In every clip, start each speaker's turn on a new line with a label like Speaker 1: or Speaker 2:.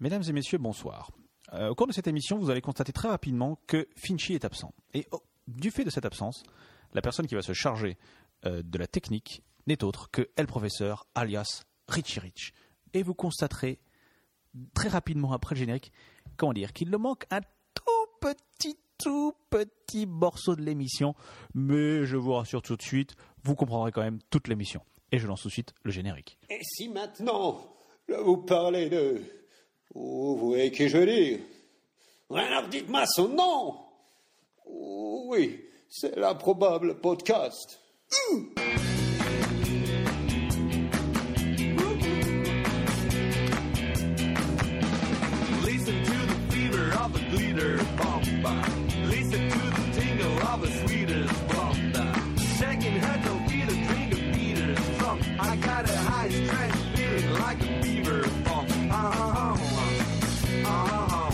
Speaker 1: Mesdames et messieurs, bonsoir. Euh, au cours de cette émission, vous allez constater très rapidement que Finchy est absent. Et oh, du fait de cette absence, la personne qui va se charger euh, de la technique n'est autre que El Professeur, alias Richie Rich. Et vous constaterez très rapidement après le générique, comment dire, qu'il le manque un tout petit, tout petit morceau de l'émission. Mais je vous rassure tout de suite, vous comprendrez quand même toute l'émission. Et je lance tout de suite le générique.
Speaker 2: Et si maintenant, là, vous parlez de... Oh, vous voyez qui je dis Alors dites-moi son nom Oh, Oui, c'est l'improbable podcast.
Speaker 3: Listen to the fever of a glitter bomba. Listen to the tingle of a sweetest bomba. Shaking her to feet a drink of Peter's drunk. I got a high stress feeling like a fever bomb. Ah, ah, ah, ah, ah, ah, ah.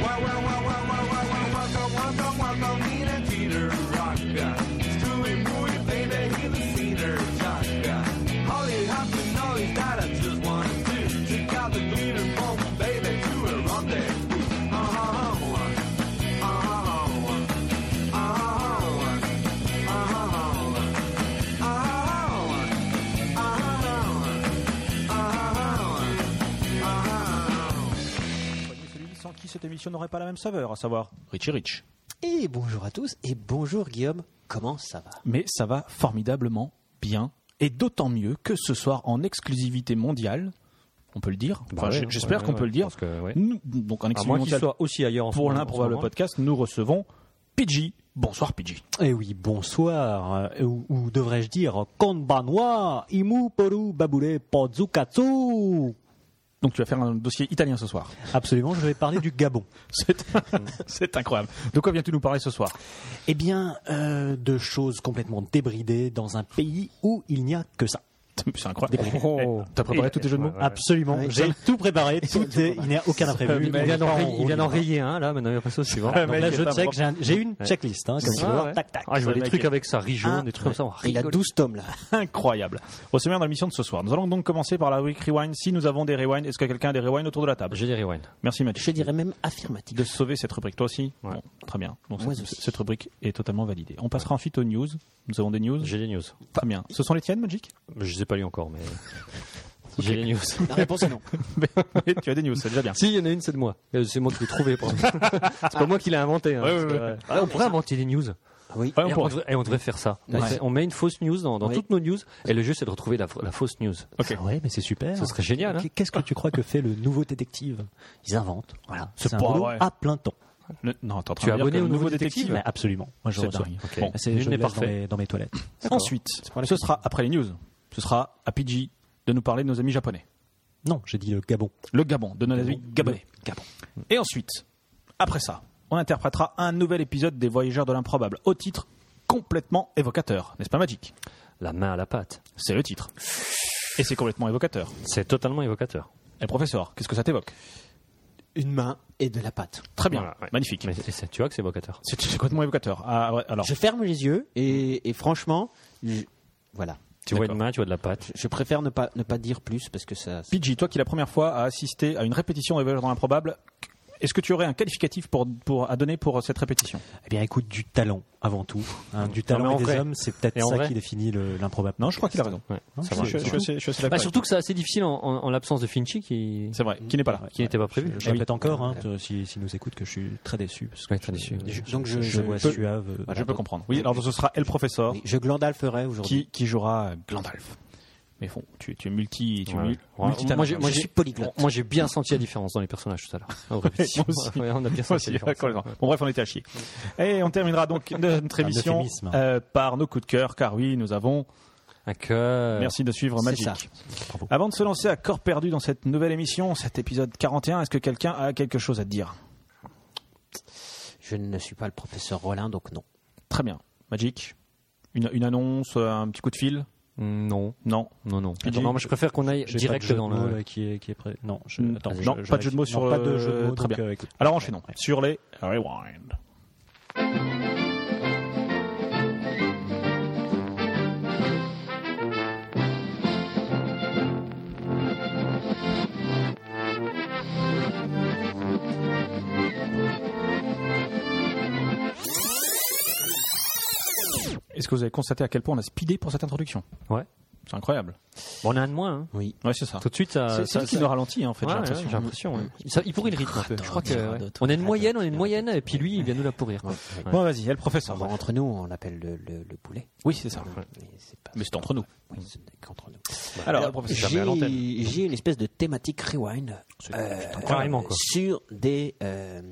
Speaker 3: Wow, wow, wow, wow, wow, wow, wow, welcome, welcome, welcome, Nina Jeter Rocka. Stewie Moody, baby, he's the cedar jocka. Holly Hopkins knows that I just want to take out the glitter bomb, baby, to a rendezvous. Ah, ah, ah, ah, ah, ah, ah, ah, ah, ah, ah, ah, ah.
Speaker 1: Celui sans qui cette émission n'aurait pas la même saveur, à savoir Richie Rich.
Speaker 4: Et bonjour à tous et bonjour Guillaume, comment ça va
Speaker 1: Mais ça va formidablement bien. Et d'autant mieux que ce soir, en exclusivité mondiale, on peut le dire, enfin,
Speaker 5: Bah ouais,
Speaker 1: j- j'espère
Speaker 5: ouais,
Speaker 1: qu'on
Speaker 5: ouais,
Speaker 1: peut le dire,
Speaker 5: parce que, ouais.
Speaker 1: nous- donc en
Speaker 5: À moins
Speaker 1: exclusivité
Speaker 5: qu'il
Speaker 1: mondiale
Speaker 5: soit aussi ailleurs en ce
Speaker 1: pour
Speaker 5: moment-
Speaker 1: l'improbable
Speaker 5: en ce moment.
Speaker 1: podcast, nous recevons Pidgey. Bonsoir Pidgey.
Speaker 4: Eh oui, bonsoir, euh, ou, ou devrais-je dire konbanwa, imu poru babule pozukatsu
Speaker 1: Donc tu vas faire un dossier italien ce soir.
Speaker 4: Absolument, je vais parler du Gabon.
Speaker 1: C'est c'est incroyable. De quoi viens-tu nous parler ce soir
Speaker 4: Eh bien, euh, de choses complètement débridées dans un pays où il n'y a que ça.
Speaker 1: C'est incroyable.
Speaker 5: Oh.
Speaker 1: Eh, T'as préparé tous tes jeux de mots
Speaker 4: Absolument, j'ai tout préparé, tout est- il n'y a aucun imprévu. Ah,
Speaker 5: Il vient d'en rayer- il vient d'en rayer un, hein, là, maintenant il va passer au suivant.
Speaker 4: Donc là, je check, j'ai un- j'ai une checklist, hein, comme tu vois.
Speaker 5: ouais.
Speaker 4: Tac, tac.
Speaker 5: Ah, je vois des
Speaker 1: mec
Speaker 5: trucs
Speaker 1: est-
Speaker 5: avec sa région, des trucs comme
Speaker 6: Ah,
Speaker 5: ça. on
Speaker 4: Il a
Speaker 5: rigole.
Speaker 4: 12 tomes là.
Speaker 1: Incroyable. Au sommaire de l'émission de ce soir, nous allons donc commencer par la rubrique Rewind. Si nous avons des Rewind, est-ce que quelqu'un a des Rewind autour de la table
Speaker 5: J'ai des rewind.
Speaker 1: Merci Mathieu.
Speaker 4: Je dirais même affirmatif.
Speaker 1: de sauver cette rubrique. Toi aussi
Speaker 5: Ouais.
Speaker 1: Bon, Très bien. Donc
Speaker 4: Moi
Speaker 1: cette,
Speaker 4: aussi.
Speaker 1: cette rubrique est totalement validée. On passera ensuite aux news. Nous avons des news.
Speaker 5: J'ai des news.
Speaker 1: Très bien. Ce sont les tiennes, Magic
Speaker 5: Je les ai pas lu encore, mais. J'ai des news.
Speaker 4: La réponse est non.
Speaker 1: Mais- mais Tu as des news, c'est déjà bien.
Speaker 5: Si, il y en a une, c'est de moi. Euh, C'est moi qui l'ai trouvé. pardon. c'est pas moi qui l'ai inventé. hein,
Speaker 1: Ouais,
Speaker 5: parce
Speaker 1: ouais,
Speaker 5: que,
Speaker 1: ouais.
Speaker 5: euh, ah, on pourrait inventer des news.
Speaker 4: Oui.
Speaker 1: Ouais, on
Speaker 5: et, on
Speaker 1: pourrait.
Speaker 5: devrait, et on devrait faire ça. On,
Speaker 1: Ouais.
Speaker 5: fait- on met une fausse news dans, dans
Speaker 4: Oui.
Speaker 5: toutes nos news, et le jeu, c'est de retrouver la, la fausse news.
Speaker 4: Ah ouais, mais c'est super.
Speaker 5: Ce serait génial, hein.
Speaker 4: Qu'est-ce que tu crois que fait le nouveau détective Ils inventent. Voilà.
Speaker 1: C'est
Speaker 4: C'est un
Speaker 1: pas
Speaker 4: boulot
Speaker 1: vrai.
Speaker 4: à plein temps.
Speaker 1: Le- Non, attends,
Speaker 5: Tu es abonné au nouveau détective
Speaker 4: Mais absolument.
Speaker 1: Moi, je
Speaker 4: C'est
Speaker 1: reçois.
Speaker 4: dingue.
Speaker 1: Ok.
Speaker 4: Bon,
Speaker 5: Nul
Speaker 4: c'est- je le
Speaker 5: n'est
Speaker 4: laisse
Speaker 5: parfait.
Speaker 4: Dans mes, dans mes toilettes.
Speaker 1: Ensuite, ce sera après les news. Ce sera à PG de nous parler de nos amis japonais.
Speaker 4: Non, j'ai dit le Gabon.
Speaker 1: Le Gabon, de nos amis gabonais. Et ensuite, après ça, on interprétera un nouvel épisode des Voyageurs de l'improbable au titre complètement évocateur, n'est-ce pas Magic
Speaker 5: La main à la pâte.
Speaker 1: C'est le titre. Et c'est complètement évocateur.
Speaker 5: C'est totalement évocateur.
Speaker 1: Et professeur, qu'est-ce que ça t'évoque
Speaker 4: Une main et de la patte.
Speaker 1: Très bien,
Speaker 5: Voilà, ouais.
Speaker 1: magnifique.
Speaker 5: Mais c'est- c'est- tu vois que c'est évocateur.
Speaker 1: C'est c'est complètement évocateur. Ah, ouais, alors,
Speaker 4: Je ferme les yeux et, et franchement, je- voilà.
Speaker 5: Tu vois
Speaker 1: D'accord.
Speaker 5: une main, tu vois de la pâte.
Speaker 4: Je préfère ne pas, ne pas dire plus parce que ça.
Speaker 1: Pidgey, toi qui la première fois as assisté à une répétition des Voyageurs dans l'improbable, est-ce que tu aurais un qualificatif pour, pour, à donner pour euh, cette répétition
Speaker 4: Eh bien, écoute, du talent avant tout. hein, du
Speaker 5: mais
Speaker 4: talent
Speaker 5: en
Speaker 4: et des
Speaker 5: vrai.
Speaker 4: hommes, c'est peut-être
Speaker 5: Et en
Speaker 4: ça
Speaker 5: vrai.
Speaker 4: qui définit le- l'improbable.
Speaker 1: Non, je crois qu'il a raison.
Speaker 5: Ouais,
Speaker 4: Non,
Speaker 5: ça
Speaker 4: je-
Speaker 5: marche.
Speaker 4: je-
Speaker 1: Je suis assez- je suis assez
Speaker 5: Bah,
Speaker 1: d'accord.
Speaker 5: surtout que c'est assez difficile en, en- en l'absence de Finchi qui,
Speaker 1: C'est vrai, qui n'est pas là.
Speaker 5: qui n'était pas prévu.
Speaker 4: Je répète encore, hein, te- si, si nous écoute, que je suis très déçu. parce que
Speaker 5: Eh Ouais, très déçu.
Speaker 4: je-
Speaker 6: Donc je-
Speaker 4: je
Speaker 6: je
Speaker 4: vois
Speaker 1: peux- Bah,
Speaker 4: suave. euh,
Speaker 1: Je
Speaker 4: voilà.
Speaker 1: peux comprendre. Oui, alors ce sera El Professeur
Speaker 6: Oui, Je glandalferais aujourd'hui.
Speaker 1: qui, qui jouera euh, Glandalf. Mais bon, tu, tu es multi. Tu es
Speaker 5: Ouais.
Speaker 1: mul-
Speaker 5: Ouais.
Speaker 1: multitalent.
Speaker 5: Moi, j'ai- moi,
Speaker 6: Je
Speaker 5: j'ai-
Speaker 6: suis polyglotte.
Speaker 5: Moi, j'ai bien senti la différence dans les personnages tout à l'heure. En répétition.
Speaker 1: Moi aussi.
Speaker 5: Ouais, on a bien
Speaker 1: Moi
Speaker 5: senti
Speaker 1: aussi,
Speaker 5: la différence.
Speaker 1: d'accord. Bon, bref, on était à chier. Et on terminera donc notre émission
Speaker 4: euphémisme.
Speaker 1: euh, par nos coups de cœur, car oui, nous avons
Speaker 5: Un cœur.
Speaker 1: Merci de suivre
Speaker 6: Euh,
Speaker 1: Magic.
Speaker 6: c'est ça.
Speaker 1: Avant de se lancer à corps perdu dans cette nouvelle émission, cet épisode 41, est-ce que quelqu'un a quelque chose à te dire
Speaker 6: Je ne suis pas le professeur Rollin, donc non.
Speaker 1: Très bien. Magic, une, une annonce, euh, un petit coup de fil
Speaker 5: Non,
Speaker 1: Non.
Speaker 5: non, non.
Speaker 1: PJ,
Speaker 5: non, moi je préfère qu'on aille
Speaker 4: J'ai pas de
Speaker 5: direct
Speaker 4: jeu de
Speaker 5: dans
Speaker 4: mots,
Speaker 5: le.
Speaker 4: là, qui est qui est prêt. Non, je,
Speaker 1: Hmm.
Speaker 4: attends,
Speaker 1: Non, pas de
Speaker 4: je- je
Speaker 1: jeu de
Speaker 4: réfléchis.
Speaker 1: mots sur,
Speaker 4: Non, pas de
Speaker 1: euh,
Speaker 4: jeu de mots.
Speaker 1: très
Speaker 4: donc,
Speaker 1: bien.
Speaker 4: euh, écoute.
Speaker 1: Alors enchaînons
Speaker 4: Ouais.
Speaker 1: sur les rewind. Est-ce que vous avez constaté à quel point on a speedé pour cette introduction
Speaker 5: Ouais.
Speaker 1: C'est incroyable.
Speaker 5: Bon, on a un de moins. hein.
Speaker 1: Ouais, c'est ça.
Speaker 5: Tout de suite, ça.
Speaker 1: C'est
Speaker 5: ça-
Speaker 1: ça qui
Speaker 5: ça-
Speaker 1: nous ralentit, en fait,
Speaker 5: Ouais,
Speaker 1: j'ai
Speaker 5: ouais,
Speaker 1: l'impression.
Speaker 5: j'ai l'impression. ouais. Ça- Il pourrit le rythme un peu. Je crois que.
Speaker 6: Attends,
Speaker 5: ouais.
Speaker 6: attends,
Speaker 5: On a une
Speaker 6: attends,
Speaker 5: moyenne, on a une
Speaker 6: attends,
Speaker 5: moyenne,
Speaker 6: attends.
Speaker 5: et puis lui, il vient nous la pourrir.
Speaker 6: Ouais.
Speaker 1: Bon, vas-y, elle professeur.
Speaker 6: Enfin, entre nous, on l'appelle le, le, le poulet.
Speaker 1: Oui, c'est ça.
Speaker 6: Mais c'est pas-
Speaker 1: Mais c'est entre nous.
Speaker 6: oui, ce n'est qu'entre nous.
Speaker 1: Alors,
Speaker 6: Alors,
Speaker 1: le professeur met à l'antenne.
Speaker 6: j'ai j'ai une espèce de thématique rewind euh,
Speaker 5: carrément, quoi.
Speaker 6: sur des, euh,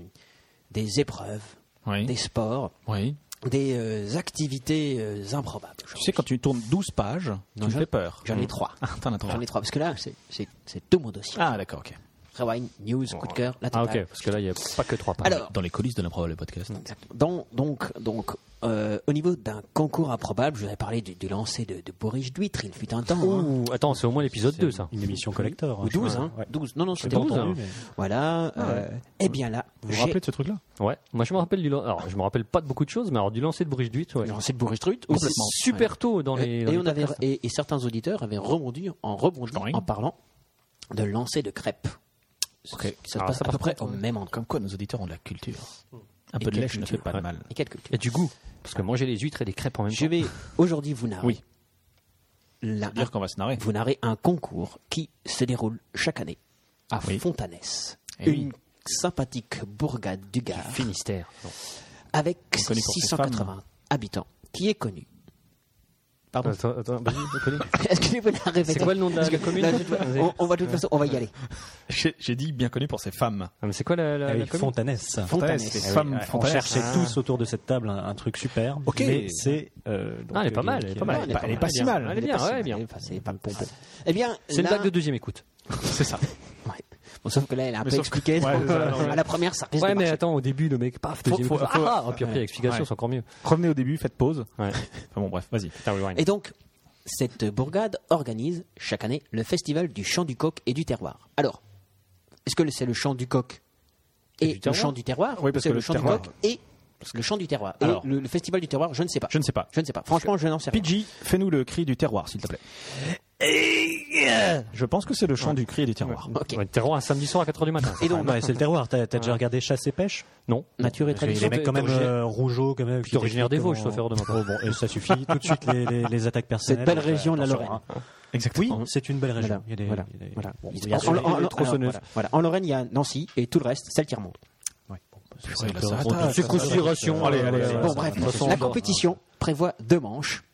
Speaker 6: des épreuves,
Speaker 1: Oui.
Speaker 6: des sports,
Speaker 1: Oui.
Speaker 6: des euh, activités euh, improbables.
Speaker 1: Tu sais, quand tu tournes 12 pages, tu me
Speaker 6: j'en-
Speaker 1: fais peur.
Speaker 6: J'en ai trois.
Speaker 1: Ah, t'en as trois.
Speaker 6: J'en ai trois, parce que là, c'est- c'est c'est tout mon dossier.
Speaker 1: Ah, d'accord, ok.
Speaker 6: Rewind, news, coup de cœur, la
Speaker 5: Ah,
Speaker 6: totale.
Speaker 5: ok, parce que là, il n'y a pas que trois pages.
Speaker 6: Alors,
Speaker 1: Dans les coulisses de l'improbable podcast.
Speaker 6: Exactement. Dans- donc, donc euh, au niveau d'un concours improbable, je vous avais parlé du, du lancer de, de Boris Duitre, il fut un temps. hein.
Speaker 5: Ouh, attends, c'est au moins l'épisode 2, ça.
Speaker 4: Une émission collector.
Speaker 6: Ou 12, hein. 12. Non, non, c'était 12.
Speaker 5: entendu,
Speaker 6: hein. Voilà. euh, eh bien là,
Speaker 1: Ah, Vous vous
Speaker 6: j'ai
Speaker 1: rappelez de ce truc-là
Speaker 5: Ouais, moi je me rappelle du lan- alors je me rappelle pas de beaucoup de choses, mais alors du lancer de Bruce Duit, ouais.
Speaker 6: j'ai lancé le Boris Duitre
Speaker 5: Mais c'est super tôt dans les.
Speaker 6: Et,
Speaker 5: dans les
Speaker 6: on avait,
Speaker 5: podcasts.
Speaker 6: et, et certains auditeurs avaient rebondi en rebondissant en parlant de lancer de crêpes.
Speaker 1: Ok.
Speaker 6: Ça se
Speaker 5: Alors,
Speaker 6: passe
Speaker 5: Ah, ça,
Speaker 6: à peu
Speaker 5: par
Speaker 6: près
Speaker 5: contre,
Speaker 6: au même endroit.
Speaker 1: Comme quoi, nos auditeurs ont de la culture. Un
Speaker 6: Mm.
Speaker 1: peu
Speaker 6: Et
Speaker 1: de
Speaker 6: quelle
Speaker 1: lèche ne fait
Speaker 6: culture.
Speaker 1: pas de
Speaker 6: Ouais.
Speaker 1: mal.
Speaker 6: Et quelle culture.
Speaker 5: Et du goût, parce que manger les huîtres et les crêpes en même
Speaker 6: Je
Speaker 5: temps.
Speaker 6: vais aujourd'hui vous narrer.
Speaker 1: Oui.
Speaker 6: la-
Speaker 1: Dire qu'on va se narrer.
Speaker 6: vous narrez un concours qui se déroule chaque année à
Speaker 1: Oui.
Speaker 6: Fontanès.
Speaker 1: Eh oui.
Speaker 6: une sympathique bourgade du Gard
Speaker 5: Finistère. Non.
Speaker 6: avec
Speaker 1: connaît pour ses
Speaker 6: 680 habitants qui est connue. Pardon.
Speaker 5: Attends, attends, vas-y, connais.
Speaker 6: Est-ce que tu peux la répéter
Speaker 5: C'est quoi le nom de la,
Speaker 6: Parce que
Speaker 5: la commune
Speaker 6: là, je- on, on va de toute façon, on va y aller.
Speaker 1: J'ai j'ai dit bien connu pour ses femmes.
Speaker 5: Ah, mais C'est quoi la,
Speaker 4: Eh
Speaker 5: la, la commune Ah,
Speaker 4: Fontanès.
Speaker 6: Fontanès.
Speaker 1: c'est
Speaker 6: Eh oui.
Speaker 1: femmes
Speaker 4: On
Speaker 1: fantasmes.
Speaker 4: cherchait tous autour de cette table un, un truc superbe.
Speaker 1: Ok.
Speaker 4: Mais c'est. euh, donc,
Speaker 5: Ah, elle est pas mal, elle est pas mal.
Speaker 6: elle est pas- elle est
Speaker 1: pas si mal.
Speaker 5: Elle est bien, ouais, elle est bien.
Speaker 6: Enfin, c'est pas pompon. Eh bien,
Speaker 5: C'est une
Speaker 6: là-
Speaker 5: blague de deuxième écoute.
Speaker 1: C'est ça.
Speaker 6: Ouais. Bon, sauf que là, elle a un
Speaker 1: Mais
Speaker 6: peu
Speaker 1: sauf que-
Speaker 6: expliqué.
Speaker 1: Ouais, c'est ça, non,
Speaker 6: à
Speaker 1: mais-
Speaker 6: la première, ça risque
Speaker 5: Ouais,
Speaker 6: de
Speaker 5: mais
Speaker 6: marcher.
Speaker 5: attends, au début, le mec, paf,
Speaker 1: Faut-
Speaker 5: deuxième
Speaker 1: faut-
Speaker 5: écoute.
Speaker 1: faut-
Speaker 5: Ah, ah, puis après, l'explication,
Speaker 1: Ouais.
Speaker 5: c'est encore mieux.
Speaker 1: Revenez au début, faites pause.
Speaker 5: Ouais.
Speaker 1: Enfin bon, bref, vas-y.
Speaker 5: Putain, rewind.
Speaker 6: Et donc, cette bourgade organise chaque année le festival du chant du coq et du terroir. Alors, est-ce que c'est le chant du coq
Speaker 5: Et
Speaker 6: et
Speaker 5: du
Speaker 6: le
Speaker 5: terroir
Speaker 6: chant du terroir
Speaker 1: Oui,
Speaker 6: ou
Speaker 1: parce
Speaker 6: c'est
Speaker 1: que
Speaker 6: le
Speaker 1: le
Speaker 6: chant du
Speaker 1: terroir-
Speaker 6: coq et le chant du terroir Et
Speaker 1: Alors.
Speaker 6: le, le festival du terroir, je ne sais pas.
Speaker 1: Je ne sais pas.
Speaker 6: Je ne sais pas. Franchement, je n'en sais rien.
Speaker 1: Pidgey, fais-nous le cri du terroir, s'il te plaît.
Speaker 6: Eh,
Speaker 1: Je pense que c'est le chant du cri du terroir.
Speaker 6: Ok.
Speaker 5: Ouais, terroir un samedi soir à 4h du matin.
Speaker 6: Et donc,
Speaker 4: Ouais, c'est le terroir. T'as t'as déjà regardé Chasse et Pêche
Speaker 5: Non.
Speaker 6: nature et
Speaker 4: Les
Speaker 6: tradition.
Speaker 4: mecs, quand même,
Speaker 5: d'origine-
Speaker 4: euh, Rougeau, quand même. qui
Speaker 5: originaire des
Speaker 4: t'expliquent
Speaker 5: Vosges,
Speaker 4: comment-
Speaker 5: sauf erreur de ma part.
Speaker 4: Oh, bon, et ça suffit. Tout de suite, les, les- les attaques personnelles.
Speaker 6: belle région de la
Speaker 4: attention,
Speaker 6: Lorraine.
Speaker 4: hein. Oui,
Speaker 1: Exactement.
Speaker 4: c'est une belle région.
Speaker 6: Voilà,
Speaker 4: Ah, Il y a des-
Speaker 6: voilà,
Speaker 4: il y a des-
Speaker 6: voilà.
Speaker 4: Bon,
Speaker 6: Il-
Speaker 4: bien
Speaker 6: en-
Speaker 4: sûr,
Speaker 6: en-
Speaker 4: il y a
Speaker 6: en-
Speaker 4: les
Speaker 6: alors,
Speaker 4: tronçonneuses.
Speaker 6: voilà, voilà. En Lorraine, il y a Nancy et tout le reste, celle qui remonte.
Speaker 1: Purée, là, ça
Speaker 4: Bon,
Speaker 1: attaque.
Speaker 4: c'est considération.
Speaker 1: Allez, allez, allez.
Speaker 6: Bon, bref, la compétition prévoit deux manches.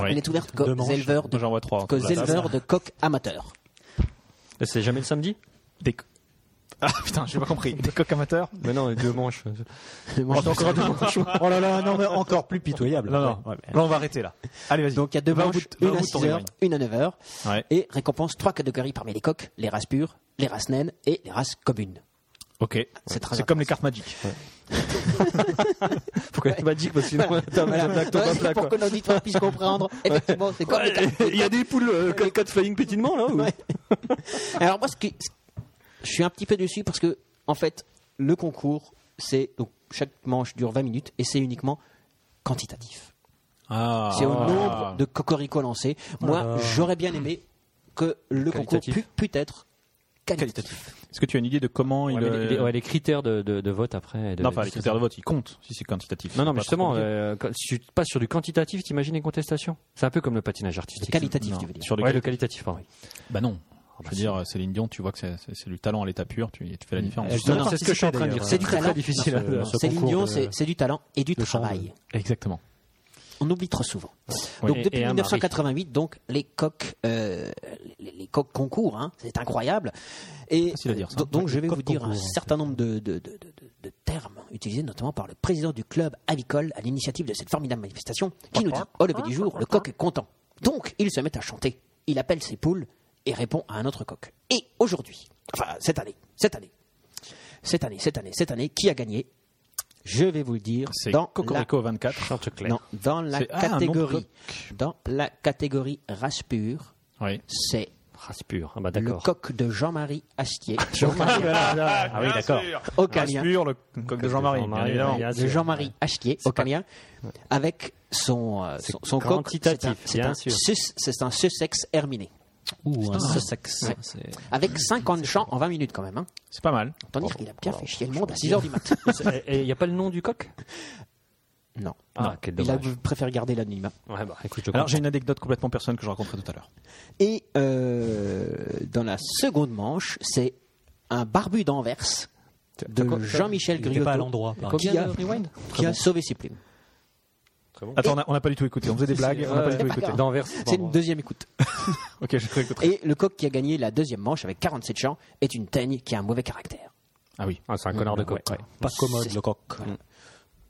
Speaker 1: Ouais.
Speaker 6: Elle est ouverte qu'aux
Speaker 4: Deux manches.
Speaker 6: éleveurs de,
Speaker 1: J'en vois trois.
Speaker 6: qu'aux éleveurs de coqs amateurs.
Speaker 5: C'est jamais le samedi
Speaker 1: Des... co- Ah putain, j'ai pas compris. Des coqs amateurs
Speaker 5: Mais non, les deux manches.
Speaker 4: Oh là là, non, mais encore plus pitoyable.
Speaker 1: Non, non.
Speaker 4: Ouais, ouais,
Speaker 1: Là, on va arrêter là. Allez, vas-y.
Speaker 6: Donc il y a deux
Speaker 1: Va au
Speaker 6: manches,
Speaker 1: bout de- va
Speaker 6: une
Speaker 1: au
Speaker 6: à
Speaker 1: bout de ton
Speaker 6: 6h,
Speaker 1: rewind.
Speaker 6: une à 9h,
Speaker 1: Ouais.
Speaker 6: et récompense trois catégories parmi les coqs, les races pures, les races naines et les races communes.
Speaker 1: Ok.
Speaker 6: C'est très
Speaker 1: C'est comme les cartes Magic.
Speaker 5: Pourquoi tu m'as dit que sinon, t'as
Speaker 6: Voilà. Ouais, c'est pour que l'auditoire puisse comprendre. Effectivement, c'est comme les cartes.
Speaker 5: Il y a des poules euh, comme quatre flying pétinement là ou-
Speaker 6: Ouais. Alors moi, ce qui, ce- je suis un petit peu déçu parce que, en fait, le concours, c'est donc chaque manche dure 20 minutes et c'est uniquement quantitatif.
Speaker 1: Ah.
Speaker 6: C'est au nombre de cocorico lancés. Moi, j'aurais bien aimé que le concours
Speaker 5: Qualitatif.
Speaker 6: pût, pût être qualitatif.
Speaker 1: Est-ce que tu as une idée de comment
Speaker 5: Ouais,
Speaker 1: il.
Speaker 5: mais
Speaker 1: euh,
Speaker 5: les, les- ouais, les critères de, de- de vote après. et de-
Speaker 1: non, enfin,
Speaker 5: de-
Speaker 1: les critères de vote, ils comptent si c'est quantitatif.
Speaker 5: Non, non,
Speaker 1: C'est
Speaker 5: mais
Speaker 1: pas
Speaker 5: justement,
Speaker 1: trop compliqué.
Speaker 5: euh, quand- si tu passes sur du quantitatif, t'imagines les contestations C'est un peu comme le patinage artistique.
Speaker 6: Qualitatif,
Speaker 1: Non,
Speaker 6: tu veux dire.
Speaker 1: sur les
Speaker 5: Ouais, le qualitatif, pardon.
Speaker 1: Bah non. Je veux dire, Céline Dion, tu vois que c'est- c'est c'est du talent à l'état pur, tu, tu fais la différence.
Speaker 4: Elle
Speaker 5: Non, non,
Speaker 4: doit
Speaker 5: c'est ce que je suis en train de dire.
Speaker 4: participer,
Speaker 6: C'est du
Speaker 5: très,
Speaker 6: talent.
Speaker 5: très difficile.
Speaker 4: Non,
Speaker 5: à-
Speaker 4: ce
Speaker 6: C'est
Speaker 4: concours
Speaker 6: l'union,
Speaker 4: de-
Speaker 6: c'est c'est du talent et du
Speaker 4: chant de-
Speaker 6: travail.
Speaker 1: Exactement.
Speaker 6: On oublie trop souvent.
Speaker 5: Oui.
Speaker 6: Donc
Speaker 5: Et-
Speaker 6: depuis
Speaker 5: et un mari.
Speaker 6: 1988, donc les coqs, euh, les, les coqs concours, hein, c'est incroyable. Et
Speaker 1: Facile à dire, ça.
Speaker 6: do- donc je vais
Speaker 4: coqs
Speaker 6: vous dire un
Speaker 4: concours, hein,
Speaker 6: certain nombre de, de- de- de- de- de termes utilisés notamment par le président du club avicole à l'initiative de cette formidable manifestation, qui nous dit au lever du jour, le coq est content. Donc il se met à chanter, il appelle ses poules et répond à un autre coq. Et aujourd'hui, enfin cette année, cette année, cette année, cette année, cette année, qui a gagné Je vais vous le dire
Speaker 7: C'est
Speaker 6: dans la
Speaker 7: Cocorico 24. Charte claire.
Speaker 6: non, dans la
Speaker 7: C'est- ah, un nom
Speaker 6: catégorie
Speaker 7: de
Speaker 6: dans la catégorie race pure,
Speaker 7: Oui.
Speaker 6: c'est
Speaker 5: Race pure. Ah bah
Speaker 6: le
Speaker 5: d'accord.
Speaker 6: coq de Jean-Marie Astier.
Speaker 7: Ah oui, d'accord.
Speaker 6: Ocalien.
Speaker 7: Pur, le coq de Jean-Marie, bien
Speaker 5: Jean-Marie,
Speaker 7: évidemment.
Speaker 5: bien
Speaker 6: de Jean-Marie Astier, ocalien, avec son, euh, son, son coq.
Speaker 5: quantitatif,
Speaker 6: c'est
Speaker 5: bien
Speaker 6: un,
Speaker 5: sûr.
Speaker 6: sus- c'est un Sussex herminé.
Speaker 4: Ou un
Speaker 6: Sussex. Avec 50 chants en 20 minutes quand même. Hein.
Speaker 7: C'est pas mal.
Speaker 6: Autant dire qu'il a bien fait chier le monde à 6h du matin.
Speaker 5: Et il n'y a pas le nom du coq
Speaker 6: Non.
Speaker 5: Ah, quel
Speaker 6: Il a
Speaker 5: dommage.
Speaker 6: préfère garder l'anonymat.
Speaker 5: Ouais, bah, écoute, je
Speaker 1: Alors
Speaker 5: comprends.
Speaker 1: j'ai une anecdote complètement personnelle que je raconterai tout à l'heure.
Speaker 6: Et euh, dans la seconde manche, c'est un barbu d'Anvers de Jean-Michel
Speaker 4: Il était pas à
Speaker 6: Griot
Speaker 4: l'endroit. par
Speaker 6: qui
Speaker 5: Combien
Speaker 6: a,
Speaker 5: de rewind
Speaker 6: qui a sauvé ses plumes.
Speaker 1: Attends, on n'a- on n'a pas du tout écouté. On faisait des blagues. On n'a pas du tout
Speaker 6: c'est pas
Speaker 1: écouté.
Speaker 6: grave.
Speaker 5: D'Anvers.
Speaker 6: C'est une deuxième écoute.
Speaker 1: Ok, je réécouterai.
Speaker 6: Et le coq qui a gagné la deuxième manche avec 47 champs est une teigne qui a un mauvais caractère.
Speaker 1: Ah oui.
Speaker 5: Ah, c'est un connard de coq.
Speaker 4: contre. Pas commode,
Speaker 6: C'est-
Speaker 4: le coq.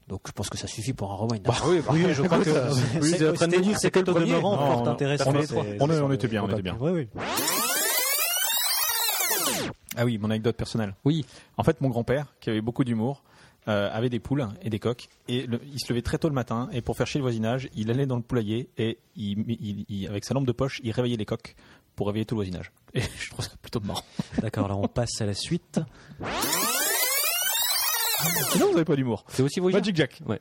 Speaker 6: Donc je pense que ça suffit pour un rewind.
Speaker 1: Oui, je crois que
Speaker 4: Oui, c'est en train de me dire, c'est que le demeurant
Speaker 1: Non,
Speaker 4: fort
Speaker 1: non,
Speaker 4: intéressant.
Speaker 1: on est-
Speaker 4: C'est-
Speaker 1: on est- on était bien, on était bien.
Speaker 4: Oui, oui.
Speaker 1: Ah oui, mon anecdote personnelle.
Speaker 5: Oui.
Speaker 1: En fait, mon grand-père, qui avait beaucoup d'humour, euh, avait des poules et des coqs. Et le- il se levait très tôt le matin. Et pour faire chier le voisinage, il allait dans le poulailler et il, il- il- avec sa lampe de poche, il réveillait les coqs pour réveiller tout le voisinage. Et je trouve ça plutôt marrant.
Speaker 4: D'accord, là, on passe à la suite.
Speaker 1: Sinon, vous n'avez pas d'humour.
Speaker 5: C'est aussi voyageur.
Speaker 1: Magic Jack.
Speaker 5: Ouais.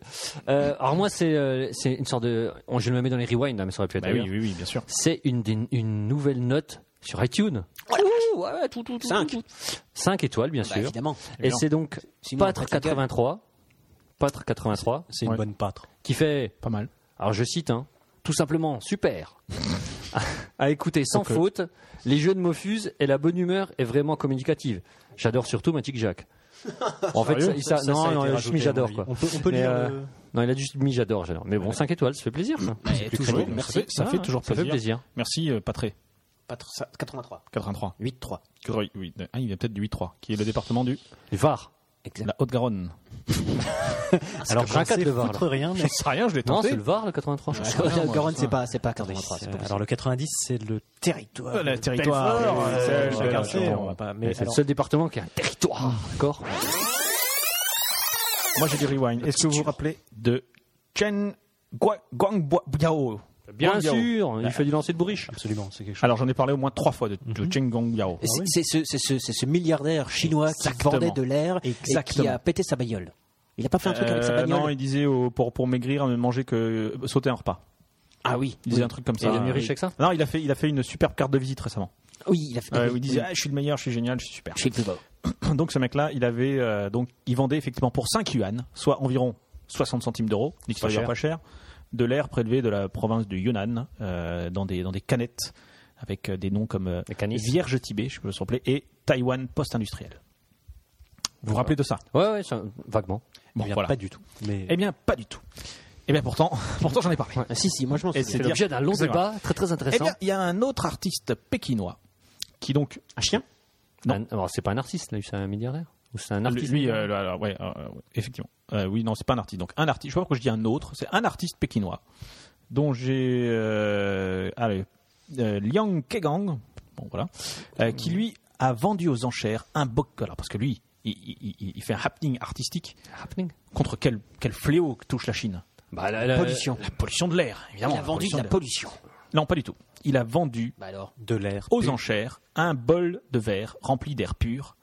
Speaker 5: Euh, alors moi, c'est euh, c'est une sorte de. on- je le mets dans les rewinds, là, mais ça aurait pu être.
Speaker 1: Bah oui,
Speaker 5: ailleurs.
Speaker 1: oui, oui, bien sûr.
Speaker 5: C'est une, des- une nouvelle note sur iTunes. Ouh, ouais, ouais, tout, tout, tout,
Speaker 6: Cinq.
Speaker 5: tout, tout. Cinq étoiles, bien
Speaker 6: Bah,
Speaker 5: sûr.
Speaker 6: évidemment.
Speaker 5: Et c'est donc
Speaker 6: Sinon, on
Speaker 5: Patre
Speaker 6: attaque la gueule.
Speaker 5: 83, Patre 83,
Speaker 4: C'est une
Speaker 1: Ouais.
Speaker 4: bonne pâtre.
Speaker 5: qui fait,
Speaker 1: Pas mal.
Speaker 5: alors je cite, hein, tout simplement super. à, à écouter sans faute, les jeux de Mofuse et la bonne humeur est vraiment communicative. J'adore surtout Magic Jack. En fait, ça, il- ça- non, non, il a juste mis j'adore quoi.
Speaker 4: On peut, on peut
Speaker 5: Mais,
Speaker 4: lire.
Speaker 5: euh,
Speaker 4: le-
Speaker 5: Non, il a juste mis j'adore, j'adore. Mais bon, 5 étoiles, ça fait plaisir. quoi.
Speaker 6: Mais toujours,
Speaker 1: crédible,
Speaker 6: merci.
Speaker 1: Ça fait, ça fait
Speaker 5: Ah,
Speaker 1: toujours
Speaker 5: ça
Speaker 1: plaisir.
Speaker 5: fait plaisir.
Speaker 1: Merci, euh, Patré.
Speaker 6: Patr- ça- 83.
Speaker 1: 83.
Speaker 6: 8-3.
Speaker 1: Oui, oui. Ah, il y a peut-être du 8-3, qui est le département du
Speaker 5: Les VAR.
Speaker 6: Exact.
Speaker 1: la Haute-Garonne.
Speaker 4: Alors, je
Speaker 5: un
Speaker 4: ne sais
Speaker 5: quatre, le VAR,
Speaker 4: foutre rien, mais-
Speaker 1: J'en sais rien, je l'ai
Speaker 5: Non,
Speaker 1: tenté.
Speaker 5: c'est le VAR, le 83. je crois.
Speaker 6: Le Garonne, Ah, c'est pas, c'est pas 83. c'est pas
Speaker 4: Alors, le 90, c'est le territoire.
Speaker 1: Euh, le territoire.
Speaker 4: Belfort,
Speaker 1: Oui,
Speaker 4: euh,
Speaker 1: c'est
Speaker 4: chacun
Speaker 1: Belfort.
Speaker 4: sait, on va pas- mais
Speaker 5: C'est le
Speaker 4: alors-
Speaker 5: seul département qui a un territoire. D'accord
Speaker 1: Moi, j'ai du rewind. Est-ce que vous vous rappelez de Chen Gua- Guangbua- Biao
Speaker 5: Bien
Speaker 1: Guangyao.
Speaker 5: sûr, il fait du lancer de bourriche.
Speaker 4: Absolument, c'est quelque chose.
Speaker 1: Alors, j'en ai parlé au moins trois fois de, de Chen Guangbao.
Speaker 6: possible. Mhm. C'est c'est ce, c'est ce- c'est ce milliardaire chinois
Speaker 1: Ah Exactement.
Speaker 6: qui vendait de l'air et qui a
Speaker 1: Exactement. Euh,
Speaker 6: pété sa bagnole. Il a pas fait un truc avec sa bagnole
Speaker 1: non, il disait au- pour, pour maigrir, ne manger que euh, sauter un repas.
Speaker 6: Ah oui.
Speaker 1: Il disait un truc comme ça.
Speaker 5: Il est devenu
Speaker 1: Ah,
Speaker 5: riche
Speaker 1: oui.
Speaker 5: avec ça
Speaker 1: Non, il a fait, il a fait une superbe carte de visite récemment.
Speaker 6: Oui, il a fait.
Speaker 1: Euh, où il disait,
Speaker 6: oui.
Speaker 1: ah, je suis le meilleur, je suis génial, je suis super.
Speaker 6: Je suis le plus beau.
Speaker 1: Donc ce mec-là, il avait, euh, donc il vendait effectivement pour 5 yuan, soit environ 60 centimes d'euros, l'extérieur
Speaker 5: cher.
Speaker 1: pas cher, de l'air prélevé de la province du Yunnan euh, dans des dans des canettes avec euh, des noms comme euh,
Speaker 5: Des canisses.
Speaker 1: Vierge Tibet, je peux s'en rappeler, et Taïwan post-industriel. Vous vous rappelez de ça
Speaker 5: Ouais, ouais, ça- vaguement.
Speaker 1: Bon,
Speaker 4: Bien,
Speaker 1: voilà.
Speaker 4: Pas du tout. Mais
Speaker 1: Eh bien, pas du tout. Eh bien, pourtant, pourtant j'en ai parlé.
Speaker 6: Ah, si, si, moi je m'en
Speaker 1: Et
Speaker 6: souviens.
Speaker 5: C'est
Speaker 1: dire-
Speaker 5: l'objet d'un long
Speaker 1: c'est vrai.
Speaker 5: débat très très
Speaker 1: Eh
Speaker 5: intéressant.
Speaker 1: bien, il y a un autre artiste pékinois qui donc
Speaker 6: Un chien
Speaker 1: non.
Speaker 5: Un- alors, c'est pas un artiste, là, c'est un milliardaire. Ou c'est un
Speaker 1: Lui,
Speaker 5: artiste.
Speaker 1: lui, euh, là, là, ouais, euh, ouais, effectivement. Euh, oui, non, c'est pas un artiste. Donc un artiste. Je sais pas pourquoi je dis un autre. C'est un artiste pékinois dont j'ai euh, allez, euh, Liang Kegang, bon voilà, euh, qui lui a vendu aux enchères un boc. Alors parce que lui, il, il- il- il fait un happening artistique
Speaker 5: Happening.
Speaker 1: contre quel, quel fléau que touche la Chine
Speaker 5: Bah, la, la-
Speaker 6: Pollution.
Speaker 1: Euh, La pollution de l'air,
Speaker 6: Il
Speaker 1: évidemment.
Speaker 6: a vendu de la
Speaker 1: l'air.
Speaker 6: pollution.
Speaker 1: Non, pas du tout. Il a vendu
Speaker 6: Bah alors.
Speaker 4: de l'air.
Speaker 1: aux enchères un bol de verre rempli d'air pur.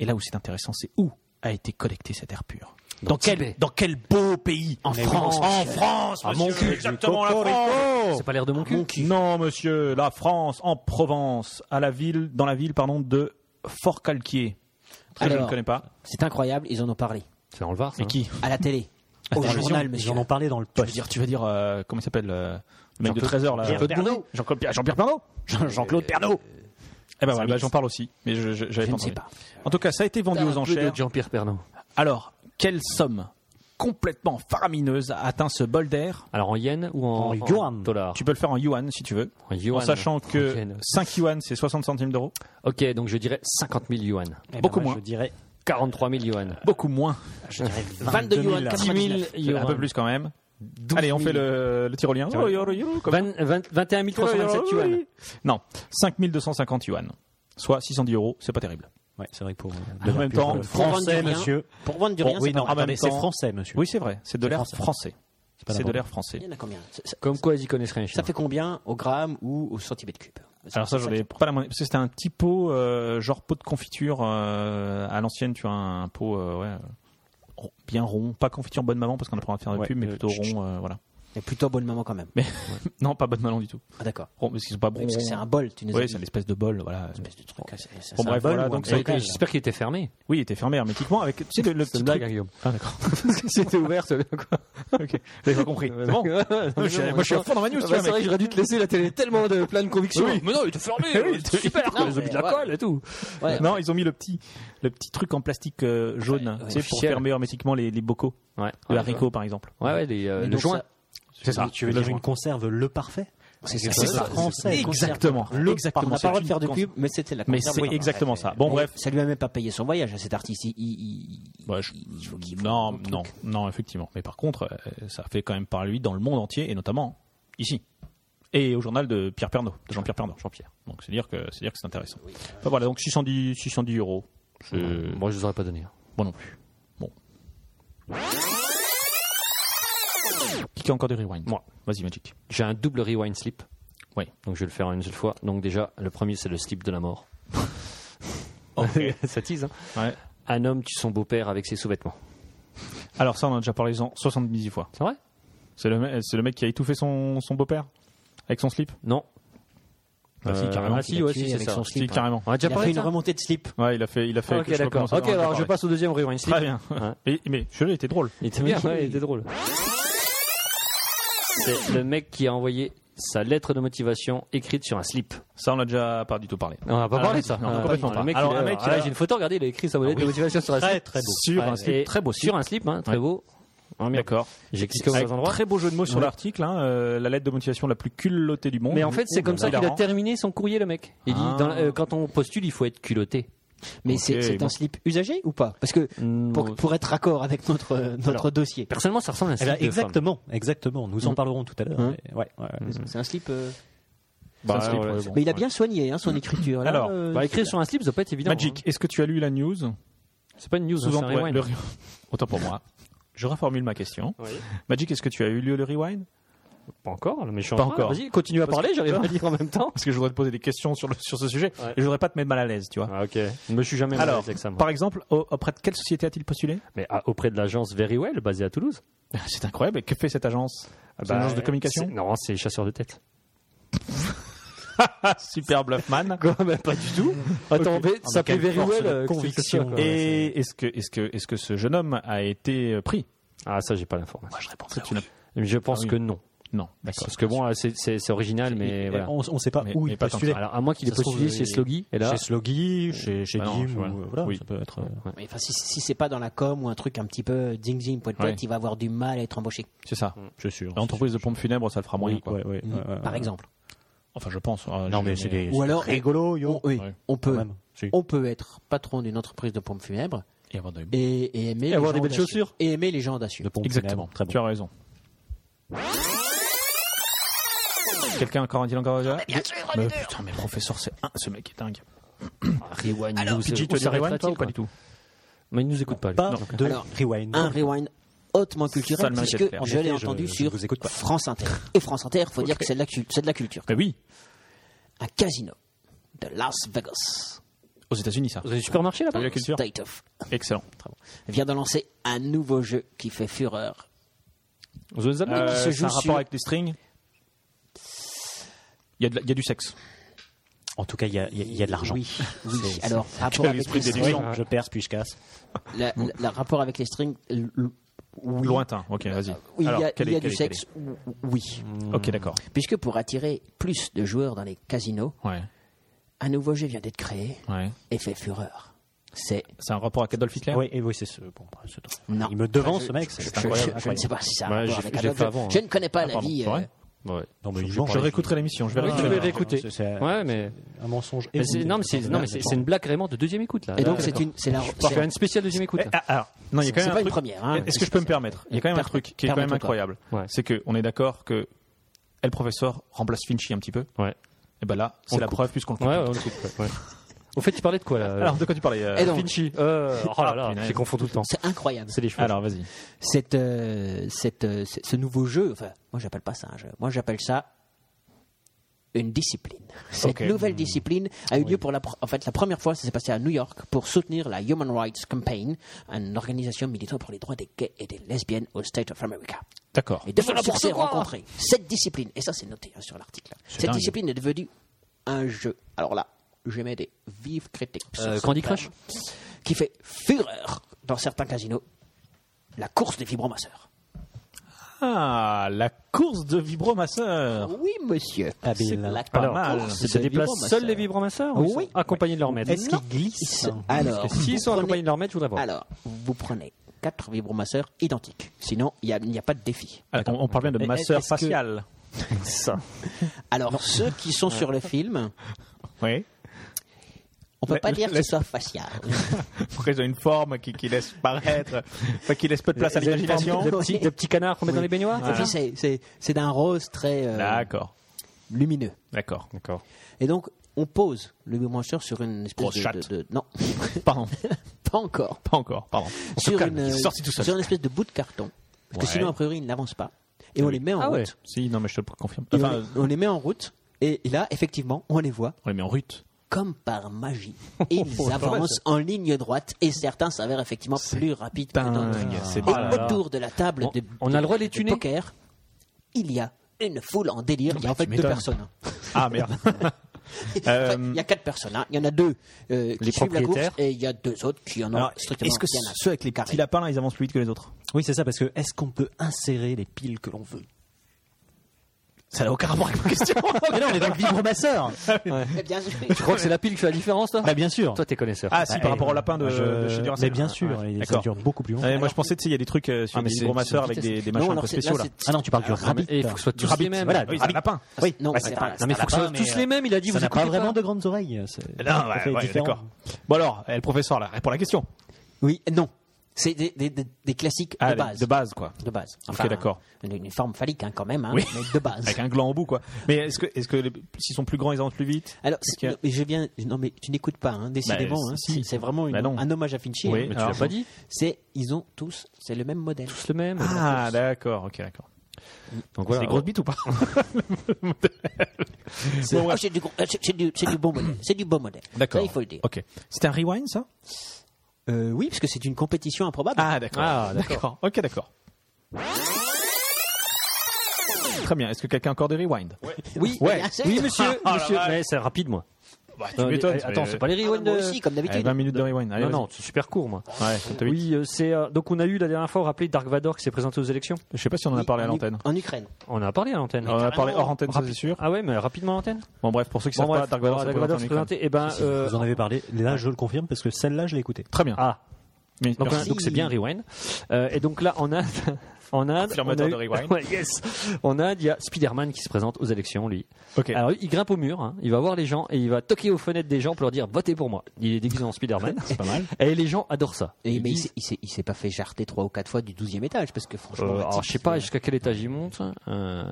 Speaker 1: Et là où c'est intéressant, c'est où a été collecté cet air pur
Speaker 5: Dans
Speaker 1: dans
Speaker 5: Tibet.
Speaker 1: quel, dans quel beau pays En
Speaker 6: France.
Speaker 1: En France,
Speaker 5: Ah,
Speaker 1: monsieur,
Speaker 5: mon cul.
Speaker 1: Exactement, la France
Speaker 5: C'est pas l'air de mon cul.
Speaker 1: Non, monsieur, la France, en Provence, à la ville, dans la ville pardon, de Fort-Calquier. Que je
Speaker 6: Alors.
Speaker 1: ne connais pas.
Speaker 6: C'est incroyable, ils en ont parlé.
Speaker 5: C'est dans le Var. ça,
Speaker 1: Mais
Speaker 5: hein.
Speaker 1: qui
Speaker 6: À la télé. Au
Speaker 1: télévision,
Speaker 6: journal,
Speaker 4: Ah, Ils
Speaker 6: monsieur.
Speaker 4: en ont parlé dans le
Speaker 1: tu veux
Speaker 4: poste.
Speaker 1: dire, tu veux dire euh, comment il s'appelle euh, le mec de
Speaker 5: Jean-Claude-
Speaker 1: 13 heures là
Speaker 5: Jean-Claude Pernaut.
Speaker 1: Jean-Claude Pierre- Jean-Pierre Pernaud Jean-Claude Pernaud Eh ben voilà, bah, j'en parle aussi, mais je, je- j'avais
Speaker 6: Je
Speaker 1: pas
Speaker 6: ne sais
Speaker 1: entendu.
Speaker 6: pas.
Speaker 1: En tout cas, ça a été vendu
Speaker 5: hein.
Speaker 1: aux
Speaker 5: Un peu de
Speaker 1: enchères.
Speaker 5: Jean-Pierre Pernaut.
Speaker 1: Alors, quelle somme complètement faramineuse a atteint ce bol d'air
Speaker 5: Alors en yens ou en,
Speaker 4: En yuan.
Speaker 5: dollars
Speaker 1: Tu peux le faire en yuan si tu veux.
Speaker 5: En yuan.
Speaker 1: En sachant que
Speaker 5: En yen.
Speaker 1: 5 yuan, c'est 60 centimes d'euros.
Speaker 5: Ok, donc je dirais 50 000 yuan.
Speaker 4: Eh ben,
Speaker 1: beaucoup
Speaker 4: moi,
Speaker 1: moins.
Speaker 4: Je dirais
Speaker 5: 43 000 yuan.
Speaker 1: Beaucoup moins.
Speaker 6: 22
Speaker 4: 000
Speaker 6: yuan,
Speaker 4: là.
Speaker 6: 99.
Speaker 1: Un peu plus quand même. Allez, on fait le, le tyrolien. Comme-
Speaker 5: 20 20 21 327 yuan.
Speaker 1: Non, 5250 yuan. Soit 610 euros, c'est pas terrible. Ouais.
Speaker 4: C'est vrai que pour. euh,
Speaker 1: En même temps,
Speaker 6: vendre
Speaker 7: Français,
Speaker 6: du rien.
Speaker 7: monsieur.
Speaker 6: Pour vendre
Speaker 4: Oh,
Speaker 6: du rien,
Speaker 1: oui,
Speaker 6: c'est
Speaker 1: non,
Speaker 6: pas
Speaker 1: en
Speaker 6: mal.
Speaker 1: même
Speaker 7: Attendez, c'est
Speaker 1: temps-
Speaker 7: français, monsieur.
Speaker 1: Oui, c'est vrai. C'est de l'air
Speaker 6: français.
Speaker 1: français.
Speaker 4: pas
Speaker 1: C'est de
Speaker 4: n'importe
Speaker 1: l'air
Speaker 6: Il y
Speaker 1: français.
Speaker 6: en a combien ça, ça-
Speaker 5: Comme quoi ils y connaissent rien. les
Speaker 6: ça
Speaker 5: Chinois.
Speaker 6: fait combien au gramme ou au centimètre cube
Speaker 1: Alors ça, j'en ai pas la monnaie. Parce que c'était un petit pot, euh, genre pot de confiture euh, à l'ancienne, tu vois, un pot euh, ouais, euh, rond- bien rond. Pas confiture bonne maman, parce qu'on apprend à faire de
Speaker 4: Ouais,
Speaker 1: pub, mais
Speaker 4: euh,
Speaker 1: plutôt
Speaker 4: chut,
Speaker 1: rond, euh, voilà.
Speaker 6: Et plutôt bonne maman quand même.
Speaker 1: Non, pas bonne maman du tout.
Speaker 6: Ah, d'accord.
Speaker 1: Rond, parce qu'ils sont pas
Speaker 6: Oui,
Speaker 1: bons.
Speaker 6: parce que c'est un bol, tu nous as
Speaker 1: Oui,
Speaker 6: dit.
Speaker 1: c'est une espèce de bol, voilà.
Speaker 6: espèce de truc. c'est- c'est-
Speaker 1: Bon,
Speaker 6: c'est un
Speaker 1: bref,
Speaker 6: bol
Speaker 1: voilà,
Speaker 6: ou un
Speaker 1: donc
Speaker 6: bol
Speaker 1: c'est-
Speaker 6: local.
Speaker 5: J'espère qu'il était fermé.
Speaker 1: Oui, il était fermé hermétiquement avec tu sais, le, le petit
Speaker 5: blague,
Speaker 1: truc-
Speaker 5: hein, Guillaume.
Speaker 1: Ah d'accord.
Speaker 5: C'était ouvert. c'est-
Speaker 1: ok. J'avais pas compris. C'est bon. Moi, je suis- moi, je suis à fond dans ma news,
Speaker 5: Ah
Speaker 1: tu
Speaker 5: bah,
Speaker 1: vois,
Speaker 5: c'est vrai
Speaker 1: mec.
Speaker 5: que j'aurais dû te laisser la télé tellement de plein de convictions. Mais non, il était fermé.
Speaker 1: était-
Speaker 5: super.
Speaker 6: Non,
Speaker 5: Ils ont mis de la
Speaker 6: mais voilà.
Speaker 5: colle et tout.
Speaker 6: Ouais,
Speaker 1: Non, ils ont mis le petit, le petit truc en plastique euh, jaune, tu sais, pour
Speaker 5: officiel.
Speaker 1: fermer hermétiquement les, les bocaux,
Speaker 5: Ouais.
Speaker 1: le haricot par exemple.
Speaker 5: Ouais, ouais, les, euh,
Speaker 6: Mais
Speaker 5: le
Speaker 6: donc
Speaker 5: joint.
Speaker 6: ça-
Speaker 1: C'est ça.
Speaker 4: Tu veux dire une conserve le parfait
Speaker 6: C'est ça.
Speaker 4: C'est
Speaker 6: ça.
Speaker 4: français.
Speaker 1: Exactement.
Speaker 4: Le-
Speaker 1: Exactement.
Speaker 6: On n'a
Speaker 1: C'est
Speaker 6: pas le droit
Speaker 1: une
Speaker 6: de faire de
Speaker 1: cons-
Speaker 6: pub, mais c'était la
Speaker 1: Mais
Speaker 6: conserve
Speaker 1: c'est
Speaker 6: Bonaparte.
Speaker 1: exactement ça. Bon,
Speaker 6: Mais
Speaker 1: bref.
Speaker 6: Ça lui a même pas payé son voyage à cet artiste. Il, il- il-
Speaker 1: Ouais, Bah, je-
Speaker 6: il faut qu'il
Speaker 1: Non, non, non, effectivement. Mais par contre, euh, ça fait quand même parler de lui dans le monde entier et notamment ici. Et au journal de Pierre Pernaud, de Jean-Pierre Pernaud. Jean-Pierre. Donc c'est dire que c'est dire que c'est intéressant. Enfin, voilà, donc 610, 610 euros. C'est-
Speaker 5: Euh, Moi, je les aurais pas donné.
Speaker 1: Moi non plus. Bon. Qui a encore des rewinds Moi. Vas-y, Magic.
Speaker 5: J'ai un double rewind slip.
Speaker 1: Oui.
Speaker 5: Donc je vais le faire en une seule fois. Donc déjà, le premier, c'est le slip de la mort. Ça tease. hein.
Speaker 1: Ouais.
Speaker 5: Un homme tue son beau-père avec ses sous-vêtements.
Speaker 1: Alors ça, on en a déjà parlé 70 fois.
Speaker 5: C'est vrai
Speaker 1: C'est le, me- c'est le mec qui a étouffé son, son beau-père avec son slip
Speaker 5: Non.
Speaker 1: Ah si,
Speaker 5: Euh,
Speaker 1: carrément. hein.
Speaker 5: ah, si, ouais,
Speaker 6: tué
Speaker 5: si, c'est
Speaker 6: avec
Speaker 5: ça.
Speaker 6: son
Speaker 1: Si,
Speaker 6: slip, ouais.
Speaker 1: carrément.
Speaker 5: On a
Speaker 6: Il
Speaker 5: déjà
Speaker 6: a fait
Speaker 5: parlé de
Speaker 6: une
Speaker 5: ça Ah,
Speaker 6: remontée de slip.
Speaker 1: Ouais, il a fait. Il a fait
Speaker 5: Ok, d'accord. Ok, alors je passe au deuxième rewind slip.
Speaker 1: Très bien. Et- mais celui-là était drôle.
Speaker 5: Il était bien, ouais, il était drôle. C'est le mec qui a envoyé sa lettre de motivation écrite sur un slip.
Speaker 1: Ça, on a déjà pas du tout parlé.
Speaker 5: On n'a pas
Speaker 1: Ah, non,
Speaker 5: parlé de ça.
Speaker 1: non,
Speaker 5: Ah,
Speaker 1: complètement
Speaker 5: le
Speaker 1: pas.
Speaker 5: mec,
Speaker 1: Alors,
Speaker 5: il a-
Speaker 1: un mec qui
Speaker 5: ah,
Speaker 1: a-
Speaker 5: j'ai une photo, regardez, il a écrit sa lettre de motivation sur un slip.
Speaker 4: très beau.
Speaker 1: Sur un
Speaker 5: Ouais,
Speaker 1: slip
Speaker 5: et-
Speaker 1: très beau.
Speaker 5: Sur un slip, hein, très
Speaker 1: Ouais.
Speaker 5: beau. Ah, merde.
Speaker 1: D'accord.
Speaker 5: J'ai cliqué au
Speaker 1: Avec
Speaker 5: mauvais endroit.
Speaker 1: Très beau jeu de mots sur l'article. hein, euh, la lettre de motivation la plus culottée du monde. Oh,
Speaker 5: Mais en fait, c'est comme ça qu'il a
Speaker 1: Mmh, Hilarant.
Speaker 5: terminé son courrier, le mec. Il dit
Speaker 1: Ah.
Speaker 5: dans la- euh, quand on postule, il faut être culotté.
Speaker 6: Mais
Speaker 1: Ok,
Speaker 6: c'est- c'est
Speaker 1: bon.
Speaker 6: un slip usagé ou pas Parce que pour, pour être raccord avec notre, euh, notre dossier,
Speaker 5: Personnellement, ça ressemble à un
Speaker 4: Eh
Speaker 5: slip.
Speaker 4: bien,
Speaker 5: de femme.
Speaker 4: exactement, exactement. Nous en parlerons tout à l'heure.
Speaker 6: Hein
Speaker 4: mais- Ouais, ouais, ouais.
Speaker 6: c'est un slip. euh,
Speaker 1: Bah,
Speaker 5: Ça,
Speaker 1: ouais,
Speaker 5: c'est vrai.
Speaker 1: bon.
Speaker 6: Mais il a bien soigné hein, son écriture. là,
Speaker 1: Alors,
Speaker 6: euh,
Speaker 5: Bah, écrire sur un slip, ça peut être évident.
Speaker 1: Magic,
Speaker 5: hein.
Speaker 1: est-ce que tu as lu la news
Speaker 5: C'est pas une news, hein, c'est
Speaker 1: Souvent,
Speaker 5: un
Speaker 1: ouais,
Speaker 5: rewind.
Speaker 1: le re- Autant pour moi. Je reformule ma question. Magic, est-ce que tu as eu lu le rewind
Speaker 5: Pas encore, le méchant.
Speaker 1: Pas encore.
Speaker 5: Vas-y, continue à
Speaker 1: Parce
Speaker 5: parler,
Speaker 1: que-
Speaker 5: j'arrive à dire en même temps.
Speaker 1: Parce que je voudrais te poser des questions sur, le- sur ce sujet
Speaker 5: Ouais.
Speaker 1: et je voudrais pas te mettre mal à l'aise, tu vois.
Speaker 5: Ah, ok. Je me suis jamais mal à
Speaker 1: Alors,
Speaker 5: l'aise avec ça, moi.
Speaker 1: par exemple, au- auprès de quelle société a-t-il postulé
Speaker 5: Mais ah, auprès de l'agence Verywell, basée à Toulouse.
Speaker 1: C'est incroyable. Et que fait cette agence
Speaker 5: Ah
Speaker 1: Bah, C'est
Speaker 5: bah,
Speaker 1: une agence de communication
Speaker 5: c'est- Non, c'est chasseur de tête.
Speaker 1: Ah, Super Bluffman.
Speaker 5: pas du tout. Attends,
Speaker 1: Ok.
Speaker 5: mais ça s'appelait
Speaker 4: quelle force
Speaker 5: Verywell.
Speaker 4: de
Speaker 5: euh,
Speaker 4: conviction.
Speaker 5: que c'est ça, quoi.
Speaker 1: Et est-ce que, est-ce que, est-ce que ce jeune homme a été euh, pris
Speaker 5: Ah, ça, j'ai pas l'information.
Speaker 1: Je réponds que tu n'as-
Speaker 5: Je pense
Speaker 1: Ah oui. Bah,
Speaker 5: que non.
Speaker 1: Non, d'accord.
Speaker 5: Parce que bon, euh, c'est- c'est c'est original, mais
Speaker 4: Et
Speaker 5: voilà.
Speaker 4: On ne sait pas
Speaker 1: Mais-
Speaker 4: où
Speaker 1: mais
Speaker 4: il
Speaker 1: pas tant que
Speaker 4: postulait.
Speaker 5: Alors, à moins qu'il ait
Speaker 4: Ça se
Speaker 5: postulé
Speaker 4: trouve,
Speaker 5: chez
Speaker 4: il-
Speaker 5: Sloggy, et là, euh,
Speaker 4: Chez Sloggy, chez, chez
Speaker 1: Bah non,
Speaker 4: Dim,
Speaker 1: je- voilà.
Speaker 4: ou, voilà,
Speaker 1: Oui.
Speaker 4: ça peut être. euh,
Speaker 6: Mais enfin, si, si c'est pas dans la com ou un truc un petit peu zing zing poète
Speaker 1: Ouais.
Speaker 6: il va avoir du mal à être embauché,
Speaker 1: C'est ça.
Speaker 4: Je suis sûr.
Speaker 1: L'entreprise de pompes funèbres, ça le fera moyen.
Speaker 4: Oui,
Speaker 1: quoi.
Speaker 4: ouais, ouais, ouais, ouais,
Speaker 6: par
Speaker 4: Ah, ouais.
Speaker 6: exemple.
Speaker 1: Enfin, je pense. euh,
Speaker 4: Non,
Speaker 1: j'ai
Speaker 4: mais
Speaker 1: jamais-
Speaker 4: c'est des.
Speaker 6: Ou alors,
Speaker 4: rigolo, yo.
Speaker 6: on, oui,
Speaker 1: Ouais.
Speaker 6: on
Speaker 4: Quand
Speaker 6: peut,
Speaker 4: même. Si.
Speaker 6: on peut être patron d'une entreprise de pompes funèbres
Speaker 1: Et avoir des-
Speaker 6: et, et aimer les
Speaker 5: avoir
Speaker 6: gens
Speaker 5: des belles
Speaker 6: audacieux.
Speaker 5: chaussures.
Speaker 6: et aimer les gens audacieux.
Speaker 4: De pompe
Speaker 1: Exactement.
Speaker 4: funèbre, Très
Speaker 1: Tu
Speaker 4: bon.
Speaker 1: as raison. Quelqu'un encore a-t-il encore déjà Bien sûr, Putain, mais professeur, c'est un. Ce mec est dingue.
Speaker 5: Rewind nous
Speaker 1: Pidgey, tu
Speaker 5: on
Speaker 1: as dit
Speaker 5: s'arrêtera-t-il,
Speaker 1: Rewind, toi, ou pas
Speaker 5: quoi
Speaker 1: du tout
Speaker 5: Mais il nous écoute pas. lui.
Speaker 4: Pas
Speaker 5: Non.
Speaker 4: de
Speaker 6: Alors,
Speaker 4: euh, rewind.
Speaker 6: un rewind hautement
Speaker 1: Ça
Speaker 6: culturel
Speaker 1: le mérite
Speaker 6: puisque
Speaker 1: d'être clair.
Speaker 6: je
Speaker 4: En
Speaker 6: l'ai
Speaker 4: effet, je-
Speaker 6: entendu
Speaker 4: je
Speaker 6: sur
Speaker 4: vous écoute pas.
Speaker 6: France Inter. Et France Inter, faut dire que c'est de, la cul- c'est de la culture.
Speaker 1: Mais oui,
Speaker 6: Un casino de Las Vegas,
Speaker 1: aux États-Unis, ça.
Speaker 5: Vous avez du supermarché là-bas
Speaker 1: Oui, la culture.
Speaker 6: State of,
Speaker 1: Excellent.
Speaker 6: vient de lancer un nouveau jeu qui fait fureur.
Speaker 5: Vous avez des amis
Speaker 1: Euh,
Speaker 6: se
Speaker 1: c'est un
Speaker 6: joue
Speaker 1: rapport
Speaker 6: sur-
Speaker 1: avec les strings il y, a de la- il y a du sexe.
Speaker 4: En tout cas, il y a, il y a- il y a de l'argent.
Speaker 6: Oui, oui. Alors, rapport avec
Speaker 1: esprit
Speaker 6: les
Speaker 1: de
Speaker 6: strings,
Speaker 4: Je perds, puis je casse.
Speaker 6: la, la- la rapport avec les strings, l- l- oui.
Speaker 1: Lointain. Ok, vas-y.
Speaker 6: Euh, Oui, il
Speaker 1: Alors,
Speaker 6: y a,
Speaker 1: quel
Speaker 6: il y
Speaker 1: est-
Speaker 6: a du
Speaker 1: quel est- Hmm. quel
Speaker 6: sexe, ou- ou- oui.
Speaker 1: est Ok, d'accord.
Speaker 6: Puisque pour attirer plus de joueurs dans les casinos,
Speaker 1: Ouais,
Speaker 6: un nouveau jeu vient d'être créé
Speaker 1: ouais.
Speaker 6: et fait fureur. C'est
Speaker 1: C'est un rapport avec Adolf Hitler
Speaker 4: Oui, et oui, c'est ce. Bon, bah, c'est-
Speaker 6: Non.
Speaker 4: Il me devance, ce mec.
Speaker 6: Je,
Speaker 4: C'est
Speaker 6: je-
Speaker 4: incroyable.
Speaker 6: je- je ne sais pas si ça a
Speaker 5: Ouais,
Speaker 6: rapport
Speaker 5: j'ai-
Speaker 6: avec
Speaker 5: j'ai
Speaker 6: Adolf.
Speaker 5: fait avant, hein.
Speaker 6: Je ne connais pas
Speaker 1: Ah,
Speaker 6: la
Speaker 1: pardon,
Speaker 6: vie. euh,
Speaker 1: c'est vrai
Speaker 5: Ouais.
Speaker 4: Non, mais
Speaker 1: Je,
Speaker 4: il ment, il-
Speaker 1: réécouterai l'émission. Je vais
Speaker 5: Oui, tu
Speaker 1: réécouter.
Speaker 5: peux réécouter.
Speaker 4: C'est- c'est-
Speaker 5: Ouais, mais.
Speaker 4: Un mensonge.
Speaker 5: mais c'est- non, mais c'est non, mais c'est- c'est une blague vraiment de deuxième écoute là.
Speaker 6: Et donc
Speaker 5: Là,
Speaker 6: c'est une, c'est la, c'est-
Speaker 5: Je vais faire une spéciale deuxième écoute.
Speaker 1: Eh, ah, alors, non, il y a quand
Speaker 6: c'est
Speaker 1: même un
Speaker 6: pas une
Speaker 1: truc-
Speaker 6: première. hein.
Speaker 1: Est-ce que je peux me permettre Il y a quand même un
Speaker 6: Permets-
Speaker 1: truc qui est quand même
Speaker 6: permets-toi.
Speaker 1: incroyable.
Speaker 5: Ouais.
Speaker 1: C'est qu'on est d'accord que El Professeur remplace Finchy un petit peu.
Speaker 5: Ouais.
Speaker 1: Et ben là,
Speaker 5: On
Speaker 1: c'est la
Speaker 5: coupe.
Speaker 1: preuve puisqu'on le
Speaker 5: Ouais,
Speaker 1: coupe.
Speaker 5: ouais, on le coupe, ouais. Au fait, tu parlais de quoi là
Speaker 1: Alors, de quoi tu parlais euh,
Speaker 6: Et donc,
Speaker 5: Finchy. Euh, oh là là,
Speaker 1: punaise.
Speaker 5: je les confonds tout le temps.
Speaker 6: c'est incroyable.
Speaker 5: C'est des cheveux.
Speaker 1: Alors, vas-y.
Speaker 6: Cette, euh, cette, euh, ce ce nouveau jeu, enfin, moi j'appelle pas ça un jeu, moi j'appelle ça une discipline.
Speaker 1: Ok.
Speaker 6: Cette nouvelle discipline a eu lieu pour la, pr- en fait, la première fois, ça s'est passé à New York pour soutenir la Human Rights Campaign, une organisation militante pour les droits des gays et des lesbiennes au State of America.
Speaker 1: D'accord.
Speaker 6: Et deux fois pour s'est rencontrés. Cette discipline, et ça c'est noté hein, sur l'article, cette
Speaker 1: dingue.
Speaker 6: discipline est devenue un jeu. Alors là, j'émets des vives critiques. sur
Speaker 5: Euh,
Speaker 6: cette
Speaker 5: Candy
Speaker 6: page,
Speaker 5: Crush
Speaker 6: Qui fait fureur dans certains casinos. La course des vibromasseurs.
Speaker 1: Ah, la course de vibromasseur.
Speaker 6: Ah Oui, monsieur.
Speaker 5: Ah, ben,
Speaker 4: Habile.
Speaker 6: la
Speaker 1: Alors,
Speaker 6: course
Speaker 5: Se
Speaker 6: des
Speaker 5: déplacent
Speaker 6: vibromasseurs.
Speaker 5: seuls les vibromasseurs ou
Speaker 6: Oui.
Speaker 5: ils sont accompagnés de leur maître
Speaker 4: Est-ce
Speaker 6: Non.
Speaker 4: qu'ils glissent
Speaker 6: Ils- Alors,
Speaker 5: Parce que S'ils
Speaker 6: vous
Speaker 5: sont
Speaker 6: prenez-
Speaker 5: accompagnés de leur maître, je voudrais voir.
Speaker 6: Alors, vous prenez quatre vibromasseurs identiques. Sinon, il n'y a, il n'y a pas de défi.
Speaker 1: Ah, On, on parle bien de masseur
Speaker 4: est-ce que-
Speaker 1: facial. Ça.
Speaker 6: Alors, ceux qui sont sur le film,
Speaker 1: Oui.
Speaker 6: on ne peut
Speaker 1: La-
Speaker 6: pas
Speaker 1: la-
Speaker 6: dire
Speaker 1: la-
Speaker 6: que ce soit facial.
Speaker 1: Après, ils ont une forme qui, qui laisse paraître, enfin, qui laisse peu de place à
Speaker 5: Vous avez une forme
Speaker 1: l'imagination.
Speaker 5: De petits, de petits canards qu'on met dans les baignoires
Speaker 6: Et puis, c'est- c'est- c'est d'un rose très euh,
Speaker 1: D'accord.
Speaker 6: lumineux.
Speaker 1: D'accord.
Speaker 5: D'accord.
Speaker 6: Et donc, on pose le vibromasseur sur une espèce
Speaker 1: Grosse
Speaker 6: de,
Speaker 1: chatte.
Speaker 6: de- de- Non,
Speaker 1: Pardon.
Speaker 6: pas encore.
Speaker 1: Pas encore. Pardon.
Speaker 6: Sur
Speaker 1: calme,
Speaker 6: une, euh,
Speaker 1: il est sorti tout seul.
Speaker 6: sur une espèce de bout de carton. Parce que
Speaker 1: Ouais.
Speaker 6: sinon, a priori, ils n'avancent pas. Et on les met en
Speaker 5: Ah
Speaker 6: route.
Speaker 5: ouais.
Speaker 1: Si, non, mais je te le confirme.
Speaker 6: Et
Speaker 1: Enfin,
Speaker 6: on, les, on les met en route. Et là, effectivement, on les voit
Speaker 1: on les met en rute.
Speaker 6: comme par magie.
Speaker 5: Oh,
Speaker 6: Ils avancent en ligne droite et certains s'avèrent effectivement plus rapides que d'autres.
Speaker 1: c'est
Speaker 6: Et
Speaker 1: dingue. Oh là là.
Speaker 6: autour de la table
Speaker 5: On-
Speaker 6: de,
Speaker 5: on a le droit de les tuner
Speaker 6: poker, il y a une foule en délire. Il y a en fait deux
Speaker 1: m'étonnes.
Speaker 6: personnes.
Speaker 1: Ah merde.
Speaker 6: Enfin,
Speaker 1: Euh,
Speaker 6: Il y a quatre personnes. hein. Il y en a deux euh, qui
Speaker 5: Les
Speaker 6: suivent la course
Speaker 5: propriétaires.
Speaker 6: et il y a deux autres qui en ont
Speaker 1: Alors,
Speaker 6: strictement rien à
Speaker 1: avec les
Speaker 6: carré.
Speaker 1: petits lapins, là, ils avancent plus vite que les autres
Speaker 4: Oui, c'est ça, parce que est-ce qu'on peut insérer les piles que l'on veut
Speaker 1: Ça n'a aucun rapport avec ma question.
Speaker 4: Mais non, on est dans le vibromasseur
Speaker 6: Eh bien, je-
Speaker 5: Tu crois que c'est la pile qui fait la différence, toi
Speaker 4: Bah, bien sûr
Speaker 5: Toi, t'es connaisseur.
Speaker 1: ah si,
Speaker 4: Bah,
Speaker 1: par
Speaker 4: eh,
Speaker 1: rapport au lapin de,
Speaker 4: je-
Speaker 1: de chez Duracell.
Speaker 4: Mais bien sûr,
Speaker 1: Ouais,
Speaker 4: et ça
Speaker 1: D'accord.
Speaker 4: dure beaucoup plus longtemps.
Speaker 1: Ouais, moi je pensais, tu sais, il y a des trucs euh, sur
Speaker 5: Ah, mais
Speaker 1: des
Speaker 5: c'est-
Speaker 1: vibromasseurs
Speaker 5: c'est-
Speaker 1: avec des, des
Speaker 6: Non,
Speaker 1: machins un
Speaker 6: alors,
Speaker 1: peu
Speaker 6: c'est- là,
Speaker 1: spéciaux là. Ah.
Speaker 6: c'est-
Speaker 4: Ah non, tu parles du
Speaker 6: Alors,
Speaker 4: rabbit.
Speaker 5: Et il faut que ce soit tous
Speaker 4: rabbit,
Speaker 5: les mêmes.
Speaker 4: Voilà,
Speaker 1: Oui,
Speaker 4: le
Speaker 1: c'est un
Speaker 4: rabbit.
Speaker 1: lapin.
Speaker 6: Oui, non, c'est
Speaker 1: c'est
Speaker 6: pas-
Speaker 1: pas-
Speaker 5: Non, mais il faut que ce soit
Speaker 1: mais,
Speaker 5: tous
Speaker 1: euh,
Speaker 5: les mêmes, il a dit,
Speaker 4: Ça
Speaker 5: vous
Speaker 4: n'a
Speaker 5: écoutez
Speaker 4: pas
Speaker 5: pas.
Speaker 4: vraiment de grandes oreilles. c'est-
Speaker 1: Non,
Speaker 4: ça
Speaker 1: ouais,
Speaker 4: fait
Speaker 1: ouais,
Speaker 4: différent.
Speaker 1: d'accord. Bon alors, eh, le professeur là, réponds à la question.
Speaker 6: Oui, non. C'est des, des- des- des classiques
Speaker 1: Ah,
Speaker 6: de base.
Speaker 1: de base quoi.
Speaker 6: De base.
Speaker 1: d'accord.
Speaker 6: Une, une forme phallique hein, quand même, hein,
Speaker 1: Oui.
Speaker 6: mais de base.
Speaker 1: Avec un gland au bout quoi. Mais est-ce que, est-ce que les- s'ils sont plus grands, ils avancent plus vite
Speaker 6: Alors,
Speaker 1: Est-ce
Speaker 6: c'est-
Speaker 1: qu'il y a-
Speaker 6: non, mais je viens. Non, mais tu n'écoutes pas, hein, décidément.
Speaker 1: Bah,
Speaker 6: hein.
Speaker 1: si,
Speaker 6: C'est- c'est vraiment une-
Speaker 1: Bah, non.
Speaker 6: un hommage à Fincher.
Speaker 1: Oui,
Speaker 6: hein.
Speaker 1: mais
Speaker 5: Tu l'as
Speaker 1: Alors,
Speaker 5: pas dit
Speaker 6: C'est, ils ont tous, c'est le même modèle.
Speaker 5: Tous le même.
Speaker 1: Ah d'accord, ok d'accord.
Speaker 5: Donc
Speaker 1: C'est
Speaker 5: voilà.
Speaker 1: des grosses bites ou pas
Speaker 6: C'est ah, c'est du, gros- ah, c'est- c'est du, c'est du bon modèle. C'est du bon modèle.
Speaker 1: D'accord.
Speaker 6: Ça, il faut le dire.
Speaker 1: Ok. C'était un rewind ça
Speaker 6: Euh, oui, parce que c'est une compétition improbable.
Speaker 1: Ah d'accord.
Speaker 5: Ah,
Speaker 1: d'accord. Ok d'accord. Très bien. Est-ce que quelqu'un a encore des rewinds
Speaker 5: Oui,
Speaker 1: Ouais.
Speaker 5: oui, monsieur.
Speaker 1: Ah, la
Speaker 5: monsieur.
Speaker 1: vache.
Speaker 5: Mais c'est rapide, moi.
Speaker 1: tu
Speaker 5: Non, mais-
Speaker 1: m'étonnes,
Speaker 5: eh, Attends,
Speaker 1: mais-
Speaker 5: c'est pas les
Speaker 6: Ah,
Speaker 5: rewinds.
Speaker 6: moi
Speaker 5: euh,
Speaker 6: aussi, comme
Speaker 1: Allez,
Speaker 6: d'habitude.
Speaker 1: 20 minutes de rewind. Allez,
Speaker 5: Non,
Speaker 1: vas-y.
Speaker 5: non, c'est super court, moi.
Speaker 1: Ouais, faut aller vite.
Speaker 5: Oui, euh, c'est euh, donc on a eu la dernière fois, vous vous rappelez Dark Vador qui s'est présenté aux élections.
Speaker 1: Je sais pas si on en a
Speaker 6: Oui,
Speaker 1: parlé à
Speaker 6: en U-
Speaker 1: l'antenne.
Speaker 6: En Ukraine.
Speaker 5: On en a parlé à l'antenne.
Speaker 1: On en a parlé hors
Speaker 5: Carrément.
Speaker 1: antenne, ça c'est sûr.
Speaker 5: Ah ouais, mais rapidement à l'antenne.
Speaker 1: Bon bref, pour ceux qui
Speaker 5: Bon,
Speaker 1: savent pas,
Speaker 5: bref,
Speaker 1: Dark Vador,
Speaker 5: Dark
Speaker 1: c'est
Speaker 5: Vador se
Speaker 1: présenté.
Speaker 5: présentait. Et ben, euh,
Speaker 4: Vous en avez parlé. Là, je le confirme parce que celle-là, je l'ai écoutée.
Speaker 1: Très bien.
Speaker 5: ah,
Speaker 1: Mais-
Speaker 5: donc
Speaker 1: merci.
Speaker 5: donc c'est bien Rewind. Euh, et donc là, en Inde, en Inde, on a
Speaker 1: Confirmateur
Speaker 5: eu-
Speaker 1: de Rewind.
Speaker 5: Ouais, yes. En Inde, il y a Spider-Man qui se présente aux élections, lui.
Speaker 1: Ok.
Speaker 5: Alors, il grimpe au mur, hein, il va voir les gens et il va toquer aux fenêtres des gens pour leur dire votez pour moi. Il est déguisé en Spider-Man. c'est pas mal. Et les gens adorent ça.
Speaker 6: Et,
Speaker 5: Ils
Speaker 6: mais Eh ben, il
Speaker 5: disent,
Speaker 6: s'est- il s'est- il s'est pas fait jarter trois ou quatre fois du 12e étage, parce que
Speaker 5: euh,
Speaker 6: franchement.
Speaker 5: alors, je sais pas jusqu'à quel étage il monte. Euh,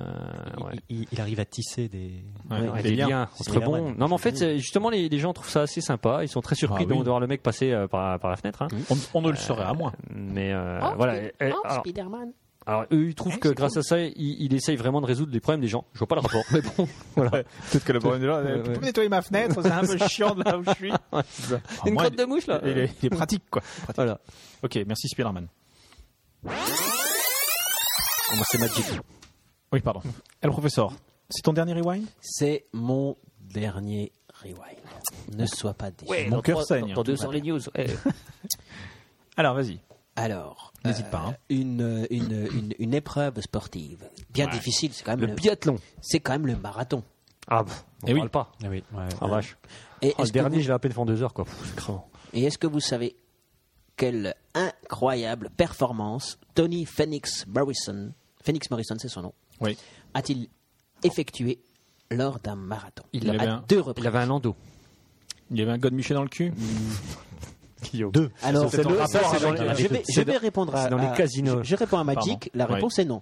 Speaker 4: Il-
Speaker 5: ouais.
Speaker 4: Il, il arrive à tisser des.
Speaker 1: Ouais,
Speaker 5: Ouais,
Speaker 1: des
Speaker 5: des
Speaker 1: liens.
Speaker 5: liens
Speaker 4: C'est
Speaker 5: entre
Speaker 4: la
Speaker 5: bons.
Speaker 4: moine.
Speaker 5: Non, mais en fait, c'est- justement, les, les gens trouvent ça assez sympa. Ils sont très surpris
Speaker 1: Ah oui. Mm.
Speaker 5: de de voir le mec passer euh, par, par la fenêtre. hein.
Speaker 1: On, on ne le saurait à moins.
Speaker 5: Mais euh,
Speaker 8: Ah,
Speaker 5: voilà. Et- et- alors,
Speaker 6: Spider-Man.
Speaker 5: alors, eux, ils trouvent que grâce à ça, ils, ils essayent vraiment de résoudre les problèmes des gens. Je vois pas le rapport, mais bon, voilà.
Speaker 1: Peut-être que le problème de là,
Speaker 5: Ouais,
Speaker 1: euh, tu
Speaker 5: ouais.
Speaker 1: peux nettoyer ma fenêtre, c'est un peu chiant de là où je suis.
Speaker 5: Une
Speaker 1: moi,
Speaker 5: crotte de mouche là.
Speaker 1: Il est, il est pratique quoi. Pratique.
Speaker 5: Voilà.
Speaker 1: Ok, merci Spider-Man.
Speaker 5: Oh, moi, c'est magique.
Speaker 1: Oui, pardon. Et le professeur, c'est ton dernier rewind
Speaker 6: C'est mon dernier rewind. Ne sois pas déçu.
Speaker 1: Mon dans cœur trois- saigne. dans-
Speaker 6: hein,
Speaker 1: dans
Speaker 5: deux heures les news.
Speaker 1: Alors vas-y.
Speaker 6: Alors,
Speaker 1: N'hésite pas, hein.
Speaker 6: une, euh, une, une, une épreuve sportive bien difficile, c'est quand même
Speaker 5: Le
Speaker 6: le,
Speaker 5: biathlon.
Speaker 6: c'est quand même le marathon.
Speaker 5: Ah, pff, on
Speaker 1: Eh oui.
Speaker 5: parle pas.
Speaker 4: Ah oui. ouais.
Speaker 5: Ah vache.
Speaker 6: Et
Speaker 5: Ah, le
Speaker 6: est-ce que,
Speaker 5: dernier,
Speaker 6: vous-
Speaker 5: je l'ai à peine fait en deux heures quoi. Pff, c'est crevant.
Speaker 6: et est-ce que vous savez quelle incroyable performance Tony Phoenix Morrison, Phoenix Morrison, c'est son nom,
Speaker 1: Oui.
Speaker 6: a-t-il effectué lors d'un marathon
Speaker 1: Il avait
Speaker 6: à
Speaker 1: un-
Speaker 6: deux
Speaker 5: Il
Speaker 6: reprises.
Speaker 5: avait un landau.
Speaker 1: Il y avait un god Miché dans le cul.
Speaker 4: Deux.
Speaker 6: Alors,
Speaker 1: C'est en rapport
Speaker 4: ça, c'est
Speaker 1: avec-
Speaker 4: dans les-
Speaker 1: avec-
Speaker 6: je vais, je vais répondre à,
Speaker 5: c'est dans les
Speaker 6: à-
Speaker 5: casinos.
Speaker 6: Je, je réponds à Magic. La
Speaker 1: Pardon.
Speaker 6: réponse est non.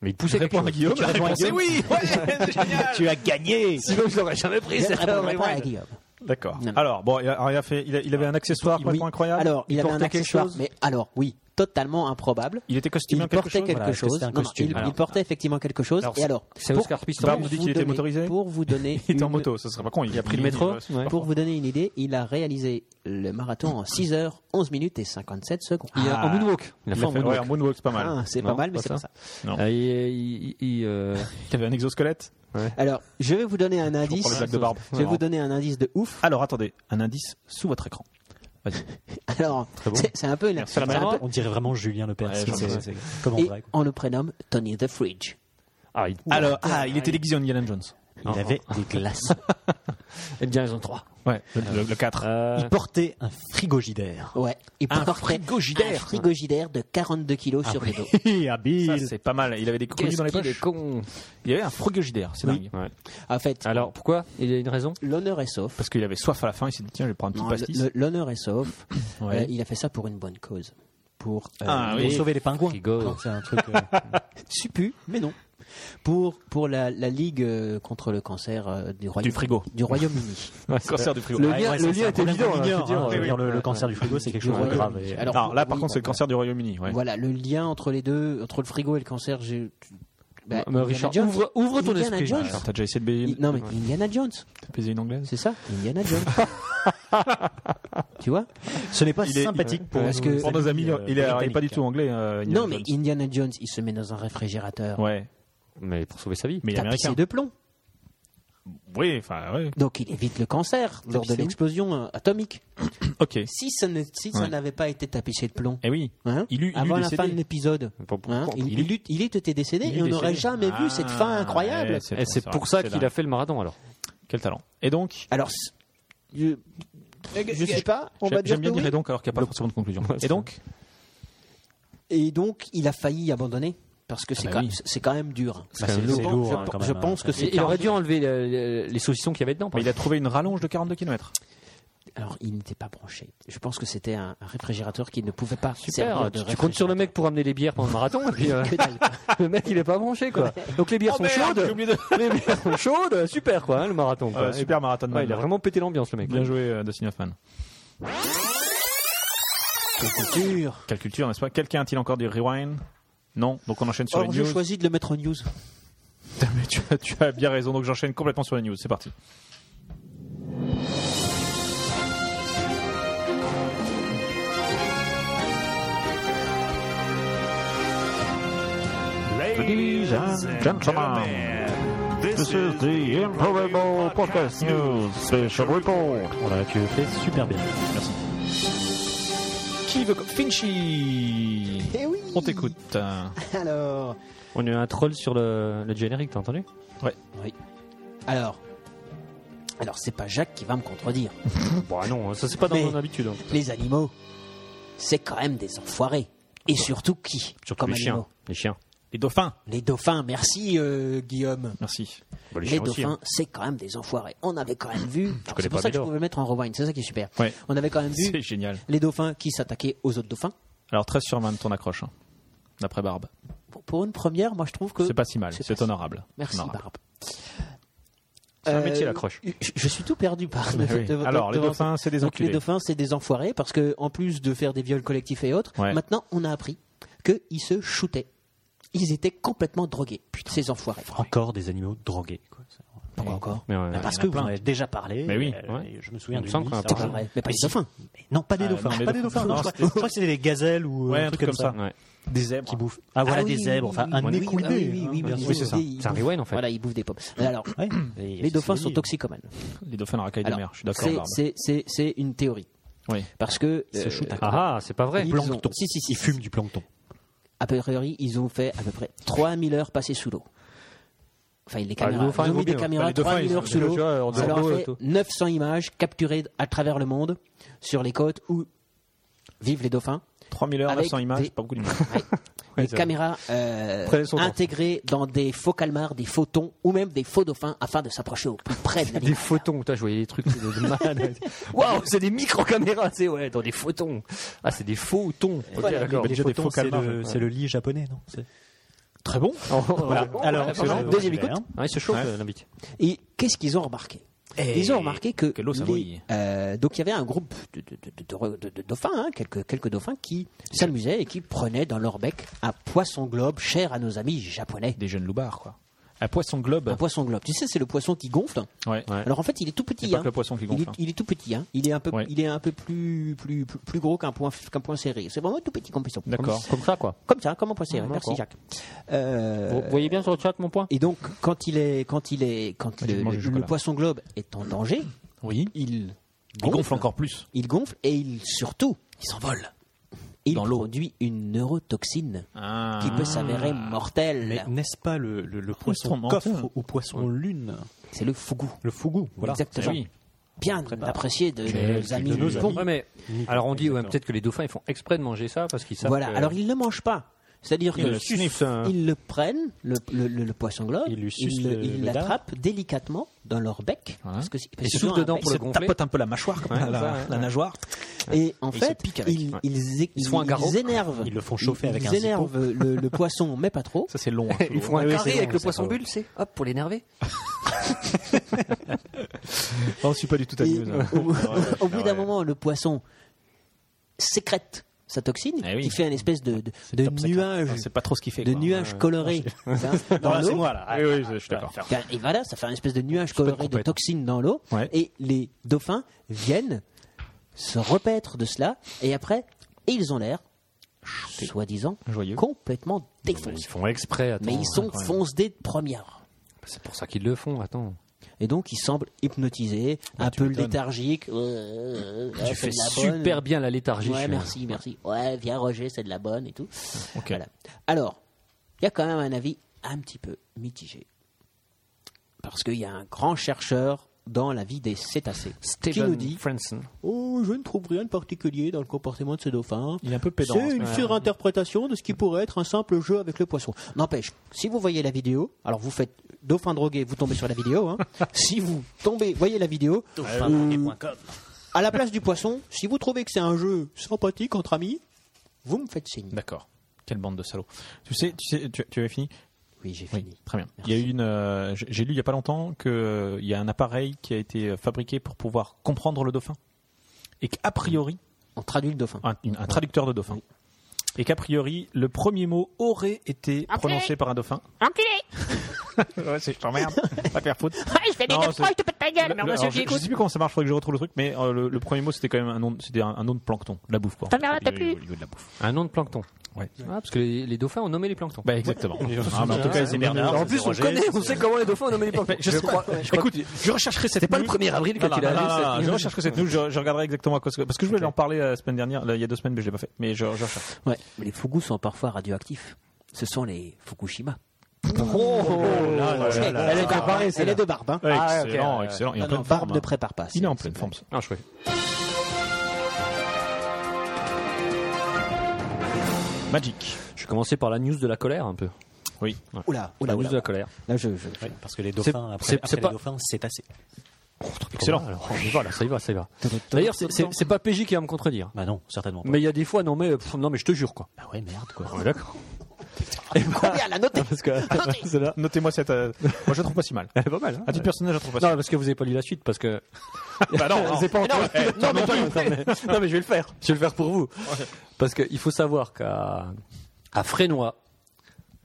Speaker 5: Mais il poussait quelque
Speaker 1: Réponds à
Speaker 5: chose.
Speaker 1: Guillaume. La réponse est oui. Ouais, c'est génial.
Speaker 4: Tu as gagné
Speaker 5: Sinon, je l'aurais jamais pris.
Speaker 6: Je ne
Speaker 5: c'est
Speaker 6: répondrai pas à Guillaume.
Speaker 1: D'accord.
Speaker 6: Non, non.
Speaker 1: Alors, bon, il, a- alors, il a fait, il, a- il avait un accessoire
Speaker 6: Oui.
Speaker 1: complètement incroyable.
Speaker 6: Alors, il, avait un
Speaker 1: portait quelque
Speaker 6: accessoire,
Speaker 1: chose.
Speaker 6: mais alors, oui, totalement improbable.
Speaker 1: Il était
Speaker 6: Il
Speaker 1: costumé en quelque
Speaker 6: portait
Speaker 1: chose.
Speaker 6: quelque
Speaker 4: Voilà, est-ce que
Speaker 6: chose.
Speaker 4: c'était un
Speaker 6: Non, non,
Speaker 4: costume
Speaker 6: il- il,
Speaker 4: Alors,
Speaker 6: portait effectivement quelque chose.
Speaker 5: Alors,
Speaker 6: et alors,
Speaker 5: C'est
Speaker 6: pour-
Speaker 5: Oscar Piston.
Speaker 1: Barbe nous dit
Speaker 6: vous
Speaker 1: qu'il était
Speaker 6: donner-
Speaker 1: motorisé.
Speaker 6: Pour vous donner,
Speaker 1: Il était en
Speaker 6: une-
Speaker 1: moto, ça serait pas con. Il a pris
Speaker 5: le métro
Speaker 1: minibus,
Speaker 5: Ouais.
Speaker 1: par
Speaker 6: Pour vous donner une idée, il a réalisé le marathon en 6 h 11 minutes et 57 secondes.
Speaker 5: Il y a
Speaker 1: Ah.
Speaker 5: un moonwalk. Il a
Speaker 1: Il
Speaker 5: fait
Speaker 1: a
Speaker 5: un
Speaker 1: fait- ouais, un
Speaker 5: moonwalk.
Speaker 1: moonwalk, c'est pas mal.
Speaker 6: Ah, c'est
Speaker 5: Non,
Speaker 6: pas mal, mais
Speaker 5: pas
Speaker 6: c'est
Speaker 5: ça.
Speaker 6: pas ça.
Speaker 1: un-
Speaker 5: Euh, il- il- il, euh,
Speaker 1: Il avait un exosquelette.
Speaker 6: Alors, je vais vous donner un
Speaker 1: les
Speaker 6: indice.
Speaker 1: blagues de barbe.
Speaker 6: Je vais
Speaker 1: Non.
Speaker 6: vous donner un indice de ouf.
Speaker 1: Alors, attendez, un indice sous votre écran.
Speaker 6: Alors, c'est c'est un peu une.
Speaker 1: Merci, la
Speaker 6: c'est un
Speaker 1: maman.
Speaker 6: peu-
Speaker 4: On dirait vraiment Julien Lepers.
Speaker 1: Ouais,
Speaker 4: comme
Speaker 1: c'est-
Speaker 4: ça,
Speaker 1: c'est-
Speaker 4: comme en
Speaker 6: Et
Speaker 4: vrai, quoi.
Speaker 6: on le prénomme Tony the Fridge.
Speaker 5: Ah, il...
Speaker 1: Alors, ah, il était déguisé en Indiana Jones.
Speaker 4: Il
Speaker 6: Oh,
Speaker 4: avait des glaces.
Speaker 5: Eh bien, ils ont trois.
Speaker 1: Ouais, le, 4.
Speaker 5: Euh,
Speaker 4: Il portait un frigogidaire.
Speaker 6: Ouais. Il
Speaker 1: Un
Speaker 6: portait
Speaker 1: frigogidaire.
Speaker 6: Un frigogidaire de 42 kilos sur le dos.
Speaker 1: Ça,
Speaker 4: habile.
Speaker 1: c'est pas mal. Il avait des coulis
Speaker 5: qu'est-ce
Speaker 1: dans les
Speaker 5: qu'il est
Speaker 1: poches.
Speaker 5: con
Speaker 1: Il y avait un frogogidaire, c'est dingue.
Speaker 5: Ouais.
Speaker 6: En fait,
Speaker 5: Alors, pourquoi Il y a une raison
Speaker 6: l'honneur est sauf.
Speaker 1: Parce qu'il avait soif à la fin, il s'est dit tiens, je vais prendre un
Speaker 6: Non,
Speaker 1: petit pastis.
Speaker 6: le- L'honneur est sauf.
Speaker 1: Ouais.
Speaker 6: Euh, il a fait ça pour une bonne cause. Pour euh,
Speaker 1: Ah, oui.
Speaker 4: Pour sauver les pingouins.
Speaker 5: Frigo.
Speaker 4: Non, C'est un truc. euh,
Speaker 6: suppu, mais non. Pour, pour la, la Ligue euh, contre le cancer euh, du, Royaume,
Speaker 1: frigo.
Speaker 6: du Royaume-Uni.
Speaker 1: Cancer du frigo.
Speaker 5: Le
Speaker 1: Ouais.
Speaker 5: lien,
Speaker 4: ouais,
Speaker 5: le
Speaker 4: ça,
Speaker 5: lien
Speaker 4: c'est un
Speaker 5: est
Speaker 4: problème
Speaker 5: évident.
Speaker 4: qu'on
Speaker 5: hein, je veux
Speaker 4: ignore,
Speaker 5: dire,
Speaker 4: hein. Je veux
Speaker 5: euh,
Speaker 4: dire, le, le cancer du frigo, c'est quelque chose de
Speaker 6: Royaume.
Speaker 4: grave. et-
Speaker 6: Alors,
Speaker 1: Alors là, par
Speaker 6: oui,
Speaker 1: contre, c'est le
Speaker 6: voilà.
Speaker 1: cancer du Royaume-Uni. ouais.
Speaker 6: Voilà, le lien entre les deux, entre le frigo et le cancer, j'ai. Bah,
Speaker 5: Mais Richard, ouvre, ouvre ton
Speaker 6: Indiana
Speaker 5: esprit.
Speaker 6: Jones.
Speaker 1: Alors, t'as déjà essayé de baiser
Speaker 6: I-
Speaker 1: une,
Speaker 6: non, mais Indiana Jones,
Speaker 1: de baiser une anglaise
Speaker 6: c'est ça Indiana Jones. tu vois
Speaker 4: Ce n'est pas
Speaker 1: Il est-
Speaker 4: sympathique pour,
Speaker 6: parce
Speaker 4: nous,
Speaker 6: que-
Speaker 4: les
Speaker 1: Pour nos amis,
Speaker 4: euh,
Speaker 1: il est- il est pas du
Speaker 4: britanniques.
Speaker 1: tout anglais. euh, Indiana
Speaker 6: Non, mais
Speaker 1: Jones.
Speaker 6: Indiana Jones, il se met dans un réfrigérateur.
Speaker 1: Ouais,
Speaker 5: Mais pour sauver sa vie.
Speaker 1: mais il est
Speaker 6: tapissé
Speaker 1: américain.
Speaker 6: de plomb.
Speaker 1: Oui, enfin, ouais.
Speaker 6: Donc il évite le cancer lors de
Speaker 5: Tapissé où
Speaker 6: l'explosion euh, atomique.
Speaker 1: Ok.
Speaker 6: Si ça ne- si ça
Speaker 1: Ouais.
Speaker 6: n'avait pas été tapissé de plomb,
Speaker 1: Eh oui.
Speaker 6: hein,
Speaker 1: Il eut- il
Speaker 6: avant
Speaker 1: eut
Speaker 6: la fin
Speaker 1: décédé.
Speaker 6: de l'épisode,
Speaker 5: Pour- pour-
Speaker 6: hein, il,
Speaker 5: il-
Speaker 6: il eut- il était décédé
Speaker 1: Il
Speaker 6: et
Speaker 1: est
Speaker 6: on n'aurait
Speaker 1: décédé.
Speaker 6: jamais vu cette fin
Speaker 1: Ah,
Speaker 6: incroyable.
Speaker 1: ouais, c'est
Speaker 5: Et Eh, c'est
Speaker 1: vrai,
Speaker 5: pour ça
Speaker 1: c'est
Speaker 5: qu'il
Speaker 1: dingue.
Speaker 5: a fait le marathon alors.
Speaker 1: Quel talent. Et donc,
Speaker 6: Alors, c- je, je sais pas, on va
Speaker 1: j'ai-
Speaker 6: dire
Speaker 1: j'aime
Speaker 6: que
Speaker 1: bien dire
Speaker 6: oui.
Speaker 1: et donc alors qu'il n'y a pas forcément de conclusion. Et donc,
Speaker 6: Et donc, il a failli abandonner parce que c'est
Speaker 1: bah
Speaker 6: quand,
Speaker 1: oui.
Speaker 6: c'est quand même dur.
Speaker 4: Bah, c'est-
Speaker 6: Je
Speaker 4: c'est
Speaker 6: pense-
Speaker 4: lourd,
Speaker 6: je,
Speaker 4: hein, quand
Speaker 6: je
Speaker 4: même, hein.
Speaker 6: pense que c'est.
Speaker 5: Il, il aurait dû enlever le- le- les saucissons qu'il y avait dedans. par
Speaker 1: mais bah, il a trouvé une rallonge de 42 km.
Speaker 6: Alors, il n'était pas branché. Je pense que c'était un, un réfrigérateur qui ne pouvait pas.
Speaker 5: exemple.
Speaker 6: servir
Speaker 5: Super,
Speaker 6: de
Speaker 5: tu, tu comptes sur le mec pour amener les bières pendant le marathon, et puis, euh,
Speaker 6: réfrigérateur. Que dalle.
Speaker 5: le mec il est pas branché quoi. Oh, Donc les bières sont
Speaker 1: Ah,
Speaker 5: chaudes, les bières sont chaudes, super quoi, hein, le marathon. quoi.
Speaker 1: Euh, Super marathon.
Speaker 5: Ouais, il a
Speaker 1: Man.
Speaker 5: vraiment pété l'ambiance le mec.
Speaker 1: Bien joué, euh, Dustin Hoffman.
Speaker 6: Quelle culture.
Speaker 1: Quelle culture, n'est-ce pas Quelqu'un a-t-il encore du rewind Non, donc on enchaîne sur
Speaker 6: Or,
Speaker 1: les
Speaker 6: j'ai
Speaker 1: news.
Speaker 6: choisi de le mettre en news.
Speaker 1: Mais tu, as, tu as bien raison, donc j'enchaîne complètement sur les news. C'est parti.
Speaker 3: Ladies and gentlemen, this is the Improbable Podcast News Special Report.
Speaker 4: On
Speaker 5: Bah,
Speaker 4: l'a que fait super bien.
Speaker 1: Qui veut. Finchy
Speaker 6: Eh oui.
Speaker 1: On t'écoute.
Speaker 6: Alors.
Speaker 5: On a eu un troll sur le, le générique, t'as entendu
Speaker 6: Alors. Alors, c'est pas Jacques qui va me contredire.
Speaker 5: Bah non, ça c'est pas dans
Speaker 6: Mais-
Speaker 5: mon habitude. hein.
Speaker 6: Les animaux, c'est quand même des enfoirés. Et surtout qui
Speaker 5: Surtout
Speaker 6: comme
Speaker 5: les
Speaker 6: animaux
Speaker 5: chiens. Les chiens.
Speaker 1: Les dauphins
Speaker 6: Les dauphins, merci euh, Guillaume.
Speaker 1: Merci.
Speaker 5: Bah, les
Speaker 6: Les,
Speaker 5: chiens aussi,
Speaker 6: dauphins,
Speaker 5: hein.
Speaker 6: c'est quand même des enfoirés. On avait quand même vu. Alors,
Speaker 5: connais
Speaker 6: C'est pour
Speaker 5: pas
Speaker 6: ça que je
Speaker 5: Médor.
Speaker 6: pouvais le mettre en rewind, c'est ça qui est super.
Speaker 1: Ouais.
Speaker 6: On avait quand même vu
Speaker 1: C'est génial.
Speaker 6: les dauphins qui s'attaquaient aux autres dauphins.
Speaker 1: Alors 13 sur 20 de ton accroche, hein, d'après Barbe.
Speaker 6: Pour- Pour une première, moi je trouve que.
Speaker 1: C'est pas si mal,
Speaker 6: c'est
Speaker 1: c'est
Speaker 6: pas si-
Speaker 1: honorable.
Speaker 6: Merci
Speaker 1: Honorable.
Speaker 6: Barbe.
Speaker 5: C'est un métier,
Speaker 6: Euh,
Speaker 5: l'accroche.
Speaker 6: Je, je suis tout perdu par.
Speaker 1: Mais oui. Alors, les
Speaker 6: devant-
Speaker 1: dauphins, c'est des
Speaker 6: Donc, les
Speaker 1: enculés.
Speaker 6: dauphins, c'est des enfoirés parce que en plus de faire des viols collectifs et autres,
Speaker 1: Ouais.
Speaker 6: maintenant on a appris qu'ils se shootaient. Ils étaient complètement drogués. ces enfoirés.
Speaker 4: Encore des animaux drogués. quoi.
Speaker 6: Pourquoi encore
Speaker 5: Mais ouais, ouais.
Speaker 4: Parce que vous Bah, en avez déjà parlé.
Speaker 1: Mais oui.
Speaker 4: euh,
Speaker 5: Ouais.
Speaker 4: et Je me souviens
Speaker 5: Il me
Speaker 4: d'une
Speaker 5: semble
Speaker 4: liste
Speaker 5: qu'on a
Speaker 4: avant.
Speaker 5: parlé.
Speaker 6: Mais pas les dauphins.
Speaker 4: Non, pas des
Speaker 1: Euh,
Speaker 4: dauphins.
Speaker 1: non, les
Speaker 4: pas Ah, des
Speaker 1: dauphins.
Speaker 4: dauphins.
Speaker 1: Non,
Speaker 4: je, crois,
Speaker 1: c'était-
Speaker 4: je crois que c'était des gazelles ou
Speaker 1: Ouais,
Speaker 4: euh, un truc comme ça.
Speaker 5: Ouais.
Speaker 1: Des zèbres.
Speaker 4: Qui bouffent. Ah voilà,
Speaker 6: Ah
Speaker 4: des
Speaker 6: oui,
Speaker 4: zèbres.
Speaker 6: oui,
Speaker 4: Enfin,
Speaker 6: oui,
Speaker 4: un hein.
Speaker 6: oui,
Speaker 4: écouillé.
Speaker 6: ah oui, oui, oui, bien
Speaker 5: Oui,
Speaker 6: sûr.
Speaker 5: c'est ça.
Speaker 6: Ils-
Speaker 5: C'est un rewind, en fait.
Speaker 6: Voilà, ils bouffent des pommes. Alors, les dauphins sont toxicomanes.
Speaker 1: Les dauphins dans la caille de
Speaker 6: Alors,
Speaker 1: mer, je suis d'accord,
Speaker 6: C'est-
Speaker 1: Barbe.
Speaker 6: C'est c'est- c'est une théorie.
Speaker 1: Oui.
Speaker 6: Parce que. euh,
Speaker 5: Ah, ah, c'est pas vrai.
Speaker 6: Ils ont-
Speaker 4: plancton.
Speaker 6: si, si, si.
Speaker 4: Ils fument du plancton.
Speaker 6: A priori, ils ont fait à peu près 3000 heures passées sous l'eau. Enfin, les
Speaker 5: Ah, les
Speaker 6: caméras.
Speaker 5: dauphins,
Speaker 6: ils ont
Speaker 5: ils
Speaker 6: mis des
Speaker 5: vont bien.
Speaker 1: Bah,
Speaker 6: caméras
Speaker 1: les dauphins,
Speaker 6: 3000
Speaker 1: ils
Speaker 6: heures
Speaker 1: sont-
Speaker 6: sous
Speaker 5: tu vois, en
Speaker 6: l'eau. Ça leur
Speaker 5: dehors
Speaker 6: a
Speaker 5: d'eau,
Speaker 6: fait
Speaker 5: tout.
Speaker 6: 900 images capturées à travers le monde, sur les côtes où vivent les dauphins.
Speaker 1: 3000 heures,
Speaker 6: Avec
Speaker 1: 900 images,
Speaker 6: des-
Speaker 1: pas beaucoup d'images.
Speaker 6: Ouais. les
Speaker 5: c'est vrai.
Speaker 6: caméras euh,
Speaker 5: Prenez son temps.
Speaker 6: intégrées dans des faux calmars, des faux thons ou même des faux dauphins afin de s'approcher au plus près de
Speaker 5: Des
Speaker 6: l'animal.
Speaker 5: photons, putain, je voyais des trucs de malade. Waouh, c'est des micro-caméras, c'est ouais, dans des photons. Ah, c'est des faux tons. Ok,
Speaker 6: Voilà,
Speaker 5: d'accord.
Speaker 4: Les
Speaker 1: déjà des
Speaker 4: photons, c'est
Speaker 1: focales
Speaker 4: le-
Speaker 1: marges.
Speaker 4: c'est le lit japonais, non C'est-
Speaker 1: Très bon.
Speaker 5: Oh, voilà.
Speaker 4: Alors,
Speaker 5: Ouais,
Speaker 4: c'est-
Speaker 5: pardon.
Speaker 6: deuxième
Speaker 4: c'est-
Speaker 5: Ah,
Speaker 6: écoute.
Speaker 5: Ouais, c'est chaud,
Speaker 1: Ouais.
Speaker 5: euh, l'invite.
Speaker 6: Et qu'est-ce qu'ils ont remarqué ils ont remarqué que,
Speaker 1: que l'eau, ça mouille.
Speaker 6: euh, donc il y avait un groupe de, de- de- de- de- de dauphins, hein, quelques, quelques dauphins qui s'amusaient et qui prenaient dans leur bec un poisson globe cher à nos amis japonais.
Speaker 1: Des jeunes loupards, quoi. Un poisson globe.
Speaker 6: Un poisson globe. Tu sais, c'est le poisson qui gonfle.
Speaker 1: Ouais.
Speaker 6: Alors en fait, il est tout petit.
Speaker 1: C'est pas
Speaker 6: hein.
Speaker 1: que le poisson qui
Speaker 6: Il
Speaker 1: gonfle,
Speaker 6: est-
Speaker 1: hein.
Speaker 6: Il, est tout petit. hein. Il est un peu,
Speaker 1: Ouais.
Speaker 6: il est un peu plus, plus, plus, plus gros qu'un point, qu'un point serré. C'est vraiment tout petit comme poisson.
Speaker 1: D'accord.
Speaker 5: Comme ça, quoi.
Speaker 6: Comme ça, comme un point serré. Merci
Speaker 5: D'accord.
Speaker 6: Jacques. Euh,
Speaker 1: Oh.
Speaker 5: Vous voyez bien sur le chat mon point
Speaker 6: Et donc, quand il est, quand il est, quand
Speaker 1: j'ai
Speaker 6: le,
Speaker 1: mangé Ah, du
Speaker 6: le
Speaker 1: chocolat.
Speaker 6: poisson globe est en danger,
Speaker 1: Oui.
Speaker 6: il
Speaker 1: Il gonfle encore plus.
Speaker 6: il gonfle et il surtout, il s'envole. Il produit une neurotoxine qui peut s'avérer mortelle.
Speaker 4: Ah. Mais n'est-ce pas le, le, le poisson
Speaker 1: Instrumental.
Speaker 4: coffre ou poisson lune
Speaker 6: C'est le fougou.
Speaker 4: Le fougou, voilà. Eh
Speaker 6: Exactement.
Speaker 1: Oui.
Speaker 6: Bien apprécié de nos amis
Speaker 4: de nos
Speaker 6: nippons.
Speaker 4: amis.
Speaker 5: Ouais, mais alors on dit ouais,
Speaker 4: Exactement.
Speaker 5: peut-être que les dauphins ils font exprès de manger ça parce qu'ils savent.
Speaker 6: Voilà.
Speaker 5: que-
Speaker 6: Alors ils ne le mangent pas. C'est-à-dire que
Speaker 4: le sniffent, hein.
Speaker 6: ils le prennent, le, le- le- le poisson globe,
Speaker 4: Ils lui sucent
Speaker 6: le-
Speaker 4: le-
Speaker 6: ils
Speaker 4: le dard.
Speaker 6: l'attrapent délicatement dans leur bec, parce que, c'est- parce
Speaker 5: Et
Speaker 6: qu'ils
Speaker 5: souffle
Speaker 6: ont un
Speaker 5: dedans
Speaker 6: bec,
Speaker 5: pour le
Speaker 6: c'est-
Speaker 5: gonfler.
Speaker 1: Tapote un peu la mâchoire, comme la,
Speaker 5: ça, ouais.
Speaker 1: la nageoire.
Speaker 6: Et en fait,
Speaker 1: piquent avec.
Speaker 6: ils, ils, é-
Speaker 5: Ils se font un
Speaker 6: ils
Speaker 5: garrot.
Speaker 6: énervent.
Speaker 4: Ils le font chauffer
Speaker 6: Ils-
Speaker 4: avec
Speaker 6: ils
Speaker 4: un zippo.
Speaker 6: énervent le, le poisson, mais pas trop.
Speaker 1: Ça, c'est long. hein,
Speaker 5: Ils
Speaker 1: souvent.
Speaker 5: font un
Speaker 4: Oui, oui,
Speaker 5: carré
Speaker 4: c'est
Speaker 5: avec
Speaker 4: bon,
Speaker 5: le
Speaker 4: ça,
Speaker 5: poisson
Speaker 4: ça,
Speaker 5: bulle, c'est hop pour l'énerver.
Speaker 1: On ne suit pas du tout à
Speaker 6: Et au, bout- au bout d'un moment, le poisson sécrète sa toxine,
Speaker 1: Eh oui.
Speaker 6: qui fait un espèce de, de- de nuage,
Speaker 1: C'est pas trop ce qu'il fait.
Speaker 6: de
Speaker 1: quoi.
Speaker 6: nuage coloré hein, dans
Speaker 4: Voilà, c'est
Speaker 6: l'eau.
Speaker 4: moi là.
Speaker 1: Oui, oui, je suis d'accord.
Speaker 6: Enfin, Et voilà, ça fait un espèce de nuage coloré de
Speaker 1: compète.
Speaker 6: toxines dans l'eau.
Speaker 1: Ouais.
Speaker 6: Et les dauphins viennent se repaître de cela. Et après, ils ont l'air, soi-disant,
Speaker 1: Joyeux.
Speaker 6: complètement défoncés.
Speaker 5: Ils font exprès. Attends,
Speaker 6: Mais ils sont
Speaker 5: incroyable.
Speaker 6: foncés de première.
Speaker 5: C'est pour ça qu'ils le font. Attends.
Speaker 6: Et donc, ils semblent hypnotisés, un peu léthargiques. Euh, euh, euh,
Speaker 5: Ah, Tu
Speaker 6: ouais,
Speaker 5: fais
Speaker 6: c'est de la bonne.
Speaker 5: super bien la léthargie. je
Speaker 6: Ouais,
Speaker 5: suis-
Speaker 6: merci, merci. Ouais, viens Roger, c'est de la bonne et tout.
Speaker 1: Ok.
Speaker 6: Voilà. Alors, il y a quand même un avis un petit peu mitigé. Parce qu'il y a un grand chercheur dans la vie des cétacés qui
Speaker 5: Stephen
Speaker 6: nous dit
Speaker 5: Franson.
Speaker 6: Oh, je ne trouve rien de particulier dans le comportement de ce dauphin.
Speaker 1: Il est un peu pédant. hein.
Speaker 6: C'est une surinterprétation de ce qui pourrait être un simple jeu avec le poisson. N'empêche, si vous voyez la vidéo, alors vous faites dauphin drogué, vous tombez sur la vidéo. hein. si vous tombez, voyez la vidéo. euh, à la place du poisson, si vous trouvez que c'est un jeu sympathique entre amis, vous me faites signe.
Speaker 1: D'accord. Quelle bande de salauds. Tu sais, tu, sais, tu, tu avais fini
Speaker 6: Oui, j'ai
Speaker 1: Oui,
Speaker 6: fini.
Speaker 1: très bien.
Speaker 6: Merci.
Speaker 1: Il y a eu une, euh, j'ai- j'ai lu il n'y a pas longtemps qu'il y a un appareil qui a été euh, fabriqué pour pouvoir comprendre le dauphin. Et qu'a priori,
Speaker 6: On traduit le dauphin.
Speaker 1: un, une- un traducteur de dauphin. Et qu'a priori, le premier mot aurait été prononcé par un dauphin.
Speaker 8: Enculé
Speaker 7: Ouais, c'est- je t'emmerde. Pas te faire foutre.
Speaker 8: Ouais, je fais des
Speaker 1: Non,
Speaker 8: quatre
Speaker 1: c'est-
Speaker 8: fois, je te pète ta gueule,
Speaker 1: Le- le-
Speaker 8: merde,
Speaker 1: alors,
Speaker 8: ceux
Speaker 1: je,
Speaker 8: qui
Speaker 1: je
Speaker 8: écoutent.
Speaker 1: sais plus comment ça marche, faudrait que je retrouve le truc, mais euh, le, le premier mot c'était quand même un nom, de- c'était un, un nom de plancton, de la bouffe quoi.
Speaker 8: Ta mère, là, t'as
Speaker 1: Au
Speaker 8: plus.
Speaker 1: niveau- au niveau de la bouffe.
Speaker 5: Un nom de plancton.
Speaker 1: Ouais.
Speaker 5: Ah, parce que les, les dauphins ont nommé les planctons.
Speaker 1: Bah exactement. Ah, mais en tout cas, ils ont bien-
Speaker 5: en plus, on connaît, on sait comment les dauphins ont nommé les planctons.
Speaker 1: Je, crois, écoute, je rechercherai cette. C'était
Speaker 5: pas le 1er avril quand
Speaker 1: Non, non,
Speaker 5: il a
Speaker 1: non,
Speaker 5: lu
Speaker 1: non,
Speaker 5: cette
Speaker 1: non,
Speaker 5: news.
Speaker 1: je recherche que cette news, je, je regarderai exactement à quoi. Parce que je voulais en parler la semaine dernière, là, il y a deux semaines, mais je l'ai pas fait. Mais je, je recherche.
Speaker 6: Ouais. Les fougous sont parfois radioactifs. Ce sont les Fukushima. elle, est de barbe, elle est de barbe.
Speaker 5: Ah
Speaker 6: hein.
Speaker 1: excellent, excellent. Il est en
Speaker 6: Non, non,
Speaker 1: pleine
Speaker 6: barbe
Speaker 1: forme.
Speaker 6: ne
Speaker 1: hein.
Speaker 6: prépare pas.
Speaker 1: Il est en
Speaker 6: c'est-
Speaker 1: pleine forme. ça.
Speaker 5: Ah, chouette.
Speaker 1: Magic.
Speaker 5: Je vais commencer par la news de la colère un peu.
Speaker 1: Oui.
Speaker 6: Oula,
Speaker 5: La
Speaker 6: oula,
Speaker 5: news
Speaker 6: oula.
Speaker 5: de la colère.
Speaker 6: Là, je, je-
Speaker 4: Ouais, parce que les dauphins, après,
Speaker 5: c'est-
Speaker 4: après
Speaker 5: c'est
Speaker 4: les
Speaker 5: pas-
Speaker 4: dauphins, c'est assez.
Speaker 1: Excellent.
Speaker 5: Alors, on y va, là, Oh, ça y va, ça y va. D'ailleurs, c'est- c'est c'est pas PJ qui va me contredire.
Speaker 4: Bah non, certainement pas.
Speaker 5: Mais il y a des fois, non mais, pff, non mais je te jure quoi. Ah
Speaker 4: Bah ouais, merde quoi.
Speaker 5: d'accord.
Speaker 6: Combien la noter
Speaker 5: Parce que
Speaker 1: Notez-moi cette. euh, Moi, je la trouve pas si mal.
Speaker 5: elle est pas mal. hein.
Speaker 1: À titre personnel, je la trouve pas si
Speaker 5: Non,
Speaker 1: mal.
Speaker 5: parce que vous avez pas lu la suite, parce que.
Speaker 1: Bah non, non.
Speaker 5: C'est pas encore- Non, mais non, mais- non, mais je vais le faire. Je vais le faire pour vous. Parce qu'il faut savoir qu'à à Frénois,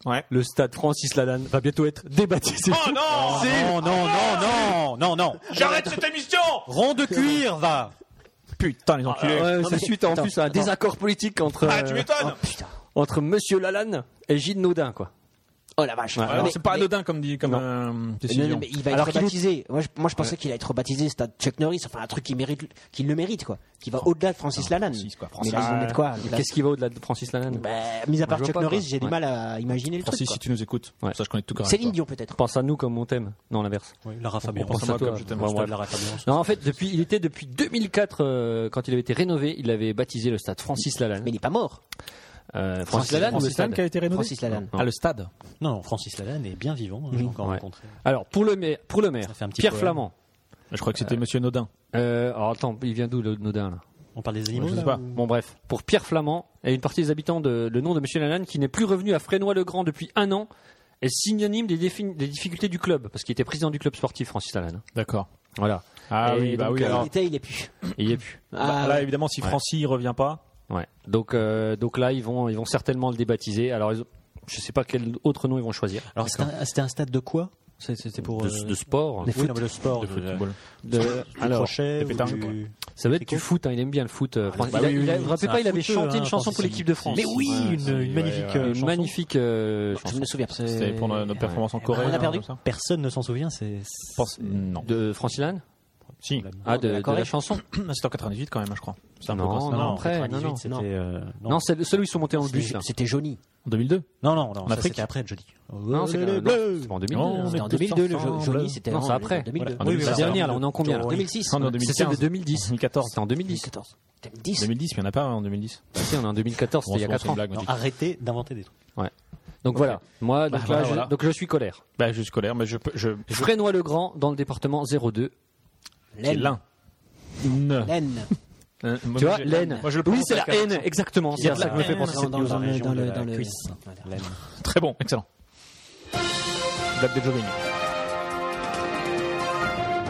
Speaker 1: Ouais.
Speaker 5: le stade Francis Lalanne va bientôt être débaptisé.
Speaker 7: Oh non
Speaker 4: Non, non, non, non, non, non.
Speaker 7: J'arrête cette émission
Speaker 4: Rond de cuir, va.
Speaker 1: Putain, les enculés.
Speaker 5: Ah ouais,
Speaker 6: Non,
Speaker 5: c'est
Speaker 6: mais-
Speaker 5: suite en
Speaker 6: attends,
Speaker 5: plus à un
Speaker 6: attends.
Speaker 5: désaccord politique entre,
Speaker 7: Ah, tu
Speaker 5: euh,
Speaker 7: m'étonnes
Speaker 6: Putain.
Speaker 5: entre Monsieur Lalanne et Gilles Naudin, quoi.
Speaker 6: Oh la vache.
Speaker 1: Alors,
Speaker 6: Mais-
Speaker 1: c'est pas
Speaker 6: mais-
Speaker 1: anodin comme, dit, comme euh,
Speaker 6: Non, non,
Speaker 1: décision.
Speaker 6: mais il va
Speaker 5: Alors
Speaker 6: être
Speaker 5: qu'il est-
Speaker 6: rebaptisé. Moi, je, moi, je pensais qu'il allait être rebaptisé Stade Chuck Norris, enfin un truc qui mérite, qui le mérite quoi, qui va au-delà de Francis Lalanne.
Speaker 1: Francis, quoi,
Speaker 6: Mais
Speaker 1: Francis.
Speaker 6: là, ils vont mettre quoi là-
Speaker 5: Qu'est-ce qui va au-delà de Francis Lalanne
Speaker 6: Bah, mis à part
Speaker 5: vois
Speaker 6: Chuck
Speaker 5: pas,
Speaker 6: Norris,
Speaker 5: quoi.
Speaker 6: j'ai du
Speaker 5: Ouais.
Speaker 6: mal à imaginer le
Speaker 1: Francis, si
Speaker 6: truc.
Speaker 1: tu nous écoutes,
Speaker 5: Ouais.
Speaker 1: ça je connais tout quand
Speaker 6: quoi.
Speaker 1: même.
Speaker 6: Céline Dion peut-être.
Speaker 5: Pense à nous comme on t'aime. Non, l'inverse.
Speaker 4: Oui, Lara Fabian.
Speaker 1: pense à moi comme je t'aime,
Speaker 4: Ouais,
Speaker 1: je
Speaker 4: ouais,
Speaker 1: t'aime.
Speaker 4: Lara Fabian.
Speaker 5: Non, en fait, depuis, il était depuis 2004, euh, quand il avait été rénové, il avait baptisé le stade Francis Lalanne.
Speaker 6: Mais il n'est pas mort.
Speaker 5: Euh, Francis Lalanne ou le
Speaker 1: Francis Lalanne
Speaker 5: stade
Speaker 1: qui a été rénové
Speaker 6: Francis Lalanne.
Speaker 1: Ah, le stade.
Speaker 4: Non, non, Francis Lalanne est bien vivant. hein, J'ai encore
Speaker 5: Ouais.
Speaker 4: rencontré.
Speaker 5: Alors, pour le maire, pour le maire
Speaker 4: Ça fait un petit
Speaker 5: Pierre
Speaker 4: poème.
Speaker 5: Flamand.
Speaker 1: Je crois que c'était Monsieur Nodin.
Speaker 5: Euh, alors, attends, il vient d'où, le Naudin, là
Speaker 4: On parle des animaux.
Speaker 1: je sais
Speaker 4: là, hein.
Speaker 1: pas.
Speaker 4: ou-
Speaker 5: Bon, bref. Pour Pierre Flamand et une partie des habitants, de, le nom de Monsieur Lalanne, qui n'est plus revenu à Frénois-le-Grand depuis un an, est synonyme des, défi- des difficultés du club, parce qu'il était président du club sportif, Francis Lalanne.
Speaker 1: D'accord.
Speaker 5: Voilà.
Speaker 7: Ah
Speaker 5: Et
Speaker 7: oui, bah
Speaker 5: donc,
Speaker 7: oui,
Speaker 5: euh,
Speaker 7: alors.
Speaker 6: Il était, il est plus.
Speaker 5: Il y est plus.
Speaker 1: Bah,
Speaker 6: Ah,
Speaker 1: là,
Speaker 6: ouais.
Speaker 1: évidemment, si Francis revient pas,
Speaker 5: Ouais. Donc, euh, donc là, ils vont, ils vont certainement le débaptiser. Alors, ils ont- je sais pas quel autre nom ils vont choisir.
Speaker 4: Alors, c'était un, c'était un stade de quoi C'est- C'était pour.
Speaker 5: de,
Speaker 4: euh,
Speaker 5: de sport.
Speaker 4: les foot, le sport, de,
Speaker 5: De- alors,
Speaker 4: crochet,
Speaker 7: pétanques,
Speaker 4: ou du-
Speaker 5: ça va être
Speaker 4: C'est
Speaker 5: du foot. hein, il aime bien le foot. euh, Franck.
Speaker 4: bah
Speaker 5: Il a-
Speaker 4: oui,
Speaker 5: il a-
Speaker 4: oui,
Speaker 5: vous vous
Speaker 4: c'est
Speaker 5: rappelez
Speaker 4: un
Speaker 5: pas, il avait
Speaker 4: footeux,
Speaker 5: chanté
Speaker 4: hein,
Speaker 5: une chanson
Speaker 4: Francis
Speaker 5: pour l'équipe de France.
Speaker 4: Mais oui,
Speaker 7: Ouais,
Speaker 4: une,
Speaker 7: c'est-
Speaker 4: une
Speaker 7: ouais,
Speaker 4: magnifique.
Speaker 7: ouais.
Speaker 4: euh,
Speaker 5: une
Speaker 4: chanson.
Speaker 5: magnifique. euh,
Speaker 6: Je
Speaker 5: chanson.
Speaker 6: me souviens pas.
Speaker 7: C'était pour nos, nos performances en Corée.
Speaker 6: on a
Speaker 7: hein,
Speaker 6: perdu.
Speaker 7: comme ça.
Speaker 4: Personne ne s'en souvient. C'est
Speaker 7: Je pense- Non.
Speaker 5: de Francis Lalanne
Speaker 7: Si.
Speaker 5: Ah, de,
Speaker 6: de la
Speaker 5: de la
Speaker 6: Corée.
Speaker 5: chanson.
Speaker 1: c'est en 98 quand même, je crois.
Speaker 5: Non,
Speaker 7: peu
Speaker 5: non,
Speaker 7: comme ça.
Speaker 5: non, après, non,
Speaker 4: 98,
Speaker 5: non.
Speaker 4: c'était,
Speaker 6: non.
Speaker 4: euh, non.
Speaker 5: Non, c'est celui où ils sont montés dans le
Speaker 6: C'était-
Speaker 5: bus. là.
Speaker 6: C'était Johnny.
Speaker 1: En 2002
Speaker 4: non, non, non, ça,
Speaker 1: Afrique.
Speaker 4: c'était après Johnny.
Speaker 5: Non, c'est
Speaker 4: le
Speaker 5: non, c'est pas en 2002.
Speaker 7: Non,
Speaker 5: hein.
Speaker 6: C'était en
Speaker 7: tous
Speaker 6: 2002, le
Speaker 7: ensemble.
Speaker 6: jo- Johnny, c'était
Speaker 5: Non,
Speaker 6: en
Speaker 5: c'est après.
Speaker 6: 2002.
Speaker 7: Voilà. Oui,
Speaker 5: C'est
Speaker 7: oui,
Speaker 5: la
Speaker 7: c'est
Speaker 5: dernière,
Speaker 7: en
Speaker 5: là, on est en combien là
Speaker 6: 2006.
Speaker 7: Non, en
Speaker 5: C'est celle de
Speaker 7: 2015.
Speaker 5: 2010.
Speaker 7: 2014.
Speaker 5: C'était en 2010.
Speaker 6: 2014. 2010.
Speaker 7: 2010, mais il n'y en a pas hein, en 2010.
Speaker 5: Bah, si, on est en 2014, c'était il y a
Speaker 7: Bon, c'est
Speaker 5: 4
Speaker 7: une
Speaker 5: ans.
Speaker 7: blague, moi, je dis.
Speaker 4: Arrêtez d'inventer des trucs.
Speaker 5: Donc voilà, moi, donc,
Speaker 1: voilà,
Speaker 5: là, je-
Speaker 1: voilà.
Speaker 5: donc je suis colère.
Speaker 1: Bah, je suis colère, mais je peux. Je, je-
Speaker 5: le grand dans le département 02.
Speaker 1: C'est
Speaker 6: Laine.
Speaker 1: l'un. Ne.
Speaker 6: Laine.
Speaker 1: Euh, moi,
Speaker 5: tu
Speaker 1: moi,
Speaker 5: vois,
Speaker 1: j'ai-
Speaker 5: laine.
Speaker 1: Moi, je le
Speaker 5: oui,
Speaker 1: prononce
Speaker 5: c'est la
Speaker 1: avec un
Speaker 5: haine,
Speaker 1: accent.
Speaker 5: exactement. C'est à ça que me fait penser.
Speaker 6: Dans-
Speaker 4: cette
Speaker 6: dans
Speaker 4: news
Speaker 6: le-
Speaker 4: en
Speaker 6: dans
Speaker 4: région
Speaker 6: le-
Speaker 4: de
Speaker 6: dans
Speaker 4: la
Speaker 6: le-
Speaker 4: cuisse.
Speaker 6: Voilà.
Speaker 1: Très bon, excellent. Date de jogging.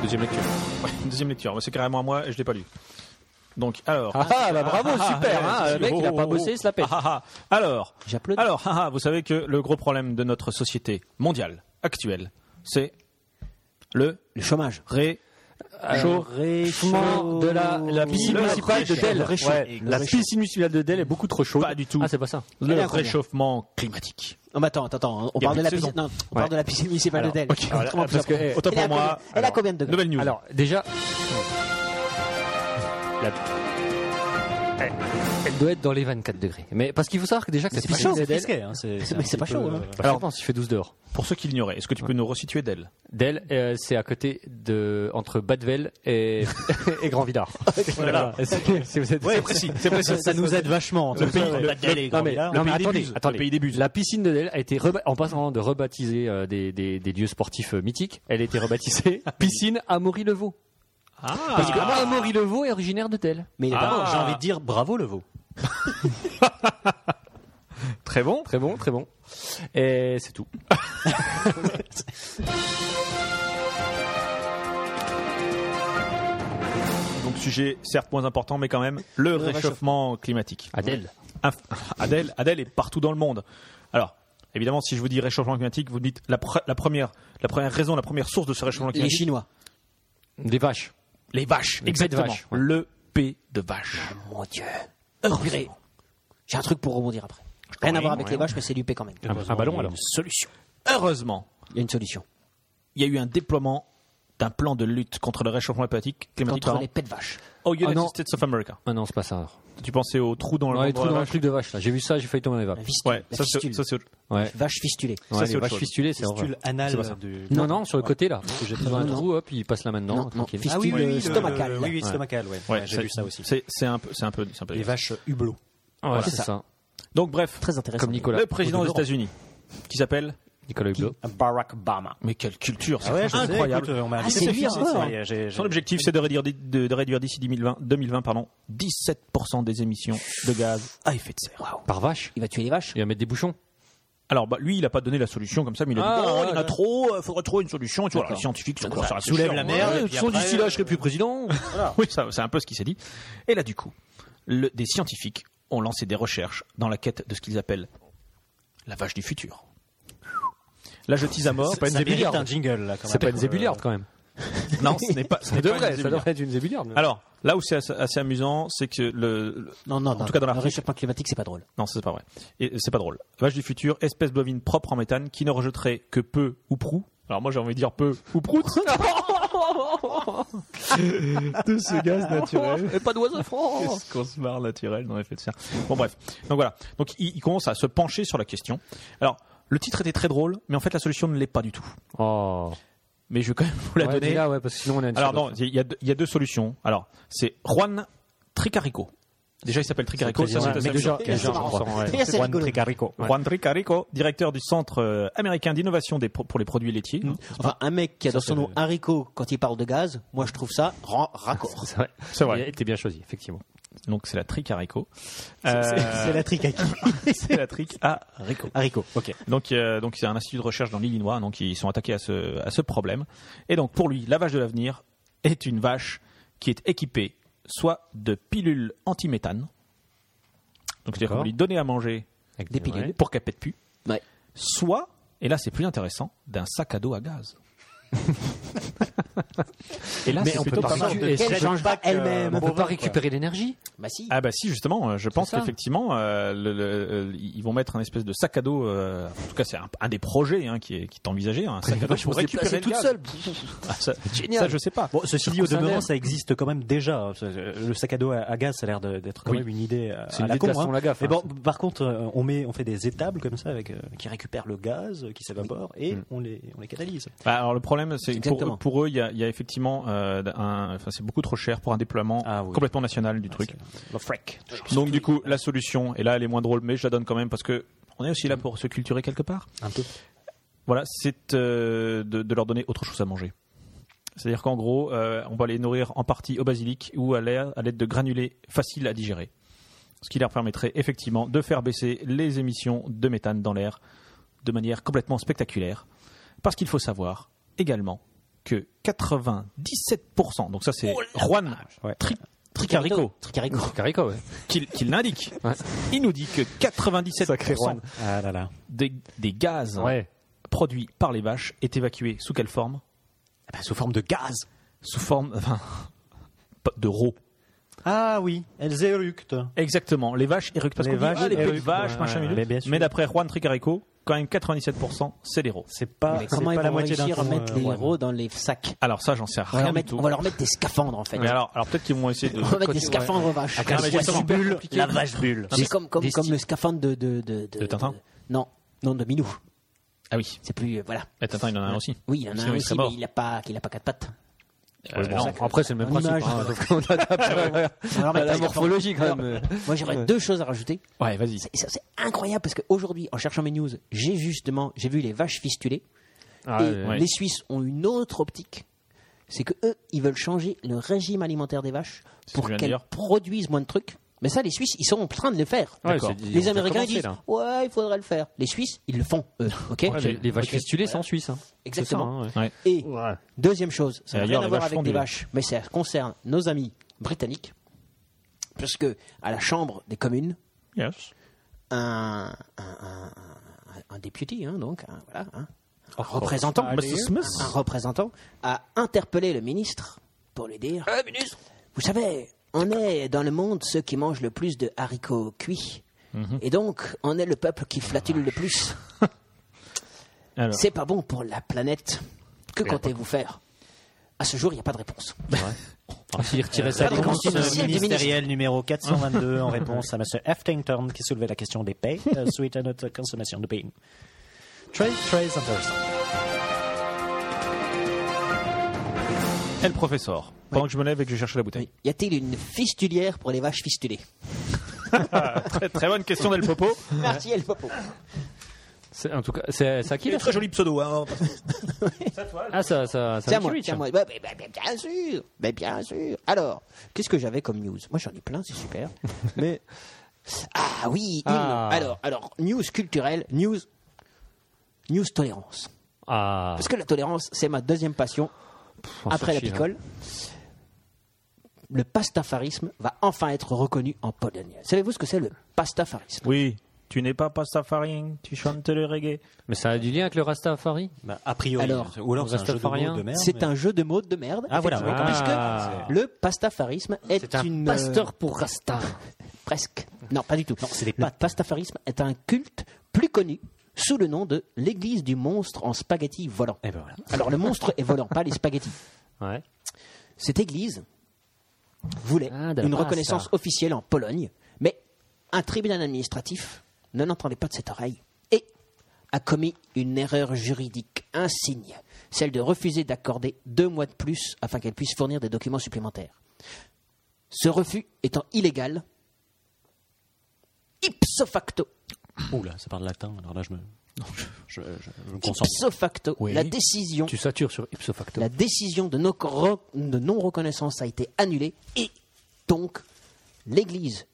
Speaker 1: Deuxième lecture. Ouais, deuxième lecture. Mais C'est carrément à moi et je l'ai pas lu. Donc, alors.
Speaker 5: Ah, ah, bah bravo, super.
Speaker 1: ah,
Speaker 5: hein,
Speaker 1: ah,
Speaker 5: le mec,
Speaker 1: oh,
Speaker 5: il a
Speaker 1: oh,
Speaker 5: pas
Speaker 1: oh.
Speaker 5: bossé, il se la pète.
Speaker 1: Ah, ah, ah. Alors,
Speaker 6: J'applaudis.
Speaker 1: alors ah, ah, vous savez que le gros problème de notre société mondiale actuelle, c'est le
Speaker 6: Le chômage.
Speaker 5: Réchauffement de la, la piscine
Speaker 1: Le
Speaker 5: municipale de
Speaker 1: réchaud.
Speaker 5: Dell.
Speaker 1: Le réchaud.
Speaker 5: Ouais,
Speaker 1: Le
Speaker 5: la
Speaker 1: réchaud.
Speaker 5: piscine municipale de Dell est beaucoup trop chaude.
Speaker 1: Pas du tout.
Speaker 5: Ah, c'est pas ça.
Speaker 1: le
Speaker 6: Alors, combien
Speaker 1: réchauffement climatique.
Speaker 6: Non, mais attends, attends, attends. On
Speaker 1: Il y a
Speaker 6: parle
Speaker 1: plus
Speaker 6: de la
Speaker 1: de
Speaker 6: piscine.
Speaker 1: saison.
Speaker 6: Non, on parle de la piscine municipale de Dell.
Speaker 1: alors,
Speaker 6: Comment
Speaker 1: parce
Speaker 6: tu
Speaker 1: que,
Speaker 6: l'as-
Speaker 1: autant
Speaker 6: Elle a
Speaker 1: pour moi,
Speaker 6: combien- Elle a
Speaker 1: alors,
Speaker 6: combien de degrés
Speaker 1: Nouvelle news.
Speaker 5: eh, Alors, déjà. la- Elle- Elle doit être dans les 24 degrés. Mais parce qu'il faut savoir que déjà que
Speaker 6: Mais
Speaker 5: cette
Speaker 6: c'est pas
Speaker 5: piscine
Speaker 6: chaud,
Speaker 5: de
Speaker 4: C'est
Speaker 5: Dell.
Speaker 4: risqué, hein, c'est- c'est un
Speaker 6: Mais c'est
Speaker 4: petit
Speaker 6: pas
Speaker 4: peu,
Speaker 6: chaud,
Speaker 4: euh,
Speaker 6: hein.
Speaker 5: Alors, je pense il fait 12 dehors.
Speaker 1: pour ceux qui l'ignoraient, est-ce que tu peux nous resituer d'elle
Speaker 5: Dell, euh, c'est à côté de entre Badvel et, et Grand Villard. voilà. C'est- c'est- vous êtes-
Speaker 1: Ouais, précis, c'est précis.
Speaker 4: Ça, ça nous aide vachement. en tout
Speaker 1: Le
Speaker 4: cas.
Speaker 1: pays, le- le-
Speaker 5: Non mais,
Speaker 4: Villard.
Speaker 5: non,
Speaker 1: Le
Speaker 5: mais
Speaker 1: pays des
Speaker 5: attendez,
Speaker 1: buses.
Speaker 5: attendez.
Speaker 1: Le pays des buses.
Speaker 5: La piscine de Dell a été reba- en passant de rebaptiser euh, des, des- des lieux sportifs euh, mythiques, elle a été rebaptisée piscine Amaury Levaux.
Speaker 1: Ah.
Speaker 5: Parce que Amaury Levaux est originaire de Dell.
Speaker 4: Mais d'abord, j'ai envie de dire bravo le veau.
Speaker 1: Très bon. Ah
Speaker 5: Très bon, très bon. Et c'est tout.
Speaker 1: Donc sujet certes moins important, mais quand même le réchauffement climatique.
Speaker 5: À Dell.
Speaker 1: Inf- Adèle, Adèle est partout dans le monde. Alors, évidemment, si je vous dis réchauffement climatique, vous me dites la, pre- la première, la première raison, la première source de ce réchauffement
Speaker 6: Les
Speaker 1: climatique.
Speaker 6: Chinois.
Speaker 5: Des vaches.
Speaker 1: Les vaches,
Speaker 5: Les
Speaker 1: exactement.
Speaker 5: pets de vaches, ouais.
Speaker 1: Le P de vache.
Speaker 6: Mon Dieu. Purée. J'ai un truc pour rebondir après. Rien à voir avec les vaches, mais c'est du P quand même.
Speaker 5: Un, un
Speaker 1: Ah,
Speaker 5: ballon Ah, bah alors.
Speaker 1: Solution. Heureusement,
Speaker 6: Il y a une solution.
Speaker 1: il y a eu un déploiement d'un plan de lutte contre le réchauffement climatique, climatique
Speaker 6: Contre
Speaker 1: pardon,
Speaker 6: les pets de vaches.
Speaker 1: au United
Speaker 5: Ah non.
Speaker 1: States of America.
Speaker 5: Ah non, c'est pas ça.
Speaker 1: Tu pensais aux trous dans le
Speaker 5: Non, les trous
Speaker 1: bah, la
Speaker 5: dans le
Speaker 1: vache.
Speaker 5: truc de vache là. J'ai vu ça, j'ai failli tomber dans les
Speaker 6: La
Speaker 5: vaches.
Speaker 6: fistule.
Speaker 1: Ouais,
Speaker 6: la
Speaker 1: ça c'est
Speaker 6: fistule.
Speaker 1: ça, c'est autre-
Speaker 5: Ouais.
Speaker 6: Vache fistulée.
Speaker 5: Ouais,
Speaker 1: Ça, c'est
Speaker 5: les
Speaker 1: autre
Speaker 5: vaches
Speaker 1: chose.
Speaker 5: fistulées, c'est vrai.
Speaker 4: Pistule anale.
Speaker 1: C'est pas ça.
Speaker 4: du-
Speaker 5: Non, non, sur le
Speaker 4: Ouais.
Speaker 5: côté là. Ils ont un
Speaker 6: Non,
Speaker 5: trou, hop, il passe là maintenant.
Speaker 6: Non, non.
Speaker 5: tranquille.
Speaker 6: Fistule,
Speaker 4: Ah oui,
Speaker 6: euh,
Speaker 4: oui,
Speaker 6: stomacale.
Speaker 4: stomacale. Oui, oui,
Speaker 5: Ouais.
Speaker 4: stomacale, ouais.
Speaker 1: Ouais,
Speaker 4: Ouais, J'ai
Speaker 1: c'est-
Speaker 4: vu ça aussi.
Speaker 1: C'est c'est un peu, c'est un peu, c'est un peu.
Speaker 4: Les vaches hublots.
Speaker 5: Ouais,
Speaker 1: Voilà,
Speaker 5: c'est
Speaker 1: Ah, c'est
Speaker 5: ça.
Speaker 1: Donc bref,
Speaker 6: Très intéressant.
Speaker 5: Comme Nicolas.
Speaker 1: le président des
Speaker 5: Nicolas
Speaker 1: États-Unis, qui s'appelle,
Speaker 5: Nicolas Hulot.
Speaker 1: Ah
Speaker 4: Barack Obama.
Speaker 1: mais quelle culture, c'est
Speaker 4: Ah ouais, je sais,
Speaker 1: incroyable.
Speaker 4: écoute, on m'a invité
Speaker 6: c'est
Speaker 4: sur
Speaker 6: bien,
Speaker 4: le site,
Speaker 6: ça.
Speaker 4: ça y est, j'ai- j'ai-
Speaker 1: Son objectif, c'est de réduire, de, de réduire d'ici 2020, 2020 pardon, 17% des émissions de gaz à effet de serre.
Speaker 5: Par vache.
Speaker 6: Il va tuer les vaches.
Speaker 5: Il va mettre des bouchons.
Speaker 1: Alors, bah, lui, il n'a pas donné la solution comme ça, mais il a dit
Speaker 5: Ah,
Speaker 1: Oh,
Speaker 5: ouais,
Speaker 1: il y en a
Speaker 5: ouais.
Speaker 1: trop, il faudrait trouver une solution. Et tu vois, alors, les scientifiques sont encore sur la
Speaker 4: soulève la merde, et puis
Speaker 1: sont
Speaker 4: après,
Speaker 1: d'ici là, je serai plus président. hein. Oui, ça, c'est un peu ce qui s'est dit. Et là, du coup, le- des scientifiques ont lancé des recherches dans la quête de ce qu'ils appellent la vache du futur. Là, je tease à mort.
Speaker 4: Ça mérite
Speaker 5: Zébuliarde.
Speaker 4: un jingle, là, quand
Speaker 5: C'est pas
Speaker 4: même.
Speaker 5: une zébuliarde quand même.
Speaker 1: Non, ce n'est pas. ce n'est pas une
Speaker 5: ça
Speaker 1: zébullière.
Speaker 5: devrait être une zébuliarde.
Speaker 1: Euh, Alors, là où c'est assez, assez amusant, c'est que le, le-
Speaker 6: Non, non,
Speaker 1: En
Speaker 6: non.
Speaker 1: tout cas, dans
Speaker 6: le
Speaker 1: l'Afrique.
Speaker 6: réchauffement climatique, c'est pas drôle.
Speaker 1: Non, ça, c'est pas vrai. Et c'est pas drôle. Vache du futur, espèce bovine propre en méthane qui ne rejetterait que peu ou prou. Alors moi j'ai envie de dire peu ou prout. de ce gaz
Speaker 4: Ah,
Speaker 1: naturel.
Speaker 5: Et pas d'oiseau franc
Speaker 1: Qu'est-ce qu'on se marre naturel dans l'effet de serre. Bon bref. Donc voilà. Donc il, il commence à se pencher sur la question. Alors le titre était très drôle, mais en fait la solution ne l'est pas du tout.
Speaker 5: Oh.
Speaker 1: Mais je vais quand même vous la
Speaker 5: Ouais,
Speaker 1: donner.
Speaker 5: dis-la, ouais, parce que sinon on a une
Speaker 1: Alors non, il y, a deux- il y a deux solutions. Alors c'est Juan Tricarico. Déjà il s'appelle Tricarico.
Speaker 5: président,
Speaker 1: ça, c'est
Speaker 5: mais
Speaker 1: assez
Speaker 5: déjà-
Speaker 1: absurde.
Speaker 5: déjà,
Speaker 6: C'est marrant.
Speaker 5: on s'en- ouais.
Speaker 6: Et c'est rigolo.
Speaker 1: Juan Tricarico, directeur du Centre euh, américain d'innovation des pro- pour les produits laitiers.
Speaker 6: Enfin, un mec qui a dans son nom haricot quand il parle de gaz, moi je trouve ça rend raccord.
Speaker 5: C'est vrai.
Speaker 1: C'est vrai.
Speaker 5: Il a été bien choisi, effectivement.
Speaker 1: Donc c'est la Tricarico. Euh,
Speaker 4: Euh, C'est la trique à qui
Speaker 1: c'est la tric à Rico.
Speaker 4: Haricot, ok.
Speaker 1: Donc euh, donc c'est un institut de recherche dans l'Illinois, donc ils sont attaqués à ce à ce problème. Et donc pour lui, la vache de l'avenir, est une vache qui est équipée soit de pilules anti-méthane, donc c'est-à-dire qu'on va lui donner à manger
Speaker 5: Avec
Speaker 6: des pilules.
Speaker 1: pour qu'elle pète plus,
Speaker 6: Ouais.
Speaker 1: soit, et là c'est plus intéressant, d'un sac à dos à gaz. et là,
Speaker 5: Mais
Speaker 1: c'est
Speaker 5: on peut
Speaker 1: plutôt
Speaker 5: pas
Speaker 1: pas
Speaker 5: faire
Speaker 1: mal.
Speaker 5: du- et
Speaker 6: Qu'elle
Speaker 5: ça
Speaker 6: ne
Speaker 5: change
Speaker 6: change pas elle-même.
Speaker 5: On peut pas récupérer l'énergie.
Speaker 6: Bah si.
Speaker 1: Ah bah si justement, euh, je pense
Speaker 5: ça.
Speaker 1: qu'effectivement euh, le- le- le- ils vont mettre un espèce de sac à dos. euh, en tout cas, c'est un, un des projets hein, qui est, qui est envisagé. Un sac à dos pour récupérer le
Speaker 6: toute
Speaker 1: gaz.
Speaker 6: seule.
Speaker 1: Ah, ça,
Speaker 6: Génial.
Speaker 1: ça, je sais pas.
Speaker 4: Bon, ceci dit, au
Speaker 5: Circonstances
Speaker 4: demeurant,
Speaker 5: inverses.
Speaker 4: ça existe quand même déjà. Euh, Le sac à dos à, à gaz, ça a l'air de- d'être quand
Speaker 5: Oui.
Speaker 4: même une idée euh,
Speaker 5: C'est
Speaker 4: à
Speaker 5: une
Speaker 4: la
Speaker 5: idée de
Speaker 4: con.
Speaker 5: Gaston
Speaker 4: hein.
Speaker 5: Lagaffe,
Speaker 4: Mais
Speaker 5: hein,
Speaker 4: bon, par contre, euh, on met, on fait des étables comme ça avec euh, qui récupèrent le gaz, euh, qui s'évapore et on les, on les catalyse.
Speaker 1: Bah, alors le problème, c'est que pour,
Speaker 4: Exactement.
Speaker 1: eux- pour eux, il y a, il y a effectivement euh, un. Enfin, c'est beaucoup trop cher pour un déploiement
Speaker 4: Ah oui.
Speaker 1: complètement national du truc.
Speaker 4: Le frac.
Speaker 1: Donc du coup, la solution, et là elle est moins drôle, mais je la donne quand même parce que on est aussi là pour se culturer quelque part.
Speaker 4: Un peu.
Speaker 1: Voilà, c'est euh, de, de leur donner autre chose à manger. C'est-à-dire qu'en gros, euh, on va les nourrir en partie au basilic ou à l'air- à l'aide de granulés faciles à digérer. Ce qui leur permettrait effectivement de faire baisser les émissions de méthane dans l'air de manière complètement spectaculaire. Parce qu'il faut savoir également que 97%, donc ça c'est Juan Tri- Tricarico
Speaker 6: Tricarico.
Speaker 5: Carico, ouais.
Speaker 1: qui, qui l'indique,
Speaker 5: Ouais.
Speaker 1: il nous dit que 97%
Speaker 5: Juan.
Speaker 4: Ah là là.
Speaker 1: des, des gaz
Speaker 5: Ouais.
Speaker 1: produits par les vaches est évacué sous quelle forme
Speaker 4: Eh ben, sous forme de gaz.
Speaker 1: sous forme enfin, pas- de rots.
Speaker 4: Ah oui, elles éructent.
Speaker 1: Exactement, les vaches éructent. Parce
Speaker 4: Les
Speaker 1: qu'on dit,
Speaker 4: vaches
Speaker 1: ah, les petites
Speaker 4: éructent,
Speaker 1: vaches,
Speaker 4: ouais,
Speaker 1: machin,
Speaker 4: ouais,
Speaker 1: minute.
Speaker 4: mais bien sûr.
Speaker 1: Mais d'après Juan Tricarico, quand même 97%, c'est les rots.
Speaker 4: C'est pas,
Speaker 6: Mais
Speaker 4: c'est
Speaker 6: comment
Speaker 4: pas
Speaker 6: ils
Speaker 4: la
Speaker 6: vont
Speaker 4: moitié d'un
Speaker 6: réussir à
Speaker 4: con,
Speaker 6: mettre
Speaker 4: euh,
Speaker 6: les
Speaker 4: Juan.
Speaker 6: héros dans les sacs
Speaker 1: Alors ça, j'en sais
Speaker 6: on va,
Speaker 1: rien
Speaker 6: leur
Speaker 1: du
Speaker 6: mettre,
Speaker 1: tout.
Speaker 6: on va leur mettre des scaphandres en fait.
Speaker 1: Mais alors, alors peut-être qu'ils vont essayer de...
Speaker 6: on va mettre des scaphandres aux vaches.
Speaker 1: Ah, mais justement,
Speaker 4: bulle, la vache bulle.
Speaker 6: C'est comme, comme,
Speaker 5: des
Speaker 6: comme
Speaker 5: styles.
Speaker 6: le scaphandre de. De, de,
Speaker 1: De Tintin
Speaker 6: Non, non, de Minou.
Speaker 1: Ah oui,
Speaker 6: C'est plus. euh, voilà.
Speaker 1: mais attends, il en a un aussi.
Speaker 6: Oui, il y en a
Speaker 1: Sinon,
Speaker 6: un
Speaker 1: il
Speaker 6: aussi,
Speaker 1: serait mort.
Speaker 6: mais il n'a pas, il a pas quatre pattes.
Speaker 1: Euh, non,
Speaker 5: Bon, après, c'est le même
Speaker 4: En
Speaker 5: principe.
Speaker 4: image.
Speaker 5: hein, donc on adapte
Speaker 6: On va leur
Speaker 5: à
Speaker 6: mettre
Speaker 5: la
Speaker 6: des scaphandres.
Speaker 5: morphologie quand
Speaker 6: Alors,
Speaker 5: même.
Speaker 6: Moi, j'aurais deux choses à rajouter.
Speaker 1: Ouais, vas-y.
Speaker 6: Et ça, c'est incroyable parce qu'aujourd'hui, en cherchant mes news, j'ai justement j'ai vu les vaches fistulées.
Speaker 5: Ah,
Speaker 6: et
Speaker 1: ouais.
Speaker 6: les Suisses ont une autre optique. C'est que eux, ils veulent changer le régime alimentaire des vaches
Speaker 1: ce que
Speaker 6: pour
Speaker 1: je viens de
Speaker 6: qu'elles
Speaker 1: dire.
Speaker 6: produisent moins de trucs. Mais ça, les Suisses, ils sont en train de le faire.
Speaker 5: Ouais,
Speaker 1: D'accord.
Speaker 5: c'est dit, on
Speaker 6: les
Speaker 5: a
Speaker 6: Américains ils
Speaker 5: commencé,
Speaker 6: disent
Speaker 5: là.
Speaker 6: ouais, il faudrait le faire. Les Suisses, ils le font. Eux, ok.
Speaker 5: Ouais, les, les vaches
Speaker 6: Ok.
Speaker 5: fistulées, c'est en Suisse. hein.
Speaker 6: Exactement.
Speaker 5: C'est ça, hein,
Speaker 1: Ouais.
Speaker 6: Et
Speaker 5: ouais.
Speaker 6: Deuxième chose, ça n'a
Speaker 1: D'ailleurs,
Speaker 6: rien à
Speaker 1: les
Speaker 6: voir
Speaker 1: vaches
Speaker 6: avec
Speaker 1: font
Speaker 6: les
Speaker 1: du lait.
Speaker 6: vaches, mais ça concerne nos amis britanniques, parce que à la Chambre des communes,
Speaker 1: Yes.
Speaker 6: un, un, un- un- un député, hein, donc, un, voilà, hein, un représentant,
Speaker 1: Mr. Smith.
Speaker 6: un représentant a interpellé le ministre pour lui dire Vous savez, on est dans le monde ceux qui mangent le plus de haricots cuits. Et donc, on est le peuple qui flatule le plus.
Speaker 1: Alors,
Speaker 6: C'est pas bon pour la planète. Que comptez-vous faire À ce jour, il n'y a pas de réponse.
Speaker 5: Ah, s'il retirait
Speaker 6: Pas
Speaker 5: ça des
Speaker 6: de
Speaker 5: cons-
Speaker 6: conscience sociale du ministre.
Speaker 4: euh, ministériel numéro 422 en réponse à M. Huffington qui soulevait la question des pays euh, suite à notre consommation de pays. Très, très intéressant.
Speaker 1: et le professeur, pendant que je me lève et que je cherche la bouteille.
Speaker 6: Y a-t-il une fistulière pour les vaches fistulées
Speaker 1: Très, très bonne question d'El Popo.
Speaker 6: Merci, El Popo.
Speaker 5: C'est- En tout cas, c'est c'est à qui là
Speaker 1: très joli pseudo. Hein,
Speaker 5: Ah, ça, ça, ça.
Speaker 6: Tiens, moi,
Speaker 5: hein.
Speaker 6: tiens, moi. Bah, bah, bah, bah, bien sûr, bah, bien sûr. Alors, qu'est-ce que j'avais comme news Moi, j'en ai plein, c'est super.
Speaker 5: Mais
Speaker 6: Ah oui, une.
Speaker 5: Ah.
Speaker 6: Alors, alors, news culturelle, news, news tolérance.
Speaker 5: ah,
Speaker 6: Parce que la tolérance, c'est ma deuxième passion
Speaker 5: pff, on se
Speaker 6: après la
Speaker 5: chie, hein.
Speaker 6: picole. Le pastafarisme va enfin être reconnu en Pologne. Savez-vous ce que c'est le pastafarisme
Speaker 1: Oui, tu n'es pas pastafarien, tu chantes le reggae.
Speaker 5: Mais ça a du lien avec le Rastafari.
Speaker 4: Bah, a priori,
Speaker 6: Alors,
Speaker 4: ou alors c'est un jeu de
Speaker 5: Rastafarien,
Speaker 4: mots de merde.
Speaker 6: C'est
Speaker 4: mais-
Speaker 6: un jeu de mots de merde.
Speaker 4: Ah, voilà.
Speaker 6: effectivement,
Speaker 5: Ah.
Speaker 6: Puisque le pastafarisme est,
Speaker 5: C'est un
Speaker 6: une. euh,
Speaker 5: pasteur pour Rasta.
Speaker 6: Presque. Non, pas du tout.
Speaker 4: c'est des
Speaker 6: le
Speaker 4: pâtes.
Speaker 6: pastafarisme est un culte plus connu sous le nom de l'église du monstre en spaghettis volant.
Speaker 4: Eh ben voilà.
Speaker 6: Alors le monstre est volant, pas les spaghettis.
Speaker 5: Ouais.
Speaker 6: Cette église voulait
Speaker 5: Ah, de la
Speaker 6: une
Speaker 5: pasta.
Speaker 6: reconnaissance officielle en Pologne, mais un tribunal administratif ne l'entendait pas de cette oreille et a commis une erreur juridique insigne, celle de refuser d'accorder deux mois de plus afin qu'elle puisse fournir des documents supplémentaires. Ce refus étant illégal, ipso facto,
Speaker 4: Ouh là, ça parle latin, alors là je me. je, je- je me concentre.
Speaker 6: ipso facto, la décision
Speaker 5: Tu satures sur ipso facto.
Speaker 6: La décision de, no- ro- de non-reconnaissance a été annulée et donc l'église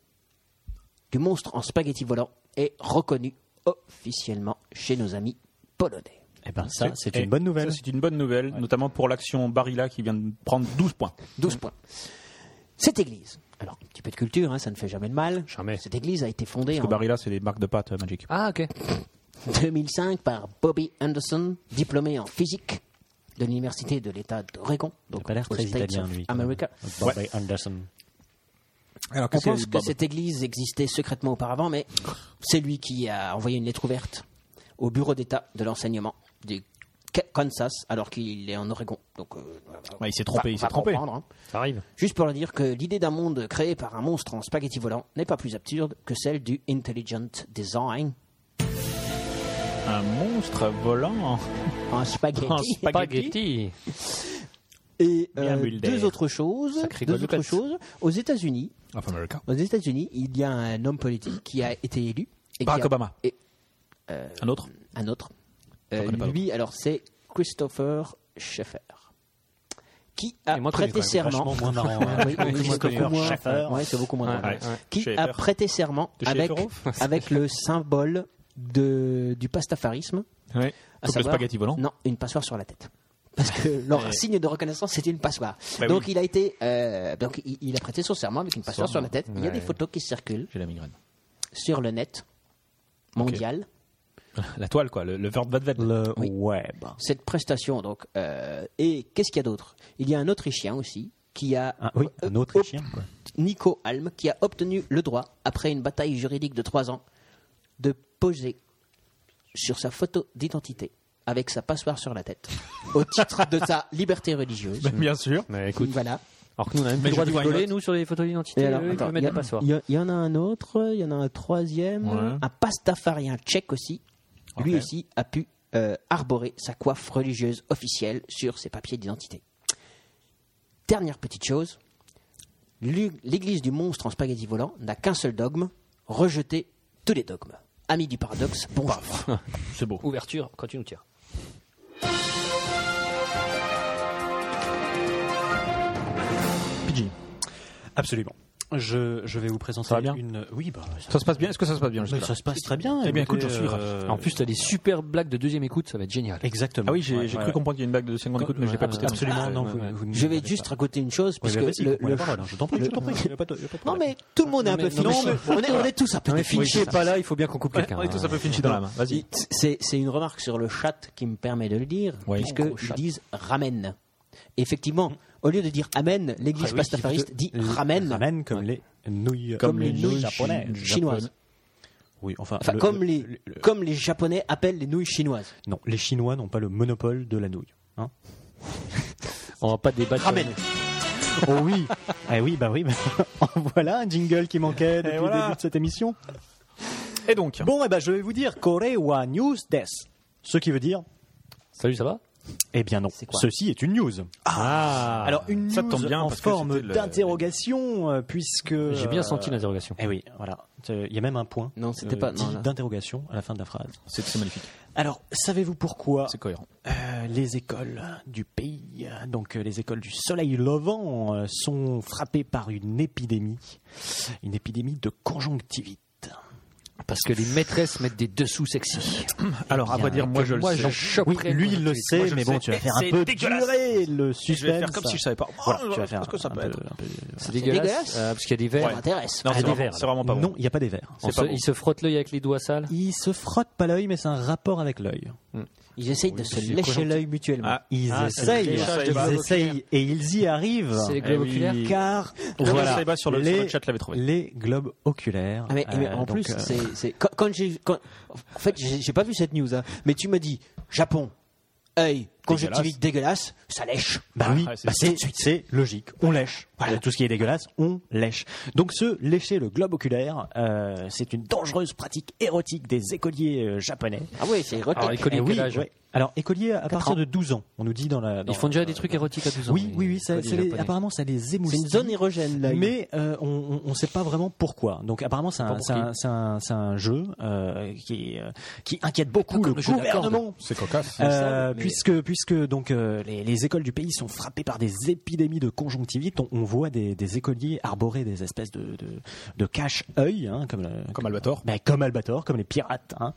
Speaker 6: du monstre en spaghetti volant est reconnue officiellement chez nos amis polonais.
Speaker 4: Eh ben ça, c'est
Speaker 1: Et
Speaker 4: une bonne nouvelle.
Speaker 1: ça, C'est une bonne nouvelle, notamment pour l'action Barilla qui vient de prendre 12 points.
Speaker 6: 12
Speaker 4: Mmh.
Speaker 6: points. Cette église, alors un petit peu de culture, hein, ça ne fait jamais de mal.
Speaker 5: Jamais.
Speaker 6: Cette église a été fondée
Speaker 1: Parce que
Speaker 6: en
Speaker 1: Barilla, c'est les marques de pâtes euh, Magic.
Speaker 5: Ah, ok.
Speaker 6: 2005 par Bobby Anderson, diplômé en physique de l'université de l'État d'Oregon.
Speaker 4: Il a
Speaker 6: Donc
Speaker 4: pas l'air
Speaker 6: aux
Speaker 4: très
Speaker 6: States
Speaker 4: italien,
Speaker 6: of
Speaker 4: lui.
Speaker 6: America.
Speaker 4: Bob Anderson.
Speaker 1: Alors,
Speaker 6: On pense que cette église existait secrètement auparavant, mais c'est lui qui a envoyé une lettre ouverte au bureau d'État de l'enseignement du K- Kansas, alors qu'il est en Oregon. Donc, euh, voilà.
Speaker 1: Ouais, il s'est trompé,
Speaker 6: Va-
Speaker 1: il s'est
Speaker 6: va
Speaker 1: trompé.
Speaker 6: comprendre, hein.
Speaker 5: Ça arrive.
Speaker 6: Juste pour leur dire que l'idée d'un monde créé par un monstre en spaghetti volant n'est pas plus absurde que celle du intelligent design
Speaker 1: Un monstre volant.
Speaker 6: en spaghetti.
Speaker 1: En spaghetti.
Speaker 5: Spaghetti.
Speaker 6: Et
Speaker 1: Bien
Speaker 6: euh,
Speaker 1: Mulder.
Speaker 6: deux autres choses,
Speaker 5: Sacré
Speaker 6: deux
Speaker 5: Golgoth.
Speaker 6: autres choses. Aux États-Unis,
Speaker 1: Of America.
Speaker 6: aux États-Unis, il y a un homme politique qui a été élu. et qui
Speaker 1: Barack
Speaker 6: a-
Speaker 1: Obama.
Speaker 6: et
Speaker 1: Un autre
Speaker 6: un autre. Euh,
Speaker 1: connais pas
Speaker 6: lui, alors c'est Christopher Schaeffer, qui a
Speaker 5: Et moins connu,
Speaker 6: prêté
Speaker 5: quand même.
Speaker 6: serment.
Speaker 4: Vachement moins marrant. hein.
Speaker 6: Oui, oui, c'est
Speaker 4: Christopher
Speaker 6: beaucoup moins-
Speaker 4: Schaeffer.
Speaker 6: ouais, c'est beaucoup moins drôle.
Speaker 5: ouais, ouais.
Speaker 6: Qui a
Speaker 1: Schaeffer.
Speaker 6: prêté serment
Speaker 1: De
Speaker 6: avec,
Speaker 1: Schaefferhof
Speaker 6: avec le symbole de, du pastafarisme.
Speaker 1: Oui.
Speaker 6: à
Speaker 1: Donc le
Speaker 6: savoir-
Speaker 1: spaghetti volant.
Speaker 6: Non, une passoire sur la tête. Parce que leur signe de reconnaissance, c'était une passoire.
Speaker 1: Bah oui.
Speaker 6: donc il a été, euh, donc il, il a prêté son serment avec une passoire sur la tête. Il y a des photos qui circulent
Speaker 1: J'ai la migraine.
Speaker 6: sur le net mondial.
Speaker 1: La toile, quoi. Le, le Verdvadved.
Speaker 4: Le
Speaker 6: Oui.
Speaker 4: web.
Speaker 6: Cette prestation, donc. euh, et qu'est-ce qu'il y a d'autre Il y a un Autrichien aussi qui a euh,
Speaker 4: Ah, oui, un autre chien. Quoi.
Speaker 6: oh. Nico Alm qui a obtenu le droit après une bataille juridique de trois ans de poser sur sa photo d'identité avec sa passoire sur la tête au titre de sa liberté religieuse.
Speaker 1: Bien sûr.
Speaker 5: Mais écoute,
Speaker 6: Voilà.
Speaker 5: alors que nous, on a même plus
Speaker 1: Mais
Speaker 5: le droit
Speaker 1: je
Speaker 5: de
Speaker 1: vois
Speaker 5: rigoler,
Speaker 1: une
Speaker 5: nous, sur les photos d'identité. euh,
Speaker 6: Et alors,
Speaker 5: eux, ils
Speaker 6: attends,
Speaker 5: peuvent
Speaker 6: il y
Speaker 5: mettre
Speaker 6: a-
Speaker 5: la passoire.
Speaker 6: Il y, a- il y en a un autre, il y en a un troisième,
Speaker 1: Ouais.
Speaker 6: un pastafarien tchèque aussi. Lui aussi a pu euh, arborer sa coiffe religieuse officielle sur ses papiers d'identité. Dernière petite chose, l'U- l'église du monstre en spaghetti volant n'a qu'un seul dogme, rejeter tous les dogmes. Ami du paradoxe, bonjour.
Speaker 1: C'est beau.
Speaker 5: Ouverture, quand tu nous tires.
Speaker 4: Pidgey. Absolument. Je, je vais vous présenter
Speaker 1: Ça va bien
Speaker 4: une. Oui, bah, ça,
Speaker 1: Ça se passe bien Est-ce que ça se passe bien
Speaker 4: mais
Speaker 1: jusque-là
Speaker 4: ça se passe très bien.
Speaker 1: Eh bien, écoute,
Speaker 4: écoutez,
Speaker 1: j'en suis ravi.
Speaker 4: euh,
Speaker 5: En plus, t'as des superbes blagues de deuxième écoute, ça va être génial.
Speaker 4: exactement.
Speaker 1: Ah oui, j'ai
Speaker 4: Ouais,
Speaker 1: j'ai
Speaker 4: ouais,
Speaker 1: cru
Speaker 4: ouais.
Speaker 1: comprendre qu'il y a une bague de seconde écoute, mais je l'ai pas
Speaker 4: Ouais,
Speaker 1: écouté.
Speaker 4: Absolument,
Speaker 1: Ah,
Speaker 4: non.
Speaker 1: ouais,
Speaker 4: vous-
Speaker 1: ouais.
Speaker 4: vous ne
Speaker 6: Je vais
Speaker 4: l'avez
Speaker 6: juste
Speaker 4: pas.
Speaker 6: raconter une chose,
Speaker 4: Oui,
Speaker 6: puisque
Speaker 4: mais vas-y,
Speaker 6: le,
Speaker 4: coupe-moi
Speaker 6: le-
Speaker 4: la parole, hein, Je t'en prie, je t'en prie. il y a pas de- il y a pas de
Speaker 6: hein. Non
Speaker 4: problème.
Speaker 6: mais tout le monde est un peu
Speaker 4: non,
Speaker 6: fichu. On est, on est tous un peu
Speaker 5: Fichier
Speaker 6: fichu.
Speaker 5: pas là, il faut bien qu'on coupe quelqu'un.
Speaker 1: On est tous un peu finis dans la main. Vas-y.
Speaker 6: C'est c'est une remarque sur le chat qui me permet de le dire,
Speaker 1: Ouais.
Speaker 6: puisque
Speaker 1: Gros
Speaker 6: ils disent ramène. Effectivement, au lieu de dire amen,
Speaker 4: Ah
Speaker 6: l'église pastafariste dit
Speaker 4: Euh,
Speaker 6: ramen,
Speaker 4: Ramen comme les nouilles.
Speaker 6: comme les nouilles chi- chinoises.
Speaker 4: Oui, enfin.
Speaker 6: Enfin,
Speaker 4: le-
Speaker 6: comme,
Speaker 4: le-
Speaker 6: les,
Speaker 4: le- le-
Speaker 6: comme les japonais appellent les nouilles chinoises.
Speaker 4: Non, les Chinois n'ont pas le monopole de la nouille. hein.
Speaker 5: On va pas débattre.
Speaker 6: Ramen.
Speaker 4: Oh oui Eh oui, bah oui, bah, voilà un jingle qui manquait depuis
Speaker 1: voilà.
Speaker 4: le début de cette émission.
Speaker 1: Et donc
Speaker 4: Bon, eh ben, je vais vous dire Korewa News Des. Ce qui veut dire,
Speaker 5: Salut, ça va
Speaker 4: eh bien non,
Speaker 6: quoi
Speaker 4: ceci est une news.
Speaker 1: Ah
Speaker 4: Alors, une
Speaker 1: Ça
Speaker 4: news
Speaker 1: tombe bien,
Speaker 4: en
Speaker 1: parce que
Speaker 4: forme
Speaker 1: c'était le-
Speaker 4: d'interrogation, euh, puisque...
Speaker 5: J'ai bien
Speaker 4: euh,
Speaker 5: senti l'interrogation.
Speaker 4: Eh oui, voilà. Euh, Il y a même un point euh,
Speaker 6: Non, c'était pas-
Speaker 4: dit
Speaker 6: non, là.
Speaker 4: d'interrogation à la fin de la phrase.
Speaker 1: C'est c'est magnifique.
Speaker 4: Alors, savez-vous pourquoi
Speaker 1: C'est cohérent.
Speaker 4: Euh, les écoles du pays, donc euh, les écoles du soleil levant, euh, sont frappées par une épidémie, une épidémie de conjonctivite.
Speaker 5: Parce que les maîtresses mettent des dessous sexy.
Speaker 1: Alors, à vrai dire, moi je le
Speaker 5: Moi, j'en
Speaker 1: sais.
Speaker 5: choperais.
Speaker 4: Oui, lui il le Eh, sait,
Speaker 1: je
Speaker 4: mais
Speaker 1: le
Speaker 4: bon,
Speaker 1: sais.
Speaker 4: tu vas
Speaker 1: Et
Speaker 4: faire un
Speaker 1: c'est
Speaker 4: peu
Speaker 1: dégueulasse.
Speaker 4: durer le suspense.
Speaker 1: Je vais faire comme si je savais pas.
Speaker 4: Voilà,
Speaker 1: Oh,
Speaker 4: tu vas faire
Speaker 1: Parce que ça
Speaker 4: un
Speaker 1: peut
Speaker 4: peu-
Speaker 1: être.
Speaker 4: un peu-
Speaker 5: C'est
Speaker 6: dégueulasse.
Speaker 5: dégueulasse. euh, parce qu'il y a des
Speaker 6: Ça
Speaker 5: verres.
Speaker 6: m'intéresse.
Speaker 1: Non,
Speaker 5: Ah,
Speaker 1: c'est
Speaker 5: des
Speaker 1: vraiment-
Speaker 5: verres,
Speaker 1: c'est vraiment pas bon.
Speaker 4: Non, il n'y a pas des verres.
Speaker 5: On
Speaker 1: C'est
Speaker 5: se-
Speaker 1: pas bon.
Speaker 5: Ils se frottent l'œil avec les doigts sales.
Speaker 4: Ils se frottent pas l'œil, mais c'est un rapport avec l'œil.
Speaker 6: Ils essayent de se
Speaker 5: c'est
Speaker 6: lécher
Speaker 5: cogentil.
Speaker 6: l'œil mutuellement.
Speaker 1: Ah.
Speaker 4: Ils
Speaker 5: Ah, c'est
Speaker 4: essayent,
Speaker 5: le
Speaker 1: décharge de
Speaker 4: ils
Speaker 1: globes
Speaker 4: essayent et ils y arrivent.
Speaker 5: C'est les
Speaker 1: Eh
Speaker 5: globes
Speaker 1: oui.
Speaker 5: oculaires.
Speaker 4: Car
Speaker 1: Thomas
Speaker 4: voilà,
Speaker 1: Saiba sur le- sur le chat l'avait trouvé.
Speaker 4: Les globes oculaires.
Speaker 6: Ah, mais, mais
Speaker 4: euh,
Speaker 6: en
Speaker 4: donc,
Speaker 6: plus,
Speaker 4: euh,
Speaker 6: c'est c'est- quand, quand j'ai quand- en fait j'ai j'ai pas vu cette news, hein, mais tu m'as dit Japon, œil, conjonctivite dégueulasse, ça lèche.
Speaker 4: Bah oui,
Speaker 1: Ah, c'est
Speaker 4: bah
Speaker 1: tout
Speaker 4: c'est c'est logique. On lèche. Voilà, tout ce qui est dégueulasse, on lèche. Donc se lécher le globe oculaire, euh, c'est une dangereuse pratique érotique des écoliers euh, japonais.
Speaker 6: Ah oui, c'est
Speaker 5: Alors,
Speaker 6: érotique.
Speaker 5: écolier,
Speaker 4: Eh oui,
Speaker 5: quel âge
Speaker 4: ouais. Alors écoliers à partir
Speaker 6: ans.
Speaker 4: de 12 ans, on nous dit dans la. dans-
Speaker 5: Ils font déjà des trucs érotiques à 12 ans.
Speaker 4: Oui,
Speaker 5: les-
Speaker 4: oui, oui. ça-
Speaker 5: les ah,
Speaker 4: ça les-
Speaker 5: Japonais.
Speaker 4: apparemment, ça les
Speaker 6: C'est
Speaker 4: émoustille.
Speaker 6: une zone érogène là.
Speaker 4: Mais euh, on ne sait pas vraiment pourquoi. Donc apparemment, c'est un,
Speaker 5: pour
Speaker 4: c'est
Speaker 5: qui.
Speaker 4: un- c'est un- c'est un jeu euh, qui, euh, qui inquiète beaucoup le,
Speaker 5: Ah, le jeu de la
Speaker 4: gouvernement.
Speaker 1: C'est cocasse.
Speaker 4: Euh, puisque puisque donc euh, les, les écoles du pays sont frappées par des épidémies de conjonctivite, on, on voit des, des écoliers arborer des espèces de de, de cache œil, hein, comme le-
Speaker 1: Comme Albator.
Speaker 4: ben, comme Albator, comme les pirates. hein.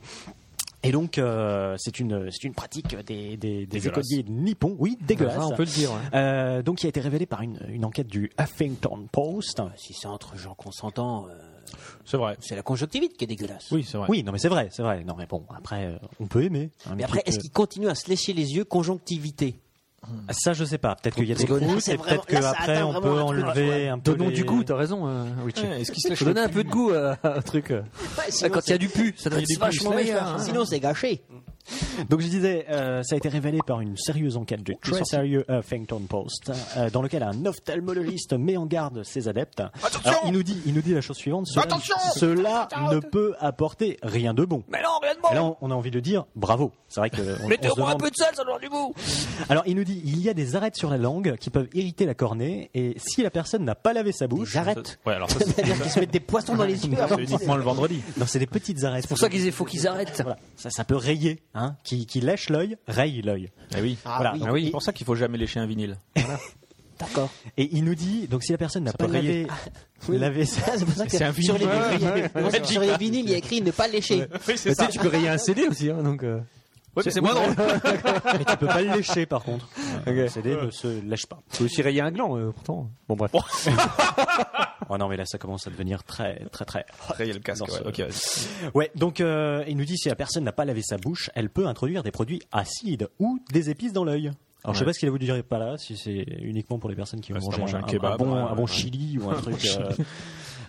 Speaker 4: Et donc, euh, c'est une, c'est une pratique des, des, des écoliers nippons, oui, dégueulasse.
Speaker 5: Ah, on peut le dire, ouais.
Speaker 4: Euh, donc, qui a été révélée par une, une enquête du Huffington Post. Hein,
Speaker 6: Si c'est entre gens consentants, euh,
Speaker 1: C'est vrai.
Speaker 6: c'est la conjonctivite qui est dégueulasse.
Speaker 1: Oui, c'est vrai.
Speaker 4: Oui, non, mais c'est vrai, c'est vrai. Non, mais bon, après, euh, on peut aimer. hein,
Speaker 6: Mais après,
Speaker 4: petite,
Speaker 6: est-ce qu'ils continuent à se lécher les yeux conjonctivité
Speaker 4: euh, Ça, je sais pas. Peut-être qu'il y a des
Speaker 6: Parce que là,
Speaker 4: croûtes
Speaker 6: c'est
Speaker 4: et
Speaker 6: vraiment-
Speaker 4: peut-être que
Speaker 6: là, ça
Speaker 4: après,
Speaker 6: atteint
Speaker 4: on
Speaker 6: vraiment
Speaker 4: peut
Speaker 6: un truc,
Speaker 4: enlever un peu.
Speaker 5: Donnons
Speaker 4: les-
Speaker 5: du goût, t'as raison, euh, Richie.
Speaker 7: Est-ce qu'il se lèche
Speaker 5: Faut donner un peu de goût à à un truc. euh. quand il y a du pu, ça doit être vachement meilleur. hein.
Speaker 6: Ah. Sinon, c'est gâché.
Speaker 4: Donc je disais, euh, ça a été révélé par une sérieuse enquête du très sérieux Huffington Post, euh, dans lequel un ophtalmologiste met en garde ses adeptes. Alors, il nous dit, il nous dit la chose suivante cela, cela ne peut apporter rien de bon.
Speaker 6: Mais non, rien de bon.
Speaker 4: Et là, on- on a envie de dire bravo. C'est vrai que. on- on se
Speaker 6: Mettez-moi un
Speaker 4: demande-
Speaker 6: peu de sel, ça doit du goût.
Speaker 4: Alors, il nous dit il y a des arêtes sur la langue qui peuvent irriter la cornée, et si la personne n'a pas lavé sa bouche.
Speaker 6: J'arrête.
Speaker 1: Ouais, alors ça, c'est-
Speaker 6: C'est-à-dire qu'ils se mettent des poissons dans les yeux.
Speaker 5: Ah,
Speaker 6: avant
Speaker 1: c'est
Speaker 6: de-
Speaker 1: uniquement le vendredi.
Speaker 4: Non, c'est des petites arêtes. C'est
Speaker 5: pour ça qu'ils faut qu'ils arrêtent.
Speaker 4: ça, ça peut rayer, hein. Qui, qui lèche l'œil, raye l'œil.
Speaker 1: Ah oui.
Speaker 6: Ah
Speaker 4: Voilà.
Speaker 6: oui,
Speaker 1: Ah oui, c'est pour ça qu'il faut jamais lécher un vinyle.
Speaker 6: d'accord.
Speaker 4: Et il nous dit, donc si la personne n'a
Speaker 1: Ça
Speaker 4: pas
Speaker 1: peut rayer.
Speaker 4: lavé, lavé sa-
Speaker 6: Ah, c'est pour ça que
Speaker 1: C'est un
Speaker 6: sur les
Speaker 1: vinyle.
Speaker 6: vinyles, il y a- sur les vinyles, il y a écrit ne pas lécher.
Speaker 5: Mais tu sais, tu peux rayer un CD aussi, hein, donc. euh.
Speaker 1: c'est moins drôle.
Speaker 4: mais tu peux pas le lécher par contre. Euh. Le CD ne se lèche pas.
Speaker 5: Tu peux aussi rayer un gland, euh, pourtant. Bon, bref.
Speaker 4: Oh non, mais là ça commence à devenir très très très.
Speaker 1: Rayer le casque.
Speaker 4: Dans ce-
Speaker 1: ouais. Ok, vas-y.
Speaker 4: Ouais, donc euh, il nous dit si la personne n'a pas lavé sa bouche, elle peut introduire des produits acides ou des épices dans l'œil. Alors je sais pas ce qu'il a voulu dire par là, si c'est uniquement pour les personnes qui
Speaker 1: Ouais,
Speaker 4: vont
Speaker 1: si t'as
Speaker 4: manger,
Speaker 1: mangé
Speaker 4: un,
Speaker 1: un kebab,
Speaker 4: un bon,
Speaker 1: ouais,
Speaker 4: un bon
Speaker 1: ouais.
Speaker 4: chili ou un truc. euh,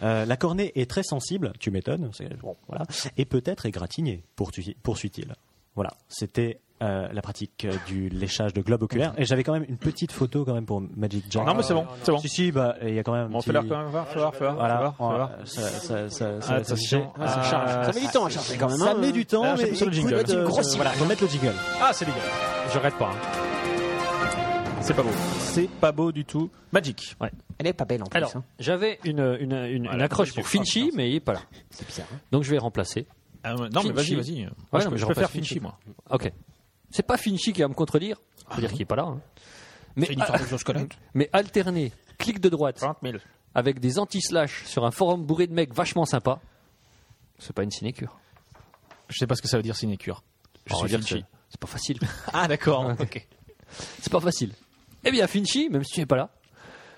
Speaker 4: euh, la cornée est très sensible, tu m'étonnes, c'est- bon, voilà, et peut-être égratignée, poursuit- poursuit-il. Voilà, c'était euh, la pratique euh, du léchage de globe oculaire. Et j'avais quand même une petite photo quand même pour Magic Jack.
Speaker 1: Non, mais c'est bon, c'est bon.
Speaker 4: Si, si, bah, il y a quand même. un
Speaker 1: On
Speaker 4: petit-
Speaker 1: fait leur quand même voir, faut voir, faut voir,
Speaker 4: Voilà, Euh,
Speaker 1: faut voir.
Speaker 4: ça, ça, ça, ça, ça,
Speaker 1: Attention.
Speaker 4: ça- ça
Speaker 1: Ah,
Speaker 4: charge.
Speaker 1: ça
Speaker 6: Ça met du temps à charger quand même.
Speaker 4: Ça
Speaker 6: hein.
Speaker 4: met du temps,
Speaker 1: Alors, j'ai
Speaker 4: mais
Speaker 1: plus sur le
Speaker 4: écoute,
Speaker 1: jingle.
Speaker 4: euh,
Speaker 6: Grosse
Speaker 4: voilà, je vais mettre le jingle.
Speaker 1: Ah, c'est dégueulasse. J'arrête pas. hein. C'est pas beau. C'est pas beau du tout. Magic.
Speaker 6: Elle est pas belle en plus.
Speaker 5: Alors,
Speaker 6: hein.
Speaker 5: j'avais une, une, une, une accroche pour Finchy, mais il est pas là.
Speaker 6: C'est bizarre. hein.
Speaker 5: Donc je vais remplacer.
Speaker 1: Ah, ouais, non, mais vas-y,
Speaker 5: Finchy.
Speaker 1: vas-y. Moi,
Speaker 5: Ouais,
Speaker 1: je,
Speaker 5: non, mais
Speaker 1: peux- je
Speaker 5: je
Speaker 1: peux faire
Speaker 5: repasse
Speaker 1: Finchy,
Speaker 5: Finchy.
Speaker 1: moi. Ah
Speaker 5: Ok. C'est pas Finchy qui va me contredire. C'est-à-dire qu'il est pas là. hein. Mais,
Speaker 1: Mm.
Speaker 5: mais alterner clic de droite
Speaker 1: 30 000.
Speaker 5: avec des anti-slash sur un forum bourré de mecs vachement sympas, c'est pas une sinécure.
Speaker 1: Je sais pas ce que ça veut dire sinécure. Je
Speaker 5: On va
Speaker 1: suis
Speaker 5: dire
Speaker 1: Finchy.
Speaker 5: que C'est pas facile.
Speaker 1: Ah, d'accord. ok.
Speaker 5: C'est pas facile. Eh bien, Finchy, même si tu n'es pas là,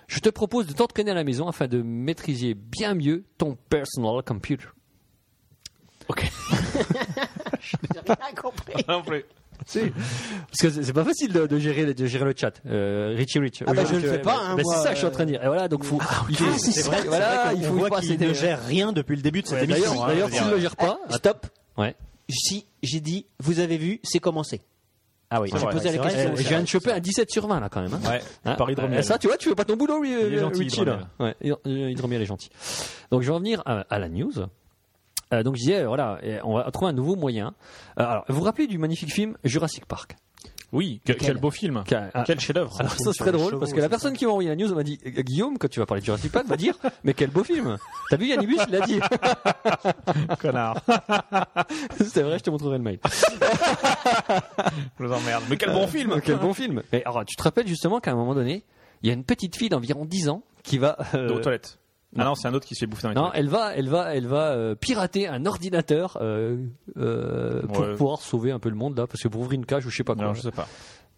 Speaker 5: je te propose de t'entraîner à la maison afin de maîtriser bien mieux ton personal computer.
Speaker 6: J'ai rien compris.
Speaker 1: Non plus.
Speaker 5: Parce que c'est c'est pas facile de, de gérer, le- de gérer le chat. Euh, Richie Rich.
Speaker 6: Ah bah,
Speaker 5: Euh,
Speaker 6: je le fais pas, hein,
Speaker 5: bah,
Speaker 6: moi,
Speaker 5: c'est ça que je suis en
Speaker 6: euh,
Speaker 5: train de dire. Et voilà, donc faut. il
Speaker 4: Ah,
Speaker 5: faut-
Speaker 6: c'est ça.
Speaker 5: vrai, Ah, voilà, il faut
Speaker 4: On voit
Speaker 5: pas
Speaker 4: qu'il
Speaker 5: céder.
Speaker 4: ne gère rien depuis le début de cette
Speaker 5: Ouais,
Speaker 4: émission.
Speaker 5: D'ailleurs, d'ailleurs, s'il ne le gère pas,
Speaker 6: Stop.
Speaker 5: ouais.
Speaker 6: Si j'ai dit, vous avez vu, c'est commencé.
Speaker 4: Ah oui,
Speaker 6: J'ai posé la question.
Speaker 5: je viens de choper un 17 sur 20 là quand même. hein.
Speaker 1: Ouais,
Speaker 5: Hein
Speaker 1: Paris de
Speaker 5: Et Ça, tu vois, tu fais pas ton boulot, lui,
Speaker 1: est
Speaker 5: euh,
Speaker 1: gentil,
Speaker 5: Richie, là. Ouais, il- euh, Hydromiel est gentil. Donc, je vais en venir à, à la news. Euh, donc, je disais, euh, voilà, euh, on va trouver un nouveau moyen. Euh, alors, vous vous rappelez du magnifique film Jurassic Park
Speaker 1: Oui, que- quel Ah. beau film.
Speaker 5: qui a-
Speaker 1: Quel chef-d'œuvre.
Speaker 5: Alors, ça, c'est très drôle parce que la personne qui m'a envoyé la news m'a dit euh, Guillaume, quand tu vas parler de Jurassic Park, va dire Mais quel beau film T'as vu Yannibus Il l'a dit.
Speaker 1: Connard.
Speaker 5: C'était vrai, je te montrerai le mail.
Speaker 1: Je vous emmerde. Mais quel bon film.
Speaker 5: Quel bon film Et alors, tu te rappelles justement qu'à un moment donné, il y a une petite fille d'environ 10 ans qui va. euh,
Speaker 1: De aux toilettes. Ah non, c'est un autre qui se fait bouffer dans les
Speaker 5: Non,
Speaker 1: toilettes.
Speaker 5: elle va, elle va, elle va euh, pirater un ordinateur euh, euh, pour
Speaker 1: Ouais.
Speaker 5: pouvoir sauver un peu le monde là, parce que pour ouvrir une cage ou je sais pas quoi.
Speaker 1: Non,
Speaker 5: Tu
Speaker 1: je sais pas.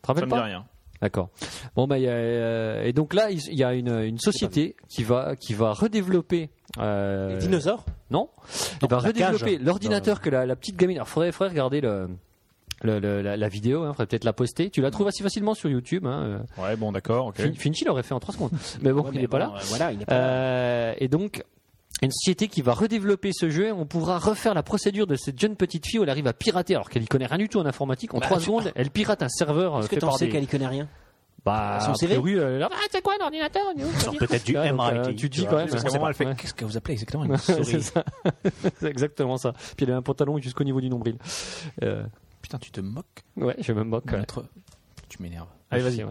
Speaker 5: te rappelles
Speaker 1: Ça me dit
Speaker 5: pas
Speaker 1: rien.
Speaker 5: D'accord. Bon bah il y a, euh, et donc là il il y a une, une société qui va qui va redévelopper. euh,
Speaker 4: Les dinosaures
Speaker 5: Non. Elle va
Speaker 4: la cage.
Speaker 5: redévelopper l'ordinateur que la, la petite gamine. Alors faudrait, faudrait regarder le. le- le- la, la vidéo, hein, faudrait peut-être la poster. Tu la trouves assez facilement sur YouTube. Hein.
Speaker 1: Ouais, bon, d'accord, ok.
Speaker 5: Fin- Finchy l'aurait fait en 3 secondes. Mais bon, il n'est pas là.
Speaker 6: Voilà, il est pas
Speaker 5: Euh, et donc, une société qui va redévelopper ce jeu, on pourra refaire la procédure de cette jeune petite fille où elle arrive à pirater, alors qu'elle y connaît rien du tout en informatique. En 3 secondes, elle pirate un serveur. euh,
Speaker 6: Est-ce que
Speaker 5: fait
Speaker 6: t'en
Speaker 5: par
Speaker 6: sais
Speaker 5: des-
Speaker 6: qu'elle y connaît rien
Speaker 5: Bah,
Speaker 6: son
Speaker 5: a
Speaker 6: CV?
Speaker 5: priori, euh, elle a- Ah, c'est quoi un ordinateur on est où
Speaker 4: Genre peut-être du
Speaker 5: Ouais, donc, euh,
Speaker 4: MIT.
Speaker 5: Tu dis
Speaker 4: vois,
Speaker 5: quand même.
Speaker 4: parce
Speaker 5: on
Speaker 4: que
Speaker 5: sait pas. Ouais.
Speaker 1: Qu'est-ce que vous appelez exactement
Speaker 5: Ouais, c'est ça. C'est exactement ça. Puis elle a un pantalon jusqu'au niveau du nombril. Euh,
Speaker 1: Putain, tu te moques
Speaker 5: ouais, je me moque. ouais.
Speaker 1: notre- Tu m'énerves.
Speaker 5: Allez, vas-y.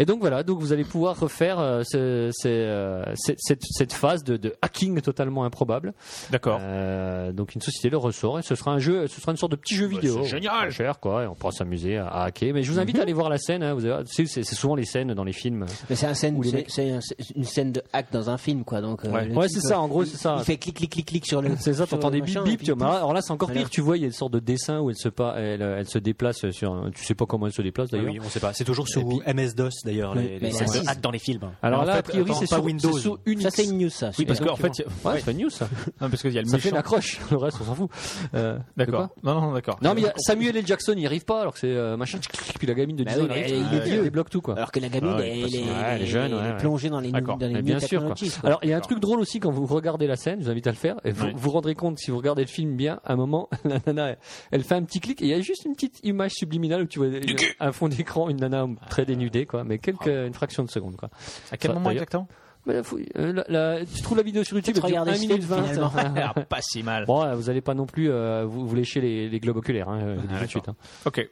Speaker 5: Et donc voilà, donc vous allez pouvoir refaire euh, ce- ces, euh, cette, cette- cette phase de, de hacking totalement improbable.
Speaker 1: D'accord.
Speaker 5: Euh, donc une société le ressort et ce sera un jeu, ce sera une sorte de petit jeu
Speaker 4: Bah,
Speaker 5: vidéo.
Speaker 1: c'est génial.
Speaker 5: Pas cher quoi, et on pourra s'amuser à, à hacker. Mais je vous
Speaker 4: Mhm.
Speaker 5: invite à aller voir la scène. hein, vous allez voir. c'est, c'est- c'est souvent les scènes dans les films.
Speaker 6: Mais c'est un scène,
Speaker 5: Ou les
Speaker 6: c'est-
Speaker 5: mecs.
Speaker 6: c'est un- c'est une scène de hack dans un film, quoi. Donc, euh,
Speaker 1: Ouais.
Speaker 6: le
Speaker 5: Ouais,
Speaker 6: type,
Speaker 5: c'est ça, en gros,
Speaker 6: il-
Speaker 5: c'est ça.
Speaker 6: Il fait clic, clic, clic, clic sur le.
Speaker 5: C'est ça,
Speaker 6: sur
Speaker 5: t'entends
Speaker 6: le
Speaker 5: des bip
Speaker 6: machin, et
Speaker 5: bip,
Speaker 6: puis
Speaker 5: tu vois. Mais
Speaker 6: pouf.
Speaker 5: Alors là, c'est encore
Speaker 6: Voilà.
Speaker 5: pire. Tu vois, il y a une sorte de dessin où elle se, pas, elle, elle se déplace sur. un- Tu sais pas comment elle se déplace
Speaker 6: Ah
Speaker 5: d'ailleurs.
Speaker 4: on sait pas. C'est toujours sur MS-DOS d'ailleurs,
Speaker 6: Oui,
Speaker 4: les,
Speaker 6: mais
Speaker 4: les
Speaker 6: ça,
Speaker 4: les
Speaker 6: c'est-
Speaker 4: hacks dans les films.
Speaker 5: Alors
Speaker 4: Mais en
Speaker 5: là,
Speaker 4: fait,
Speaker 5: a priori,
Speaker 4: attends,
Speaker 5: c'est
Speaker 4: pas
Speaker 5: sur,
Speaker 4: Windows.
Speaker 5: c'est sur Unix.
Speaker 6: Ça, c'est une news, ça.
Speaker 1: Oui, parce
Speaker 6: celui-là.
Speaker 1: qu'en fait, il y a-
Speaker 5: Ouais, c'est une news. Ça,
Speaker 1: non, parce qu'il y a le
Speaker 5: ça fait
Speaker 1: méchant.
Speaker 5: l'accroche. Le reste, on s'en fout. Euh, de quoi
Speaker 1: D'accord. Non, non, d'accord.
Speaker 5: Non, mais il y a Samuel L. Jackson, il n'y arrive pas, alors que c'est euh, machin, tchic, tchic, puis la gamine de
Speaker 6: Bah
Speaker 5: 10 ans,
Speaker 6: oui,
Speaker 5: elle arrive,
Speaker 6: mais
Speaker 5: il
Speaker 6: il est
Speaker 5: débloque-
Speaker 6: vieux.
Speaker 5: il débloque tout, quoi.
Speaker 6: Alors que la gamine,
Speaker 1: Ah ouais,
Speaker 6: elle,
Speaker 1: parce-
Speaker 6: est-
Speaker 5: ouais, elle est jeune,
Speaker 6: elle
Speaker 5: ouais,
Speaker 6: est
Speaker 5: ouais.
Speaker 6: plongée dans les,
Speaker 1: D'accord.
Speaker 6: dans les
Speaker 5: Mais
Speaker 6: new
Speaker 5: bien sûr, quoi.
Speaker 6: technologies, quoi.
Speaker 5: Alors, il y a un truc drôle aussi quand vous regardez la scène, je vous invite à le faire, et vous
Speaker 1: Ouais.
Speaker 5: vous rendrez compte, si vous regardez le film bien, à un moment, la nana, elle, elle fait un petit clic, et il y a juste une petite image subliminale où tu vois une- un fond d'écran, une nana très dénudée, quoi, mais quelques,
Speaker 1: Ah.
Speaker 5: une fraction de seconde, quoi.
Speaker 1: À quel
Speaker 5: Ça,
Speaker 1: moment
Speaker 5: d'ailleurs-
Speaker 1: exactement
Speaker 5: Mais faut- euh, la- la- tu trouves la vidéo sur YouTube, elle dure
Speaker 6: regarder
Speaker 5: 1
Speaker 6: ce
Speaker 5: minute
Speaker 6: film,
Speaker 5: 20.
Speaker 6: finalement.
Speaker 1: Ah, Pas si mal.
Speaker 5: Bon, euh, vous allez pas non plus euh, vous, vous lécher les, les globes oculaires, hein, euh, je vous dis tout de suite. hein.
Speaker 1: Ok.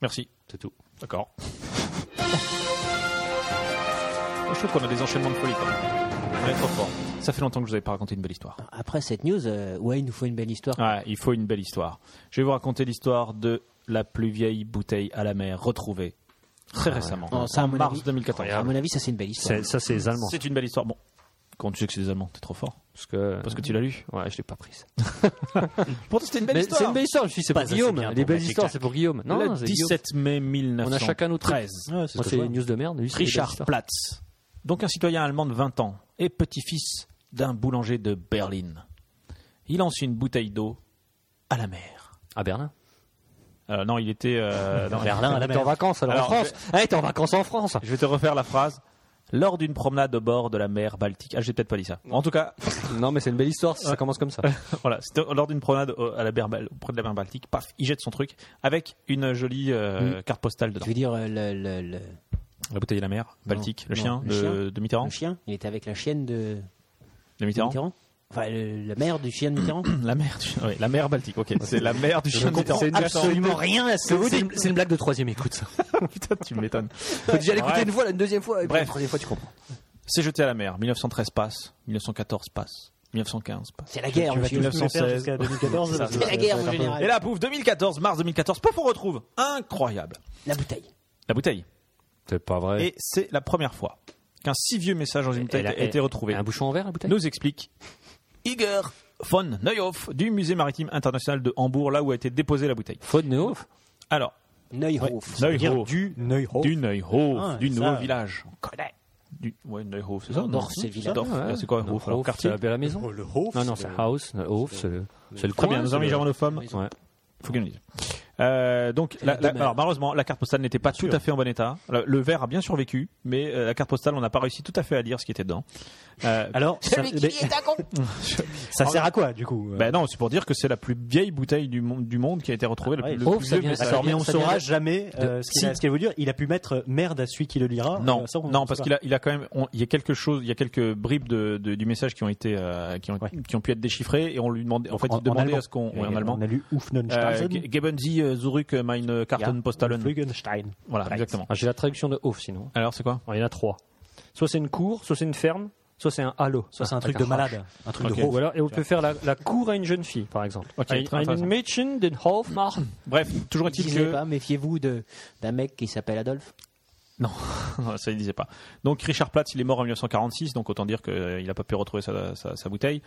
Speaker 1: Merci. C'est tout. D'accord. Je trouve qu'on a des enchaînements de folie quand même. On est trop fort. Ça fait longtemps que je vous avais pas raconté une belle histoire.
Speaker 6: Après cette news, euh, ouais, il nous faut une belle histoire.
Speaker 1: Ouais, il faut une belle histoire. Je vais vous raconter l'histoire de la plus vieille bouteille à la mer retrouvée très récemment,
Speaker 6: Non, ça, à
Speaker 1: en
Speaker 6: mon
Speaker 1: mars
Speaker 6: avis-
Speaker 1: 2014.
Speaker 6: À mon avis, ça, c'est une belle histoire.
Speaker 5: C'est- Ça, c'est les Allemands.
Speaker 1: C'est une belle histoire. Bon, quand tu sais que c'est des Allemands, t'es trop fort.
Speaker 5: Parce que, euh,
Speaker 1: Parce que tu l'as lu.
Speaker 5: Ouais, je l'ai pas prise.
Speaker 1: Pourtant, c'était une belle
Speaker 5: Mais
Speaker 1: histoire.
Speaker 5: c'est une belle histoire, je suis c'est
Speaker 4: Pas
Speaker 5: pour
Speaker 4: assez
Speaker 5: Guillaume.
Speaker 4: bien
Speaker 5: Les
Speaker 4: pour
Speaker 5: belles
Speaker 4: Magic
Speaker 5: histoires,
Speaker 4: Jack.
Speaker 5: c'est pour Guillaume. Non,
Speaker 1: le
Speaker 5: non, c'est Guillaume.
Speaker 1: 17 mai
Speaker 5: On
Speaker 1: 1913.
Speaker 5: a chacun notre
Speaker 1: 13.
Speaker 4: Ouais, c'est
Speaker 5: Moi,
Speaker 4: ce
Speaker 5: c'est
Speaker 4: que je
Speaker 5: les news de merde. Lui, c'est les
Speaker 1: Richard
Speaker 5: belles histoires.
Speaker 1: Platz, donc un citoyen allemand de 20 ans et petit-fils d'un boulanger de Berlin. Il lance une bouteille d'eau à la mer.
Speaker 5: À Ah, Berlin. Ah,
Speaker 1: Euh, non, il était euh, non,
Speaker 4: Berlin à la
Speaker 5: T'es en
Speaker 4: mer.
Speaker 5: vacances alors,
Speaker 1: Alors,
Speaker 5: en France. Eh, t'es en vacances en France.
Speaker 1: Je vais te refaire la phrase. Lors d'une promenade au bord de la mer Baltique. Ah, j'ai peut-être pas dit ça. En tout cas,
Speaker 5: Non, mais c'est une belle histoire si ça commence comme ça.
Speaker 1: voilà, c'était lors d'une promenade au- à la mer, Bal- près de la mer Baltique. Paf, il jette son truc avec une jolie euh, carte postale dedans.
Speaker 6: Tu veux dire, euh, le, le, le,
Speaker 1: La bouteille de la mer Baltique. le,
Speaker 6: non,
Speaker 1: chien
Speaker 6: le
Speaker 1: de,
Speaker 6: chien.
Speaker 1: de Mitterrand.
Speaker 6: le chien Il était avec la chienne de
Speaker 1: De Mitterrand.
Speaker 6: Mitterrand Enfin, le- la mère du chien de Mitterrand
Speaker 1: La mer, du... ouais, la mer Baltique. Ok, c'est la mer du chien de Mitterrand.
Speaker 5: C'est une
Speaker 4: Absolument rien à ce que vous
Speaker 5: C'est
Speaker 4: dites.
Speaker 5: une, c'est une blague de troisième écoute. ça.
Speaker 1: Putain, tu m'étonnes.
Speaker 5: Faut déjà l'écouter
Speaker 1: Bref.
Speaker 5: une fois, la deuxième fois, et puis
Speaker 1: Bref.
Speaker 5: la troisième fois tu comprends.
Speaker 1: C'est jeté à la mer. 1913 passe. 1914 passe. 1915 passe.
Speaker 6: C'est la guerre,
Speaker 4: Tu vas
Speaker 6: monsieur.
Speaker 4: tous nous faire
Speaker 1: 1916.
Speaker 4: jusqu'à 2014.
Speaker 1: C'est ça.
Speaker 4: parce que
Speaker 6: C'est la guerre,
Speaker 4: ça va
Speaker 6: mon
Speaker 4: être un peu-
Speaker 1: Et
Speaker 6: général.
Speaker 1: là, pouf, 2014, mars 2014, pouf, on retrouve. Incroyable.
Speaker 6: La bouteille.
Speaker 1: La bouteille.
Speaker 5: C'est pas vrai.
Speaker 1: Et c'est la première fois qu'un si vieux message dans une bouteille a été retrouvé.
Speaker 5: Un bouchon en verre, la bouteille
Speaker 1: Nous explique Igor von Neuhoff du musée maritime international de Hambourg, là où a été déposée la bouteille.
Speaker 5: Faut de Néo.
Speaker 1: Alors,
Speaker 6: Neuhof.
Speaker 4: ça veut dire
Speaker 1: Neuhoff,
Speaker 4: Du
Speaker 5: Oh.
Speaker 4: Neuhof.
Speaker 1: du Neuhoff,
Speaker 4: Ah,
Speaker 1: du
Speaker 4: ça,
Speaker 1: nouveau
Speaker 4: euh,
Speaker 1: village. On connaît. Du, ouais, Neuhoff, c'est ça non
Speaker 6: Dorf, c'est le village.
Speaker 1: Dorf,
Speaker 5: Ah, Ouais.
Speaker 1: c'est quoi
Speaker 5: Non,
Speaker 1: Hof, alors,
Speaker 5: Hof,
Speaker 1: quartier.
Speaker 5: c'est la, la maison
Speaker 4: Le Hof.
Speaker 5: Non, non, c'est House, le Hof, c'est le, c'est le
Speaker 1: Très
Speaker 5: coin,
Speaker 1: bien, nos
Speaker 5: c'est
Speaker 1: amis
Speaker 5: le-
Speaker 1: germanophones.
Speaker 5: Ouais.
Speaker 1: Faut qu'ils nous disent. Euh, donc, la- la- alors malheureusement, la carte postale n'était pas tout à fait en bon état. Le, le verre a bien survécu, mais euh, la carte postale, on n'a pas réussi tout à fait à lire ce qui était dedans. Euh,
Speaker 4: Alors, ça,
Speaker 6: Celui
Speaker 4: mais-
Speaker 6: qui est un con
Speaker 4: ça sert à quoi du coup euh,
Speaker 1: ben non, c'est pour dire que c'est la plus vieille bouteille du monde, du monde qui a été retrouvée,
Speaker 4: Ah,
Speaker 1: la
Speaker 4: ouais.
Speaker 1: plus, le
Speaker 5: Oh,
Speaker 1: plus
Speaker 5: ça
Speaker 1: vieux
Speaker 5: vient-
Speaker 1: message.
Speaker 5: alors,
Speaker 4: Mais on
Speaker 5: Ça
Speaker 4: saura
Speaker 5: vient-
Speaker 4: jamais euh, ce qu'il
Speaker 1: Si.
Speaker 4: a- ce qu'il veut dire. Il a pu mettre merde à celui qui le lira.
Speaker 1: Non,
Speaker 4: Euh, ça, on-
Speaker 1: non,
Speaker 4: on
Speaker 1: parce
Speaker 4: saura.
Speaker 1: qu'il a, il a quand même, on- il y a quelque chose, il y a quelques bribes de, de- du message qui ont été, euh, qui ont,
Speaker 4: Ouais.
Speaker 1: qui ont pu être déchiffrées et on lui demandait, en fait,
Speaker 4: En-
Speaker 1: il demandait
Speaker 4: allemand.
Speaker 1: à ce qu'on, ouais, en
Speaker 4: Et
Speaker 1: allemand.
Speaker 4: On a lu
Speaker 1: Euh,
Speaker 4: Ufnenstausen.
Speaker 1: Ge- Geben Sie äh, zurück meine Karten postalen.
Speaker 4: Flügenstein.
Speaker 1: Voilà, exactement.
Speaker 5: Ah, J'ai la traduction de Hof sinon.
Speaker 1: Alors c'est quoi
Speaker 5: Alors, il y en a trois. Soit c'est une cour, soit c'est une ferme, soit c'est Ah, un halo.
Speaker 4: Soit c'est un
Speaker 5: Avec
Speaker 4: truc de
Speaker 5: H.
Speaker 4: malade. Un truc de
Speaker 1: Ok.
Speaker 5: Ou
Speaker 4: Hof.
Speaker 5: alors, et on peut faire la, la cour à une jeune fille, par exemple.
Speaker 1: Ok,
Speaker 5: Ein-
Speaker 1: très
Speaker 5: Einen
Speaker 1: intéressant.
Speaker 5: Mädchen, den Hof machen.
Speaker 1: Bref, toujours
Speaker 6: Je
Speaker 1: est-il
Speaker 6: disais
Speaker 1: que
Speaker 6: pas, méfiez-vous de- d'un mec qui s'appelle Adolphe.
Speaker 1: non, ça il disait pas. Donc Richard Platz, il est mort en 1946, donc autant dire qu'il n'a pas pu retrouver sa, sa- sa bouteille.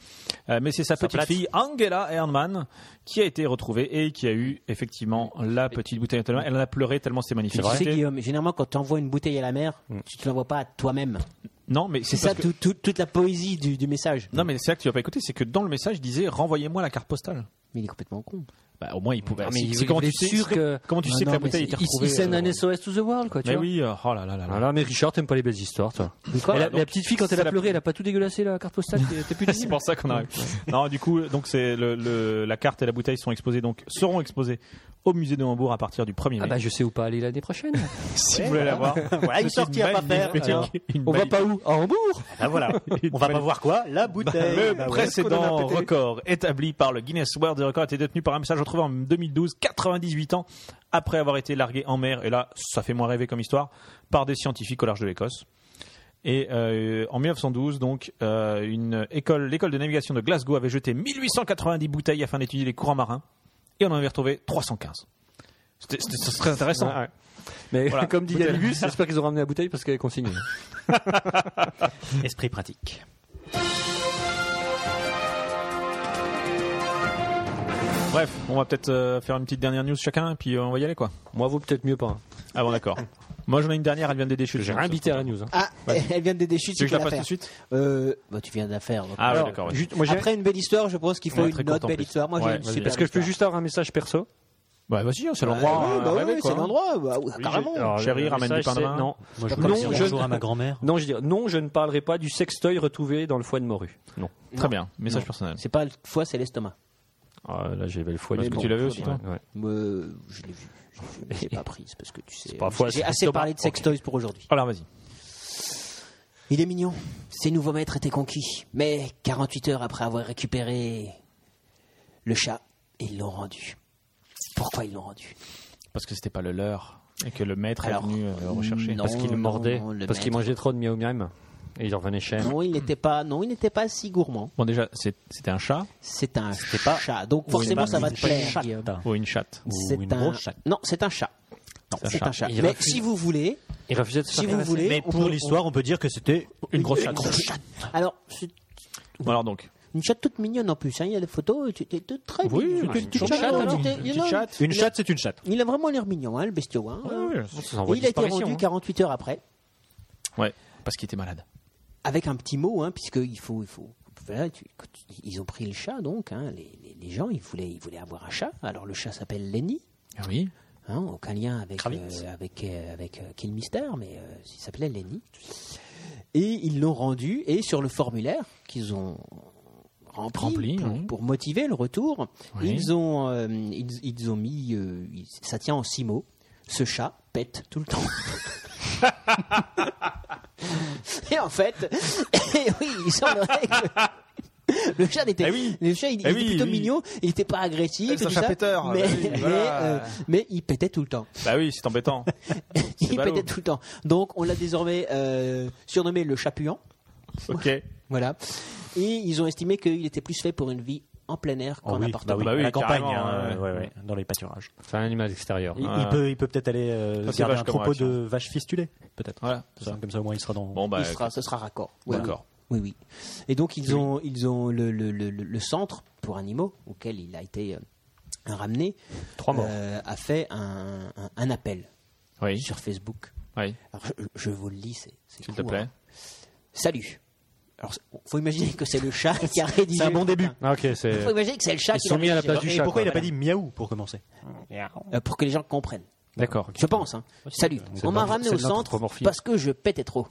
Speaker 1: Euh, mais c'est sa, petite
Speaker 5: Platz.
Speaker 1: fille Angela Erdmann qui a été retrouvée et qui a eu effectivement la petite bouteille. Tellement- Elle en a pleuré tellement c'était magnifique.
Speaker 6: Tu sais,
Speaker 1: C'était-
Speaker 6: Guillaume, généralement, quand tu envoies une bouteille à la mer, tu ne l'envoies pas à toi-même.
Speaker 1: Non, mais
Speaker 6: C'est
Speaker 1: c'est
Speaker 6: ça
Speaker 1: parce que-
Speaker 6: tout- tout- toute la poésie du, du message.
Speaker 1: Non, mais c'est ça que tu n'as pas écouté, c'est que dans le message, il disait renvoyez-moi la carte postale.
Speaker 6: Mais il est complètement con.
Speaker 1: Bah, au moins, il pouvait.
Speaker 5: Ah, mais
Speaker 1: c'est-
Speaker 5: il-
Speaker 1: c'est
Speaker 5: il
Speaker 1: comment
Speaker 5: est
Speaker 1: tu sais,
Speaker 5: sûr
Speaker 1: c'est-
Speaker 5: que-
Speaker 1: comment tu
Speaker 5: Ah
Speaker 1: sais
Speaker 5: non,
Speaker 1: que la
Speaker 5: mais
Speaker 1: bouteille a été
Speaker 5: c'est- il-
Speaker 1: retrouvée
Speaker 5: Il sène
Speaker 1: euh,
Speaker 5: un SOS to the world, quoi, tu
Speaker 1: Mais
Speaker 5: vois.
Speaker 1: oui, euh, oh là là là là.
Speaker 5: Voilà, mais Richard, t'aimes pas les belles histoires, toi.
Speaker 6: Quoi
Speaker 5: Et la,
Speaker 1: donc,
Speaker 5: la petite fille, quand
Speaker 1: c'est
Speaker 5: elle a
Speaker 1: la-
Speaker 5: pleuré, elle a pas tout dégueulassé la carte postale. t'es- T'es plus
Speaker 1: C'est
Speaker 5: désir.
Speaker 1: pour ça qu'on arrive. non, du coup, donc c'est le, le- la carte et la bouteille sont exposées, donc seront exposées au musée de Hambourg à partir du 1er mai.
Speaker 5: Ah bah je sais où pas aller l'année prochaine.
Speaker 1: si vous voulez la voir,
Speaker 4: Voilà une
Speaker 1: c'est
Speaker 4: sortie à pas faire.
Speaker 1: magnifique-
Speaker 4: Alors,
Speaker 1: une
Speaker 5: On va
Speaker 1: magnifique-
Speaker 5: pas où À Hambourg
Speaker 4: Ah voilà. On va pas voir quoi La bouteille.
Speaker 1: Le
Speaker 4: Bah, voilà.
Speaker 1: précédent record établi par le Guinness World Record a été détenu par un message retrouvé en 2012, 98 ans après avoir été largué en mer, et là, ça fait moins rêver comme histoire, par des scientifiques au large de l'Écosse. Et euh, en 1912, donc, euh, une école, l'école de navigation de Glasgow avait jeté 1890 bouteilles afin d'étudier les courants marins, et on en avait retrouvé 315. C'était c'était- c'est très intéressant.
Speaker 5: Mais
Speaker 1: Voilà.
Speaker 5: comme dit
Speaker 1: Bouteille.
Speaker 5: Yannigus, j'espère qu'ils ont ramené la bouteille parce qu'elle est consignée.
Speaker 4: Esprit pratique.
Speaker 1: Bref, on va peut-être euh, faire une petite dernière news chacun, puis euh, on va y aller quoi.
Speaker 5: Moi, vaut peut-être mieux pas.
Speaker 1: Ah bon, d'accord. Moi j'en ai une dernière, elle vient des déchets.
Speaker 5: J'ai rien bité à la news. hein.
Speaker 6: Ah, elle vient de déchirer.
Speaker 1: Tu veux que je la passe tout de suite
Speaker 6: Euh, bah, tu viens de la faire. donc.
Speaker 1: Ah ouais,
Speaker 5: Alors,
Speaker 1: d'accord. ouais.
Speaker 5: juste- moi, j'ai-
Speaker 6: Après une belle histoire, je pense qu'il faut
Speaker 1: Ouais, très
Speaker 6: une
Speaker 1: courte
Speaker 6: autre
Speaker 1: en
Speaker 6: belle
Speaker 1: plus.
Speaker 6: histoire. Moi,
Speaker 1: Ouais,
Speaker 6: j'ai une
Speaker 1: vas-y.
Speaker 6: super.
Speaker 5: Est-ce que je peux
Speaker 6: histoire.
Speaker 5: juste avoir un message perso
Speaker 1: Bah vas-y, hein, c'est
Speaker 6: Bah,
Speaker 1: l'endroit.
Speaker 6: oui,
Speaker 1: euh,
Speaker 6: bah,
Speaker 1: à rêver,
Speaker 6: oui,
Speaker 1: quoi,
Speaker 6: c'est
Speaker 1: hein.
Speaker 6: l'endroit. bah, oui, carrément.
Speaker 5: Alors,
Speaker 1: Chérie,
Speaker 5: le
Speaker 1: ramène du
Speaker 5: message,
Speaker 1: pain de
Speaker 5: c'est-
Speaker 1: main.
Speaker 5: Non,
Speaker 4: Moi, je
Speaker 5: Non,
Speaker 4: voulais
Speaker 5: je-
Speaker 4: dire bonjour à ma grand-mère.
Speaker 5: non, je dis non, je ne parlerai pas du sextoy retrouvé dans le foie de morue. Non.
Speaker 1: Très bien, message personnel.
Speaker 6: C'est pas le foie, c'est l'estomac.
Speaker 5: Ah, là, j'avais le foie.
Speaker 1: Parce
Speaker 5: mais
Speaker 1: que
Speaker 5: bon,
Speaker 1: tu l'avais aussi, toi
Speaker 5: ouais, ouais.
Speaker 6: Euh, je l'ai vu. Je l'ai pas prise parce que tu sais.
Speaker 5: pas foie,
Speaker 6: J'ai
Speaker 5: c'est
Speaker 6: assez
Speaker 5: l'estomac.
Speaker 6: parlé de sextoys pour aujourd'hui.
Speaker 1: Alors vas-y.
Speaker 6: Il est mignon. Ses nouveaux maîtres étaient conquis. Mais 48 heures après avoir récupéré le chat, ils l'ont rendu. Pourquoi ils l'ont rendu
Speaker 9: Parce que c'était pas le leur.
Speaker 1: Et que le maître
Speaker 6: Alors,
Speaker 1: est venu euh, rechercher.
Speaker 6: non.
Speaker 5: Parce qu'il
Speaker 6: non,
Speaker 5: mordait,
Speaker 6: non, le
Speaker 5: parce qu'il
Speaker 6: maître.
Speaker 5: mangeait trop de miam miam et il en revenait cher.
Speaker 6: Non, il n'était pas. Non, il n'était pas si gourmand.
Speaker 1: Bon déjà, c'est- c'était un chat
Speaker 6: C'est un chat. Donc forcément, ça va te plaire. Guillaume.
Speaker 1: ou une chatte
Speaker 6: C'est
Speaker 4: une
Speaker 6: un
Speaker 4: grosse chatte.
Speaker 6: Non, c'est un chat. Non, c'est un chat.
Speaker 5: Il
Speaker 6: Mais
Speaker 5: refuse.
Speaker 6: si vous voulez,
Speaker 5: Il refusait de se
Speaker 6: si
Speaker 5: faire
Speaker 6: vous voulez,
Speaker 4: Mais
Speaker 6: on
Speaker 4: pour
Speaker 6: peut-
Speaker 4: l'histoire, on peut dire que c'était
Speaker 1: Une grosse chatte.
Speaker 6: on- Alors, c'est
Speaker 1: Bon, alors donc.
Speaker 6: une chatte toute mignonne en plus. hein. Il y a des photos. tu- tu- tu- Très
Speaker 1: Oui,
Speaker 6: mignonne.
Speaker 1: une petite
Speaker 5: chatte,
Speaker 6: alors,
Speaker 5: alors.
Speaker 6: tu t'es- il a-
Speaker 4: Une chatte, c'est une chatte.
Speaker 6: Il a vraiment l'air mignon, hein, le bestiau. hein.
Speaker 5: Ça envoie
Speaker 6: Et il a été
Speaker 5: disparition,
Speaker 6: rendu
Speaker 5: hein.
Speaker 6: 48 heures après.
Speaker 1: Ouais, parce qu'il était malade.
Speaker 6: avec un petit mot, hein, puisque il faut, il faut. voilà, tu- quand tu- ils ont pris le chat, donc hein, les, les- les gens, ils voulaient, ils voulaient avoir un chat. Alors le chat s'appelle Lenny,
Speaker 1: Ah oui.
Speaker 6: hein, aucun lien avec
Speaker 4: Kravitz.
Speaker 6: euh, avec euh, avec euh, Kill Mister, mais euh, il s'appelait Lenny. Et ils l'ont rendu. Et sur le formulaire qu'ils ont rempli,
Speaker 1: Rempli,
Speaker 6: pour,
Speaker 1: oui.
Speaker 6: pour motiver le retour,
Speaker 1: Oui.
Speaker 6: ils ont euh, ils, ils ont mis euh, ils- ça tient en six mots. Ce chat pète tout le temps. Et en fait, et oui, il semblerait que le chat n'était, le chat, il, il
Speaker 1: Eh
Speaker 6: était
Speaker 1: oui,
Speaker 6: plutôt
Speaker 1: oui.
Speaker 6: mignon, il n'était pas agressif,
Speaker 1: Eh, c'est un
Speaker 6: tout
Speaker 1: chat
Speaker 6: ça,
Speaker 1: péteur,
Speaker 6: mais,
Speaker 1: bah oui,
Speaker 6: mais,
Speaker 1: voilà.
Speaker 6: euh, mais il pétait tout le temps,
Speaker 1: Bah oui, c'est embêtant.
Speaker 6: il
Speaker 1: ballot.
Speaker 6: pétait tout le temps. Donc on l'a désormais euh, surnommé le chat puant,
Speaker 1: ok.
Speaker 6: voilà. Et ils ont estimé qu'il était plus fait pour une vie en plein air qu'en appartement.
Speaker 1: Bah oui,
Speaker 4: à la campagne,
Speaker 1: carrément,
Speaker 4: hein,
Speaker 1: ouais.
Speaker 4: ouais, ouais, dans les pâturages.
Speaker 5: C'est un animal extérieur.
Speaker 4: Il,
Speaker 1: Ouais.
Speaker 4: il peut, il peut peut-être aller euh,
Speaker 1: Ça, c'est
Speaker 4: garder
Speaker 1: vache
Speaker 4: un
Speaker 1: comme
Speaker 4: troupeau
Speaker 1: réaction.
Speaker 4: de vaches fistulées, peut-être.
Speaker 1: Voilà.
Speaker 4: Comme ça- Comme ça, au moins, il sera dans.
Speaker 1: Bon bah.
Speaker 6: il sera, ce sera raccord. Oui,
Speaker 1: D'accord.
Speaker 6: Oui, oui. Et donc ils ont, ils ont le, le- le- le- le centre pour animaux auquel il a été euh, ramené.
Speaker 5: Trois morts.
Speaker 6: euh, a fait un, un- un appel
Speaker 1: Oui.
Speaker 6: sur Facebook.
Speaker 1: Oui.
Speaker 6: Alors je, je vous le lis, c'est c'est
Speaker 1: S'il te
Speaker 6: fou,
Speaker 1: plaît.
Speaker 6: hein. Salut. Alors c'est- faut imaginer que c'est le chat qui a rédigé.
Speaker 4: C'est un bon
Speaker 6: le
Speaker 4: début.
Speaker 6: truc,
Speaker 5: Ah, ok, c'est.
Speaker 6: hein. Faut imaginer que c'est le chat
Speaker 5: Ils
Speaker 6: qui
Speaker 5: sont
Speaker 6: l'a
Speaker 5: mis à la
Speaker 6: rédigé.
Speaker 5: place du
Speaker 4: Et
Speaker 5: chat.
Speaker 4: pourquoi il n'a
Speaker 5: quoi.
Speaker 4: pas dit miaou pour commencer
Speaker 6: Euh, pour que les gens comprennent.
Speaker 5: D'accord.
Speaker 6: Je pense. hein. Salut.
Speaker 5: c'est
Speaker 6: On
Speaker 5: de
Speaker 6: m'a
Speaker 5: l'anthro-
Speaker 6: ramené
Speaker 5: c'est
Speaker 6: au
Speaker 5: de
Speaker 6: centre
Speaker 5: l'anthropomorphie.
Speaker 6: parce que je pétais trop.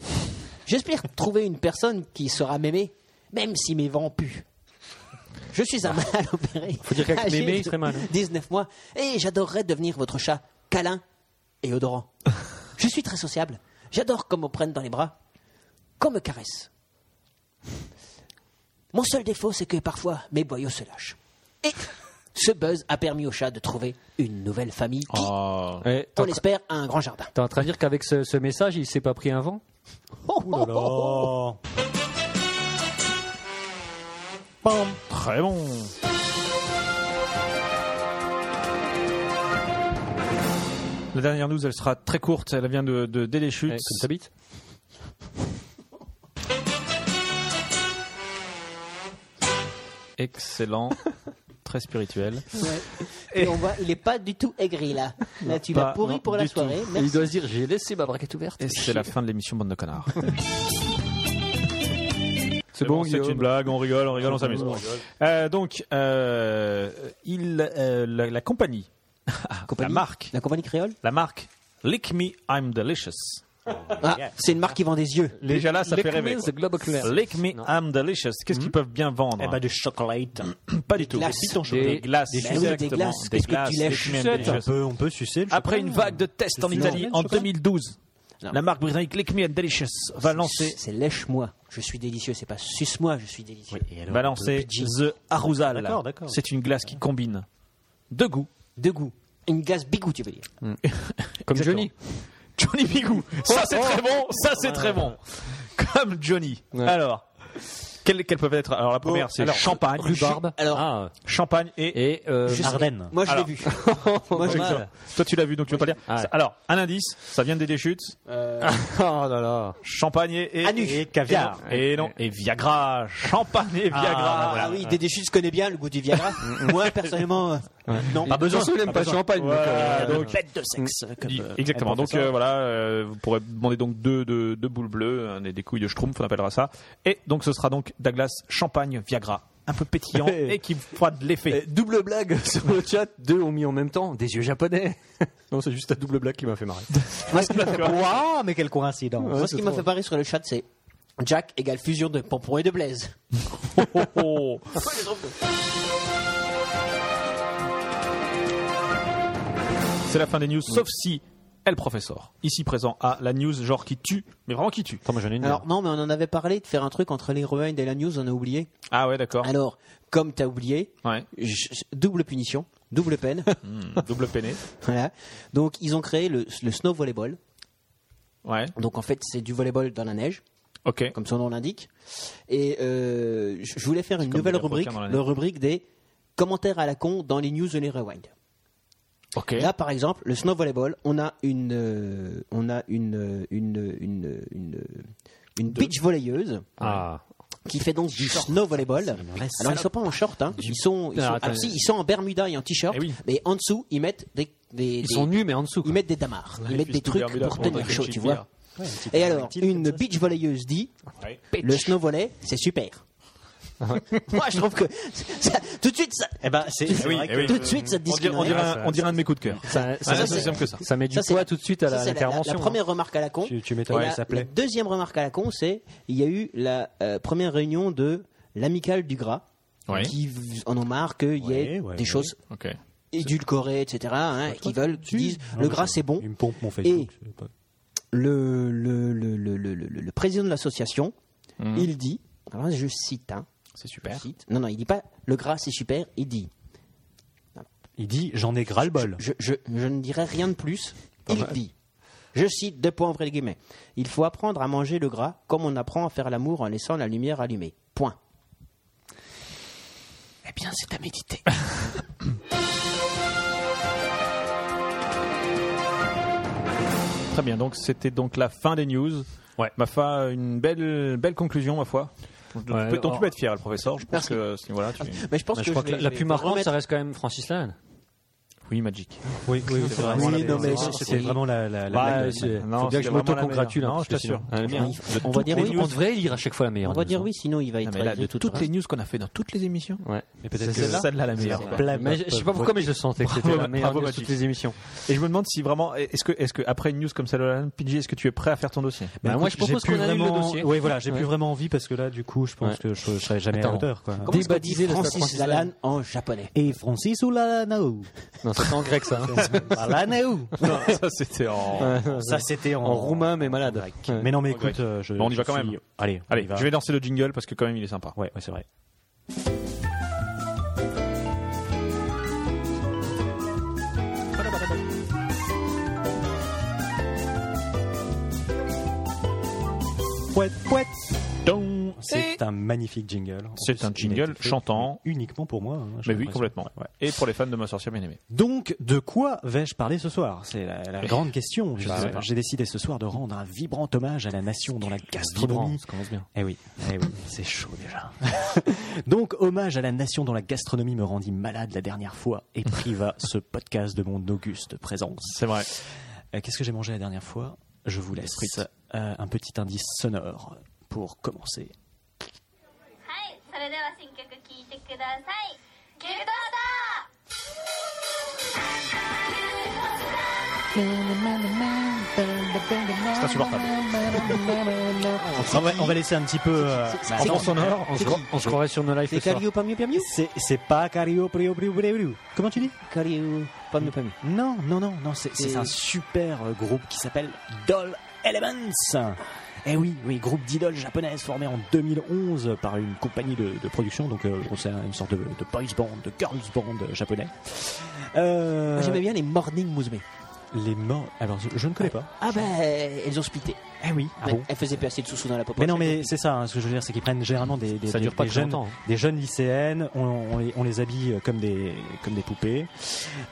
Speaker 6: J'espère trouver une personne qui saura m'aimer, même si mes vents puent. Je suis un mal opéré.
Speaker 5: Faut dire qu'avec
Speaker 6: âgé
Speaker 5: mémé, il
Speaker 6: de
Speaker 5: serait mal, hein.
Speaker 6: 19 mois. Et j'adorerais devenir votre chat câlin et odorant. je suis très sociable. J'adore qu'on me prenne dans les bras, qu'on me caresse. Mon seul défaut, c'est que parfois, mes boyaux se lâchent. Et ce buzz a permis au chat de trouver une nouvelle famille qui,
Speaker 1: Oh.
Speaker 5: Eh, t'es
Speaker 6: on
Speaker 5: en tra-
Speaker 6: l'espère, un grand jardin.
Speaker 5: T'es en train de dire qu'avec ce, ce message, il s'est pas pris un vent Eh,
Speaker 1: Oh
Speaker 4: Ouh là là Pam.
Speaker 1: Très bon. La dernière news, elle sera très courte. Elle vient de, de Dédéchute.
Speaker 5: Eh, Comme t'habites
Speaker 1: Excellent. très spirituel.
Speaker 6: Et on voit, il n'est pas du tout aigri là. Là, tu l'as
Speaker 1: pas- non,
Speaker 6: pourri pour la
Speaker 1: du tout.
Speaker 6: soirée.
Speaker 5: Et Il
Speaker 6: Merci.
Speaker 5: doit se dire j'ai laissé ma braquette ouverte.
Speaker 1: Et c'est la fin de l'émission Bande de Connards.
Speaker 5: C'est
Speaker 1: bon, c'est une blague, on rigole, on rigole, on s'amuse. Euh, donc, euh, il, euh, la, la compagnie, la marque,
Speaker 6: La compagnie créole
Speaker 1: la marque Lick Me, I'm Delicious.
Speaker 6: Ah, c'est une marque qui vend des yeux.
Speaker 1: Déjà là, ça
Speaker 5: Lick
Speaker 1: fait rêver.
Speaker 5: me,
Speaker 1: quoi.
Speaker 5: the globe clair.
Speaker 1: Lick Me, I'm Delicious. Qu'est-ce qu'ils peuvent bien vendre hein
Speaker 4: Eh ben, du chocolat.
Speaker 1: Pas du tout.
Speaker 6: glaces.
Speaker 1: Des pitons chauds.
Speaker 5: Des-
Speaker 1: Des glaces.
Speaker 6: des glaces.
Speaker 1: exactement.
Speaker 6: Des glaces.
Speaker 1: Des
Speaker 6: Qu'est-ce que tu
Speaker 1: glaces,
Speaker 6: lèches
Speaker 1: Lick Me, I'm
Speaker 6: Sucette.
Speaker 1: Delicious.
Speaker 4: On peut, on peut sucer le
Speaker 1: Après
Speaker 4: chocolat.
Speaker 1: une vague de tests en
Speaker 4: Non.
Speaker 1: Italie en 2012,
Speaker 6: Non.
Speaker 1: la marque britannique Lick Me, I'm Delicious va lancer
Speaker 6: C'est lèche-moi. Je suis délicieux. C'est pas suce-moi, je suis délicieux.
Speaker 4: Et alors,
Speaker 1: va lancer The Arousal.
Speaker 4: D'accord, d'accord.
Speaker 1: C'est une glace qui combine de goût.
Speaker 6: De goût. Une glace bigou, tu veux dire.
Speaker 5: Comme Johnny. Oh,
Speaker 1: Johnny Bigou. Ça, c'est très bon. Ça, c'est très bon. Comme Johnny.
Speaker 5: Ouais.
Speaker 1: Alors, quelles, quelles peuvent être
Speaker 4: Oh,
Speaker 1: Alors, la première, c'est
Speaker 5: Alors,
Speaker 1: champagne.
Speaker 5: Rhubarbe.
Speaker 6: Alors-
Speaker 5: Ah,
Speaker 1: Champagne et.
Speaker 5: et euh,
Speaker 6: Je sais.
Speaker 4: Ardennes.
Speaker 6: Moi, je l'ai
Speaker 1: Alors.
Speaker 6: vu.
Speaker 5: Moi,
Speaker 6: je-
Speaker 1: Toi, tu l'as vu, donc tu peux pas dire.
Speaker 5: Ah ouais.
Speaker 1: Alors, un indice, ça vient des déchutes.
Speaker 5: Oh là là.
Speaker 1: Champagne et.
Speaker 6: Anus.
Speaker 1: Et,
Speaker 4: Caviar.
Speaker 1: et non, et Viagra. Champagne et Viagra. Mm,
Speaker 6: Ah, oui, Dédé Chute, je connais bien le goût du Viagra. Moi, personnellement, euh, non.
Speaker 5: Pas besoin. Il aime pas le champagne. donc,
Speaker 1: Voilà,
Speaker 5: euh,
Speaker 1: donc,
Speaker 6: Bête de sexe. comme,
Speaker 1: Il-
Speaker 6: euh,
Speaker 1: Exactement.
Speaker 6: elle
Speaker 1: Donc
Speaker 6: professeur.
Speaker 1: euh, voilà, euh, vous pourrez demander donc deux, deux, deux boules bleues, hein, des, des couilles de schtroumpf, on appellera ça. Et donc ce sera donc Douglas Champagne Viagra, un peu pétillant et qui froide
Speaker 5: Eh,
Speaker 1: l'effet.
Speaker 5: double blague sur le chat, deux ont mis en même temps des yeux japonais. non, c'est juste la double blague qui m'a fait marrer.
Speaker 6: Moi, ce qui m'a fait,
Speaker 4: Waouh, hein. mais quelle coïncidence.
Speaker 6: moi, ce qui m'a fait barrer sur le chat, c'est Jack égale fusion de pompon et de blaise.
Speaker 1: Oh. C'est la fin des news, sauf si El Professor, ici présent, a la news genre qui tue, mais vraiment qui tue.
Speaker 6: Alors, non, mais on en avait parlé de faire un truc entre les rewind et la news, on a oublié.
Speaker 1: Ah ouais, d'accord.
Speaker 6: Alors, comme t'as oublié,
Speaker 1: Ouais.
Speaker 6: je- je- double punition, double peine.
Speaker 1: Hmm, Double peiné.
Speaker 6: voilà. Donc, ils ont créé le, le snow volleyball.
Speaker 1: Ouais.
Speaker 6: Donc, en fait, c'est du volleyball dans la neige.
Speaker 1: Ok.
Speaker 6: comme son nom l'indique. Et euh, je je voulais faire une nouvelle
Speaker 1: des
Speaker 6: rubrique,
Speaker 1: Africains dans la
Speaker 6: la rubrique des commentaires à la con dans les news et les rewind.
Speaker 1: Ok.
Speaker 6: Là, par exemple, le snow volleyball, on a une, euh, on a une, euh, une, une, une, une beach volleyeuse
Speaker 5: Ah.
Speaker 6: qui fait donc du snow volleyball. Alors ils sont pas en short, hein. ils sont, ils
Speaker 5: Ah,
Speaker 6: sont,
Speaker 5: attends.
Speaker 6: ah, si, ils sont en Bermuda et en t-shirt,
Speaker 1: Eh oui.
Speaker 6: mais en dessous ils mettent des, des-
Speaker 5: Ils
Speaker 6: des-
Speaker 5: sont nus, mais en dessous.
Speaker 6: ils mettent des damars, ils mettent des
Speaker 1: Fistule
Speaker 6: trucs
Speaker 1: Bermuda
Speaker 6: pour
Speaker 1: prendre
Speaker 6: tenir
Speaker 1: une
Speaker 6: chaud,
Speaker 1: petite
Speaker 6: tu vois.
Speaker 1: bière.
Speaker 6: Et alors, une beach volleyeuse dit le snow volley, c'est super. Moi, je trouve que ça- tout de suite, ça,
Speaker 4: Eh ben, c'est c'est
Speaker 1: oui,
Speaker 4: vrai
Speaker 1: eh
Speaker 4: que-
Speaker 1: oui.
Speaker 6: tout de suite, ça te
Speaker 1: On dirait, on,
Speaker 6: discrimine.
Speaker 1: dirait un, on dirait un de mes coups de cœur.
Speaker 5: Ça,
Speaker 1: Ah,
Speaker 5: ça-
Speaker 1: c'est aussi simple que ça.
Speaker 5: ça met du
Speaker 6: Ça, c'est
Speaker 5: poids
Speaker 6: la-
Speaker 5: tout de suite à
Speaker 6: ça,
Speaker 5: la-
Speaker 6: c'est la-
Speaker 5: l'intervention. hein.
Speaker 6: La, première remarque à la con.
Speaker 4: Tu- tu
Speaker 6: Et
Speaker 4: m'étonnes.
Speaker 6: la,
Speaker 4: hein. Ouais, ça plaît.
Speaker 6: la deuxième remarque à la con, c'est il y a eu la euh, première réunion de l'amicale du gras.
Speaker 1: Ouais.
Speaker 6: Qui v- en ont marre qu'il y ait
Speaker 4: Ouais, ouais,
Speaker 6: des
Speaker 4: ouais.
Speaker 6: choses
Speaker 1: Ok.
Speaker 6: édulcorées, etc. hein, et qui veulent, qui disent
Speaker 4: Non,
Speaker 6: le
Speaker 4: mais
Speaker 6: gras
Speaker 4: ça-
Speaker 6: c'est bon.
Speaker 4: Il me pompe mon Facebook. c'est pas-
Speaker 6: Le, le, le, le, le, le- le président de l'association, il dit, alors là, je cite,
Speaker 1: Mhm.
Speaker 6: hein,
Speaker 1: C'est super.
Speaker 6: je cite, non, non, il dit pas le gras c'est super, il dit
Speaker 4: Il dit j'en ai gras le bol.
Speaker 6: je, je- je ne dirai rien de plus. Il dit, je cite deux points entre les guillemets, il faut apprendre à manger le gras comme on apprend à faire l'amour en laissant la lumière allumée. Point. Eh bien, c'est à méditer.
Speaker 1: Très bien, donc c'était donc la fin des news.
Speaker 5: Ouais.
Speaker 1: Ma foi, une belle, belle conclusion, ma foi. Ah, Donc,
Speaker 5: Ouais,
Speaker 1: tu peux- donc,
Speaker 5: alors-
Speaker 1: tu peux être fier, le professeur. Je pense
Speaker 6: Merci.
Speaker 1: que à ce niveau-là, tu...
Speaker 6: Mais je pense
Speaker 5: Bah,
Speaker 6: que
Speaker 5: je crois que
Speaker 6: vais-
Speaker 5: la, la
Speaker 6: je vais
Speaker 5: plus marquante,
Speaker 6: remettre-
Speaker 5: ça reste quand même Francis Lalanne.
Speaker 1: Oui, Magic.
Speaker 4: Oui, oui, c'est
Speaker 6: vrai. Oui, non, mais ça,
Speaker 4: c'était
Speaker 6: c'est-
Speaker 4: vraiment la. la, la
Speaker 5: Bah,
Speaker 4: blague.
Speaker 5: c'est-
Speaker 1: non,
Speaker 5: faut bien que
Speaker 1: c'était
Speaker 5: je
Speaker 1: vraiment la
Speaker 5: m'auto-congratule.
Speaker 1: meilleure.
Speaker 5: hein,
Speaker 1: Non,
Speaker 5: parce
Speaker 1: je
Speaker 5: que sinon-
Speaker 1: t'assure.
Speaker 5: Ah, bien.
Speaker 6: On va dire
Speaker 5: Mais
Speaker 6: oui.
Speaker 5: On devrait lire à chaque fois la meilleure.
Speaker 6: On va
Speaker 5: news,
Speaker 6: dire
Speaker 5: hein.
Speaker 6: oui, sinon il va être de tout le reste.
Speaker 1: news qu'on a fait dans toutes les émissions,
Speaker 5: Ouais.
Speaker 4: Mais peut-être
Speaker 1: c'est
Speaker 4: que
Speaker 1: celle-là la meilleure.
Speaker 4: la blague
Speaker 5: Mais je je sais pas pourquoi, mais je sentais que c'était
Speaker 1: Bravo,
Speaker 5: la meilleure
Speaker 1: bravo,
Speaker 5: news de
Speaker 1: Magic.
Speaker 5: toutes les émissions.
Speaker 1: Et je me demande si vraiment, est-ce que, est-ce que après une news comme celle-là, PJ, est-ce que tu es prêt à faire ton dossier
Speaker 5: Bah, moi, je
Speaker 4: Écoute, j'ai
Speaker 5: propose
Speaker 4: plus
Speaker 5: qu'on annule le
Speaker 4: vraiment-
Speaker 5: dossier.
Speaker 4: Oui, voilà, j'ai
Speaker 5: Ouais.
Speaker 4: plus vraiment envie parce que là, du coup, je pense
Speaker 5: Ouais.
Speaker 4: que je, je serai jamais
Speaker 5: Attends.
Speaker 4: à la hauteur. Quoi.
Speaker 6: Comment est-ce qu'on dit
Speaker 5: Débaptiser le stade
Speaker 6: Francis
Speaker 5: Francis
Speaker 6: Lalanne en japonais.
Speaker 4: Et Francis ou la Naou
Speaker 5: Non, c'est en grec ça. hein.
Speaker 4: La Naou
Speaker 1: Ça, c'était en.
Speaker 4: Ça, c'était en,
Speaker 5: En roumain, mais malade. Ouais.
Speaker 4: Mais non, mais
Speaker 1: En grec.
Speaker 4: écoute, euh, je.
Speaker 1: Bon, on y va
Speaker 4: je
Speaker 1: quand
Speaker 4: suis-
Speaker 1: même.
Speaker 4: Allez, on
Speaker 1: Allez,
Speaker 4: y va.
Speaker 1: je vais lancer le jingle parce que quand même, il est sympa.
Speaker 4: Ouais, ouais, c'est vrai. Pouet, pouet.
Speaker 1: Donc,
Speaker 4: C'est un magnifique jingle. En
Speaker 1: C'est
Speaker 4: plus,
Speaker 1: un
Speaker 4: il a
Speaker 1: jingle
Speaker 4: été fait
Speaker 1: chantant.
Speaker 4: Uniquement pour moi. hein, j'ai
Speaker 1: Mais oui,
Speaker 4: l'impression.
Speaker 1: complètement.
Speaker 4: Ouais.
Speaker 1: Et pour les fans de ma sorcière bien aimée.
Speaker 4: Donc, de quoi vais-je parler ce soir C'est la, la grande question.
Speaker 1: Je sais
Speaker 4: J'ai-
Speaker 1: pas.
Speaker 4: J'ai décidé ce soir de rendre un vibrant hommage à la nation dans la
Speaker 5: Vibrant,
Speaker 4: gastronomie.
Speaker 5: ça commence bien.
Speaker 4: Eh oui, eh oui, c'est chaud déjà. Donc, hommage à la nation dont la gastronomie me rendit malade la dernière fois et priva ce podcast de mon auguste présence.
Speaker 1: C'est vrai.
Speaker 4: Euh, Qu'est-ce que j'ai mangé la dernière fois Je vous laisse euh, un petit indice sonore pour commencer.
Speaker 8: はい、それでは新曲聴いてください。ギルドだ
Speaker 1: C'est insupportable.
Speaker 4: On va, on va laisser un petit peu. euh,
Speaker 6: c'est-
Speaker 4: bah,
Speaker 6: c'est-
Speaker 4: non,
Speaker 1: sonore,
Speaker 5: On se cro- on se croirait sur nos lives
Speaker 6: C'est
Speaker 5: le soir.
Speaker 6: Cario pas mieux, pas mieux
Speaker 4: c'est c'est pas cario prio prio prio prio. Comment tu dis
Speaker 6: Cario pas mieux, pas mieux.
Speaker 4: Non, non, non, non. C'est c'est
Speaker 6: C'est-
Speaker 4: un super euh, groupe qui s'appelle Doll Elements. Eh oui, oui, groupe d'idoles japonaises formé en 2011 par une compagnie de, de production, donc euh, c'est une sorte de, de boys band, de girls band japonais. Euh,
Speaker 6: Moi, J'aimais bien les Morning Musume.
Speaker 4: les morts. Alors je, je ne connais pas.
Speaker 6: Ah ben, elles ont splitté.
Speaker 4: Eh oui. Ah
Speaker 6: Ouais,
Speaker 4: bon
Speaker 6: Elles faisaient plus assez de sous-sous dans la popoche.
Speaker 4: Mais non, mais c'est ça. hein, ce que je veux dire, c'est qu'ils prennent généralement des, des,
Speaker 5: Ça
Speaker 4: des-
Speaker 5: dure pas
Speaker 4: des
Speaker 5: très
Speaker 4: jeunes,
Speaker 5: longtemps,
Speaker 4: des jeunes lycéennes. On, on les, on les habille comme des comme des poupées.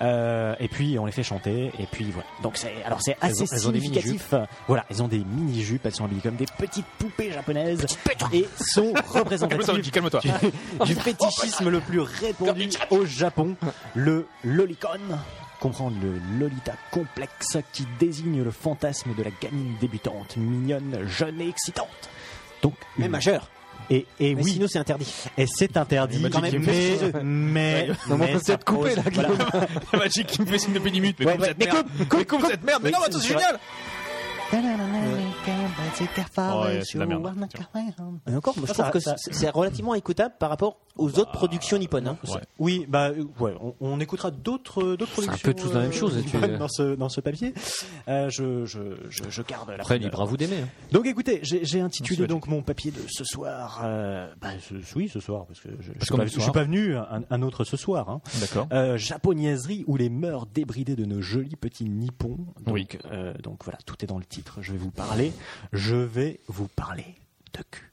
Speaker 4: Euh, et puis on les fait chanter. Et puis voilà. Donc c'est alors c'est assez
Speaker 5: ont- elles ont des
Speaker 4: significatif. voilà, elles ont des mini jupes. Elles sont habillées comme des petites poupées japonaises et sont représentatives
Speaker 5: Oh,
Speaker 1: Calme-toi.
Speaker 5: bah,
Speaker 4: du fétichisme le plus répandu au Japon, le lolicon. Comprendre le lolita complexe qui désigne le fantasme de la gamine débutante, mignonne, jeune et excitante. Donc,
Speaker 6: Mais majeure.
Speaker 4: et, et
Speaker 6: Mais
Speaker 4: oui,
Speaker 6: sinon, c'est interdit.
Speaker 4: et c'est interdit,
Speaker 5: Eh ben,
Speaker 6: Quand même,
Speaker 4: mais, mais,
Speaker 5: Non, mais on
Speaker 4: mais
Speaker 5: peut
Speaker 4: ça
Speaker 5: peut-être couper,
Speaker 4: pose-
Speaker 5: là,
Speaker 4: voilà.
Speaker 1: Magic qui me fait signe depuis 10 minutes. Mais
Speaker 4: Ouais,
Speaker 1: coupe
Speaker 4: ouais,
Speaker 1: cette
Speaker 4: mais
Speaker 1: merde. mais coupe cette merde. Mais non, mais attends, c'est génial. ouais, c'est de la merde.
Speaker 6: Et encore, moi, je
Speaker 4: Ça,
Speaker 6: trouve
Speaker 4: ça-
Speaker 6: que
Speaker 4: ça-
Speaker 6: c'est c'est relativement écoutable par rapport aux autres productions nippones. hein.
Speaker 1: Ouais.
Speaker 4: Oui, bah euh, ouais, on, on écoutera d'autres d'autres
Speaker 5: C'est un
Speaker 4: productions. euh,
Speaker 5: peu tous la même chose, et tu-
Speaker 4: dans- dans ce dans ce papier. Euh, je, je je je garde la.
Speaker 5: Après,
Speaker 4: première.
Speaker 5: libre à vous d'aimer.
Speaker 4: Donc écoutez, j'ai j'ai
Speaker 1: Merci,
Speaker 4: intitulé
Speaker 1: Magic.
Speaker 4: donc mon papier de ce soir. euh, bah, ce- ce- oui, ce soir, parce que je, je suis,
Speaker 1: qu'on
Speaker 4: pas,
Speaker 1: est le
Speaker 4: je
Speaker 1: soir.
Speaker 4: suis pas venu un, un autre ce soir. hein.
Speaker 1: D'accord.
Speaker 4: Euh, Japonaiserie ou les mœurs débridées de nos jolis petits nippons. Donc,
Speaker 1: Oui.
Speaker 4: euh, donc voilà, tout est dans le titre. Je vais vous parler. Je vais vous parler de cul.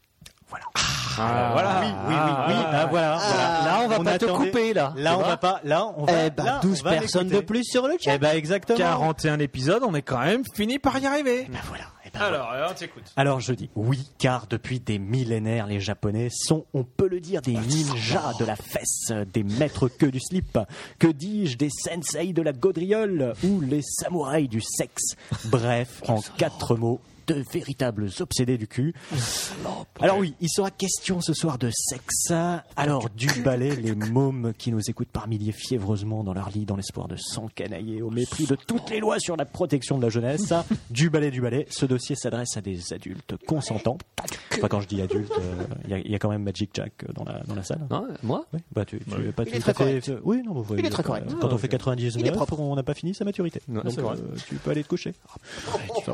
Speaker 4: Voilà. Euh,
Speaker 1: voilà.
Speaker 4: Ah, Oui, oui, oui, oui. bah, voilà, voilà. Là, on va pas
Speaker 5: te couper, là.
Speaker 4: Là, on va pas. Là, on va.
Speaker 6: Eh ben,
Speaker 4: là, on
Speaker 6: 12
Speaker 4: va
Speaker 6: personnes
Speaker 4: m'écouter.
Speaker 6: de plus sur le chat.
Speaker 4: Eh ben, exactement.
Speaker 7: 41 épisodes, on est quand même fini par y arriver.
Speaker 4: Eh ben, voilà. Eh ben,
Speaker 7: Alors, on t'écoute.
Speaker 4: Alors je dis oui, car depuis des millénaires, les Japonais sont, on peut le dire, des ninjas de la fesse, des maîtres que du slip, que dis-je, des sensei de la gaudriole ou les samouraïs du sexe. Bref, en quatre mots, de véritables obsédés du cul. Alors oui, il sera question ce soir de sexe. Alors du balai, les mômes qui nous écoutent par milliers fiévreusement dans leur lit dans l'espoir de s'encanailler au mépris de toutes les lois sur la protection de la jeunesse. Du balai, du balai, ce dossier s'adresse à des adultes consentants. Enfin quand je dis adultes, euh, il y a- il y, a quand même Magic Jack euh, dans la, dans la salle.
Speaker 5: Non, moi
Speaker 4: Oui, bah tu, tu es pas
Speaker 6: Il
Speaker 4: tout
Speaker 6: est
Speaker 4: à
Speaker 6: très
Speaker 4: fait-
Speaker 6: correct.
Speaker 4: Oui, non, vous
Speaker 6: Il est
Speaker 4: voyez,
Speaker 6: très correct.
Speaker 4: euh, Quand on fait 99,
Speaker 6: Il est propre.
Speaker 4: on n'a pas fini sa maturité.
Speaker 5: Ouais,
Speaker 4: Donc
Speaker 5: c'est vrai.
Speaker 4: euh, tu peux aller te coucher.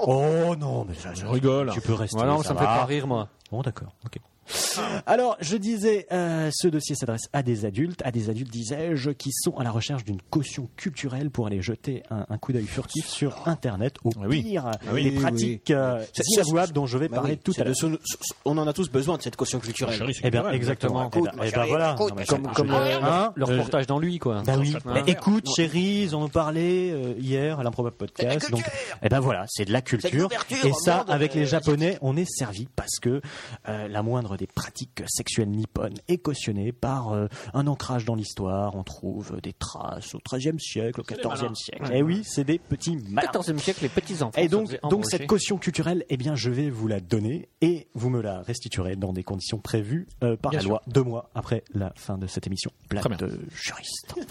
Speaker 4: Oh non, mais ça, ça-
Speaker 1: rigole.
Speaker 4: Tu peux rester.
Speaker 5: Voilà, ça me fait
Speaker 4: va.
Speaker 5: pas rire, moi.
Speaker 4: Bon, d'accord. Ok. Alors, je disais, euh, ce dossier s'adresse à des adultes, à des adultes, disais-je, qui sont à la recherche d'une caution culturelle pour aller jeter un, un coup d'œil furtif sur Internet, au
Speaker 1: oui.
Speaker 4: pire,
Speaker 6: Ah oui,
Speaker 4: les
Speaker 6: oui,
Speaker 4: pratiques euh,
Speaker 6: C'est- c'est-
Speaker 4: inavouables dont je vais
Speaker 6: Bah
Speaker 4: parler
Speaker 6: oui,
Speaker 4: tout
Speaker 6: c'est
Speaker 4: à
Speaker 6: de
Speaker 4: l'heure.
Speaker 6: ce- ce- ce- On en a tous besoin de cette caution culturelle.
Speaker 1: Chérie, c'est
Speaker 4: Eh bien,
Speaker 1: normal.
Speaker 4: exactement.
Speaker 6: Écoute,
Speaker 4: Eh ben-
Speaker 6: ma
Speaker 4: eh ben
Speaker 6: chérie,
Speaker 4: voilà.
Speaker 6: écoute, ma
Speaker 4: Non, mais
Speaker 6: chérie.
Speaker 4: comme-
Speaker 6: Comme-
Speaker 4: comme- hein,
Speaker 5: Le reportage dans lui,
Speaker 6: Hein,
Speaker 5: quoi.
Speaker 4: Bah oui.
Speaker 1: chacun.
Speaker 4: Mais écoute, chérie, ils en ont parlé euh, hier à l'improbable podcast. Donc, eh ben voilà, c'est de la culture.
Speaker 6: l'ouverture
Speaker 4: Et
Speaker 6: au
Speaker 4: ça,
Speaker 6: monde,
Speaker 4: avec
Speaker 6: euh,
Speaker 4: les Japonais, on est servi parce que euh, la moindre des pratiques sexuelles nippones est cautionnée par euh, un ancrage dans l'histoire. On trouve des traces au XIIIe siècle, au XIVe siècle. Eh oui, c'est des petits malins.
Speaker 5: 14e siècle, les petits enfants.
Speaker 4: Et donc, donc cette caution culturelle, eh bien, je vais vous la donner et vous me la restituerez dans des conditions prévues euh, par
Speaker 1: Bien
Speaker 4: la
Speaker 1: sûr.
Speaker 4: loi deux mois après la fin de cette émission. Blague
Speaker 1: Très bien.
Speaker 4: de juriste.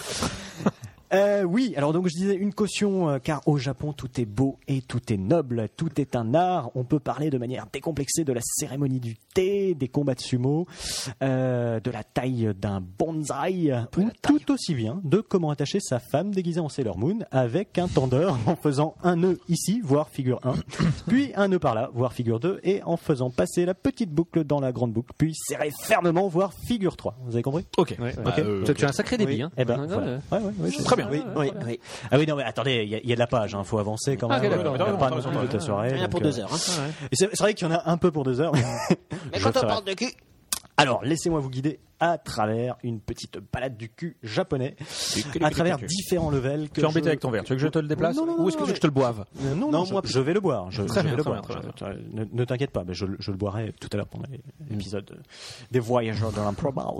Speaker 4: Euh, oui, alors donc je disais une caution, euh, car au Japon tout est beau et tout est noble, tout est un art. On peut parler de manière décomplexée de la cérémonie du thé, des combats de sumo, euh, de la taille d'un bonsaï, ou tout aussi bien de comment attacher sa femme déguisée en Sailor Moon avec un tendeur en faisant un nœud ici, voire figure 1, puis un nœud par là, voire figure 2, et en faisant passer la petite boucle dans la grande boucle, puis serrer fermement, voire figure 3. Vous avez compris
Speaker 1: Ok. Bah, euh,
Speaker 5: Tu as un sacré débit, hein
Speaker 4: Eh ben,
Speaker 5: Non, non,
Speaker 4: voilà.
Speaker 5: euh,
Speaker 4: Ouais, ouais, ouais, je-
Speaker 1: Très bien.
Speaker 6: Oui, oui, oui.
Speaker 4: ah oui, non, mais attendez, il y, a- il y a de la page, il faut avancer quand
Speaker 5: Ah,
Speaker 4: même.
Speaker 5: ok, d'accord.
Speaker 4: Il y a
Speaker 1: T'as
Speaker 4: pas
Speaker 1: raison,
Speaker 4: non
Speaker 1: t'as
Speaker 4: plus
Speaker 1: raison.
Speaker 4: toute la soirée.
Speaker 6: Il y en a
Speaker 4: donc,
Speaker 6: pour
Speaker 4: euh,
Speaker 6: deux heures. hein.
Speaker 4: et C'est c'est vrai qu'il y en a un peu pour deux
Speaker 6: Mais
Speaker 4: heures. Je
Speaker 6: quand on
Speaker 4: ferai.
Speaker 6: parle de cul,
Speaker 4: Alors, laissez-moi vous guider à travers une petite balade du cul japonais, à travers différents levels. Que
Speaker 7: Tu es embêté
Speaker 4: je-
Speaker 7: avec ton verre. Tu veux que je te le déplace
Speaker 4: Non, non, non,
Speaker 7: ou est-ce que tu
Speaker 4: non,
Speaker 7: veux que je te le boive
Speaker 4: Euh, Non,
Speaker 6: Non,
Speaker 4: non,
Speaker 6: moi,
Speaker 4: moi, je vais le boire. Je,
Speaker 7: Très
Speaker 4: je
Speaker 7: bien,
Speaker 4: vais le
Speaker 7: très
Speaker 4: boire.
Speaker 7: bien, Mm.
Speaker 4: Je- je- ne ne t'inquiète pas, mais je, le- je le boirai tout à l'heure pendant l'épisode euh, des voyageurs de l'improbable.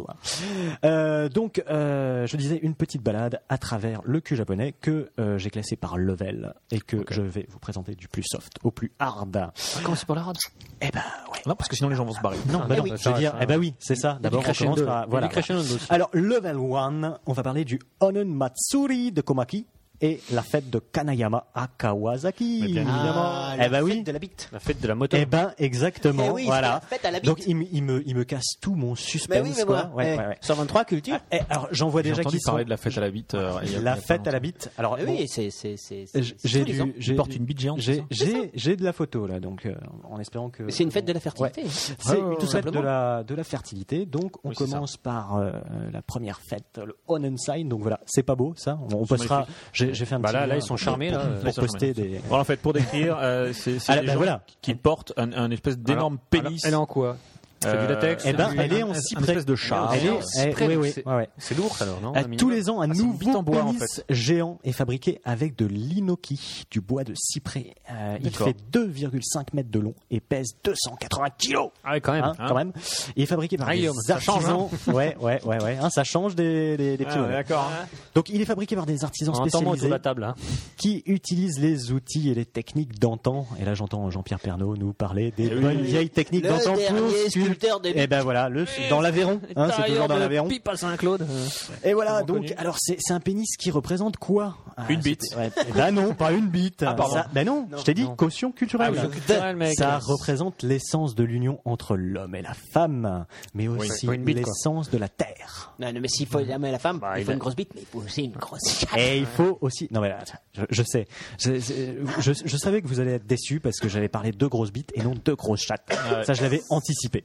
Speaker 4: Euh, donc, euh, je disais une petite balade à travers le cul japonais que euh, j'ai classé par level et que je vais vous présenter du plus soft au plus hard.
Speaker 5: Ah, Comment c'est pour la rade
Speaker 4: Eh ben, ouais.
Speaker 7: Non, parce que sinon les gens vont se barrer.
Speaker 6: Ah,
Speaker 4: Non, bah
Speaker 5: eh
Speaker 4: non,
Speaker 5: oui.
Speaker 4: je veux dire, eh ben oui, c'est ça. D'abord, on commence par, voilà.
Speaker 5: Crescendo aussi.
Speaker 4: Alors, level 1, on va parler du Onon Matsuri de Komaki, et la fête de Kanayama à Kawasaki.
Speaker 7: Mais bien évidemment.
Speaker 6: Ah,
Speaker 4: eh
Speaker 6: la fête
Speaker 4: ben oui.
Speaker 6: de la bite.
Speaker 7: La fête de la moto.
Speaker 4: Eh ben exactement.
Speaker 6: Eh oui, c'est
Speaker 4: voilà.
Speaker 6: la fête à la bite.
Speaker 4: Donc il, me- il me il me casse tout mon suspense.
Speaker 6: Mais oui, mais
Speaker 4: quoi.
Speaker 6: voilà.
Speaker 4: Ouais,
Speaker 6: Eh,
Speaker 4: ouais, ouais.
Speaker 6: 123 cultures.
Speaker 4: Eh, alors j'en vois
Speaker 7: J'ai
Speaker 4: déjà
Speaker 7: entendu
Speaker 4: qui sont
Speaker 7: parler de la fête à la bite. euh, il y
Speaker 4: la
Speaker 7: a- il y a pas
Speaker 4: fête à la
Speaker 7: longtemps.
Speaker 4: bite. Alors
Speaker 6: Eh
Speaker 4: bon,
Speaker 6: oui, c'est c'est c'est. c'est-
Speaker 4: j'ai-
Speaker 6: c'est
Speaker 4: j'ai
Speaker 6: tous les ans.
Speaker 4: du j'ai
Speaker 7: Il porte une bite géante.
Speaker 4: j'ai j'ai j'ai de la photo là donc euh, en espérant que
Speaker 6: Mais C'est une fête de la fertilité.
Speaker 4: C'est
Speaker 6: Ouais, ouais,
Speaker 4: une
Speaker 6: tout
Speaker 4: fête
Speaker 6: simplement.
Speaker 4: de la, de la fertilité. Donc, on
Speaker 7: Oui, c'est
Speaker 4: commence par euh, la première fête, le Honensign. Donc voilà, c'est pas beau, ça. On, on passera. J'ai j'ai fait un
Speaker 5: Bah
Speaker 4: petit
Speaker 5: là- là,
Speaker 4: lien
Speaker 5: ils sont
Speaker 4: pour-
Speaker 5: charmés,
Speaker 4: pour,
Speaker 5: là.
Speaker 4: pour
Speaker 5: Là, ils sont
Speaker 4: poster des.
Speaker 7: Voilà, en fait, pour décrire, euh, c'est c'est
Speaker 4: Ah,
Speaker 7: des
Speaker 4: ben
Speaker 7: gens
Speaker 4: voilà.
Speaker 7: qui portent un, un espèce d'énorme pénis.
Speaker 5: Elle est en quoi C'est
Speaker 7: Euh,
Speaker 5: du latex
Speaker 4: Eh ben,
Speaker 5: c'est du-
Speaker 4: elle est en
Speaker 7: un
Speaker 4: cyprès.
Speaker 7: espèce de char.
Speaker 4: Elle est,
Speaker 5: Ah, c'est
Speaker 4: eh,
Speaker 5: prêt,
Speaker 4: oui,
Speaker 5: donc
Speaker 4: oui,
Speaker 5: c'est-
Speaker 4: ouais, ouais.
Speaker 5: C'est lourd alors, non
Speaker 4: À
Speaker 5: un minimum
Speaker 4: tous les ans, un
Speaker 7: Ah, c'est une
Speaker 4: nouveau
Speaker 7: bite en bois, en
Speaker 4: pénis géant est fabriqué avec de l'inoki, du bois de cyprès. Euh, il
Speaker 7: D'accord.
Speaker 4: fait 2,5 mètres de long et pèse 280 kilos.
Speaker 5: Ah, ouais, quand même.
Speaker 4: Hein,
Speaker 5: hein.
Speaker 4: quand même. Il est fabriqué par
Speaker 5: Ah,
Speaker 4: des
Speaker 5: Guillaume, ça change,
Speaker 4: artisans. ouais, ouais, ouais, ouais. Hein, ça change des, des, des petits
Speaker 7: Ah,
Speaker 4: modèles.
Speaker 7: D'accord. hein.
Speaker 4: Donc, il est fabriqué par des artisans
Speaker 5: On entend moins autour
Speaker 4: spécialisés
Speaker 5: de la table. hein.
Speaker 4: qui utilisent les outils et les techniques d'antan. Et là, j'entends Jean-Pierre Pernaud nous parler des
Speaker 7: Eh oui.
Speaker 4: bonnes vieilles techniques d'antan
Speaker 6: Le dernier
Speaker 4: pour
Speaker 6: sculpteur des
Speaker 4: et ben voilà, le,
Speaker 5: Eh,
Speaker 4: dans l'Aveyron, hein, c'est toujours dans l'Aveyron.
Speaker 5: Pipe à Saint-Claude.
Speaker 4: Et voilà, donc, alors c'est c'est un pénis qui représente quoi Ah,
Speaker 7: Une
Speaker 4: c'était-
Speaker 7: bite.
Speaker 4: ouais. Eh Ben non, pas une bite.
Speaker 7: pardon.
Speaker 4: Ça- ben non, je t'ai dit,
Speaker 5: non.
Speaker 4: caution culturelle.
Speaker 5: Ah oui, culturelle, mec.
Speaker 4: Ça représente l'essence de l'union entre l'homme et la femme, mais aussi
Speaker 5: Faut une bite, quoi.
Speaker 4: l'essence de la terre.
Speaker 6: Non, non, mais s'il faut la main à la femme, Bah, il faut une grosse bite, mais il faut aussi une grosse.
Speaker 4: Et il faut aussi. Non, mais là, je, je sais. Je, je- je- je savais que vous allez être déçus parce que j'avais parlé deux grosses bites et non deux grosses chattes. Ça, je l'avais anticipé.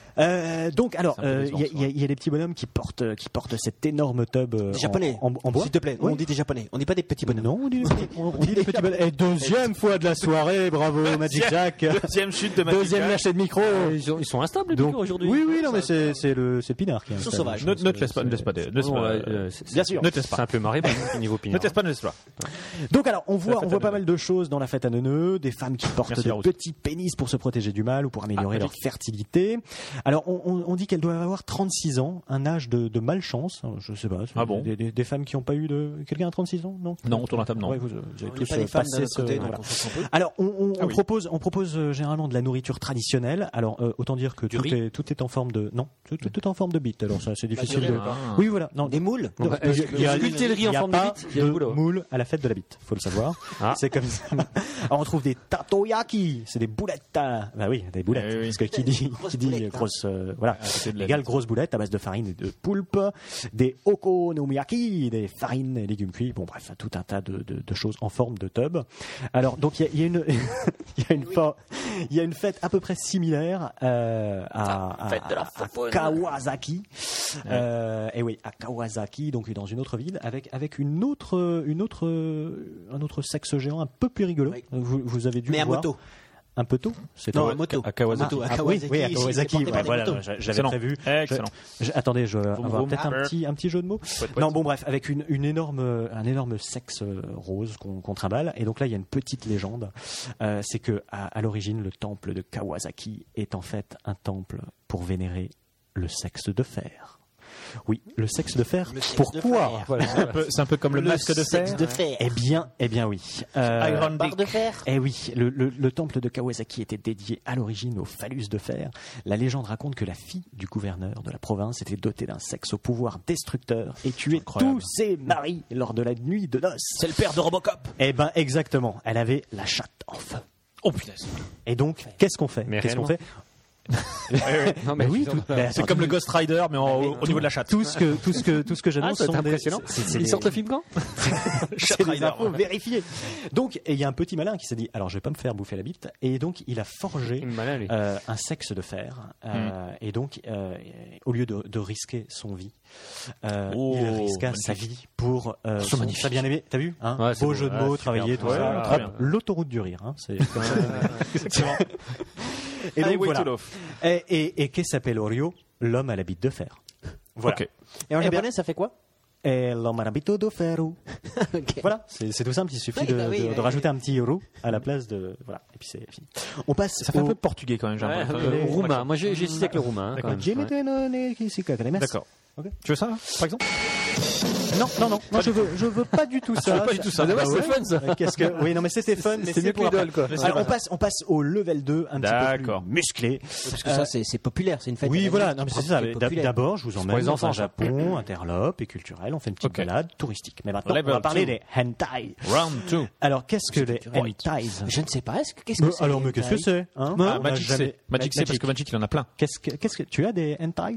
Speaker 4: Euh, donc, alors,
Speaker 7: peu
Speaker 4: euh,
Speaker 7: décevant,
Speaker 4: il y, a- il y a- il y a des petits bonhommes qui portent, qui portent cet énorme tub euh,
Speaker 6: Des
Speaker 4: en-
Speaker 6: japonais.
Speaker 4: en, en bois.
Speaker 6: S'il te plaît,
Speaker 4: Oui.
Speaker 6: on dit des japonais. On n'est pas des petits bonhommes.
Speaker 4: Non, on dit, on- on dit des petits bonhommes. Et deuxième fois de la soirée, bravo Magic Jack. Euh,
Speaker 7: Deuxième chute de Magic
Speaker 4: Deuxième
Speaker 7: Jack.
Speaker 4: lâcher de micro.
Speaker 5: Ils, sont- ils sont instables les
Speaker 4: Donc,
Speaker 5: piqûres, aujourd'hui.
Speaker 4: oui, oui, non, mais c'est c'est le, c'est le pinard qui est
Speaker 6: Ils sont
Speaker 4: instable.
Speaker 6: sauvages.
Speaker 7: Ne, ne te laisse pas, ne laisse pas, ne laisse
Speaker 5: Bon,
Speaker 7: pas,
Speaker 5: ouais,
Speaker 7: euh,
Speaker 5: euh, c'est-
Speaker 4: Bien
Speaker 5: c'est-
Speaker 4: sûr.
Speaker 7: ne te laisse pas.
Speaker 5: C'est un peu marré par contre, niveau
Speaker 7: Ne
Speaker 5: pinard.
Speaker 7: te laisse pas, ne te laisse pas.
Speaker 4: Donc alors, on voit,
Speaker 7: fête
Speaker 4: on
Speaker 7: à
Speaker 4: voit pas
Speaker 7: Noël.
Speaker 4: mal de choses dans la fête à neuneux, des femmes qui portent
Speaker 7: Merci,
Speaker 4: des
Speaker 7: Larousse.
Speaker 4: petits pénis pour se protéger du mal ou pour améliorer leur fertilité. Alors, on, on- on dit qu'elles doivent avoir 36 ans, un âge de, de malchance. Euh, Je sais pas. c'est
Speaker 7: Ah bon
Speaker 4: des, des- des femmes qui n'ont pas eu de... Quelqu'un à 36 ans Non
Speaker 7: Non, autour de la table, non.
Speaker 4: Ouais, vous, euh, vous avez
Speaker 6: On n'est
Speaker 4: tous
Speaker 6: pas les
Speaker 4: euh,
Speaker 6: femmes de
Speaker 4: passé
Speaker 6: notre
Speaker 4: ce-
Speaker 6: côté, donc
Speaker 4: voilà.
Speaker 6: on s'en fout.
Speaker 4: Alors, on, on-
Speaker 7: Ah
Speaker 4: on
Speaker 7: oui.
Speaker 4: propose, on propose euh, généralement de la nourriture traditionnelle. Alors, euh, autant dire que tout
Speaker 5: riz
Speaker 4: est, tout est en forme de... Non, tout, tout est en forme de bite. Alors, ça, c'est difficile
Speaker 6: riz,
Speaker 4: de...
Speaker 7: Ah.
Speaker 4: Oui, voilà. Non,
Speaker 6: Des moules
Speaker 4: non,
Speaker 5: Ouais,
Speaker 4: parce
Speaker 5: euh,
Speaker 4: que il y a-
Speaker 5: sculpter le riz
Speaker 4: il
Speaker 5: en
Speaker 4: y a
Speaker 5: forme de
Speaker 4: pas
Speaker 5: bite, il y a du boulot.
Speaker 4: moule à la fête de la bite, faut le savoir.
Speaker 5: Ah.
Speaker 4: C'est comme ça. Alors, on trouve des tatoyaki, c'est des boulettes. euh, Bah oui, des boulettes.
Speaker 7: Eh oui.
Speaker 4: Parce que qui dit,
Speaker 6: Grosse
Speaker 4: qui dit
Speaker 6: boulette, hein.
Speaker 4: grosse, euh, voilà,
Speaker 7: côté de la
Speaker 4: égale
Speaker 7: bite.
Speaker 4: grosse boulette à base de farine et de poulpe, des okonomiyaki, des farines et légumes cuits. Bon, bref, tout un tas de, de- de choses en forme de tub. Alors, donc, il y a, il y a une, il y a une, for- il y a une fête à peu près similaire euh,
Speaker 5: Ah,
Speaker 4: à, à- à Kawasaki. Euh, et oui, à Kawasaki, donc dans une autre ville, avec avec une autre, euh, une autre, euh, un autre sexe géant un peu plus rigolo.
Speaker 6: Oui.
Speaker 4: Vous, vous avez dû
Speaker 6: Mais
Speaker 4: le
Speaker 6: à
Speaker 4: voir.
Speaker 6: moto.
Speaker 4: Un peu tôt C'est
Speaker 6: Non,
Speaker 4: quoi
Speaker 6: à moto.
Speaker 7: à Kawasaki.
Speaker 6: Ah,
Speaker 4: Ah,
Speaker 6: à
Speaker 4: oui, oui, à
Speaker 6: Kawasaki,
Speaker 4: Kawasaki.
Speaker 6: c'est- c'est-
Speaker 4: ouais, voilà,
Speaker 6: c'est-
Speaker 4: j'a- j'avais
Speaker 7: Excellent.
Speaker 4: prévu.
Speaker 7: Excellent.
Speaker 4: Je- je- attendez, je vais avoir
Speaker 7: vroom.
Speaker 4: peut-être un
Speaker 7: Ah.
Speaker 4: petit, un petit jeu de mots. Non, bon, bref, avec une, une énorme, euh, un énorme sexe euh, rose qu'on qu'on trimballe. Et donc là, il y a une petite légende. Euh, C'est que à, à l'origine, le temple de Kawasaki est en fait un temple pour vénérer le sexe de fer. Oui, le sexe de fer.
Speaker 6: Le sexe
Speaker 4: Pourquoi
Speaker 6: de fer.
Speaker 7: C'est un peu- C'est un peu comme le masque de
Speaker 6: sexe
Speaker 7: fer.
Speaker 6: de Ah, fer.
Speaker 4: Eh bien, eh bien oui. Euh,
Speaker 7: Iron
Speaker 6: Barre de fer.
Speaker 4: eh oui, le, le- le temple de Kawasaki était dédié à l'origine au phallus de fer. La légende raconte que la fille du gouverneur de la province était dotée d'un sexe au pouvoir destructeur et tuait tous ses maris lors de la nuit de noces.
Speaker 6: C'est le père de Robocop.
Speaker 4: Eh ben exactement, elle avait la chatte en feu.
Speaker 7: Oh putain.
Speaker 4: Et donc, qu'est-ce qu'on fait
Speaker 5: Mais
Speaker 4: Qu'est-ce qu'on fait
Speaker 5: réellement. Non,
Speaker 4: Mais oui, tout- bah,
Speaker 7: C'est comme le Ghost Rider, mais en- au au niveau de la chatte.
Speaker 4: tout ce que tout ce que tout ce que
Speaker 5: Ah,
Speaker 4: j'annonce
Speaker 5: c'est
Speaker 4: sont des-
Speaker 5: impressionnant.
Speaker 4: c'est- c'est
Speaker 5: Ils
Speaker 4: des-
Speaker 5: sortent le film quand
Speaker 4: c'est des infos vérifiées. Donc, et il y a un petit malin qui s'est dit alors je vais pas me faire bouffer la bite et donc il a forgé
Speaker 5: malin, lui.
Speaker 4: euh, un sexe de fer.
Speaker 7: Hmm.
Speaker 4: euh, Et donc, euh, au lieu de, de risquer son vie, euh,
Speaker 7: Oh,
Speaker 4: il risqua
Speaker 7: magnifique.
Speaker 4: sa vie pour euh, son, sa bien-aimée. T'as vu hein
Speaker 5: Ouais, c'est
Speaker 4: Beau
Speaker 5: beau.
Speaker 4: jeu de
Speaker 5: Ouais,
Speaker 4: mots,
Speaker 5: super.
Speaker 4: travaillé, tout
Speaker 5: Ouais,
Speaker 4: ça.
Speaker 5: ouais,
Speaker 4: Hop,
Speaker 5: très bien.
Speaker 4: L'autoroute du rire. Hein, c'est comme ça.
Speaker 7: Exactement.
Speaker 4: et donc,
Speaker 7: Highway to
Speaker 4: voilà.
Speaker 7: love.
Speaker 4: Et, et, et qu'est-ce s'appelle Orio L'homme à la bite de fer. Voilà.
Speaker 7: Ok. eh,
Speaker 6: Et en
Speaker 4: Eh bien-
Speaker 6: japonais, ça fait quoi
Speaker 4: Et l'homme à la bite de fer.
Speaker 6: Ok.
Speaker 4: Voilà, c'est c'est tout simple. Il suffit
Speaker 6: Oui,
Speaker 4: de,
Speaker 6: bah oui,
Speaker 4: de- de
Speaker 6: oui, oui.
Speaker 4: rajouter un petit euro à la place de. Voilà, et puis c'est fini. On passe
Speaker 7: Ça fait un
Speaker 4: au-
Speaker 7: peu portugais quand même, j'ai l'impression.
Speaker 5: Euh, Roumain. Moi, j'ai j'ai
Speaker 4: euh,
Speaker 5: cité avec le roumain. hein, quand
Speaker 4: D'accord.
Speaker 5: même. Ouais.
Speaker 4: D'accord.
Speaker 7: Tu veux ça, là, par exemple
Speaker 4: Non, non, non, non, je veux, je veux pas du tout ça.
Speaker 7: veux pas du tout ça.
Speaker 4: Bah
Speaker 5: Ah ouais,
Speaker 4: ouais.
Speaker 5: c'est fun, ça.
Speaker 4: Euh, Qu'est-ce que Oui, non, mais c'était fun. mais
Speaker 5: C'est mieux que
Speaker 4: pour
Speaker 5: l'idole, quoi.
Speaker 4: après. Alors, on passe, on passe au level 2 un petit peu
Speaker 7: D'accord.
Speaker 4: plus musclé.
Speaker 6: Parce que ça, c'est c'est populaire, c'est une fête.
Speaker 4: Oui,
Speaker 6: réelle,
Speaker 4: voilà. Non, mais c'est ça. mais d'ab-
Speaker 6: populaire.
Speaker 4: D'abord, je vous
Speaker 5: pour
Speaker 4: emmène
Speaker 5: les
Speaker 4: dans
Speaker 5: enfants,
Speaker 4: un
Speaker 5: ça.
Speaker 4: Japon interlope et culturel. On fait une petite
Speaker 7: Ok.
Speaker 4: balade touristique. Mais maintenant,
Speaker 7: Level
Speaker 4: on va parler
Speaker 7: two.
Speaker 4: des hentai.
Speaker 7: Round 2.
Speaker 4: Alors, qu'est-ce que les
Speaker 6: culturel.
Speaker 4: hentai
Speaker 6: Je ne sais pas. Est-ce que qu'est-ce
Speaker 4: Euh,
Speaker 6: que c'est
Speaker 4: Alors, mais qu'est-ce que c'est hein On
Speaker 7: Ah,
Speaker 4: a
Speaker 7: Magic
Speaker 4: jamais-
Speaker 7: C. Magic C, parce que Magic, il en a plein.
Speaker 4: Qu'est-ce que, qu'est-ce que tu as des hentais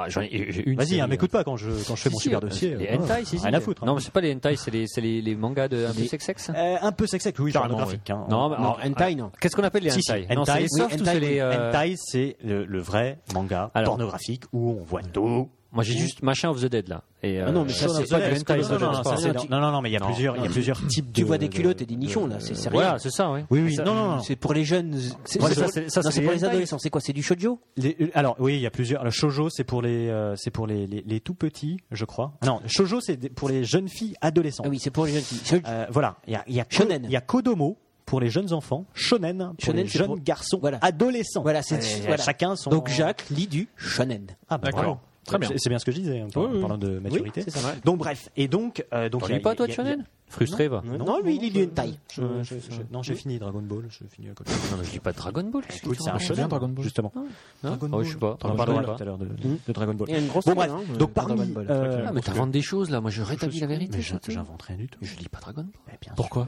Speaker 5: Ah, j'en ai- j'ai une
Speaker 4: Vas-y,
Speaker 5: série,
Speaker 4: hein,
Speaker 5: hein.
Speaker 4: m'écoute pas quand je quand je fais mon
Speaker 5: Si, si,
Speaker 4: super
Speaker 5: euh,
Speaker 4: dossier.
Speaker 5: Les
Speaker 4: euh, voilà.
Speaker 5: hentai, si, si.
Speaker 4: Rien à foutre. hein.
Speaker 5: Non, mais c'est pas les hentai, c'est les, c'est les, les mangas de un peu sexe.
Speaker 4: Euh, un peu sexe, oui, pornographique. hein.
Speaker 5: Non, mais
Speaker 6: Non,
Speaker 5: alors,
Speaker 6: hentai, non.
Speaker 5: Qu'est-ce qu'on appelle les
Speaker 4: Si, si,
Speaker 5: hentai Non, c'est
Speaker 4: hentai,
Speaker 5: les
Speaker 4: oui,
Speaker 5: softs ou
Speaker 6: hentai,
Speaker 5: c'est les. euh,
Speaker 4: Hentai, c'est le, le vrai manga
Speaker 5: Alors-
Speaker 4: pornographique où on voit tout.
Speaker 5: Moi, j'ai juste Machin of the Dead là. Et,
Speaker 6: Ah non, mais
Speaker 5: euh,
Speaker 6: euh, ça,
Speaker 5: Shaun
Speaker 6: c'est
Speaker 5: of the Dead,
Speaker 6: pas du hentai,
Speaker 5: Shaun of the
Speaker 6: ça, non,
Speaker 5: Dead, c'est
Speaker 6: non,
Speaker 5: pas-
Speaker 6: ça, c'est-
Speaker 4: non, non, non, mais il y a plusieurs, il y a plusieurs types de.
Speaker 6: Tu vois des
Speaker 4: de-
Speaker 6: culottes et des nichons là, c'est sérieux.
Speaker 5: Voilà, c'est ça, oui.
Speaker 4: Oui, oui,
Speaker 5: Ça-
Speaker 4: non, non, non.
Speaker 6: C'est pour les jeunes. C'est
Speaker 5: Ouais,
Speaker 6: c'est
Speaker 5: ça,
Speaker 6: pour-
Speaker 5: c'est- ça,
Speaker 6: non,
Speaker 5: c'est
Speaker 6: c'est
Speaker 5: les
Speaker 6: pour les
Speaker 5: hentai.
Speaker 6: adolescents. C'est quoi C'est du shoujo
Speaker 4: Les- euh, alors oui, il y a plusieurs. Alors shojo, c'est pour les, euh, c'est pour les, les, les tout petits, je crois. Non, shojo, c'est des- pour les jeunes filles adolescentes.
Speaker 6: Ah oui, c'est pour les jeunes filles.
Speaker 4: Euh, voilà, il y a, il y a
Speaker 6: Shonen.
Speaker 4: Il y a kodomo pour les jeunes enfants, shonen pour
Speaker 6: Shonen,
Speaker 4: les
Speaker 6: c'est
Speaker 4: jeunes
Speaker 6: pour-
Speaker 4: garçons,
Speaker 6: voilà.
Speaker 4: adolescents.
Speaker 6: Voilà, c'est-
Speaker 4: Euh,
Speaker 6: voilà.
Speaker 4: Chacun son.
Speaker 6: Donc Jacques lit du shonen.
Speaker 4: Ah, bah,
Speaker 7: D'accord.
Speaker 4: bravo.
Speaker 7: Très bien.
Speaker 4: C'est- C'est bien ce que je disais en par-
Speaker 7: Oui, oui.
Speaker 4: en parlant de maturité.
Speaker 6: c'est ça. Ouais.
Speaker 4: Donc bref, et donc euh, donc
Speaker 5: T'en
Speaker 4: il y a-
Speaker 5: lis pas, toi,
Speaker 4: il
Speaker 5: de
Speaker 4: y a- il y a-
Speaker 5: Shonen Frustré, va.
Speaker 6: Non, lui, il lit du hentai.
Speaker 4: je- je- je- Non, j'ai fini Dragon Ball, je finis à côté.
Speaker 5: Non, mais je dis pas Dragon Ball. qu'est-ce que
Speaker 4: Écoute,
Speaker 5: tu
Speaker 4: c'est un
Speaker 5: racontes
Speaker 4: shonen, Dragon Ball. justement.
Speaker 5: Non
Speaker 4: Dragon
Speaker 5: Oh,
Speaker 4: Ball.
Speaker 5: je sais pas.
Speaker 4: On en
Speaker 5: Dragon
Speaker 4: parlera
Speaker 5: Ball.
Speaker 4: tout à l'heure de, de Dragon Ball.
Speaker 6: Il y a une grosse
Speaker 4: Bon,
Speaker 6: saga,
Speaker 4: bref,
Speaker 6: hein,
Speaker 4: donc
Speaker 6: de
Speaker 4: parmi.
Speaker 6: Dragon Ball.
Speaker 4: euh,
Speaker 5: Ah, mais t'inventes des choses là, moi je rétablis la vérité.
Speaker 4: mais je-
Speaker 5: je te-
Speaker 4: j'invente rien du tout.
Speaker 5: Je lis pas Dragon Ball.
Speaker 4: Eh bien,
Speaker 5: Pourquoi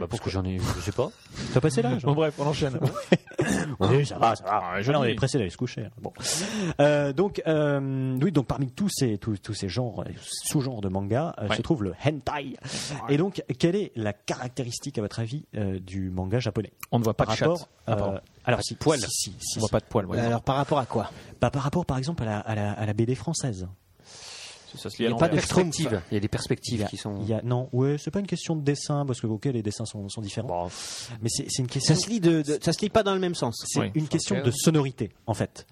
Speaker 5: Bah parce que j'en ai, je sais pas.
Speaker 4: T'as passé l'âge
Speaker 7: Bon, bref, on enchaîne.
Speaker 4: Oui, ça va, ça va.
Speaker 7: Hein Ah, je
Speaker 4: non,
Speaker 7: dis.
Speaker 4: il est pressé d'aller se coucher. hein. Bon. Euh, donc, euh, oui, donc parmi tous ces, tous, tous ces genres, euh, sous-genres de manga, euh, se trouve le hentai. Et donc, quelle est la caractéristique, à votre avis, euh, du manga japonais
Speaker 7: On ne voit pas
Speaker 4: Par
Speaker 7: de
Speaker 4: rapport,
Speaker 7: chatte.
Speaker 4: euh,
Speaker 7: Ah, pardon.
Speaker 4: alors, si,
Speaker 7: poils.
Speaker 4: si, si, si,
Speaker 7: On voit
Speaker 4: si.
Speaker 7: pas de poils. ouais.
Speaker 6: Alors par rapport à quoi
Speaker 4: Bah, par rapport, par exemple, à la, à la, à la BD française.
Speaker 7: Ça se lit
Speaker 5: Il
Speaker 7: à
Speaker 5: y a pas de
Speaker 7: l'envers.
Speaker 5: perspective. Il y a des perspectives qui
Speaker 4: Il
Speaker 5: sont.
Speaker 4: y a, non, ouais, c'est pas une question de dessin, parce que, ok, les dessins sont, sont différents.
Speaker 5: Bon,
Speaker 4: Mais c'est c'est une question.
Speaker 6: Ça se lit de, de- ça se lit pas dans le même sens.
Speaker 4: C'est
Speaker 7: Oui.
Speaker 4: une question
Speaker 5: Ok.
Speaker 4: de sonorité, en fait.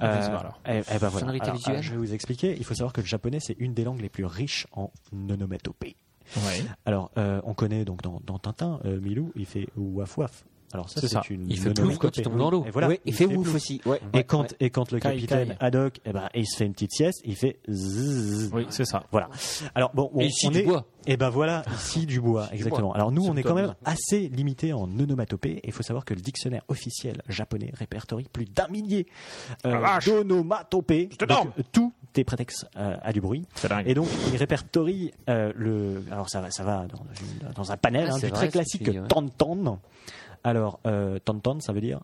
Speaker 7: Ah, vas-y, bah alors.
Speaker 4: eh- eh ben voilà.
Speaker 5: Sonorité
Speaker 4: Alors,
Speaker 5: visuelle.
Speaker 4: euh, je vais vous expliquer. Il faut savoir que le japonais, c'est une des langues les plus riches en onomatopées.
Speaker 7: Ouais.
Speaker 4: Alors, euh, on connaît donc dans, dans Tintin, euh, Milou, il fait waf waf. Alors ça,
Speaker 7: C'est ça.
Speaker 4: c'est une
Speaker 5: Il fait plouf
Speaker 4: onomatopée.
Speaker 5: quand il tombe dans l'eau.
Speaker 4: Et voilà,
Speaker 6: Ouais, il fait
Speaker 4: plouf.
Speaker 6: ouf aussi. Ouais.
Speaker 4: Et quand, et quand le
Speaker 7: Kai,
Speaker 4: capitaine
Speaker 7: Kai.
Speaker 4: Haddock, eh ben, il se fait une petite sieste, il fait zzzz.
Speaker 7: Oui, c'est ça.
Speaker 4: Voilà. Alors bon, on,
Speaker 5: Et ici,
Speaker 4: on
Speaker 5: du
Speaker 4: est-
Speaker 5: bois.
Speaker 4: Eh ben voilà, ici du bois, exactement. Alors nous, on est quand même assez limité en onomatopée. Il faut savoir que le dictionnaire officiel japonais répertorie plus d'un millier euh, d'onomatopées. Donc, euh, Tout est prétexte euh, à du bruit.
Speaker 7: dingue.
Speaker 4: Et donc, il répertorie euh, le. Alors ça va, ça va dans, une- dans un panel
Speaker 5: Ah,
Speaker 4: hein,
Speaker 5: c'est
Speaker 4: du très
Speaker 5: vrai, ce que tu
Speaker 4: classique
Speaker 5: dis, ouais.
Speaker 4: tantan. Alors euh, tantan, ça veut dire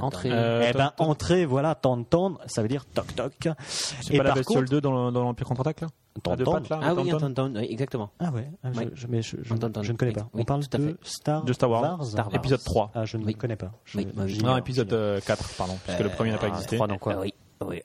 Speaker 5: Entrée.
Speaker 7: Euh,
Speaker 4: eh ben entrée. Voilà, tantan, ça veut dire toc toc.
Speaker 7: C'est pas la bestiole 2 dans le- dans l'Empire contre-attaque là À deux
Speaker 4: Tantan.
Speaker 7: pattes, là,
Speaker 6: Ah
Speaker 7: le
Speaker 6: oui,
Speaker 7: tantan
Speaker 6: Tantan, oui, exactement.
Speaker 4: Ah ouais, ah, je-
Speaker 6: Ouais.
Speaker 4: je, mais je, je-
Speaker 6: Entend, entend.
Speaker 4: je ne connais pas.
Speaker 6: Oui,
Speaker 4: On parle
Speaker 6: tout à
Speaker 4: de
Speaker 6: fait.
Speaker 4: Star,
Speaker 7: De Star Wars.
Speaker 6: Star Wars.
Speaker 7: Épisode 3.
Speaker 4: Ah, je ne
Speaker 6: Oui.
Speaker 4: connais pas. Je-
Speaker 6: Oui, oui, oui.
Speaker 4: j'ignore.
Speaker 7: Non, épisode euh, 4, pardon, puisque le premier n'a pas existé.
Speaker 5: Trois dans
Speaker 4: Ah
Speaker 5: quoi
Speaker 6: Oui. oui.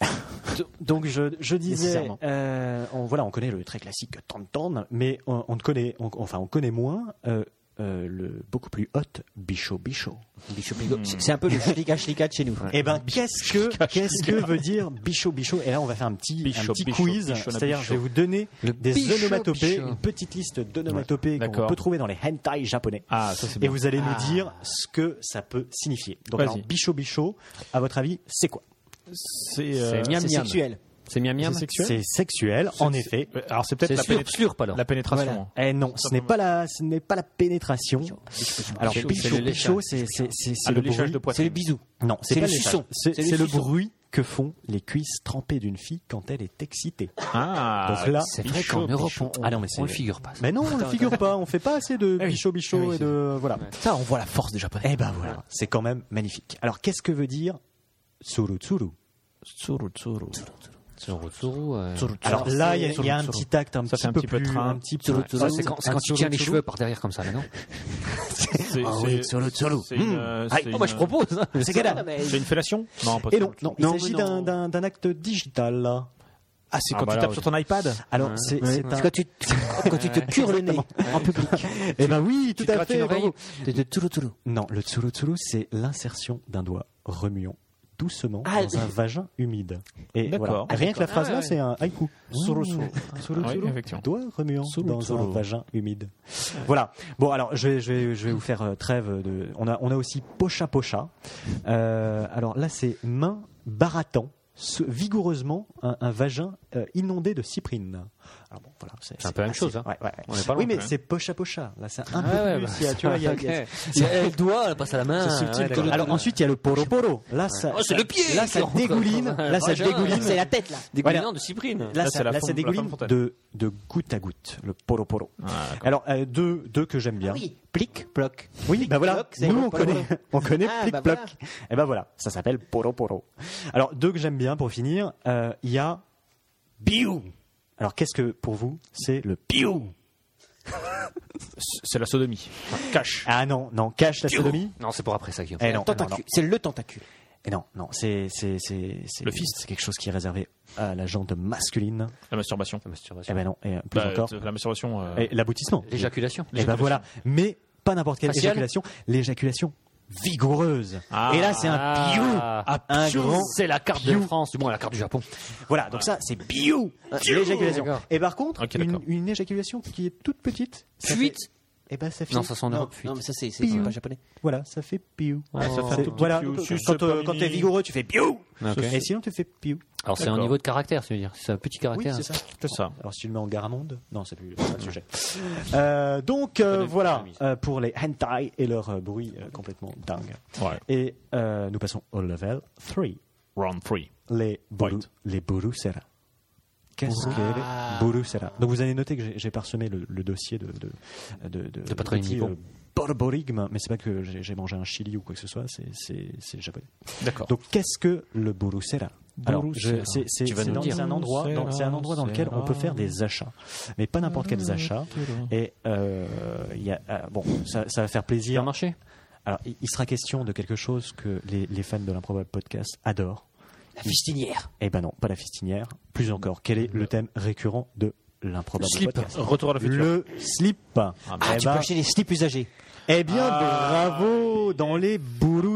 Speaker 4: Donc je, je disais,
Speaker 6: Nécessairement.
Speaker 4: euh, on, voilà, on connaît le très classique Tantan, mais on, on ne connaît, on- enfin, on connaît moins euh, euh, le beaucoup plus hot Bicho Bicho.
Speaker 6: Bichot,
Speaker 4: Hmm.
Speaker 6: bigot. C'est c'est un peu le schlika schlika de chez nous.
Speaker 4: Eh ben, qu'est-ce que qu'est-ce que veut dire Bicho Bicho Et là, on va faire un petit,
Speaker 7: Bichot,
Speaker 4: un petit
Speaker 7: bichot,
Speaker 4: quiz.
Speaker 7: bichona
Speaker 4: C'est-à-dire, je
Speaker 7: bichot.
Speaker 4: vais vous donner
Speaker 5: Le
Speaker 4: des
Speaker 5: bichot,
Speaker 4: onomatopées,
Speaker 5: bichot.
Speaker 4: une petite liste d'onomatopées qu'on
Speaker 7: D'accord.
Speaker 4: peut trouver dans les hentai japonais.
Speaker 7: Ah, ça c'est
Speaker 4: Et
Speaker 7: bien.
Speaker 4: vous allez nous dire ce que ça peut signifier. Donc,
Speaker 7: Vas-y.
Speaker 4: alors, bichot bichot, à votre avis, c'est quoi
Speaker 7: C'est euh,
Speaker 5: C'est miam
Speaker 6: C'est
Speaker 5: miam.
Speaker 6: sexuel.
Speaker 5: C'est miam miam.
Speaker 7: c'est sexuel
Speaker 4: C'est sexuel, en effet.
Speaker 7: euh, Alors c'est peut-être
Speaker 5: C'est
Speaker 7: la,
Speaker 5: sûr,
Speaker 7: pénétra-
Speaker 5: sûr, pas alors.
Speaker 7: la pénétration. hein.
Speaker 4: Eh non, ce n'est pas la, ce n'est pas la pénétration. Alors,
Speaker 5: bichot, c'est
Speaker 4: bichot
Speaker 5: le
Speaker 4: bichot, c'est c'est- c'est- c'est
Speaker 7: Ah,
Speaker 4: le
Speaker 7: le léchage
Speaker 4: bruit.
Speaker 7: de
Speaker 6: C'est
Speaker 7: poitrine.
Speaker 6: le bisou.
Speaker 4: Non, c'est
Speaker 6: C'est
Speaker 4: pas
Speaker 6: le
Speaker 4: léchage.
Speaker 6: suçon.
Speaker 4: C'est
Speaker 6: C'est le
Speaker 4: c'est le
Speaker 6: suçon.
Speaker 4: bruit que font les cuisses trempées d'une fille quand elle est excitée.
Speaker 7: Ah,
Speaker 4: Donc là,
Speaker 5: C'est vrai qu'en Europe, on,
Speaker 4: Ah non, mais c'est-
Speaker 5: on le figure pas. ça.
Speaker 4: mais non, on ne le figure pas. On fait pas assez de bichot bichot et de voilà.
Speaker 6: Ça, on voit la force des japonais.
Speaker 4: Eh ben voilà, c'est quand même magnifique. Alors, qu'est-ce que veut dire tsuru tsuru
Speaker 5: C'est un retour, euh,
Speaker 4: Alors là, il y a- il y, a un petit acte un
Speaker 7: Ça
Speaker 4: petit
Speaker 7: fait un
Speaker 4: peu
Speaker 7: petit peu
Speaker 4: plus-
Speaker 7: train.
Speaker 4: un petit peu.
Speaker 5: Tsuru, tsuru. Ça, c'est quand, c'est quand tu tiens les cheveux par derrière comme ça, mais non
Speaker 7: c'est
Speaker 6: Ah
Speaker 7: c'est-
Speaker 6: oui, solo, solo.
Speaker 7: c'est une, euh, c'est
Speaker 6: oh, bah,
Speaker 7: une-
Speaker 5: propose
Speaker 6: hein.
Speaker 4: C'est quel
Speaker 7: C'est une fellation Non, pas
Speaker 4: Et
Speaker 7: ça.
Speaker 4: non, non,
Speaker 6: Non,
Speaker 4: il s'agit
Speaker 6: mais non.
Speaker 4: d'un- d'un d'un acte digital. là.
Speaker 7: Ah, c'est
Speaker 5: Ah,
Speaker 7: quand
Speaker 5: bah
Speaker 7: tu
Speaker 5: là,
Speaker 7: tapes
Speaker 5: oui.
Speaker 7: sur ton iPad
Speaker 4: Alors, c'est c'est un.
Speaker 6: C'est quand tu te- quand tu te cures le nez en public.
Speaker 4: Eh ben oui, tout à fait. bravo.
Speaker 6: De, de tsuru tsuru.
Speaker 4: Non, le tsuru tsuru, c'est l'insertion d'un doigt remuant doucement
Speaker 6: Ah,
Speaker 4: dans un vagin humide. Et voilà.
Speaker 7: D'accord.
Speaker 4: Rien que la phrase là, c'est un haïku. Tsuru tsuru. Tsuru
Speaker 7: Ah oui,
Speaker 4: tsuru,
Speaker 7: effectivement.
Speaker 4: Doigt remuant dans un vagin humide. Voilà. Bon, alors je vais, je vais, je vais vous faire euh, trêve de. On a, on a aussi pocha pocha. Euh, alors là, c'est main barattant. se- vigoureusement un, un vagin euh, inondé de cyprine. Alors bon, voilà, c'est
Speaker 5: un peu la même
Speaker 4: assez-
Speaker 5: chose, hein.
Speaker 4: ouais, ouais.
Speaker 5: On est pas
Speaker 4: oui,
Speaker 5: loin,
Speaker 4: mais
Speaker 5: quand même.
Speaker 4: c'est poche à pocha. Là, c'est un
Speaker 5: Ah ouais,
Speaker 4: peu
Speaker 5: bah,
Speaker 4: plus. il y a- tu vois, il y a-
Speaker 5: ok.
Speaker 4: il y a-
Speaker 5: Il y a le doigt, elle passe à la main.
Speaker 4: C'est subtil,
Speaker 5: ouais,
Speaker 4: comme-
Speaker 5: d'accord.
Speaker 4: Alors ensuite, il y a le poro poro. Là, ça,
Speaker 5: Oh, c'est le pied
Speaker 4: Là,
Speaker 5: qui
Speaker 4: ça
Speaker 5: rentre.
Speaker 4: dégouline. Là, ça
Speaker 5: Ouais, genre,
Speaker 4: dégouline.
Speaker 6: C'est la tête, là.
Speaker 5: Des
Speaker 4: Voilà.
Speaker 5: gouvernants de Cyprine.
Speaker 4: Là,
Speaker 7: Là,
Speaker 4: ça,
Speaker 7: c'est la
Speaker 4: là,
Speaker 7: femme-
Speaker 4: ça
Speaker 7: la
Speaker 4: dégouline
Speaker 7: femme fontaine.
Speaker 4: de, de goutte à goutte, le poro poro. Alors, euh, deux, deux que j'aime bien.
Speaker 6: Ah Oui, plic, ploc.
Speaker 4: Oui, bah voilà,
Speaker 6: ploc, c'est
Speaker 4: nous
Speaker 6: le
Speaker 4: on
Speaker 6: polo.
Speaker 4: connaît, on connaît
Speaker 6: Ah,
Speaker 4: Plic
Speaker 6: bah
Speaker 4: Ploc.
Speaker 6: voilà.
Speaker 4: Et bah voilà, ça s'appelle Poro Poro. Alors, deux que j'aime bien pour finir, euh, il y a Biou. Alors, qu'est-ce que pour vous c'est le Biou
Speaker 7: C'est la sodomie. Enfin, cash.
Speaker 4: Ah non, non, cache la sodomie
Speaker 5: Non, c'est pour après ça, Guillaume.
Speaker 4: Eh non, eh non, non.
Speaker 6: Tentacule. C'est le tentacule.
Speaker 4: Eh non, non, c'est c'est c'est c'est
Speaker 7: Le fist.
Speaker 4: c'est quelque chose qui est réservé à la jante masculine.
Speaker 7: La masturbation.
Speaker 5: La masturbation.
Speaker 4: Eh ben non, et plus
Speaker 7: Bah,
Speaker 4: encore,
Speaker 7: La masturbation. euh,
Speaker 4: et l'aboutissement.
Speaker 5: L'éjaculation.
Speaker 4: Eh ben voilà, mais pas n'importe quelle
Speaker 5: Faciale
Speaker 4: éjaculation, l'éjaculation vigoureuse.
Speaker 7: Ah.
Speaker 4: Et là, c'est un Biou.
Speaker 5: Ah,
Speaker 4: un grand
Speaker 5: C'est la carte de
Speaker 4: Piou.
Speaker 5: France, du moins la carte du Japon.
Speaker 4: Voilà, donc ça, c'est biou L'éjaculation.
Speaker 5: D'accord.
Speaker 4: Et par contre,
Speaker 7: Ok,
Speaker 4: une,
Speaker 7: d'accord.
Speaker 4: une éjaculation qui est toute petite. ça
Speaker 5: Fuite.
Speaker 4: fait- Eh ben, ça fait.
Speaker 5: Non, ça sent en
Speaker 6: Non,
Speaker 5: Europe.
Speaker 6: non, mais ça, c'est c'est-
Speaker 4: Piou.
Speaker 6: c'est pas japonais.
Speaker 4: Voilà, ça fait piou.
Speaker 5: Ouais, ça fait un
Speaker 4: C'est-
Speaker 5: tout petit
Speaker 4: voilà,
Speaker 7: piou.
Speaker 4: donc,
Speaker 7: Suce
Speaker 4: quand, euh,
Speaker 7: pas
Speaker 4: quand t'es
Speaker 7: mimi.
Speaker 4: vigoureux, tu fais piou.
Speaker 5: Ok.
Speaker 4: Et sinon, tu fais piou.
Speaker 5: Alors c'est un
Speaker 7: D'accord.
Speaker 5: niveau de caractère, tu veux dire. C'est un petit
Speaker 4: Oui,
Speaker 5: caractère.
Speaker 4: c'est ça.
Speaker 7: C'est ça.
Speaker 4: Alors, si tu le mets en Garamonde, non, c'est plus c'est pas le sujet. Euh, donc, euh, voilà euh, pour les hentai et leur euh, bruit euh, complètement dingue.
Speaker 7: Ouais.
Speaker 4: Et euh, nous passons au level 3.
Speaker 7: Round 3.
Speaker 4: les buru,
Speaker 7: White.
Speaker 4: les burusera. Qu'est-ce que
Speaker 5: Ah.
Speaker 4: les burusera Donc vous allez noter que j'ai- j'ai parsemé le, le dossier de de de, de,
Speaker 5: Patrick
Speaker 4: petits,
Speaker 5: Nippon.
Speaker 4: euh, borborigme, mais c'est pas que j'ai j'ai mangé un chili ou quoi que ce soit, c'est- c'est c'est japonais.
Speaker 7: D'accord.
Speaker 4: Donc qu'est-ce que le burusera alors, je- c'est c'est-
Speaker 5: Tu vas
Speaker 4: c'est
Speaker 5: nous
Speaker 4: dans-
Speaker 5: dire.
Speaker 4: c'est un endroit, dans, c'est un endroit dans lequel on peut faire des achats, mais pas n'importe quels achats. Et euh, il y a, ah, bon, ça, ça va faire plaisir.
Speaker 5: marché.
Speaker 4: Alors, il il sera question de quelque chose que les, les fans de l'improbable podcast adorent.
Speaker 6: La fistinière.
Speaker 4: Eh ben non, pas la fistinière. Plus encore, quel est le thème récurrent de l'improbable
Speaker 5: Slip.
Speaker 4: podcast
Speaker 7: Retour à la future.
Speaker 4: Le slip.
Speaker 6: Ah,
Speaker 4: eh,
Speaker 6: tu
Speaker 4: ben,
Speaker 6: peux acheter des slips usagés.
Speaker 4: eh bien, bravo dans les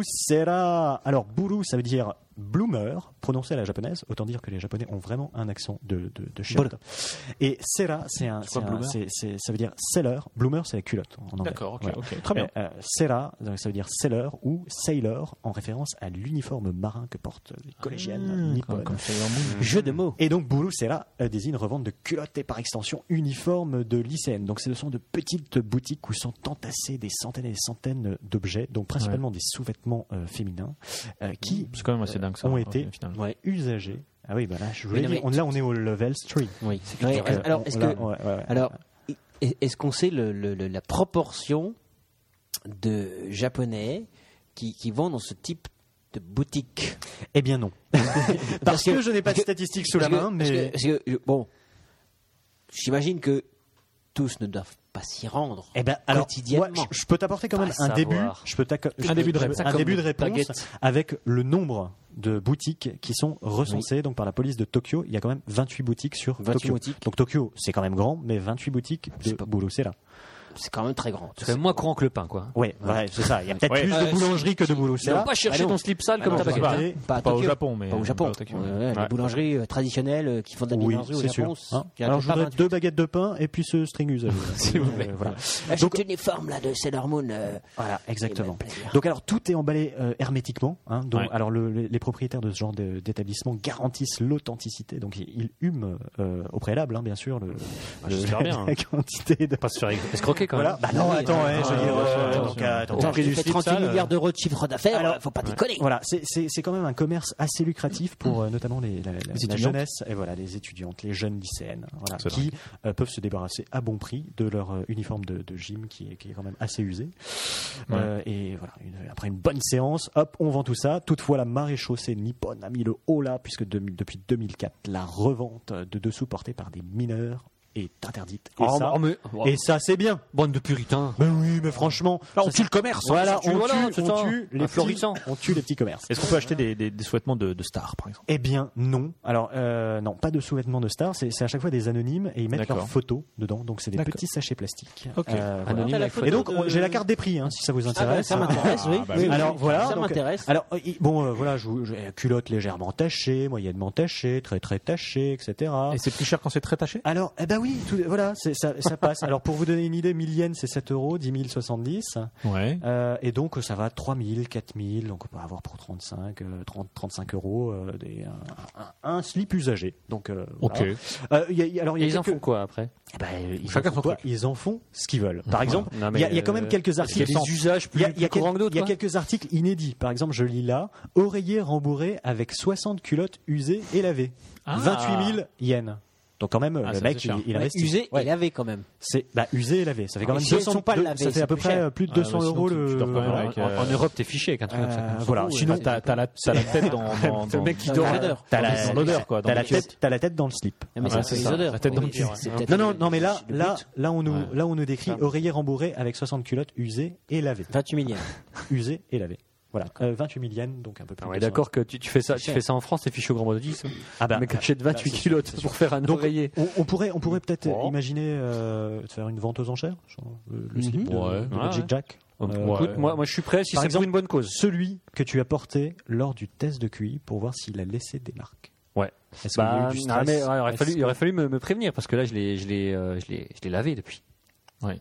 Speaker 4: burusera. Alors, buru, ça veut dire bloomer, prononcé à la japonaise. Autant dire que les japonais ont vraiment un accent de, de, de chiotte. Et sera, c'est un, c'est un- c'est- c'est- ça veut dire seller. Bloomer, c'est la culotte en anglais.
Speaker 7: D'accord, ok,
Speaker 4: Voilà.
Speaker 7: ok. Très bien.
Speaker 4: Euh, euh, Sera, donc ça veut dire sailor ou sailor en référence à l'uniforme marin que portent les
Speaker 7: Ah,
Speaker 4: collégiennes nippones. Jeu de mots. Et donc Buru Sera euh, désigne revente de culottes et par extension uniforme de lycéennes. Donc ce sont de petites boutiques où sont entassés des centaines et des centaines d'objets, donc principalement des sous-vêtements euh, féminins euh, qui
Speaker 7: C'est quand même assez dingue ça. hein,
Speaker 4: ont
Speaker 7: au
Speaker 4: été
Speaker 7: final.
Speaker 4: ouais, usagés. Ah oui, bah là, je voulais
Speaker 6: non,
Speaker 4: dire,
Speaker 6: mais-
Speaker 4: on- là on est au level street.
Speaker 6: Oui.
Speaker 4: Donc, euh,
Speaker 6: alors,
Speaker 4: on-
Speaker 6: est-ce
Speaker 4: là,
Speaker 6: que.
Speaker 4: ouais, ouais, ouais.
Speaker 6: Alors, est- est-ce qu'on sait le- le- le- la proportion de Japonais qui, qui vont dans ce type de boutique
Speaker 4: Eh bien non. Parce que je n'ai pas de statistiques sous la
Speaker 6: Parce que-
Speaker 4: main,
Speaker 6: parce que-
Speaker 4: mais...
Speaker 6: parce que, je- bon, j'imagine que tous ne doivent pas s'y rendre.
Speaker 4: Eh ben, alors,
Speaker 6: Quotidiennement.
Speaker 4: moi, je, je peux t'apporter quand
Speaker 5: Pas
Speaker 4: même un début.
Speaker 5: savoir.
Speaker 4: Je peux t'acco- je-
Speaker 7: début de
Speaker 4: je-
Speaker 7: réponse.
Speaker 4: un
Speaker 5: Comme
Speaker 4: début de
Speaker 5: une
Speaker 4: réponse
Speaker 5: baguette.
Speaker 4: avec le nombre de boutiques qui sont recensées donc par la police de Tokyo. Il y a quand même 28 boutiques sur
Speaker 6: 28
Speaker 4: Tokyo.
Speaker 6: boutiques.
Speaker 4: Donc Tokyo, c'est quand même grand, mais 28 boutiques de
Speaker 6: C'est pas-
Speaker 4: Burusera.
Speaker 6: C'est quand même très grand.
Speaker 5: C'est quand même moins courant que le pain, quoi.
Speaker 4: Ouais, ouais, c'est ça. Il y a peut-être
Speaker 7: Ouais.
Speaker 4: plus de boulangeries que de
Speaker 5: Tu vas
Speaker 4: Burusera.
Speaker 5: pas chercher
Speaker 6: non.
Speaker 5: ton slip sale
Speaker 6: Ah
Speaker 5: comme
Speaker 6: non,
Speaker 5: ta
Speaker 6: c'est
Speaker 5: baguette.
Speaker 6: pas-
Speaker 5: hein.
Speaker 4: Et-
Speaker 6: Pas, à
Speaker 7: Pas au
Speaker 6: Tokyo.
Speaker 7: Japon, mais. euh,
Speaker 6: Pas au Japon.
Speaker 7: au Tokyo.
Speaker 6: Ouais, ouais,
Speaker 7: Ouais.
Speaker 6: Les boulangeries euh, traditionnelles euh, qui font de la
Speaker 4: Oui,
Speaker 6: boulangerie au
Speaker 4: c'est sûr.
Speaker 6: Japon.
Speaker 4: Hein. Alors je voudrais deux baguettes de pain et puis ce string usage. S'il vous plaît. Voilà.
Speaker 6: J'ai un uniforme là de Sailor Moon. euh,
Speaker 4: Voilà, exactement.
Speaker 6: Et même plaisir.
Speaker 4: Donc alors tout est emballé euh, hermétiquement. hein. donc
Speaker 7: Ouais.
Speaker 4: alors le- les, les propriétaires de ce genre de- d'établissement garantissent l'authenticité. Donc ils, ils hument euh, au préalable, hein, bien sûr, le, le-
Speaker 7: j'espère bien.
Speaker 4: la quantité de.
Speaker 7: Pas se faire
Speaker 5: Escroquer quand
Speaker 4: Voilà.
Speaker 5: même.
Speaker 4: Bah non,
Speaker 6: oui,
Speaker 4: attends, hein, je veux
Speaker 7: ouais,
Speaker 4: dire,
Speaker 7: ouais,
Speaker 4: euh,
Speaker 7: ouais,
Speaker 4: donc,
Speaker 7: ouais.
Speaker 4: attends,
Speaker 6: Attends,
Speaker 4: attends.
Speaker 7: J'ai
Speaker 6: j'ai
Speaker 7: du
Speaker 6: fait
Speaker 7: slip
Speaker 6: 38
Speaker 7: sale.
Speaker 6: milliards d'euros de chiffre d'affaires.
Speaker 4: Alors-
Speaker 6: euh, faut pas déconner.
Speaker 4: Voilà, c'est- c'est c'est quand même un commerce assez lucratif pour euh, notamment les, la, la- la
Speaker 7: étudiantes.
Speaker 4: jeunesse et voilà les étudiantes, les jeunes lycéennes, voilà,
Speaker 7: C'est
Speaker 4: qui euh, peuvent se débarrasser à bon prix de leur euh, uniforme de, de gym qui est, qui est quand même assez usé. Euh, et voilà, une- après une bonne séance, hop, on vend tout ça. Toutefois, la marée chaussée nippone a mis le haut là puisque de- depuis 2004, la revente de dessous portée par des mineurs est interdite. Et
Speaker 5: Oh,
Speaker 4: ça,
Speaker 5: oh, mais-
Speaker 4: et ça c'est bien.
Speaker 5: Bande de puritains.
Speaker 4: Mais oui, mais franchement,
Speaker 7: Là, on
Speaker 4: ça,
Speaker 7: tue le
Speaker 1: Ah,
Speaker 7: commerce.
Speaker 4: voilà,
Speaker 5: tue-
Speaker 4: on,
Speaker 5: voilà,
Speaker 4: tue,
Speaker 5: c'est
Speaker 4: on
Speaker 5: ça.
Speaker 4: tue
Speaker 5: Un
Speaker 4: les petits,
Speaker 5: florissant.
Speaker 4: on tue les petits commerces.
Speaker 7: Est-ce qu'on peut acheter des, des, des sous-vêtements de, de stars, par exemple
Speaker 4: Eh bien, non. Alors, euh, non, pas de sous-vêtements de stars. C'est c'est à chaque fois des anonymes et ils mettent
Speaker 7: D'accord.
Speaker 4: leurs photos dedans. Donc, c'est des
Speaker 7: D'accord.
Speaker 4: petits sachets plastiques.
Speaker 7: Ok.
Speaker 4: Euh, voilà.
Speaker 5: Anonyme avec
Speaker 4: Et
Speaker 5: photo.
Speaker 4: donc, on- j'ai la carte des prix, hein, si ça vous
Speaker 6: Ah, bah,
Speaker 4: intéresse.
Speaker 6: ça m'intéresse, oui.
Speaker 7: bah
Speaker 6: Oui, oui.
Speaker 4: Alors voilà.
Speaker 6: Ça
Speaker 4: donc,
Speaker 6: m'intéresse.
Speaker 4: Alors euh, il- bon, euh, voilà, je, vous- je- euh, culotte légèrement tachée, moyennement tachée, très très tachée, etc.
Speaker 7: Et c'est plus cher quand c'est très taché
Speaker 4: Alors, eh ben oui, tout- voilà, c'est- ça, ça passe. Alors pour vous donner une idée, 1000 yens c'est 7 euros, 10 000 70.
Speaker 7: Ouais.
Speaker 4: Euh, et donc ça va 3 000, 4 000, donc on peut avoir pour 35, euh, 30, 35 euros euh, des, un, un- un slip usagé. Donc, euh,
Speaker 7: Ok.
Speaker 4: voilà. Euh, il y a- il y a- alors, il y
Speaker 5: Et
Speaker 4: a
Speaker 5: ils en
Speaker 4: quelques-
Speaker 5: font quoi après
Speaker 4: Eh ben, ils,
Speaker 7: Chacun
Speaker 4: en
Speaker 7: son
Speaker 4: font quoi ils en font ce qu'ils veulent. Par exemple, il
Speaker 5: Non, mais,
Speaker 4: y, a- il y a quand même
Speaker 5: euh,
Speaker 4: quelques
Speaker 5: Parce qu'il
Speaker 4: articles.
Speaker 5: y a des usages plus,
Speaker 4: Il y a- il y a
Speaker 5: plus courants que
Speaker 4: quel-
Speaker 5: d'autres.
Speaker 4: il y a
Speaker 5: quoi.
Speaker 4: quelques articles inédits. Par exemple, je lis là Oreiller rembourré avec 60 culottes usées et lavées.
Speaker 7: Ah.
Speaker 4: 28 000 yens. Donc, quand même,
Speaker 7: Ah,
Speaker 4: le
Speaker 7: ça,
Speaker 4: mec,
Speaker 7: c'est
Speaker 4: il,
Speaker 7: cher.
Speaker 4: il investit.
Speaker 6: Usé
Speaker 4: Ouais.
Speaker 6: et lavé quand même.
Speaker 4: C'est bah, usé et lavé. Ça fait quand
Speaker 6: Ah,
Speaker 4: même
Speaker 6: si elles
Speaker 4: 200,
Speaker 6: sont pas
Speaker 4: deux-
Speaker 6: lavées,
Speaker 4: ça fait à
Speaker 6: c'est
Speaker 4: peu
Speaker 6: plus
Speaker 4: près
Speaker 6: cher.
Speaker 4: euh, plus de
Speaker 7: Ah, ouais,
Speaker 4: 200
Speaker 7: sinon,
Speaker 4: euros
Speaker 7: tu-
Speaker 4: le.
Speaker 7: tu dors quand même
Speaker 4: Voilà.
Speaker 7: avec,
Speaker 5: En,
Speaker 7: euh,
Speaker 5: en Europe, t'es fiché avec un truc comme ça.
Speaker 4: Euh, voilà. Sinon,
Speaker 7: T'as t'as la, t'as la tête dans, dans,
Speaker 5: Le mec qui dort.
Speaker 4: t'as la,
Speaker 7: dans l'odeur, quoi. dans
Speaker 4: t'as la
Speaker 7: le cuir.
Speaker 4: tête, t'as la tête dans le slip.
Speaker 6: Non, Ah, mais
Speaker 7: Ouais,
Speaker 6: c'est les
Speaker 7: c'est ça.
Speaker 6: odeurs.
Speaker 7: La tête dans le
Speaker 6: Oui,
Speaker 7: cuir,
Speaker 6: c'est-
Speaker 7: ouais.
Speaker 6: c'est peut-être
Speaker 4: Non, non,
Speaker 6: le-
Speaker 4: non, mais là,
Speaker 6: le
Speaker 4: là,
Speaker 6: but.
Speaker 4: là, on nous, là, on nous décrit oreiller rembourré avec 60 culottes usées et lavées.
Speaker 6: 28 millions.
Speaker 4: Usées et lavées. Voilà, Euh, 28 000 yens, donc un peu plus.
Speaker 5: Ah
Speaker 4: de
Speaker 5: ouais,
Speaker 4: 200.
Speaker 5: d'accord que tu, tu fais ça, tu
Speaker 6: cher.
Speaker 5: fais ça en France, t'es fiché au grand mot de 10.
Speaker 4: Ah bah,
Speaker 5: mais que j'ai de 28 culottes pour faire un
Speaker 4: Donc,
Speaker 5: oreiller.
Speaker 4: On, on pourrait, on pourrait peut-être imaginer euh, de faire une vente aux enchères, genre, euh, le slip de,
Speaker 5: Mhm. Ouais.
Speaker 4: de
Speaker 5: Ouais,
Speaker 4: Magic
Speaker 5: ouais.
Speaker 4: Jack. Euh,
Speaker 5: Écoute, moi, moi, je suis prêt si
Speaker 4: Par
Speaker 5: c'est pour
Speaker 4: exemple-
Speaker 5: une bonne cause.
Speaker 4: Celui que tu as porté lors du test de QI pour voir s'il a laissé des marques.
Speaker 5: Ouais.
Speaker 4: Est-ce qu'il y a
Speaker 5: Bah,
Speaker 4: eu du
Speaker 5: non,
Speaker 4: stress
Speaker 5: mais, ouais, il aurait
Speaker 4: Est-ce
Speaker 5: fallu, il
Speaker 4: que-
Speaker 5: aurait fallu me, me prévenir parce que là, je l'ai, je l'ai, euh, je l'ai, je l'ai lavé depuis.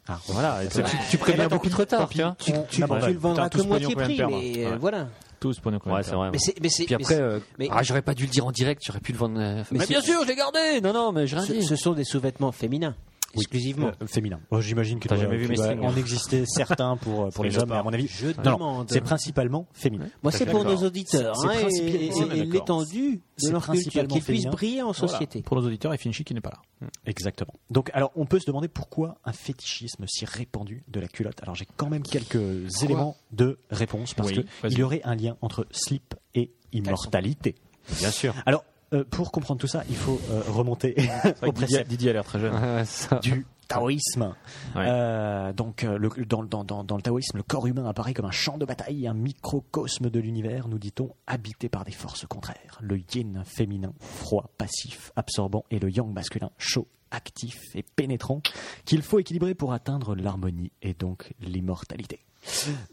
Speaker 4: Ah,
Speaker 5: Voilà. Tu, tu préviens beaucoup trop tard. tiens.
Speaker 6: Tu, tu,
Speaker 4: n'importe
Speaker 6: tu
Speaker 4: quel.
Speaker 6: le vendras
Speaker 7: Putain,
Speaker 6: que
Speaker 7: tout ce
Speaker 6: moitié
Speaker 7: pognon qu'on
Speaker 6: prix,
Speaker 7: vient de
Speaker 6: mais
Speaker 7: perdre.
Speaker 6: euh,
Speaker 7: Ouais.
Speaker 5: voilà.
Speaker 7: Tous pour nous quand
Speaker 5: Ouais, c'est vrai.
Speaker 6: Mais c'est, mais c'est,
Speaker 5: Puis
Speaker 6: mais
Speaker 5: après,
Speaker 6: c'est-
Speaker 5: euh,
Speaker 6: mais-
Speaker 5: ah, j'aurais pas dû le dire en direct, j'aurais pu le vendre. euh,
Speaker 6: Mais
Speaker 5: Mais, bien
Speaker 6: c'est-
Speaker 5: sûr, je l'ai gardé. Non, non, mais j'ai rien
Speaker 6: ce,
Speaker 5: dit.
Speaker 6: ce sont des sous-vêtements féminins, exclusivement.
Speaker 4: Euh, féminin. Oh, J'imagine que
Speaker 5: T'as
Speaker 4: doit-
Speaker 5: jamais vu
Speaker 4: qu'il
Speaker 5: mes
Speaker 4: doit
Speaker 5: strings,
Speaker 4: en
Speaker 5: hein.
Speaker 4: existait certains pour, euh, pour les hommes, mais à mon avis,
Speaker 6: Je
Speaker 4: non, non,
Speaker 6: demande.
Speaker 4: c'est principalement féminin.
Speaker 6: Moi, c'est pour nos auditeurs
Speaker 4: C'est- c'est
Speaker 6: hein, et-
Speaker 4: principalement-
Speaker 6: et,
Speaker 4: on est
Speaker 6: et
Speaker 7: d'accord.
Speaker 6: l'étendue de
Speaker 4: C'est
Speaker 6: leur culture,
Speaker 4: principalement
Speaker 6: qu'ils puissent
Speaker 4: féminin.
Speaker 6: briller en société.
Speaker 7: Pour nos auditeurs, et Finchi qui n'est pas là.
Speaker 4: Exactement. Donc, alors, on peut se demander pourquoi un fétichisme si répandu de la culotte. Alors, j'ai quand même quelques éléments de réponse parce
Speaker 7: Oui,
Speaker 4: que
Speaker 7: vas-y.
Speaker 4: il y aurait un lien entre slip et immortalité.
Speaker 5: Bien sûr.
Speaker 4: Alors, euh, pour comprendre tout ça, il faut euh, remonter au
Speaker 7: Didier,
Speaker 4: précepte
Speaker 7: Didier a l'air très jeune.
Speaker 4: du taoïsme.
Speaker 7: Ouais.
Speaker 4: Euh, donc, euh, le- dans, dans- dans- dans le taoïsme, le corps humain apparaît comme un champ de bataille, un microcosme de l'univers, nous dit-on, habité par des forces contraires. Le yin féminin, froid, passif, absorbant, et le yang masculin, chaud, actif et pénétrant, qu'il faut équilibrer pour atteindre l'harmonie et donc l'immortalité.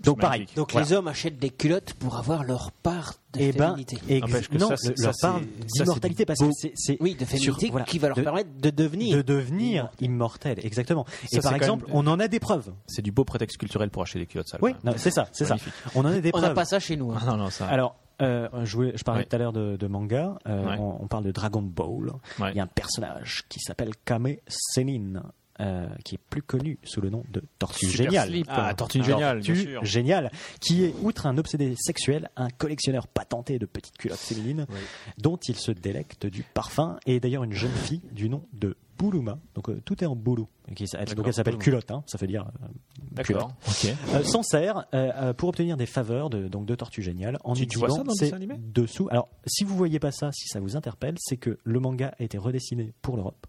Speaker 4: Donc, pareil.
Speaker 7: magnifique.
Speaker 6: Donc, les hommes achètent des culottes pour avoir leur part de
Speaker 4: Eh ben,
Speaker 6: féminité.
Speaker 4: ex-
Speaker 7: N'empêche que
Speaker 4: non,
Speaker 7: ça, c'est-
Speaker 4: le- leur
Speaker 7: ça,
Speaker 4: part
Speaker 7: c'est- ça, c'est
Speaker 4: d'immortalité, parce que c'est- c'est
Speaker 6: Oui, de féminité
Speaker 4: sur- voilà,
Speaker 6: qui va leur
Speaker 4: de-
Speaker 6: permettre de devenir.
Speaker 4: de devenir immortel, exactement.
Speaker 7: Ça,
Speaker 4: et par
Speaker 7: c'est quand
Speaker 4: exemple,
Speaker 7: même-
Speaker 4: on en a des preuves.
Speaker 7: C'est du beau prétexte culturel pour acheter des culottes sales.
Speaker 4: Oui,
Speaker 7: quand même.
Speaker 4: non, c'est ça, c'est ça.
Speaker 7: Magnifique.
Speaker 4: On en a des
Speaker 6: On n'a
Speaker 4: preuves.
Speaker 6: pas ça chez nous. hein.
Speaker 7: Ah, non, non, ça.
Speaker 4: Alors, euh, je, voulais- je parlais
Speaker 7: Ouais.
Speaker 4: tout à l'heure de, de manga. euh,
Speaker 7: Ouais.
Speaker 4: on, on parle de Dragon Ball.
Speaker 7: Ouais.
Speaker 4: Il y a un personnage qui s'appelle Kame Senin, euh, qui est plus connu sous le nom de Tortue
Speaker 7: Super
Speaker 4: Géniale.
Speaker 7: slip. Ah, Tortue Géniale, bien
Speaker 4: Tortue
Speaker 7: sûr.
Speaker 4: Géniale, qui est, outre un obsédé sexuel, un collectionneur patenté de petites culottes féminines, dont il se délecte du parfum. Et d'ailleurs, une jeune fille du nom de Buluma. Donc, euh, tout est en boulou. Donc, il s-
Speaker 7: D'accord,
Speaker 4: donc, elle s'appelle
Speaker 7: Buluma.
Speaker 4: culotte, hein, ça veut dire euh,
Speaker 7: D'accord. Ok.
Speaker 4: euh, s'en sert euh, euh, pour obtenir des faveurs de, donc de Tortue Géniale en
Speaker 7: Tu- tu vois
Speaker 4: utilisant
Speaker 7: ça dans le
Speaker 4: ses
Speaker 7: dessin animé
Speaker 4: dessous. Alors, si vous voyez pas ça, si ça vous interpelle, c'est que le manga a été redessiné pour l'Europe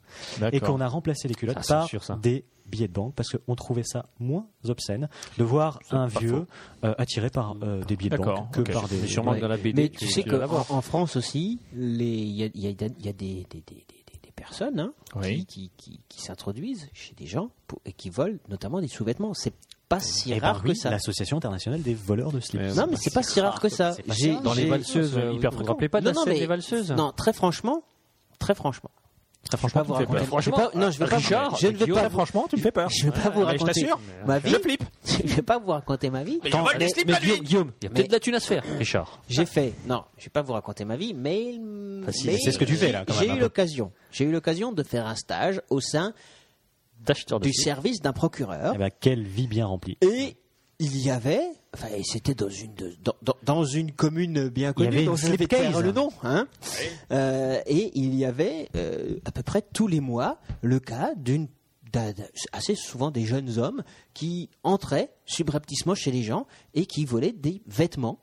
Speaker 4: et qu'on a remplacé les culottes
Speaker 5: Ça, c'est
Speaker 4: par
Speaker 5: sûr, ça.
Speaker 4: des billets de banque parce qu'on trouvait ça moins obscène de voir un vieux euh, attiré par euh, des billets de
Speaker 7: D'accord,
Speaker 4: banque que
Speaker 7: ok.
Speaker 4: par des.
Speaker 5: Mais sûrement que dans la BD.
Speaker 6: Mais tu sais
Speaker 5: vas
Speaker 6: qu'en
Speaker 5: l'avoir.
Speaker 6: en France aussi, les- il y a, il y a- il y a des, des- des- des- des- des personnes hein,
Speaker 7: Oui.
Speaker 6: qui, qui- qui- qui s'introduisent chez des gens pour- et qui volent notamment des sous-vêtements. C'est pas si
Speaker 4: Et
Speaker 6: rare
Speaker 4: par
Speaker 6: que
Speaker 4: ben, oui,
Speaker 6: ça.
Speaker 4: l'association internationale des voleurs de slips.
Speaker 6: Non, mais c'est pas si rare que ça.
Speaker 4: c'est pas si
Speaker 6: J'ai-
Speaker 4: rare.
Speaker 5: Dans les
Speaker 6: j'ai-
Speaker 5: valseuses,
Speaker 7: c'est
Speaker 5: euh,
Speaker 7: hyper
Speaker 5: vous vous
Speaker 7: fréquent.
Speaker 5: rappelez pas de
Speaker 6: non,
Speaker 5: la
Speaker 6: non,
Speaker 5: scène
Speaker 6: mais-
Speaker 5: des valseuses
Speaker 6: Non, très franchement, très franchement. Très
Speaker 7: franchement,
Speaker 6: je vais
Speaker 7: tu
Speaker 6: pas
Speaker 7: me fais
Speaker 6: vous
Speaker 7: peur.
Speaker 6: raconter- je vais pas- non, je vais pas.
Speaker 5: Richard,
Speaker 6: je ne vais
Speaker 5: Guillaume,
Speaker 6: pas.
Speaker 5: très
Speaker 6: vous-
Speaker 7: Franchement, tu me fais peur.
Speaker 6: Ah, Je vais pas
Speaker 5: Ah,
Speaker 6: vous
Speaker 7: Ouais, je
Speaker 6: raconter
Speaker 7: t'assure.
Speaker 6: ma vie.
Speaker 7: Je flippe.
Speaker 6: Je vais pas vous raconter ma vie.
Speaker 5: Attends, mais, mais Guillaume, Guillaume, il y a peut-être
Speaker 6: Mais-
Speaker 5: de la thune à se faire. Richard.
Speaker 6: J'ai fait. Non, je vais pas vous raconter ma vie, mais. mais
Speaker 4: c'est ce que tu fais, là, Ah, quand même,
Speaker 6: J'ai
Speaker 4: un
Speaker 6: eu
Speaker 4: peu. Ah,
Speaker 6: l'occasion. J'ai eu l'occasion de faire un stage au sein
Speaker 5: D'acheteur de
Speaker 6: du
Speaker 5: slip.
Speaker 6: service d'un procureur.
Speaker 4: bah Eh ben, quelle vie bien remplie.
Speaker 6: Et il y avait, enfin, et c'était dans une de- dans, dans- dans une commune bien
Speaker 4: Il y
Speaker 6: connue,
Speaker 4: avait
Speaker 6: dont
Speaker 4: une
Speaker 6: je vais
Speaker 4: slipcase.
Speaker 6: taire le nom, hein. Euh, et il y avait euh, à peu près tous les mois le cas d'une d'un- d'un- assez souvent des jeunes hommes qui entraient subrepticement chez les gens et qui volaient des vêtements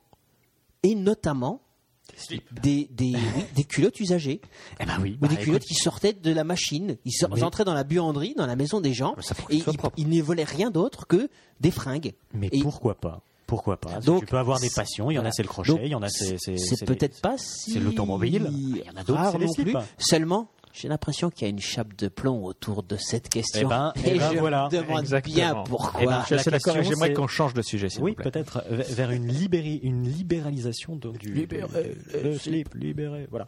Speaker 6: et notamment des, des, oui, des culottes usagées
Speaker 4: Eh ben oui.
Speaker 6: ou
Speaker 4: bah,
Speaker 6: des culottes
Speaker 4: écoute,
Speaker 6: qui sortaient de la machine. Ils, sor-
Speaker 4: Mais-
Speaker 6: entraient dans la buanderie, dans la maison des gens,
Speaker 5: Mais ça, faut que
Speaker 6: et
Speaker 5: ce soit
Speaker 6: ils,
Speaker 5: propre.
Speaker 6: ils ne volaient rien d'autre que des fringues.
Speaker 4: Mais
Speaker 6: Et
Speaker 4: pourquoi pas Pourquoi pas
Speaker 6: Donc,
Speaker 4: Tu peux avoir des passions. Il y en a
Speaker 6: voilà.
Speaker 4: c'est le crochet,
Speaker 6: Donc,
Speaker 4: il y en a c'est.
Speaker 6: c'est
Speaker 4: des-
Speaker 6: peut-être pas si
Speaker 4: l'automobile. Il y en a d'autres,
Speaker 6: rare
Speaker 4: c'est les
Speaker 6: non plus.
Speaker 4: slips.
Speaker 6: Seulement, J'ai l'impression qu'il y a une chape de plomb autour de cette question.
Speaker 4: Eh ben, eh
Speaker 6: Et
Speaker 4: ben,
Speaker 6: je
Speaker 4: voilà.
Speaker 6: me demande bien
Speaker 7: Exactement.
Speaker 6: pourquoi.
Speaker 4: Eh ben,
Speaker 7: Je suis assez
Speaker 4: La question,
Speaker 7: d'accord et j'aimerais
Speaker 4: c'est-
Speaker 7: qu'on change de sujet, s'il
Speaker 4: Oui,
Speaker 7: vous plaît.
Speaker 4: peut-être euh, vers une, libéri- une libéralisation donc, du
Speaker 6: Libérer
Speaker 4: le
Speaker 7: euh,
Speaker 4: slip, libéré. Voilà.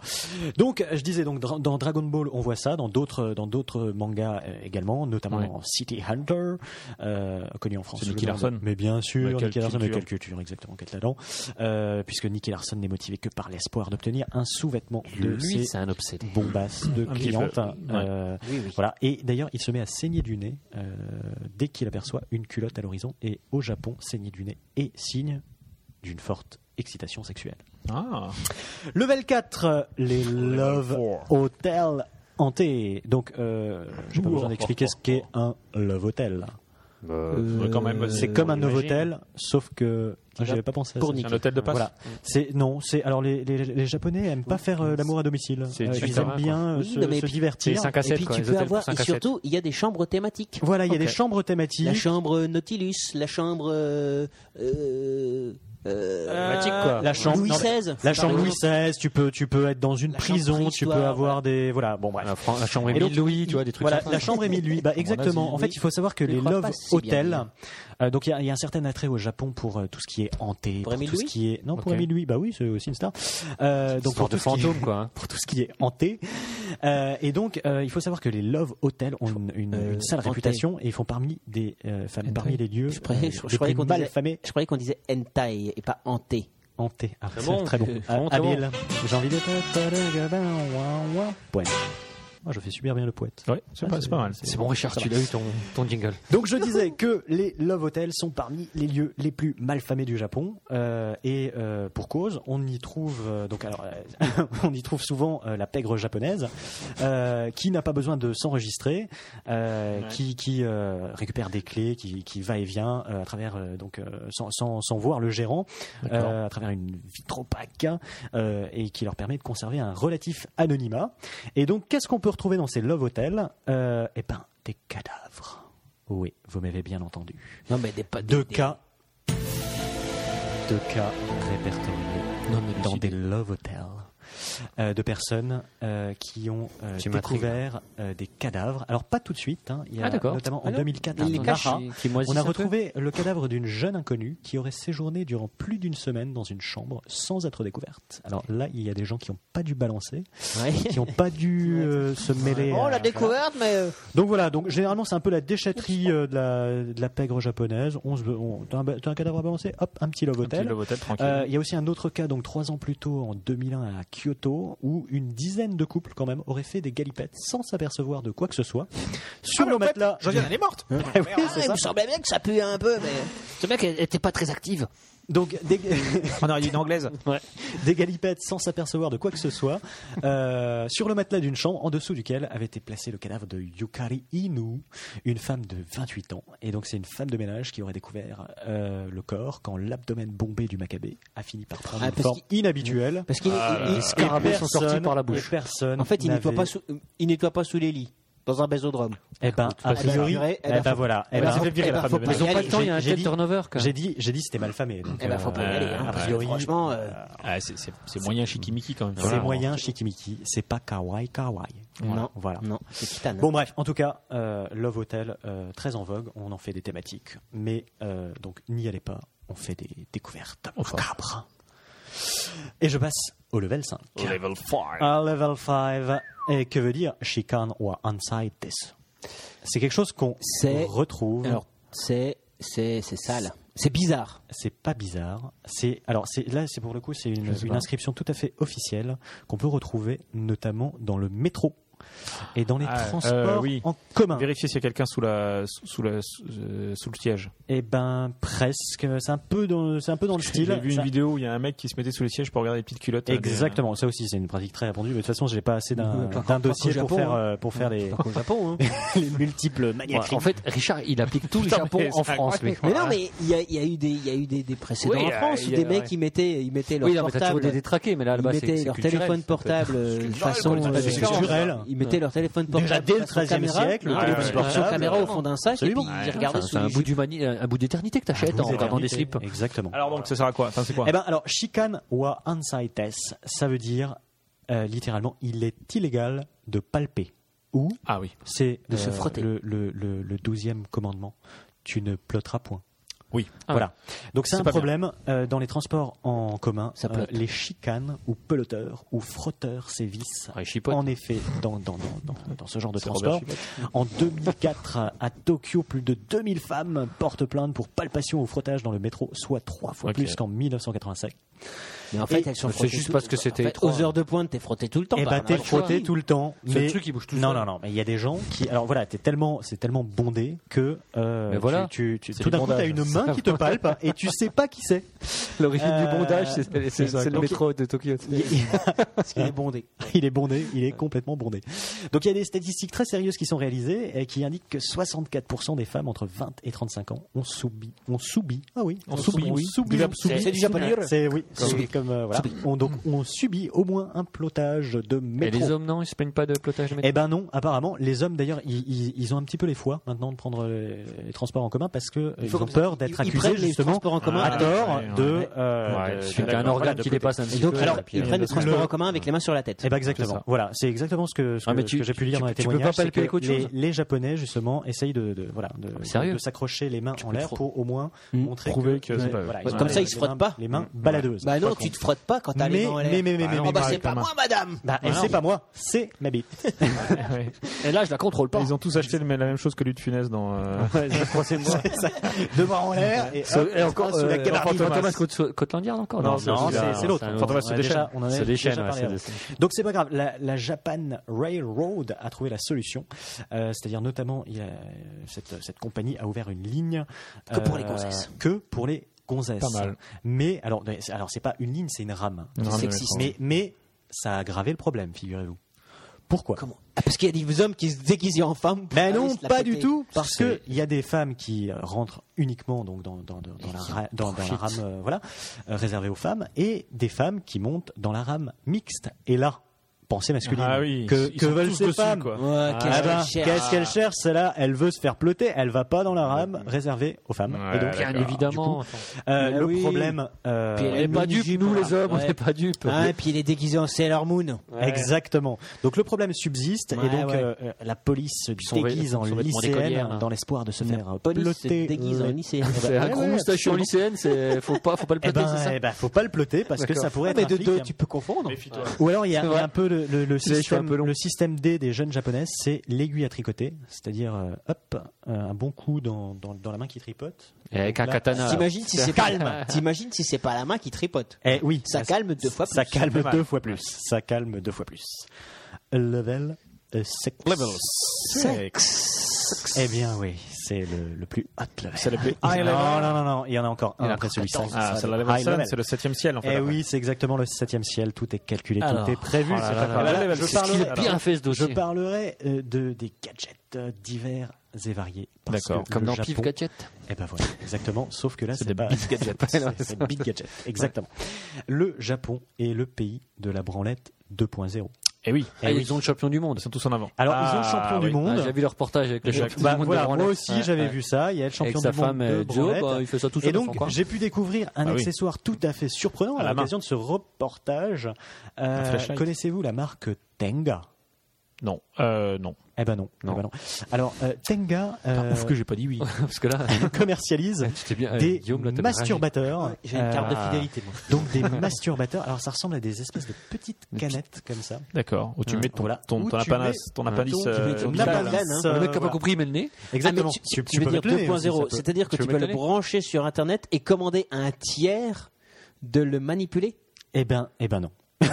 Speaker 4: Donc, euh, je disais donc dra- dans Dragon Ball, on voit ça, dans d'autres euh, dans d'autres mangas euh, également, notamment
Speaker 7: Ouais.
Speaker 4: dans City Hunter, euh, connu en France.
Speaker 7: C'est
Speaker 4: sous le
Speaker 7: Nicky
Speaker 4: nom de-
Speaker 7: Larson.
Speaker 4: Mais bien sûr,
Speaker 7: Mais quelle
Speaker 4: Nicky Larson, mais
Speaker 7: culture.
Speaker 4: quelle culture exactement, quel talent. Euh, puisque Nicky Larson n'est motivé que par l'espoir d'obtenir un sous-vêtement de
Speaker 5: Lui,
Speaker 4: ses
Speaker 5: c'est un obsédé.
Speaker 4: bombasses de
Speaker 7: Un petit
Speaker 4: clientes.
Speaker 7: peu, ouais.
Speaker 4: Euh,
Speaker 6: Oui, oui.
Speaker 4: voilà. Et d'ailleurs, il se met à saigner du nez euh, dès qu'il aperçoit une culotte à l'horizon. Et au Japon, saigner du nez est signe d'une forte excitation sexuelle.
Speaker 7: Ah,
Speaker 4: Level 4, les Love Hotel hantés. Donc, euh, j'ai pas besoin d'expliquer ce qu'est un Love Hotel.
Speaker 7: ouais, quand même,
Speaker 4: C'est
Speaker 7: euh,
Speaker 4: comme un
Speaker 7: on
Speaker 4: Love
Speaker 7: imagine.
Speaker 4: Hotel, sauf que j'avais pas pensé à
Speaker 6: pour
Speaker 4: ça.
Speaker 7: C'est un hôtel de passe.
Speaker 4: Voilà. C'est non, c'est alors les, les, les Japonais aiment pas faire euh, l'amour à domicile.
Speaker 7: C'est
Speaker 4: Euh,
Speaker 7: du
Speaker 4: ils
Speaker 7: terrain,
Speaker 4: aiment bien euh,
Speaker 6: Oui,
Speaker 4: se,
Speaker 6: non, mais puis-
Speaker 4: se
Speaker 5: C'est
Speaker 4: divertir.
Speaker 5: 5 à 7,
Speaker 6: et puis
Speaker 5: quoi,
Speaker 6: tu
Speaker 5: les
Speaker 6: peux
Speaker 5: hôtels
Speaker 6: avoir,
Speaker 5: pour cinq
Speaker 6: et
Speaker 5: à sept.
Speaker 6: surtout, il y a des chambres thématiques.
Speaker 4: Voilà, il y a
Speaker 6: Ok.
Speaker 4: des chambres thématiques.
Speaker 6: La chambre Nautilus, la chambre. euh, euh, euh,
Speaker 5: Thématique, quoi.
Speaker 4: la chambre
Speaker 6: Louis
Speaker 4: non, mais-
Speaker 6: XVI.
Speaker 4: La
Speaker 6: par
Speaker 4: chambre Louis
Speaker 6: exemple.
Speaker 4: XVI, tu peux, tu peux être dans une
Speaker 6: La
Speaker 4: prison,
Speaker 6: chambre Ah.
Speaker 4: tu peux
Speaker 6: histoire,
Speaker 4: avoir des. Voilà, bon, bref.
Speaker 5: La, Fran- la chambre
Speaker 4: Et
Speaker 5: Émile
Speaker 4: donc,
Speaker 5: Louis, tu vois, des trucs
Speaker 4: Voilà,
Speaker 5: comme ça.
Speaker 4: la chambre Émile Louis. Bah, exactement. En fait, il faut savoir que
Speaker 6: Je
Speaker 4: les
Speaker 6: crois
Speaker 4: Love
Speaker 6: pas si bien
Speaker 4: Hôtels,
Speaker 6: dire.
Speaker 4: euh, donc il y, a- il y a un certain attrait au Japon pour euh, tout ce qui est hanté,
Speaker 6: Pour
Speaker 4: pour
Speaker 6: Émile
Speaker 4: tout ce
Speaker 6: Louis
Speaker 4: qui est. Non, pour
Speaker 5: Ok.
Speaker 4: Émile Louis, bah oui, c'est aussi une star. Euh, donc
Speaker 5: Histoire
Speaker 4: pour
Speaker 5: de
Speaker 4: tout ce qui est-
Speaker 5: fantôme, quoi. hein.
Speaker 4: pour tout ce qui est hanté. Euh, et donc, euh, il faut savoir que les Love Hotels ont une, une-
Speaker 6: Euh,
Speaker 4: une sale
Speaker 6: hanté.
Speaker 4: réputation et ils font parmi des, euh, enfin, parmi les lieux
Speaker 6: Je croyais- je- je
Speaker 4: les
Speaker 6: croyais
Speaker 4: plus
Speaker 6: qu'on
Speaker 4: mal
Speaker 6: disait-
Speaker 4: famés
Speaker 6: Je croyais qu'on disait hentai et pas hanté.
Speaker 4: hantés. Ah,
Speaker 5: Très
Speaker 4: c'est
Speaker 5: bon.
Speaker 4: très bon.
Speaker 5: Euh,
Speaker 4: Ah,
Speaker 5: bon, très bon.
Speaker 4: Habile. J'ai envie d'être. Poète. Moi, Ah, je fais super bien le poète.
Speaker 7: Ouais, c'est
Speaker 4: Ah,
Speaker 7: pas, c'est pas mal.
Speaker 5: C'est bon, Richard,
Speaker 4: Ça
Speaker 5: tu
Speaker 4: va.
Speaker 5: l'as eu ton, ton jingle.
Speaker 4: Donc je disais que les Love Hotels sont parmi les lieux les plus malfamés du Japon euh, et euh, pour cause, on y trouve euh, donc alors euh, on y trouve souvent euh, la pègre japonaise euh, qui n'a pas besoin de s'enregistrer, euh, qui, qui euh, récupère des clés, qui, qui va et vient euh, à travers euh, donc euh, sans, sans, sans voir le gérant euh, à travers une vitre opaque euh, et qui leur permet de conserver un relatif anonymat. Et donc qu'est-ce qu'on peut retrouver dans ces Love Hotels euh, Eh ben des cadavres. Oui, vous m'avez bien entendu.
Speaker 6: Non, mais des pas
Speaker 4: Deux
Speaker 6: des-
Speaker 4: cas. Deux cas répertoriés dans des love hotels euh, de personnes euh, qui ont euh,
Speaker 5: Tu m'intrigues.
Speaker 4: découvert euh, des cadavres. Alors, pas tout de suite. hein. Il y a
Speaker 5: Ah, d'accord.
Speaker 4: notamment en
Speaker 5: Alors,
Speaker 4: 2004 à
Speaker 5: il les cache,
Speaker 4: hein, Nara,
Speaker 5: il- qui moisissent
Speaker 4: on a
Speaker 5: un peu.
Speaker 4: retrouvé le cadavre d'une jeune inconnue qui aurait séjourné durant plus d'une semaine dans une chambre sans être découverte. Alors là, il y a des gens qui n'ont pas dû balancer,
Speaker 6: Ouais.
Speaker 4: qui n'ont pas dû euh, se mêler.
Speaker 5: Oh
Speaker 6: Bon, on
Speaker 4: à-
Speaker 6: l'a découverte, mais. euh,
Speaker 4: donc voilà, donc généralement c'est un peu la déchetterie euh, de, la, de la pègre japonaise. On se, on, t'as, un, ba- t'as un cadavre à balancer, hop, un petit love hotel.
Speaker 7: Le hôtel tranquille.
Speaker 4: Euh, Il y a aussi un autre cas, donc trois ans plus tôt, en 2001 à Kyoto, où une dizaine de couples quand même auraient fait des galipettes sans s'apercevoir de quoi que ce soit. Sur le matelas.
Speaker 7: elle est morte.
Speaker 4: Ouais, oui,
Speaker 6: ah,
Speaker 4: c'est
Speaker 6: il
Speaker 4: ça.
Speaker 6: me semblait bien que ça puait un peu, mais.
Speaker 5: Ce mec était pas très active.
Speaker 4: Donc des,
Speaker 7: On aurait dit une anglaise.
Speaker 4: des galipettes sans s'apercevoir de quoi que ce soit, euh, sur le matelas d'une chambre, en dessous duquel avait été placé le cadavre de Yukari Inu, une femme de 28 ans. Et donc, c'est une femme de ménage qui aurait découvert euh, le corps quand l'abdomen bombé du Maccabée a fini par prendre
Speaker 6: Ah,
Speaker 4: une
Speaker 6: parce
Speaker 4: forme inhabituelle.
Speaker 6: Parce qu'il il- il-
Speaker 5: Les scarabées sont sortis par la bouche.
Speaker 4: Personne.
Speaker 6: En fait, il nettoie
Speaker 4: n'avait-
Speaker 6: pas sous, il nettoie pas sous les lits, dans un bésodrome.
Speaker 4: Eh ben, a
Speaker 6: Parce que-
Speaker 4: priori,
Speaker 6: Eh ben,
Speaker 4: eh ben,
Speaker 6: faut-
Speaker 4: voilà. Eh
Speaker 6: eh
Speaker 4: ben,
Speaker 6: ben,
Speaker 7: fait virer
Speaker 6: eh
Speaker 7: la
Speaker 6: ben,
Speaker 7: femme
Speaker 6: faut
Speaker 7: de ménage.
Speaker 5: Ils ont
Speaker 6: y
Speaker 5: pas
Speaker 6: aller.
Speaker 5: le temps, il y a un
Speaker 4: j'ai
Speaker 5: tel
Speaker 4: dit-
Speaker 5: turnover. quoi.
Speaker 4: j'ai dit, j'ai dit, c'était mal famé. donc,
Speaker 6: Eh ben, faut pas y
Speaker 4: euh,
Speaker 6: aller, hein,
Speaker 4: a
Speaker 6: parce que
Speaker 4: priori,
Speaker 6: franchement, euh,
Speaker 7: Ah, c'est- c'est c'est moyen chikimiki quand même.
Speaker 4: c'est
Speaker 7: Voilà.
Speaker 4: moyen, Shikimiki. C'est pas kawaii, kawaii.
Speaker 6: Non,
Speaker 4: Voilà.
Speaker 6: non, c'est titane.
Speaker 4: Bon bref, en tout cas, euh, Love Hotel, euh, très en vogue, on en fait des thématiques, mais euh, donc n'y allez pas, on fait des découvertes macabres. Et je passe au level 5.
Speaker 7: Level 5.
Speaker 4: À level 5, et que veut dire Shikan ou Inside This C'est quelque chose qu'on
Speaker 6: C'est-
Speaker 4: retrouve,
Speaker 6: Alors, c'est, c'est, c'est sale. C'est bizarre.
Speaker 4: c'est pas bizarre, c'est alors c'est là c'est pour le coup c'est une, une inscription tout à fait officielle qu'on peut retrouver notamment dans le métro et dans les
Speaker 7: Ah, euh,
Speaker 4: transports
Speaker 7: oui.
Speaker 4: en commun.
Speaker 7: Vérifier s'il y a quelqu'un sous la sous sous la euh, sous le siège.
Speaker 4: Eh ben presque. C'est un peu dans, c'est un peu dans le style.
Speaker 7: J'ai vu
Speaker 4: Ça-
Speaker 7: une vidéo où il y a un mec qui se mettait sous les sièges pour regarder les petites culottes. euh, des-
Speaker 4: Exactement. Ça aussi, c'est une pratique très répandue. Mais de toute façon, j'ai pas assez d'un,
Speaker 6: Pas qu'au-
Speaker 4: d'un
Speaker 6: pas qu'au
Speaker 4: dossier
Speaker 6: Japon,
Speaker 4: pour faire
Speaker 6: hein.
Speaker 4: euh, pour faire les,
Speaker 6: Au Japon, hein.
Speaker 4: les multiples
Speaker 5: Ouais,
Speaker 4: maniaques.
Speaker 5: en fait, Richard, il applique tout le Japon
Speaker 7: mais
Speaker 5: en
Speaker 7: c'est
Speaker 5: France, lui.
Speaker 6: Mais non, mais il y a, il y a eu des, il y a eu des, des précédents
Speaker 5: Oui,
Speaker 6: en France
Speaker 5: euh,
Speaker 6: où
Speaker 5: il y a-
Speaker 6: des mecs
Speaker 5: ouais.
Speaker 6: ils mettaient, ils mettaient leur
Speaker 5: Oui, non, mais t'as toujours
Speaker 6: portable,
Speaker 5: des détraqués, mais là,
Speaker 6: ils
Speaker 5: là-bas, c'est.
Speaker 6: mettaient
Speaker 5: c'est
Speaker 6: leur
Speaker 5: culturel,
Speaker 6: téléphone
Speaker 5: ça peut
Speaker 6: portable euh, façon,
Speaker 4: pour les
Speaker 6: euh,
Speaker 4: adolescents. Culturel.
Speaker 6: ils mettaient leur téléphone portable
Speaker 4: Déjà dès le
Speaker 6: façon
Speaker 4: 13e
Speaker 6: caméra,
Speaker 4: siècle, le
Speaker 6: ah,
Speaker 4: téléphone
Speaker 6: façon
Speaker 4: portable.
Speaker 6: caméra au fond d'un sac et puis
Speaker 4: Absolument.
Speaker 6: ils
Speaker 5: être.
Speaker 6: regardaient
Speaker 5: Enfin,
Speaker 6: sous
Speaker 5: C'est un
Speaker 6: les
Speaker 5: bout
Speaker 6: jupes.
Speaker 5: d'humani- un bout d'éternité que t'achètes en regardant des slips.
Speaker 4: Exactement. ben,
Speaker 7: Alors donc ça sert à quoi Enfin c'est quoi
Speaker 4: Eh ben alors, shikan wa ansaites, ça veut dire euh, littéralement, il est illégal de palper. Ou
Speaker 7: Ah oui.
Speaker 4: c'est euh,
Speaker 6: De se frotter.
Speaker 4: le, le, le, le douzième commandement. Tu ne plotteras point.
Speaker 7: Oui.
Speaker 6: Ah
Speaker 4: voilà. Donc c'est
Speaker 7: C'est
Speaker 4: un
Speaker 7: pas
Speaker 4: problème euh, dans les transports en commun.
Speaker 6: Ça
Speaker 4: euh,
Speaker 6: plotte.
Speaker 4: les chicanes ou peloteurs ou frotteurs sévissent.
Speaker 5: Ah, ils chipotent.
Speaker 4: En effet, dans, dans, dans, dans, dans ce genre de transport. En 2004, à Tokyo, plus de 2000 femmes portent plainte pour palpation ou frottage dans le métro, soit trois fois
Speaker 7: Ok.
Speaker 4: plus qu'en 1985.
Speaker 6: Mais en fait,
Speaker 4: Et
Speaker 6: elles sont
Speaker 5: c'est
Speaker 6: frottées
Speaker 5: juste
Speaker 6: tout-
Speaker 5: parce que
Speaker 6: en
Speaker 5: c'était
Speaker 6: fait,
Speaker 5: étroit.
Speaker 6: aux heures de pointe, t'es frotté tout le temps.
Speaker 4: Eh
Speaker 6: par
Speaker 4: ben,
Speaker 6: là.
Speaker 4: t'es frotté tout le temps.
Speaker 5: C'est
Speaker 4: mais-
Speaker 5: le truc qui bouge tout
Speaker 4: Non,
Speaker 5: seul.
Speaker 4: non, non. Mais il y a des gens qui. Alors voilà, t'es tellement, c'est tellement bondé que. euh,
Speaker 5: Mais voilà.
Speaker 4: Tu, tu-
Speaker 5: C'est
Speaker 4: tout
Speaker 5: du
Speaker 4: d'un coup, t'as
Speaker 5: bondage.
Speaker 4: une main qui te palpe et tu sais pas qui c'est.
Speaker 5: L'origine
Speaker 4: Euh,
Speaker 5: du bondage, c'est- c'est c'est-
Speaker 4: ça,
Speaker 5: c'est le
Speaker 4: quoi.
Speaker 5: métro de Tokyo.
Speaker 4: Parce qu'il est bondé. Il est bondé, il est complètement bondé. Donc il y a des statistiques très sérieuses qui sont réalisées et qui indiquent que 64% des femmes entre 20 et 35 ans ont subi, ont subi, ah oui,
Speaker 7: On s'oublie.
Speaker 4: oui.
Speaker 7: Du verbe s'oublie.
Speaker 6: C'est du japonais.
Speaker 4: C'est oui,
Speaker 6: Comme-
Speaker 4: subi, comme euh, voilà. On, donc on subit au moins un plotage de
Speaker 5: Mais
Speaker 4: métro.
Speaker 5: les hommes, non, ils se plaignent pas de plotage de métro.
Speaker 4: Eh ben non, apparemment, les hommes d'ailleurs, ils, ils- ils ont un petit peu les fois maintenant de prendre les, les transports en commun parce que euh, ils
Speaker 6: faut
Speaker 4: ont
Speaker 6: comme ça.
Speaker 4: peur d'être
Speaker 6: Ils- ils prennent
Speaker 4: accusés
Speaker 6: les
Speaker 4: justement
Speaker 6: transports en commun
Speaker 4: à
Speaker 6: avec-
Speaker 4: tort
Speaker 7: Ouais, ouais,
Speaker 4: de.
Speaker 7: ouais.
Speaker 4: euh,
Speaker 5: Ouais,
Speaker 4: de-
Speaker 5: si t'as
Speaker 4: d'accord,
Speaker 5: un
Speaker 4: voilà,
Speaker 5: organe
Speaker 4: de
Speaker 5: qui
Speaker 4: ploter.
Speaker 5: dépasse un petit
Speaker 6: Et donc,
Speaker 5: peu.
Speaker 6: alors,
Speaker 5: et puis,
Speaker 6: ils
Speaker 5: euh,
Speaker 6: prennent le
Speaker 4: le-
Speaker 6: transport en commun avec les mains sur la tête.
Speaker 4: Eh ben
Speaker 5: C'est
Speaker 4: exactement.
Speaker 5: ça.
Speaker 4: Voilà, c'est exactement ce que, ce que,
Speaker 5: Ah, mais
Speaker 4: ce
Speaker 5: tu-
Speaker 4: que j'ai pu lire
Speaker 5: tu-
Speaker 4: dans les
Speaker 5: tu peux pas
Speaker 4: témoignages. c'est
Speaker 5: palper
Speaker 4: que
Speaker 5: quelque
Speaker 4: les,
Speaker 5: chose
Speaker 4: les Japonais justement essayent de, de- voilà de-
Speaker 5: mais sérieux
Speaker 4: de s'accrocher les mains en
Speaker 5: peux
Speaker 4: l'air
Speaker 5: trop-
Speaker 4: pour au moins
Speaker 5: Mm.
Speaker 4: montrer
Speaker 7: Prouver
Speaker 4: que,
Speaker 7: que c'est pas eux.
Speaker 4: voilà,
Speaker 6: Parce
Speaker 4: ont
Speaker 6: que comme
Speaker 4: les-
Speaker 6: ça, ils se
Speaker 4: les
Speaker 6: frottent
Speaker 4: mains-
Speaker 6: pas.
Speaker 4: Les mains baladeuses.
Speaker 6: Bah non, tu te frottes pas quand t'as
Speaker 4: mais,
Speaker 6: les mains en
Speaker 4: mais mais
Speaker 6: l'air.
Speaker 4: mais mais
Speaker 7: non,
Speaker 4: mais-
Speaker 7: on
Speaker 6: Oh
Speaker 7: bah,
Speaker 6: bah
Speaker 7: c'est
Speaker 6: c'est pas
Speaker 7: pas
Speaker 6: moi, madame
Speaker 4: bah, et c'est pas moi, c'est ma bite.
Speaker 5: Et là, je la contrôle pas.
Speaker 7: Ils ont tous acheté le- la même chose que lui de Funès dans. euh,
Speaker 4: C'est ça. Deux mains en l'air et, hop,
Speaker 5: Et encore,
Speaker 4: sous la
Speaker 5: euh,
Speaker 4: cabarde.
Speaker 5: Fantomas Côte- Côtelandière encore
Speaker 7: Non, c'est-
Speaker 4: Non,
Speaker 7: celui-là,
Speaker 4: c'est- c'est l'autre.
Speaker 5: c'est un autre.
Speaker 4: Fantomas
Speaker 7: se déchaîne.
Speaker 4: déjà- on en avait
Speaker 5: C'est des
Speaker 4: déjà
Speaker 5: chaînes,
Speaker 4: parlé
Speaker 5: ouais,
Speaker 4: avant.
Speaker 5: c'est
Speaker 4: Donc c'est pas grave, la, la Japan Railroad a trouvé la solution, Euh, c'est-à-dire notamment il y a, euh, cette, cette compagnie a ouvert une ligne euh,
Speaker 6: Que pour les gonzesses.
Speaker 4: que pour les gonzesses.
Speaker 7: Pas mal.
Speaker 4: Mais alors mais c'est- alors c'est pas une ligne, c'est une rame.
Speaker 7: une rame de
Speaker 6: sexiste.
Speaker 7: métro.
Speaker 4: Mais mais ça a aggravé le problème, figurez-vous. Pourquoi
Speaker 6: Comment Ah, Parce qu'il y a des hommes qui se déguisent en femmes. pour
Speaker 4: ben
Speaker 6: aller
Speaker 4: non,
Speaker 6: se la
Speaker 4: pas
Speaker 6: péter.
Speaker 4: du tout, parce
Speaker 6: C'est-
Speaker 4: que il y a des femmes qui euh, rentrent uniquement donc dans, dans, dans, dans la, ra- dans, dans la rame euh, voilà euh, réservée aux femmes et des femmes qui montent dans la rame mixte. Et là, pensée masculine.
Speaker 7: Ah oui,
Speaker 4: que
Speaker 7: ils
Speaker 4: que
Speaker 7: sont
Speaker 4: veulent
Speaker 7: tous
Speaker 4: ces
Speaker 7: dessus,
Speaker 4: femmes
Speaker 7: quoi.
Speaker 6: Ouais,
Speaker 4: Ah
Speaker 6: qu'est-ce
Speaker 4: ben,
Speaker 6: qu'elle cherche
Speaker 4: Qu'est-ce qu'elle cherche Celle-là, elle veut se faire ploter. Elle va pas dans la rame réservée aux femmes.
Speaker 7: Ouais,
Speaker 4: et donc,
Speaker 5: Bien
Speaker 7: d'accord.
Speaker 5: évidemment.
Speaker 4: euh,
Speaker 6: Ah
Speaker 4: le
Speaker 6: oui.
Speaker 4: problème. euh,
Speaker 6: Puis elle
Speaker 5: On
Speaker 6: est
Speaker 5: n'est pas dupes,
Speaker 6: mini-jupe,
Speaker 5: nous
Speaker 6: là.
Speaker 5: les hommes, on
Speaker 6: Ouais.
Speaker 5: n'est pas dupes.
Speaker 6: Hein, puis il est déguisé en Sailor Moon.
Speaker 4: Exactement. Donc le problème subsiste et
Speaker 6: Ouais,
Speaker 4: donc
Speaker 6: ouais.
Speaker 4: euh, euh, la police se
Speaker 5: sont vêt-
Speaker 4: déguise en
Speaker 5: sont vêtements d'écolière, hein.
Speaker 4: lycéenne dans l'espoir de se faire euh,
Speaker 6: Police se
Speaker 4: ploter.
Speaker 6: déguise en
Speaker 4: le-
Speaker 6: lycée.
Speaker 5: C'est un gros
Speaker 4: ouais,
Speaker 5: moustachion lycéenne, c'est- faut pas, faut pas le
Speaker 4: Eh
Speaker 5: plater, c'est
Speaker 4: ben,
Speaker 5: ça
Speaker 4: eh ben, faut pas le ploter parce que
Speaker 5: D'accord.
Speaker 4: ça pourrait
Speaker 6: mais
Speaker 4: être
Speaker 6: de
Speaker 4: un
Speaker 6: deux,
Speaker 4: flic.
Speaker 6: tu peux confondre.
Speaker 4: Ou alors il y a,
Speaker 5: C'est
Speaker 4: il y a
Speaker 5: vrai.
Speaker 4: un peu le, le- le
Speaker 5: cheveux un
Speaker 4: système,
Speaker 5: peu longs.
Speaker 4: le système D des jeunes japonaises, c'est l'aiguille à tricoter, c'est-à-dire euh, hop euh, un bon coup dans, dans, dans la main qui tripote.
Speaker 5: Et Avec
Speaker 4: Donc
Speaker 5: un
Speaker 4: là,
Speaker 5: katana.
Speaker 6: T'imagines si c'est calme. T'imagines si c'est pas la main qui tripote. Ah,
Speaker 4: Eh oui,
Speaker 6: Ça calme deux fois
Speaker 4: Ça
Speaker 6: plus.
Speaker 4: calme deux fois plus. Ça calme deux fois plus. Level euh, sex.
Speaker 7: Level
Speaker 4: Eh bien oui, c'est le, le plus hot level.
Speaker 7: C'est le plus
Speaker 4: non,
Speaker 7: high level.
Speaker 4: non, non, non, il y en a encore
Speaker 5: Il y en
Speaker 4: un
Speaker 5: a
Speaker 4: après
Speaker 5: encore
Speaker 4: celui-ci.
Speaker 5: 14.
Speaker 7: Ah, c'est la level
Speaker 4: High
Speaker 7: seven,
Speaker 4: level.
Speaker 7: c'est le septième ciel en fait.
Speaker 4: Eh
Speaker 7: après.
Speaker 4: oui, c'est exactement le septième ciel. Tout est calculé,
Speaker 5: Alors.
Speaker 4: tout est prévu.
Speaker 7: Oh là
Speaker 4: c'est
Speaker 7: là
Speaker 4: préparé.
Speaker 7: là là.
Speaker 4: Voilà,
Speaker 7: Je
Speaker 4: je,
Speaker 7: parle-
Speaker 5: Il
Speaker 4: parlerai,
Speaker 5: a bien fait ce
Speaker 4: je
Speaker 5: dossier.
Speaker 4: parlerai, euh, de des gadgets euh, divers et variés. parce
Speaker 7: D'accord.
Speaker 4: que
Speaker 5: Comme
Speaker 4: le
Speaker 5: dans
Speaker 4: Japon-
Speaker 5: Pif Gadget.
Speaker 4: Eh ben voilà, exactement. Sauf que là, c'est
Speaker 7: des
Speaker 4: pas
Speaker 7: big gadgets.
Speaker 4: c'est pas- c'est big gadget. Exactement. Le Japon est le pays de la branlette 2.0.
Speaker 7: Eh oui.
Speaker 5: Ah, ils ont le champion du monde.
Speaker 7: Ils sont tous en avant.
Speaker 4: Alors, ils ont
Speaker 7: Ah,
Speaker 4: le champion
Speaker 7: oui.
Speaker 4: du monde.
Speaker 5: Ah, J'ai vu le reportage avec le
Speaker 4: Bah,
Speaker 5: champion du monde. de
Speaker 4: voilà, moi
Speaker 5: branlette.
Speaker 4: aussi
Speaker 5: Ouais,
Speaker 4: j'avais
Speaker 5: ouais.
Speaker 4: vu ça. Il y a le champion
Speaker 5: Avec
Speaker 4: du monde
Speaker 5: sa femme,
Speaker 4: de
Speaker 5: euh, Joe,
Speaker 4: branlette.
Speaker 5: bah, il fait ça tout
Speaker 4: Et
Speaker 5: seul.
Speaker 4: donc,
Speaker 5: enfin, quoi.
Speaker 4: j'ai pu découvrir un
Speaker 7: Ah oui.
Speaker 4: accessoire tout à fait surprenant
Speaker 7: À
Speaker 4: à
Speaker 7: la main.
Speaker 4: l'occasion de ce reportage. Euh,
Speaker 7: Un flashlight.
Speaker 4: Connaissez-vous la marque Tenga
Speaker 7: Non, euh, non.
Speaker 4: Eh ben non.
Speaker 5: Non.
Speaker 4: Eh ben non. Alors, euh, Tenga euh,
Speaker 7: j'ai pas dit oui.
Speaker 5: Parce que là,
Speaker 4: commercialise
Speaker 5: c'était bien. eh,
Speaker 4: des
Speaker 5: Guillaume, là, t'as bien réagi.
Speaker 4: masturbateurs.
Speaker 6: J'ai une carte de
Speaker 4: euh,
Speaker 6: fidélité, moi.
Speaker 4: Donc, des masturbateurs. Alors, ça ressemble à des espèces de petites canettes comme ça.
Speaker 7: D'accord. Où tu
Speaker 4: Ah,
Speaker 7: mets ton,
Speaker 4: voilà.
Speaker 7: ton,
Speaker 4: Où
Speaker 7: ton
Speaker 4: tu
Speaker 7: apanace,
Speaker 4: mets
Speaker 7: ton apanace.
Speaker 4: ton-
Speaker 7: euh,
Speaker 6: tu mets ton
Speaker 7: vital.
Speaker 6: apanace.
Speaker 4: euh,
Speaker 5: Le mec n'a pas
Speaker 4: voilà.
Speaker 5: compris, mais le nez.
Speaker 4: Exactement.
Speaker 6: Ah, mais tu, tu veux dire
Speaker 5: hein,
Speaker 4: hein,
Speaker 6: 2.0, c'est-à-dire que tu
Speaker 5: Tu veux
Speaker 6: peux le
Speaker 5: mettre le nez
Speaker 6: brancher sur Internet et commander à un tiers de le manipuler
Speaker 4: Eh ben, eh ben non.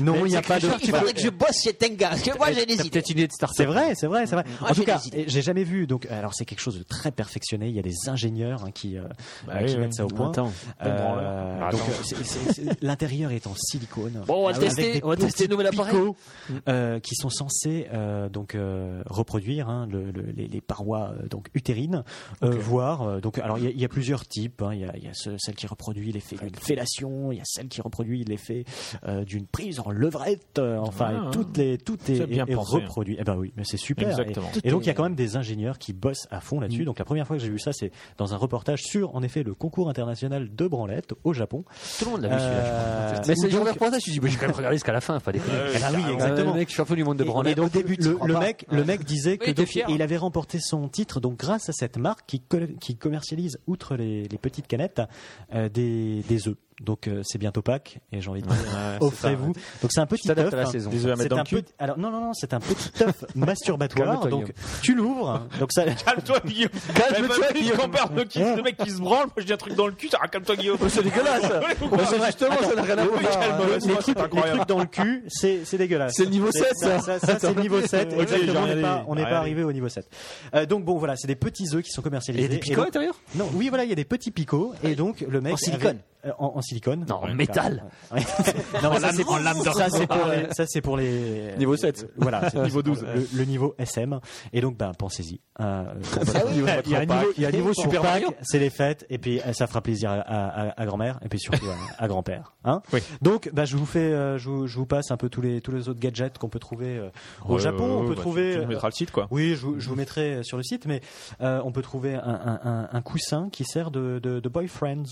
Speaker 4: non, il n'y a pas de.
Speaker 6: Il faudrait que je bosse chez Tenga, parce que moi j'ai des
Speaker 5: Eh, T'as
Speaker 6: idées.
Speaker 5: peut-être une idée de start-up.
Speaker 4: C'est vrai, c'est vrai, c'est vrai.
Speaker 6: Moi,
Speaker 4: en
Speaker 6: Mm, Ah,
Speaker 4: tout
Speaker 6: j'ai
Speaker 4: cas,
Speaker 6: des idées.
Speaker 4: j'ai jamais vu. Donc, euh, alors c'est quelque chose de très perfectionné. Il y a des ingénieurs hein, qui, euh,
Speaker 7: Bah
Speaker 4: euh,
Speaker 7: oui,
Speaker 4: qui
Speaker 7: oui.
Speaker 4: mettent ça au point.
Speaker 6: Attends.
Speaker 4: Euh,
Speaker 7: branleur. Bah,
Speaker 4: donc,
Speaker 7: attends.
Speaker 4: euh, c'est- c'est- c'est- l'intérieur est en silicone. Ah
Speaker 5: Bon, on va
Speaker 4: Avec
Speaker 5: tester,
Speaker 4: des
Speaker 5: on va tester
Speaker 4: petits
Speaker 5: le nouvel appareil. Mm.
Speaker 4: picots, euh, qui sont censés euh, donc euh, reproduire hein, le- le- les, les parois euh, donc utérines, euh, voire euh, donc alors il y, a- il y a plusieurs types. hein. Il y a, il y a ce- celle qui reproduit l'effet d'une fellation, il y a celle qui reproduit l'effet euh, d'une prise en levrette. euh, enfin,
Speaker 7: Ah,
Speaker 4: tout est, tout est,
Speaker 7: C'est bien
Speaker 4: est
Speaker 7: pensé.
Speaker 5: hein.
Speaker 4: reproduit. Eh ben oui, mais c'est super.
Speaker 7: Exactement.
Speaker 4: Et, et donc, il y a quand même des ingénieurs qui bossent à fond
Speaker 5: Mm.
Speaker 4: là-dessus. Donc, la première fois que j'ai vu ça, c'est dans un reportage sur, en effet, le concours international de branlette au Japon.
Speaker 5: Tout le monde l'a vu celui-là.
Speaker 4: Euh,
Speaker 5: Ah je pense. Mais c'est
Speaker 4: où
Speaker 5: genre
Speaker 4: donc-
Speaker 5: pour ça, je me suis dit, bah, j'ai quand même regardé jusqu'à la fin, pas des
Speaker 4: Ah oui, exactement.
Speaker 5: Euh, mec, je suis un peu du monde de branlette.
Speaker 4: Et donc, le, le mec, le mec disait que
Speaker 5: il était
Speaker 4: donc,
Speaker 5: fier. hein.
Speaker 4: il avait remporté son titre donc grâce à cette marque qui, col- qui commercialise outre les, les petites canettes euh, des, des œufs. Donc euh, c'est bientôt Pâques et j'ai envie de dire offrez-vous. Donc c'est un petit
Speaker 5: t'adaptes
Speaker 4: œuf.
Speaker 5: à la
Speaker 4: hein.
Speaker 5: saison.
Speaker 7: Des œufs à mettre
Speaker 4: C'est
Speaker 7: dans
Speaker 4: un
Speaker 7: le cul.
Speaker 4: petit- alors non non non, c'est un petit œuf masturbatoire.
Speaker 5: Calme-toi,
Speaker 4: Donc tu l'ouvres. Donc ça
Speaker 7: Calme-toi, Guillaume. Calme-toi, Guillaume. Hein Quand on parle de kiff, le mec qui se branle, moi je dis un truc dans le cul, ça calme-toi, Guillaume.
Speaker 5: C'est dégueulasse. Bah, c'est justement, ça n'a rien à voir.
Speaker 4: Ah, les, trucs, les trucs dans le cul, c'est c'est dégueulasse.
Speaker 5: C'est le niveau 7, ça.
Speaker 4: Ça, ça, c'est le niveau 7.
Speaker 7: Ok, j'ai
Speaker 4: Exactement, on
Speaker 7: rien
Speaker 4: n'est pas,
Speaker 7: dit.
Speaker 4: on n'est
Speaker 7: Rien
Speaker 4: pas
Speaker 7: dit.
Speaker 4: arrivé au niveau 7. Euh, donc bon, voilà, c'est des petits œufs qui sont commercialisés.
Speaker 5: Et des
Speaker 4: Et
Speaker 5: picots à
Speaker 4: donc-
Speaker 5: l'intérieur
Speaker 4: Non, oui, voilà, il y a des petits picots, et donc le mec.
Speaker 5: En silicone.
Speaker 4: avait- euh, en, en silicone.
Speaker 5: Non, en métal.
Speaker 4: Ouais. non, mais ça, c'est pour, ça, c'est pour les. Ça, c'est pour les.
Speaker 5: Niveau 7.
Speaker 4: Voilà, c'est
Speaker 5: Niveau
Speaker 4: pour
Speaker 5: 12.
Speaker 4: Le, le niveau SM. Et donc, ben, pensez-y. Euh, pour
Speaker 5: Ah
Speaker 6: Bah
Speaker 4: votre-
Speaker 5: oui,
Speaker 4: il y a un niveau, il y a un niveau
Speaker 5: Pour
Speaker 4: super
Speaker 5: Pâques.
Speaker 4: Pâques, c'est les fêtes, et puis euh, ça fera plaisir à, à- à grand-mère, et puis surtout à, à grand-père. Hein
Speaker 7: Oui.
Speaker 4: Donc, bah, je vous fais, euh, je, vous, je vous passe un peu tous les tous les autres gadgets qu'on peut trouver euh, au
Speaker 7: Ouais,
Speaker 4: Japon.
Speaker 7: ouais,
Speaker 4: on
Speaker 7: ouais,
Speaker 4: peut
Speaker 7: bah, tu-
Speaker 4: trouver.
Speaker 7: Tu nous mettras le site, quoi.
Speaker 4: Oui, je, vous-
Speaker 5: Mm-hmm.
Speaker 4: je vous mettrai sur le site, mais euh, on peut trouver un, un- un- un coussin qui sert de, de, de boyfriends.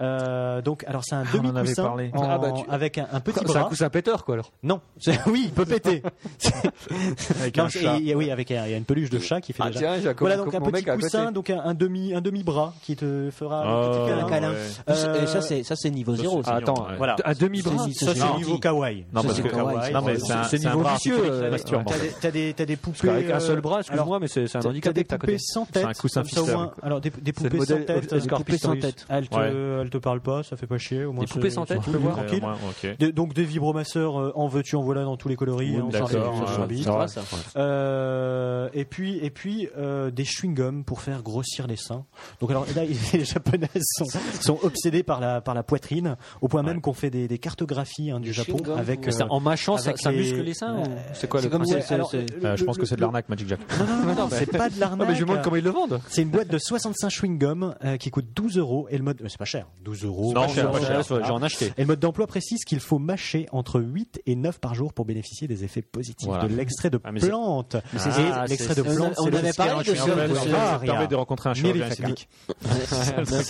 Speaker 4: Euh, donc, alors c'est un
Speaker 7: on en avait
Speaker 4: demi-coussin
Speaker 7: parlé.
Speaker 4: en-
Speaker 5: Ah, bah, tu-
Speaker 4: avec un, un petit
Speaker 5: C'est un
Speaker 4: bras.
Speaker 5: coussin péteur, quoi, alors.
Speaker 4: Non, C'est- oui, il peut péter.
Speaker 7: Avec
Speaker 4: Non,
Speaker 7: un
Speaker 4: c'est-
Speaker 7: chat.
Speaker 4: il y a- oui, avec un- il y a une peluche de chat
Speaker 5: Ah,
Speaker 4: qui fait déjà.
Speaker 5: Jacob,
Speaker 4: Voilà donc un petit coussin, donc un, un demi un demi bras qui te fera un petit câlin.
Speaker 6: Un câlin.
Speaker 7: Ah, ouais.
Speaker 6: Et ça,
Speaker 4: Euh,
Speaker 6: c'est ça, c'est niveau zéro. ça.
Speaker 5: Attends,
Speaker 7: Ouais.
Speaker 4: voilà.
Speaker 5: un demi-bras.
Speaker 6: C'est-
Speaker 4: Ça c'est
Speaker 6: gentil.
Speaker 4: niveau kawaii.
Speaker 7: Non,
Speaker 6: Ça,
Speaker 7: parce
Speaker 6: c'est
Speaker 7: que
Speaker 6: kawaii.
Speaker 7: non, mais
Speaker 6: C'est-
Speaker 7: c'est un-
Speaker 5: c'est
Speaker 7: c'est un
Speaker 5: niveau
Speaker 7: bras
Speaker 5: vicieux,
Speaker 7: articulé qui
Speaker 5: euh,
Speaker 7: masturbe, en
Speaker 4: T'as
Speaker 7: fait.
Speaker 4: des, t'as des, t'as des poupées.
Speaker 5: Avec un seul bras,
Speaker 4: euh, alors,
Speaker 5: excuse-moi, mais c'est c'est un
Speaker 4: T'as-
Speaker 5: handicap
Speaker 4: t'as
Speaker 5: que
Speaker 4: des
Speaker 5: t'as à
Speaker 4: poupées
Speaker 5: côté.
Speaker 4: sans tête.
Speaker 7: un coussin
Speaker 4: comme ça, au
Speaker 7: Pfister,
Speaker 4: moins.
Speaker 7: quoi.
Speaker 4: Alors, des, des
Speaker 5: C'est le
Speaker 4: poupées sans
Speaker 5: modèle
Speaker 4: tête.
Speaker 5: Escar
Speaker 4: euh,
Speaker 6: Coupé sans
Speaker 5: Pistorius.
Speaker 6: tête.
Speaker 4: Elles te,
Speaker 7: Ouais.
Speaker 4: elles te parlent pas, ça fait pas chier. Au moins,
Speaker 5: Des poupées
Speaker 4: c'est-
Speaker 5: sans tête,
Speaker 4: c'est
Speaker 5: tu
Speaker 4: cool,
Speaker 5: peux voir.
Speaker 4: tranquille.
Speaker 7: Ouais, ok.
Speaker 4: Des- donc des vibromasseurs euh, en veux-tu, en voilà dans tous les coloris. hein, on s'en
Speaker 7: d'accord,
Speaker 4: fout, on s'en
Speaker 7: ouais.
Speaker 4: bise.
Speaker 5: Ça va, ça.
Speaker 4: Euh, et puis, et puis euh, des chewing-gums pour faire grossir les seins. Donc alors là, les japonaises sont, sont obsédées par la par la poitrine, au point même qu'on fait des, des cartographies hein, du
Speaker 6: Des
Speaker 4: Japon
Speaker 6: chewing-gums
Speaker 4: avec.
Speaker 5: Mais ça, en mâchant, ça,
Speaker 4: avec
Speaker 5: ça
Speaker 4: les-
Speaker 5: muscle euh, les seins ou C'est quoi
Speaker 6: c'est
Speaker 5: le
Speaker 6: comme
Speaker 5: principe
Speaker 6: ça,
Speaker 4: alors,
Speaker 6: c'est-
Speaker 4: le-
Speaker 7: Euh, Je
Speaker 4: le-
Speaker 7: pense que
Speaker 4: le-
Speaker 7: c'est de l'arnaque, Magic Jack.
Speaker 4: Non, non, non, non, c'est pas de
Speaker 5: Ah,
Speaker 4: l'arnaque.
Speaker 5: mais je me demande comment ils le vendent.
Speaker 4: C'est une boîte de 65 chewing-gum euh, qui coûte 12 euros et le mode. euh, c'est pas cher, 12 euros.
Speaker 7: Non,
Speaker 4: pas
Speaker 7: cher,
Speaker 4: cher,
Speaker 7: pas cher.
Speaker 4: voilà.
Speaker 5: J'en ai acheté.
Speaker 4: Et le mode d'emploi précise qu'il faut mâcher entre 8 et 9 par jour pour bénéficier des effets positifs
Speaker 7: Voilà.
Speaker 4: de l'extrait de
Speaker 7: Ah, mais c'est-
Speaker 4: plante.
Speaker 5: c'est-
Speaker 4: Et
Speaker 5: ah,
Speaker 4: l'extrait
Speaker 5: c'est-
Speaker 4: de plante,
Speaker 6: on
Speaker 4: c'est le
Speaker 6: avait parlé de
Speaker 4: scarabée.
Speaker 6: ce-
Speaker 7: Ça
Speaker 6: de ce-
Speaker 4: Varia.
Speaker 7: me permet de rencontrer un chirurgien
Speaker 4: Mille et
Speaker 7: esthétique.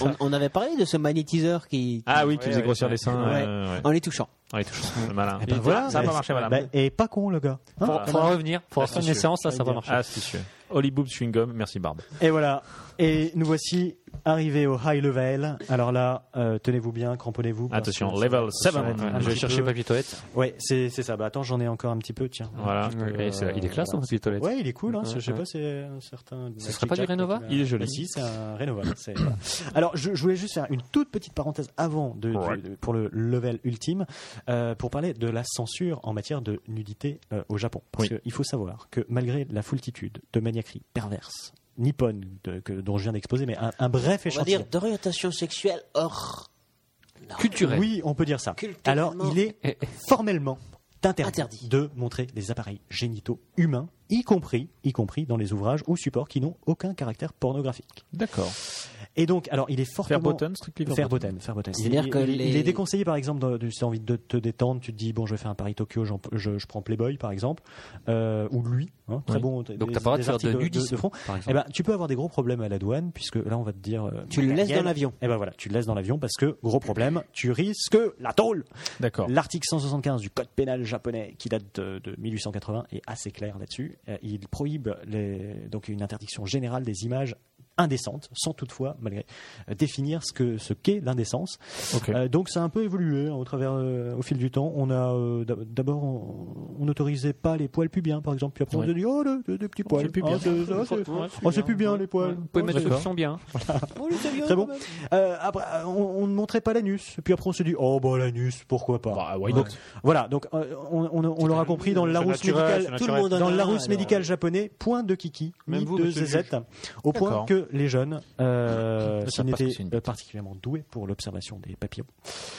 Speaker 6: on, on avait parlé de ce magnétiseur qui.
Speaker 7: Ah oui, qui
Speaker 5: Ouais,
Speaker 7: faisait
Speaker 5: ouais,
Speaker 7: grossir les seins.
Speaker 6: ouais.
Speaker 7: euh, ouais.
Speaker 6: En les touchant.
Speaker 7: Ouais, toujours malin.
Speaker 4: Et ben voilà,
Speaker 7: ça a
Speaker 4: bah,
Speaker 7: pas marché,
Speaker 4: bah,
Speaker 7: madame.
Speaker 4: et pas con le gars. Hein
Speaker 5: Faudra faudra revenir. Faudra faire une
Speaker 7: Astucieux.
Speaker 5: séance, là, ça va marcher.
Speaker 7: Ah, astucieux. Holly Boobs Chewing Gum, merci Barbe.
Speaker 4: et voilà. Et nous voici arrivés au high level. Alors là, euh, tenez-vous bien, cramponnez-vous. parce
Speaker 7: Attention,
Speaker 4: que ça-
Speaker 7: level
Speaker 4: ça va
Speaker 7: 7.
Speaker 4: être un
Speaker 5: Je vais
Speaker 4: petit
Speaker 5: chercher
Speaker 4: peu-
Speaker 5: papier toilette.
Speaker 4: Ouais, c'est c'est ça. Bah attends, j'en ai encore un petit peu, euh, tiens.
Speaker 7: Voilà.
Speaker 5: Et c'est- Il est classe, son papier toilette.
Speaker 4: Ouais, il est cool. Hein,
Speaker 5: Ouais,
Speaker 4: je sais
Speaker 5: ouais.
Speaker 4: pas, c'est un certain.
Speaker 5: Ce serait pas du Renova
Speaker 7: Il est joli.
Speaker 4: Bah, si, c'est un Renova. c'est- voilà. Alors, je, je voulais juste faire une toute petite parenthèse avant de, du- de- pour le level ultime euh, pour parler de la censure en matière de nudité euh, au Japon. Parce qu'il faut savoir que malgré la foultitude de maniaqueries perverses, nippones de- que, dont je viens d'exposer, mais un, un bref
Speaker 6: On va
Speaker 4: échantillon.
Speaker 6: dire d'orientation sexuelle hors
Speaker 5: Culturel.
Speaker 4: Oui, on peut dire ça.
Speaker 6: Culturellement.
Speaker 4: Alors, il est formellement interdit,
Speaker 6: Interdit.
Speaker 4: de montrer les appareils génitaux humains, y compris, y compris dans les ouvrages ou supports qui n'ont aucun caractère pornographique.
Speaker 7: D'accord.
Speaker 4: Et donc, alors, il est fortement
Speaker 7: Fairbotten, strictly
Speaker 4: Fairbotten,
Speaker 7: Fairbotten.
Speaker 4: Fairbotten. Il,
Speaker 6: C'est-à-dire
Speaker 4: il-
Speaker 6: que
Speaker 4: il-
Speaker 6: les-
Speaker 4: il est déconseillé, par exemple, dans- de- si tu as envie de te détendre, tu te dis, bon, je vais faire un Paris Tokyo, j'en- je, je prends Playboy, par exemple, euh, ou lui, hein, très
Speaker 5: Oui.
Speaker 4: bon. des-
Speaker 5: Donc, t'as pas le droit de
Speaker 4: des
Speaker 5: faire de
Speaker 4: articles
Speaker 5: nudisme,
Speaker 4: front.
Speaker 5: par
Speaker 4: Eh
Speaker 5: exemple.
Speaker 4: ben, tu peux avoir des gros problèmes à la douane, puisque là, on va te dire. euh,
Speaker 6: Tu le laisses
Speaker 4: Daniel,
Speaker 6: dans l'avion.
Speaker 4: Eh ben voilà, tu le laisses dans l'avion parce que, gros problème, tu risques la tôle.
Speaker 7: D'accord.
Speaker 4: L'article 175 du Code pénal japonais, qui date de, de 1880, est assez clair là-dessus. Euh, Il prohibe les- donc une interdiction générale des images indécentes, sans toutefois, malgré, euh, définir ce que ce qu'est l'indécence.
Speaker 7: Ok.
Speaker 4: Euh, donc ça a un peu évolué hein, au travers, euh, au fil du temps. On a euh, d'ab- d'abord on on n'autorisait pas les poils pubiens, par exemple. Puis après on
Speaker 7: Ouais.
Speaker 4: a dit oh le- des- des petits poils,
Speaker 7: pubien.
Speaker 4: Ah, c'est- ah, c'est- oh, c'est pubien les poils.
Speaker 5: Vous pouvez mettre
Speaker 7: D'accord.
Speaker 5: ceux qui sont bien.
Speaker 4: Très bon. Euh, après, euh, on on ne montrait pas l'anus. Puis après, on s'est dit, oh, bah, l'anus, pourquoi pas.
Speaker 7: Bah, why
Speaker 4: donc,
Speaker 7: not
Speaker 4: voilà. Donc, euh, on, on- on l'aura compris dans le Larousse
Speaker 7: naturel,
Speaker 4: médical.
Speaker 7: c'est
Speaker 4: Tout le
Speaker 7: naturel.
Speaker 4: monde dans le Larousse
Speaker 6: Alors.
Speaker 4: médical japonais, point de kiki,
Speaker 7: Même
Speaker 4: ni
Speaker 7: vous,
Speaker 4: de
Speaker 7: monsieur le
Speaker 4: zézette. Au point
Speaker 7: D'accord.
Speaker 4: que les jeunes, euh,
Speaker 7: Ils savent
Speaker 4: s'ils
Speaker 7: pas ce que
Speaker 4: n'étaient
Speaker 7: c'est une
Speaker 4: euh, particulièrement doués pour l'observation des papillons,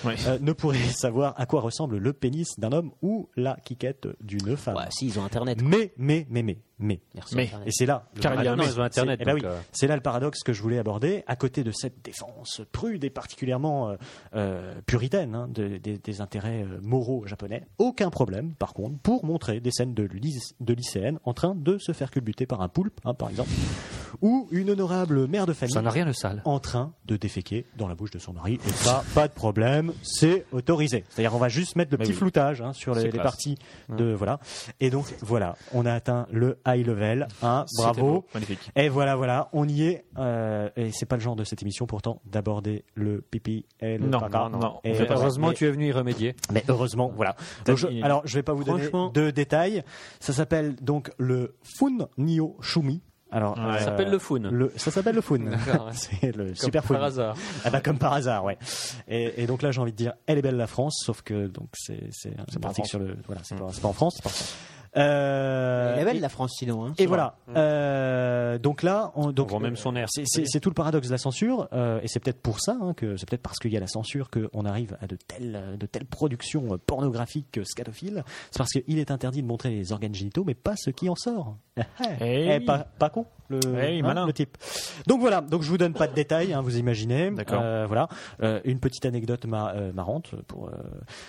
Speaker 7: Ouais.
Speaker 4: euh, ne pourraient savoir à quoi ressemble le pénis d'un homme ou la quiquette d'une femme.
Speaker 6: Ouais, si, ils ont internet.
Speaker 4: Mais, mais, mais, mais, mais.
Speaker 6: Merci.
Speaker 7: Ah. Mais-
Speaker 6: Internet.
Speaker 4: Et c'est là, le
Speaker 7: Car il y a un
Speaker 4: paradoxe.
Speaker 7: mais sur Internet,
Speaker 4: C'est- eh ben
Speaker 7: donc,
Speaker 4: oui,
Speaker 7: euh.
Speaker 4: c'est là le paradoxe que je voulais aborder. À côté de cette défense prude et particulièrement euh, euh, puritaine hein, de- des, des intérêts euh, moraux japonais, aucun problème, par contre, pour montrer des scènes de, lyc- de lycéennes en train de se faire culbuter par un poulpe, hein, par exemple, ou une honorable mère de famille
Speaker 5: Ça n'a rien de sale.
Speaker 4: en train de déféquer dans la bouche de son mari. Et ça, pas de problème, c'est autorisé. C'est-à-dire, on va juste mettre le petit floutage hein, sur les, les
Speaker 7: classe. Mmh.
Speaker 4: parties de voilà. Et donc voilà, on a atteint le high level. hein, bravo.
Speaker 7: Magnifique.
Speaker 4: Et voilà, voilà, on y est. euh, et c'est pas le genre de cette émission pourtant d'aborder le pipi et le
Speaker 7: Non,
Speaker 4: caca.
Speaker 7: non, non, on
Speaker 4: Et
Speaker 7: fait pas
Speaker 4: heureusement,
Speaker 7: ça.
Speaker 5: Heureusement, tu es venu y remédier.
Speaker 4: mais heureusement, voilà. Donc, je-
Speaker 7: dit-
Speaker 4: alors, je vais pas vous donner
Speaker 7: Franchement-
Speaker 4: de détails. Ça s'appelle donc le Fun Nio Shumi. Alors, euh,
Speaker 7: Ouais.
Speaker 5: Ça s'appelle le Fun.
Speaker 4: le- ça s'appelle le Fun.
Speaker 5: D'accord, ouais.
Speaker 4: C'est le
Speaker 5: Comme
Speaker 4: super Fun.
Speaker 5: par hasard.
Speaker 4: Ah bah, comme par hasard, ouais. Et, et donc là, j'ai envie de dire, elle est belle la France, sauf que donc c'est c'est un article sur le voilà, c'est pas, Mm. c'est pas en France. Euh,
Speaker 6: Elle est belle,
Speaker 4: et-
Speaker 6: la France, sinon. Hein.
Speaker 4: et voilà. Euh, donc là, on, donc,
Speaker 7: On voit même son air.
Speaker 4: C'est- C'est c'est tout le paradoxe de la censure, euh, et c'est peut-être pour ça hein, que c'est peut-être parce qu'il y a la censure qu'on arrive à de telles, de telles productions euh, pornographiques euh, scatophiles. C'est parce qu'il est interdit de montrer les organes génitaux, mais pas ce qui en sort.
Speaker 7: Eh
Speaker 4: Eh, pas, pas con le,
Speaker 7: Eh,
Speaker 4: hein,
Speaker 7: malin.
Speaker 4: le type. Donc voilà. Donc je vous donne pas de détails, hein, vous imaginez.
Speaker 7: D'accord.
Speaker 4: Euh, voilà. Euh, une petite anecdote mar- euh, marrante pour euh,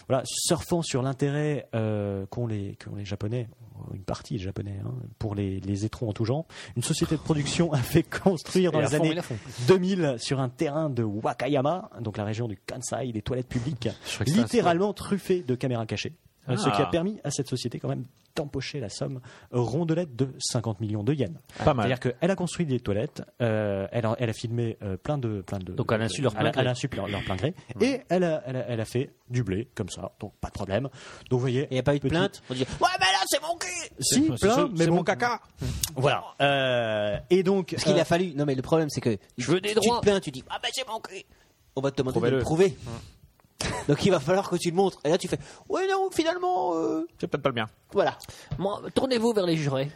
Speaker 4: voilà surfant sur l'intérêt euh, qu'ont les qu'ont les japonais une partie des japonais hein, pour les, les étrons en tout genre. Une société de production a fait construire dans
Speaker 5: Et à
Speaker 4: les
Speaker 5: fond,
Speaker 4: années
Speaker 5: il à fond.
Speaker 4: 2000 sur un terrain de Wakayama, donc la région du Kansai, des toilettes publiques,
Speaker 5: croyais que ça
Speaker 4: littéralement truffées de caméras cachées. euh,
Speaker 7: Ah.
Speaker 4: Ce qui a permis à cette société quand même d'empocher la somme rondelette de 50 millions de yens.
Speaker 7: Pas mal.
Speaker 4: C'est-à-dire qu'elle a construit des toilettes, euh, elle, a, elle a filmé euh, plein de... Plein de
Speaker 5: Donc, à l'insu de leur plein
Speaker 4: à la-
Speaker 5: gré.
Speaker 4: à l'insu de leur- leur plein gré. Et elle a, elle, a, elle a fait du blé, comme ça, donc pas de problème. Donc vous voyez...
Speaker 6: Il n'y a pas eu de
Speaker 4: petit-
Speaker 6: plainte. On dit Ouais, mais là, c'est mon cul
Speaker 4: Si, plein, mais bon.
Speaker 7: caca.
Speaker 4: Voilà. Euh, et donc...
Speaker 6: Parce qu'il
Speaker 4: euh,
Speaker 6: a fallu. Non, mais le problème, c'est que.
Speaker 5: Je veux des
Speaker 6: tu
Speaker 5: droits.
Speaker 6: Tu te plains, tu dis Ah, ben j'ai manqué. On va te demander de
Speaker 7: Prouvez-le.
Speaker 6: le prouver. Donc il va falloir que tu le montres. Et là, tu fais Ouais, non, finalement. euh,
Speaker 7: C'est peut-être pas le bien.
Speaker 6: Voilà.
Speaker 5: Moi, Tournez-vous vers les jurés.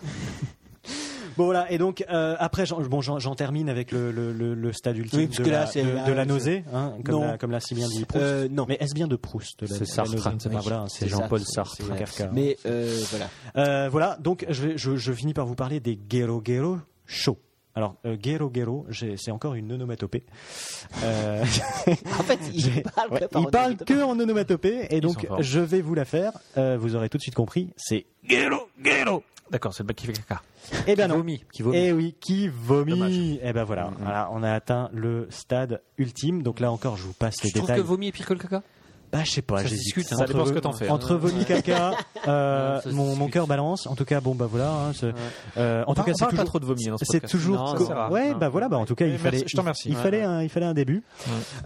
Speaker 4: Bon voilà et donc euh, après j'en bon, j'en- j'en termine avec le, le, le, le stade ultime
Speaker 6: Oui, parce
Speaker 4: de,
Speaker 6: que
Speaker 4: la,
Speaker 6: là, c'est
Speaker 4: de,
Speaker 6: la-
Speaker 4: de la nausée hein, comme,
Speaker 6: Non.
Speaker 4: la, comme l'a si bien dit Proust.
Speaker 6: Euh, non.
Speaker 4: Mais est-ce bien de Proust de la-
Speaker 5: C'est
Speaker 4: la
Speaker 5: Sartre.
Speaker 4: nausée C'est pas
Speaker 6: Oui.
Speaker 4: voilà, c'est
Speaker 6: C'est
Speaker 4: Jean-Paul
Speaker 6: Sartre,
Speaker 4: Sartre, c'est Kafka.
Speaker 6: Mais euh, voilà.
Speaker 4: Euh, voilà donc je, vais- je, je finis par vous parler des Gero Gero Show. Alors euh, Gero Gero j'ai- c'est encore une onomatopée. Euh,
Speaker 6: En fait, il parle
Speaker 4: ouais,
Speaker 6: que par
Speaker 4: il parle que en onomatopée et donc
Speaker 7: sont forts.
Speaker 4: je vais vous la faire. Euh, vous aurez tout de suite compris. C'est
Speaker 7: D'accord, c'est le mec qui fait caca.
Speaker 4: eh ben
Speaker 5: Qui
Speaker 4: non.
Speaker 5: vomit, qui vomit.
Speaker 4: Eh oui, qui vomit.
Speaker 7: Dommage. Mm-hmm.
Speaker 4: Eh ben voilà, Voilà, on a atteint le stade ultime. Donc là encore, je vous passe les
Speaker 5: Tu trouves
Speaker 4: détails.
Speaker 5: que vomi est pire que le caca
Speaker 4: Bah, je sais pas,
Speaker 5: Ça se
Speaker 4: j'hésite.
Speaker 5: discute, hein.
Speaker 7: Ça dépend
Speaker 4: Entre-
Speaker 7: ce que t'en fais.
Speaker 4: Entre vomi, caca, euh,
Speaker 5: Ouais, ça se
Speaker 4: mon, mon
Speaker 5: discute.
Speaker 4: cœur balance. En tout cas, bon bah voilà. hein, ce- euh, en tout cas, c'est
Speaker 7: pas
Speaker 4: toujours.
Speaker 7: trop de vomi dans ce
Speaker 4: C'est
Speaker 7: podcast.
Speaker 4: toujours.
Speaker 5: Non,
Speaker 4: co-
Speaker 5: ça va.
Speaker 4: ouais,
Speaker 7: Non.
Speaker 4: bah voilà. Bah en tout cas, il
Speaker 7: Merci,
Speaker 4: fallait.
Speaker 7: je t'en remercie.
Speaker 4: Il,
Speaker 7: Ouais.
Speaker 4: fallait un, il fallait un début.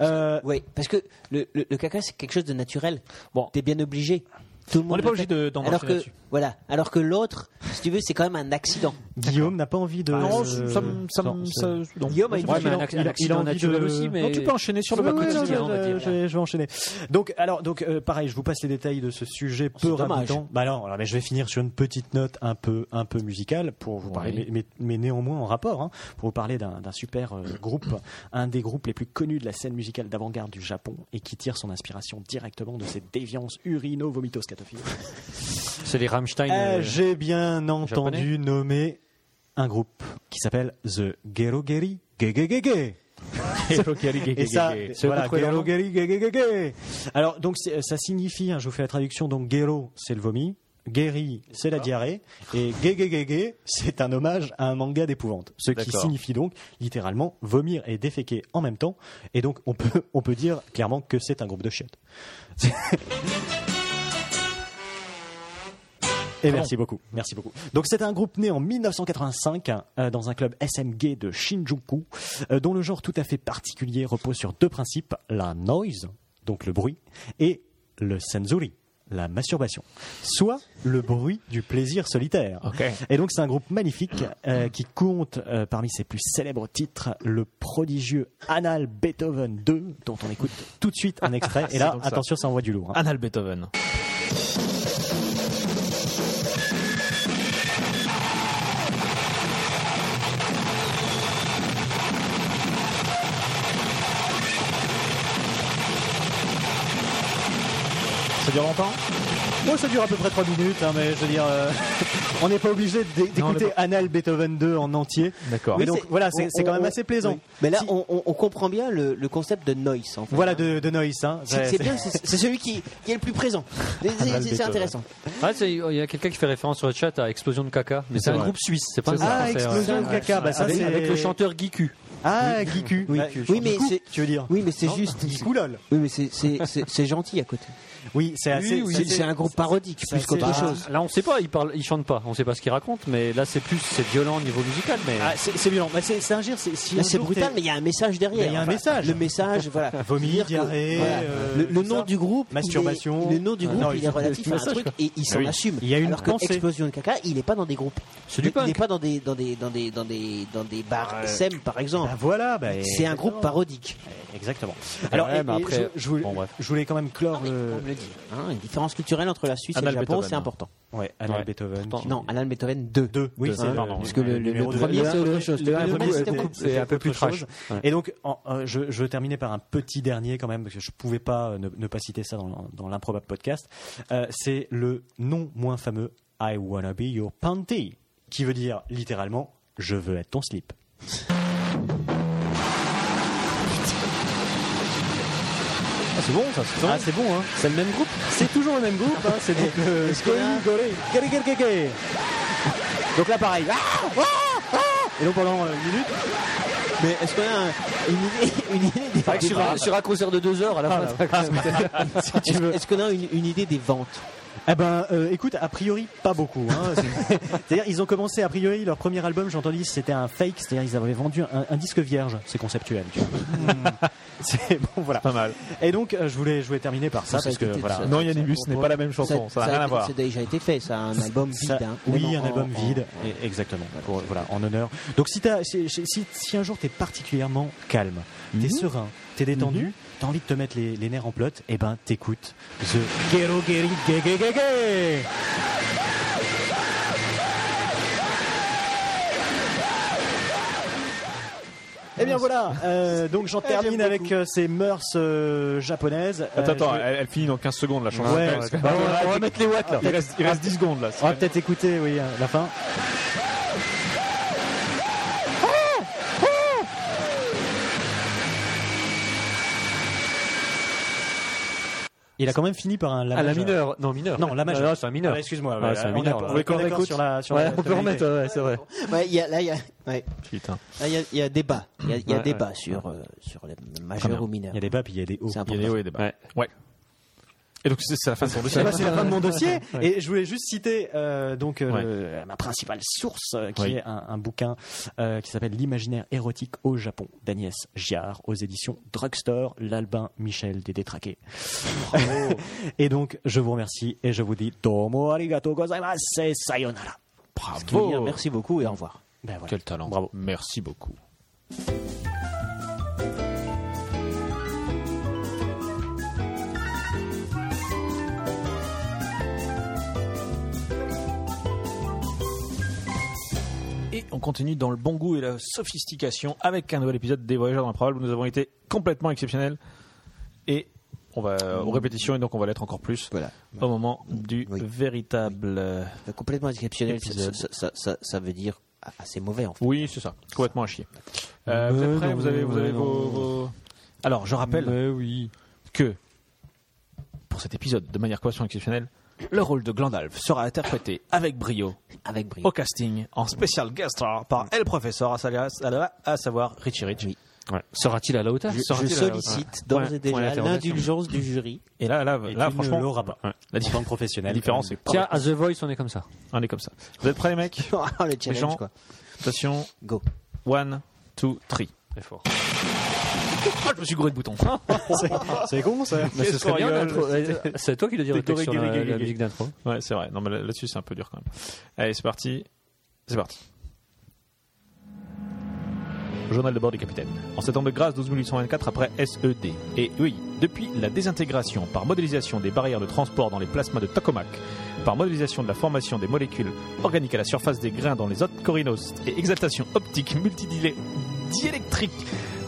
Speaker 4: Euh,
Speaker 6: Oui, parce que le, le, le caca, c'est quelque chose de naturel.
Speaker 7: Bon.
Speaker 6: T'es bien obligé. Tout le monde
Speaker 7: On n'est
Speaker 6: le
Speaker 7: pas
Speaker 6: fait.
Speaker 7: obligé de- d'en
Speaker 6: Alors
Speaker 7: marcher
Speaker 6: que
Speaker 7: là-dessus.
Speaker 6: voilà, alors que l'autre, si tu veux, c'est quand même un accident.
Speaker 4: Guillaume n'a pas envie de.
Speaker 7: Non,
Speaker 4: euh,
Speaker 7: ça me- ça me-
Speaker 4: non,
Speaker 7: ça-
Speaker 4: c'est-
Speaker 7: Bah, non.
Speaker 6: Guillaume a une
Speaker 4: Ouais,
Speaker 5: mais
Speaker 4: il
Speaker 5: un
Speaker 4: en-
Speaker 5: acc-
Speaker 4: il en-
Speaker 5: accident
Speaker 4: il en dit
Speaker 5: naturel
Speaker 4: de-
Speaker 5: aussi, mais-
Speaker 7: Non, tu peux enchaîner sur le
Speaker 4: Ouais,
Speaker 7: bas
Speaker 4: ouais,
Speaker 5: quotidien,
Speaker 4: non,
Speaker 7: quotidien.
Speaker 5: on
Speaker 4: je, je-
Speaker 5: va dire.
Speaker 4: je vais- je vais enchaîner. Donc, alors, donc, euh, pareil, je vous passe les détails de ce sujet peu
Speaker 6: dommage.
Speaker 4: rabitant. Bah non, alors, mais je vais finir sur une petite note un peu, un peu musicale pour vous parler,
Speaker 5: Oui.
Speaker 4: mais, mais- mais néanmoins en rapport, hein, pour vous parler d'un d'un super euh, groupe, un des groupes les plus connus de la scène musicale d'avant-garde du Japon et qui tire son inspiration directement de cette déviance urino vomitos catophiles.
Speaker 5: C'est les Rammstein.
Speaker 4: Euh,
Speaker 5: euh,
Speaker 4: J'ai bien entendu
Speaker 5: japonais.
Speaker 4: nommer un groupe qui s'appelle The Gerogeri Gegegege. Et ça,
Speaker 5: C'est
Speaker 4: voilà,
Speaker 5: contre leur
Speaker 4: Gero,
Speaker 5: nom
Speaker 4: Geri, Ge, Ge, Ge, Ge. Alors, donc, c'est- ça signifie, hein, je vous fais la traduction, donc Gero, c'est le vomi, Geri, c'est la diarrhée, et Ge, Ge, Ge, Ge, c'est un hommage à un manga d'épouvante. Ce qui
Speaker 7: D'accord.
Speaker 4: signifie donc, littéralement, vomir et déféquer en même temps. Et donc, on peut, on peut dire clairement que c'est un groupe de chiottes.
Speaker 7: Ah
Speaker 4: Et merci beaucoup, merci beaucoup. Donc c'est un groupe né en 1985 euh, dans un club SMG de Shinjuku, euh, dont le genre tout à fait particulier repose sur deux principes la noise, donc le bruit, et le senzuri, la masturbation, soit le bruit du plaisir solitaire. Et donc c'est un groupe magnifique euh, qui compte euh, parmi ses plus célèbres titres le prodigieux Anal Beethoven 2, dont on écoute tout de suite un extrait. Et là,
Speaker 7: Ah, donc ça.
Speaker 4: attention, ça envoie du lourd. hein.
Speaker 7: Anal Beethoven. Ça dure longtemps
Speaker 4: Moi, ça dure à peu près 3 minutes, hein, mais je veux dire, euh, on n'est pas obligé d'é-
Speaker 7: on n'est
Speaker 4: d'écouter Annal Beethoven 2 en entier.
Speaker 7: D'accord.
Speaker 4: Mais
Speaker 6: Oui,
Speaker 4: donc,
Speaker 6: c'est-
Speaker 4: voilà, c'est
Speaker 6: on-
Speaker 4: c'est quand
Speaker 6: on-
Speaker 4: même assez plaisant.
Speaker 6: oui. Mais là,
Speaker 4: Si-
Speaker 6: on, on- on comprend bien le, le concept de noise, en fait.
Speaker 4: Voilà de, de Noise. Hein.
Speaker 6: C'est c'est bien, c'est c'est celui qui, qui est le plus présent. C'est- C'est c'est intéressant.
Speaker 5: Ah, c'est- il y a quelqu'un qui fait référence sur le chat à Explosion de caca, mais c'est un
Speaker 7: vrai.
Speaker 5: groupe suisse, c'est pas un groupe
Speaker 4: Ah,
Speaker 5: français, ouais.
Speaker 4: explosion de caca, bah ça
Speaker 5: Avec,
Speaker 4: c'est
Speaker 5: avec le chanteur Guicu.
Speaker 4: Ah, Giku.
Speaker 6: Oui. Oui, mais c'est-
Speaker 4: tu veux dire
Speaker 6: Oui, mais c'est juste.
Speaker 4: Giku lol.
Speaker 6: Oui, mais c'est- c'est c'est- c'est gentil à côté.
Speaker 4: Oui, c'est assez.
Speaker 6: C'est c'est un groupe parodique
Speaker 4: c'est
Speaker 6: plus qu'autre
Speaker 4: assez-
Speaker 6: chose.
Speaker 5: Là, on sait pas, il parle, il chante pas, on sait pas ce qu'il raconte, mais là, c'est plus, c'est violent au niveau musical, mais.
Speaker 4: Ah, c'est c'est violent. Bah, c'est c'est un gire. c'est- si
Speaker 6: Là,
Speaker 4: un
Speaker 6: C'est
Speaker 4: jour
Speaker 6: brutal,
Speaker 4: t'es-
Speaker 6: mais il y a un message derrière.
Speaker 4: Mais il y a un
Speaker 6: Enfin,
Speaker 4: message.
Speaker 6: Le message, voilà. Dire
Speaker 4: Vomir,
Speaker 6: que-
Speaker 4: diarrhée.
Speaker 6: voilà.
Speaker 4: euh,
Speaker 6: Le, le
Speaker 4: tout
Speaker 6: nom
Speaker 4: ça.
Speaker 6: du groupe, il est-
Speaker 4: Masturbation.
Speaker 6: le nom du
Speaker 4: Ah,
Speaker 6: groupe,
Speaker 4: non,
Speaker 6: il
Speaker 4: ils
Speaker 6: est
Speaker 4: ont-
Speaker 6: relatif à un
Speaker 4: message,
Speaker 6: truc et il s'en assume.
Speaker 4: Il y a une
Speaker 6: Alors que
Speaker 4: pensée.
Speaker 6: Explosion de caca, il n'est pas dans des groupes.
Speaker 5: C'est du
Speaker 6: Il- Il n'est
Speaker 5: punk.
Speaker 6: pas dans des dans des dans des dans des dans des bars SEM par exemple.
Speaker 4: Ah, voilà, bah,
Speaker 6: C'est un groupe parodique.
Speaker 4: Exactement. Alors,
Speaker 5: Ouais,
Speaker 4: et-
Speaker 5: mais
Speaker 4: et
Speaker 5: après-
Speaker 4: je, je voulais,
Speaker 5: bon, bref.
Speaker 4: je voulais quand même clore
Speaker 6: On
Speaker 4: le.
Speaker 6: me le dit. Hein, une différence culturelle entre la Suisse et
Speaker 7: Adal
Speaker 6: le Japon,
Speaker 7: Beethoven,
Speaker 6: c'est
Speaker 7: hein.
Speaker 6: important.
Speaker 4: Ouais, Alan
Speaker 5: Ouais.
Speaker 4: Beethoven.
Speaker 5: Pourtant,
Speaker 4: qui-
Speaker 6: Non, Alan Beethoven 2. 2.
Speaker 4: Oui, c'est
Speaker 7: pardon.
Speaker 6: Parce que le, le- le
Speaker 4: numéro deux.
Speaker 6: premier, c'est autre chose.
Speaker 4: Le
Speaker 5: premier,
Speaker 4: premier,
Speaker 5: c'est
Speaker 4: c'était-
Speaker 5: un peu-
Speaker 4: c'était
Speaker 5: c'est un peu plus
Speaker 4: autre chose.
Speaker 5: trash. Ouais.
Speaker 4: Et donc, en- euh, je, je veux terminer par un petit dernier quand même, parce que je pouvais pas euh, ne, ne pas citer ça dans, dans l'improbable podcast. Euh, c'est le non moins fameux I wanna be your panty, qui veut dire littéralement je veux être ton slip.
Speaker 5: Ah,
Speaker 7: c'est bon, ça.
Speaker 4: Ah, c'est bon, hein
Speaker 5: C'est le même groupe
Speaker 4: C'est toujours le même groupe, hein C'est donc le. Donc là, pareil. Et donc pendant euh, une minute.
Speaker 6: Mais est-ce qu'on a un- une idée, une idée des Ah
Speaker 5: sur, un, sur un concert de deux heures à la fin.
Speaker 4: tu
Speaker 6: Est-ce
Speaker 4: veux.
Speaker 6: est-ce qu'on a une, une idée des ventes
Speaker 4: Eh ben, euh, écoute, a priori, pas beaucoup. hein. C'est- C'est-à-dire, ils ont commencé, a priori, leur premier album, j'ai entendu, c'était un fake, c'est-à-dire, ils avaient vendu un, un disque vierge. C'est conceptuel, tu vois. C'est bon, voilà.
Speaker 7: Pas mal.
Speaker 4: Et donc, euh, je, voulais, je voulais terminer par ça,
Speaker 6: Ça,
Speaker 4: parce que,
Speaker 6: c'était-
Speaker 4: voilà.
Speaker 6: ça-
Speaker 7: Non, Yannibus n'est pas la même chanson, ça n'a rien à voir.
Speaker 6: C'est déjà été fait, ça, un album vide.
Speaker 4: Ça-
Speaker 6: hein.
Speaker 4: oui,
Speaker 6: Même
Speaker 4: un
Speaker 6: en-
Speaker 4: album
Speaker 6: en-
Speaker 4: vide, et- exactement, pour- voilà, en honneur. Donc, si, t'as- si, si, si- si un jour t'es particulièrement calme, t'es
Speaker 6: Mhm.
Speaker 4: serein, t'es détendu, t'as envie de te mettre les, les nerfs en plot, eh ben, t'écoutes The Gero Geri Ge Ge Ge Ge. Eh bien voilà, euh, donc
Speaker 7: Eh,
Speaker 4: j'en termine avec euh, ces mœurs euh, japonaises. Euh,
Speaker 7: Attends, attends,
Speaker 4: je vais-
Speaker 7: elle, elle finit dans 15 secondes la chanson.
Speaker 4: Ouais,
Speaker 7: Quand même,
Speaker 4: ouais.
Speaker 7: c'est-
Speaker 4: Bah, on va-
Speaker 7: Il
Speaker 4: on va
Speaker 7: reste-
Speaker 4: mettre les watts, là.
Speaker 7: Il reste, il reste 10 secondes là.
Speaker 4: On va peut-être écouter, oui, euh, la fin. Il a quand même fini par un la
Speaker 5: À Ah, la
Speaker 4: majeur.
Speaker 5: mineure. Non, mineur.
Speaker 4: Non, la majeure.
Speaker 5: Non, c'est un mineur.
Speaker 4: Ah, Excuse-moi,
Speaker 5: Ah, c'est un mineur, là.
Speaker 4: on est pas d'accord sur la sur
Speaker 5: Ouais,
Speaker 4: la
Speaker 5: on peut
Speaker 4: tonalité.
Speaker 5: remettre, euh. ouais, c'est vrai.
Speaker 6: Ouais, il y a, là, il y a, ouais.
Speaker 7: Putain.
Speaker 6: Là, il y a, il y a débat. Il y a, il y a
Speaker 5: Ouais,
Speaker 6: débat sur, euh, sur les majeurs ou mineurs.
Speaker 4: Il y a des bas puis il y a des hauts.
Speaker 6: C'est
Speaker 7: Il y a
Speaker 6: important.
Speaker 7: des hauts et des bas.
Speaker 5: Ouais.
Speaker 7: Ouais. Et donc c'est c'est la fin de son dossier.
Speaker 4: Eh ben, c'est la fin de mon dossier. Et je voulais juste citer euh, donc euh,
Speaker 7: Ouais.
Speaker 4: le- ma principale source, euh, qui
Speaker 7: Oui.
Speaker 4: est un, un bouquin euh, qui s'appelle L'imaginaire érotique au Japon d'Agnès Giard aux éditions Drugstore, l'Albin Michel des Détraqués. et donc, je vous remercie et je vous dis domo arigato gozaimasu et sayonara.
Speaker 6: Kylian, Merci beaucoup et au revoir.
Speaker 4: Ben voilà.
Speaker 7: Quel talent.
Speaker 4: Bravo.
Speaker 7: Merci beaucoup. Et on continue dans le bon goût et la sophistication avec un nouvel épisode des Voyageurs dans l'improbable où nous avons été complètement exceptionnels et on va euh, aux répétitions et donc on va l'être encore plus
Speaker 6: Voilà.
Speaker 7: au moment du
Speaker 6: Oui.
Speaker 7: véritable. euh,
Speaker 6: Complètement exceptionnel, ça,
Speaker 7: Épisode.
Speaker 6: ça, ça, ça, ça veut dire assez mauvais en fait.
Speaker 7: Oui, c'est ça. Complètement à chier. Euh, vous êtes prêts Vous avez, vous avez vos, vos- Alors, je rappelle
Speaker 5: Eh
Speaker 7: que pour cet épisode, de manière complètement exceptionnelle, le rôle de Glandalf sera interprété avec brio
Speaker 6: Avec brio.
Speaker 7: au casting en spécial guest star par El Professor, à, sa- à- à savoir Richie Rich.
Speaker 6: Oui.
Speaker 5: Sera-t-il à la hauteur
Speaker 6: Je, je
Speaker 7: Oh, sorti la-
Speaker 6: sollicite d'ores et déjà
Speaker 5: point d'interrogation.
Speaker 6: l'indulgence du jury.
Speaker 7: Et là, là,
Speaker 4: Et
Speaker 7: là
Speaker 4: tu ne
Speaker 7: franchement,
Speaker 4: l'auras pas.
Speaker 7: la
Speaker 4: En
Speaker 7: différence-
Speaker 4: tant que professionnel.
Speaker 7: la différence, c'est
Speaker 5: Tiens, à The Voice, on est comme ça.
Speaker 7: on est comme ça. Vous êtes prêts, les mecs
Speaker 6: Oh, le
Speaker 7: Les
Speaker 6: challenge
Speaker 7: gens,
Speaker 6: quoi.
Speaker 7: attention,
Speaker 6: Go.
Speaker 7: one, two, three.
Speaker 5: Très fort.
Speaker 7: Ah, je me suis gouré de boutons.
Speaker 4: C'est con ça.
Speaker 5: Mais ce
Speaker 7: Qu'est-ce
Speaker 5: serait
Speaker 7: qu'on
Speaker 5: bien
Speaker 7: rigole
Speaker 5: l'intro. Eh, C'est toi qui le dis le texte sur la,
Speaker 7: Décoré,
Speaker 5: la
Speaker 7: gay,
Speaker 5: musique d'intro.
Speaker 7: Ouais, c'est vrai. Non, mais là- là-dessus, c'est un peu dur quand même. Allez, c'est parti. C'est parti. Journal de bord du capitaine. En septembre de grâce 12824 après SED. Et oui, depuis la désintégration par modélisation des barrières de transport dans les plasmas de tokamak, par modélisation de la formation des molécules organiques à la surface des grains dans les autres corinos et exaltation optique multidialectrique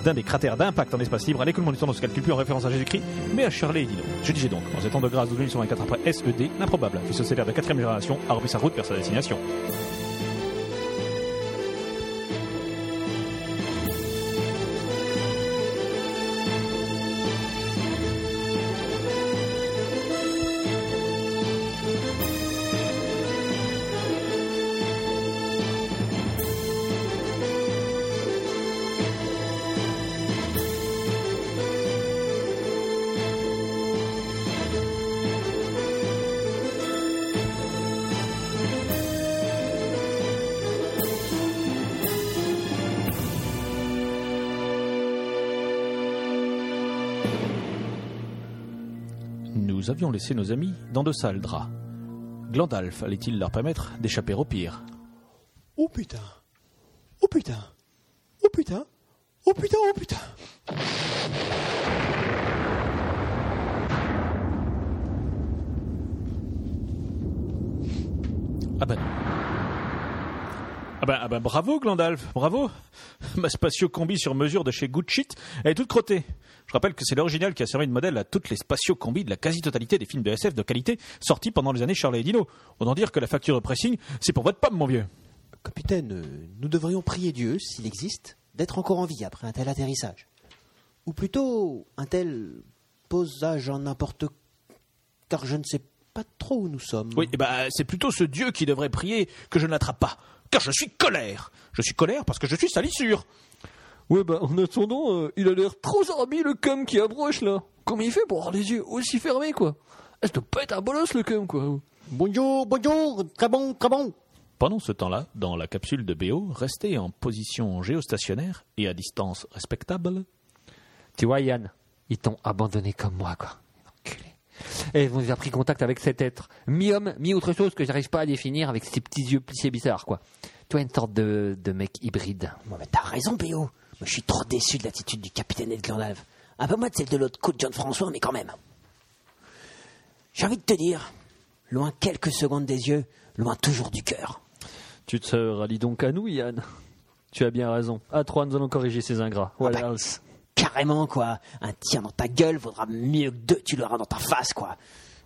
Speaker 7: d'un des cratères d'impact en espace libre à l'écoulement du temps dans ce calcul plus en référence à Jésus-Christ, mais à Shirley et Dino. Je disais donc, en ces temps de grâce 1224 après SED, l'improbable, vaisseau stellaire de quatrième génération, a repris sa route vers sa destination. Nous avions laissé nos amis dans de sales draps. Glandalf allait-il leur permettre d'échapper au pire
Speaker 2: Oh putain Oh putain Oh putain Oh putain, oh putain
Speaker 7: Ah ben non. Ah ben, ah ben bravo Glandalf, bravo Ma spatio-combi sur mesure de chez Gucci, elle est toute crottée. Je rappelle que c'est l'original qui a servi de modèle à toutes les spatio-combis de la quasi-totalité des films de SF de qualité sortis pendant les années Charlie et Dino. Autant dire que la facture de pressing, c'est pour votre pomme mon vieux.
Speaker 6: Capitaine, euh, nous devrions prier Dieu, s'il existe, d'être encore en vie après un tel atterrissage. Ou plutôt, un tel posage en n'importe... Car je ne sais pas trop où nous sommes.
Speaker 7: Mm.
Speaker 1: Oui, eh ben, c'est plutôt ce Dieu qui devrait prier que je ne l'attrape pas, car je suis colère. Je suis colère parce que je suis salissure.
Speaker 5: Ouais, bah en attendant, euh, il a l'air trop zarbi le cum qui approche là. Comment il fait pour avoir les yeux aussi fermés quoi Ah, Ça doit pas être un bolos le cum quoi.
Speaker 6: Bonjour, bonjour, très bon, très bon.
Speaker 7: Pendant ce temps-là, dans la capsule de BO, restée en position géostationnaire et à distance respectable,
Speaker 5: Tu vois Yann, ils t'ont abandonné comme moi quoi. Enculé. Et on a pris contact avec cet être, mi-homme, mi-autre chose que j'arrive pas à définir avec ses petits yeux plissés bizarres quoi. Toi une sorte de, de mec hybride.
Speaker 6: Bon, mais t'as raison, B.O. Moi, je suis trop déçu de l'attitude du capitaine Ed Glandalf. Un peu moins bah, de celle de l'autre coup de John François, mais quand même. J'ai envie de te dire, loin quelques secondes des yeux, loin toujours du cœur.
Speaker 5: Tu te rallies donc à nous Yann Tu as bien raison. À trois nous allons corriger ces ingrats. What
Speaker 6: bah.
Speaker 5: else
Speaker 6: Carrément, quoi. Un tir dans ta gueule vaudra mieux que deux tu l'auras dans ta face, quoi.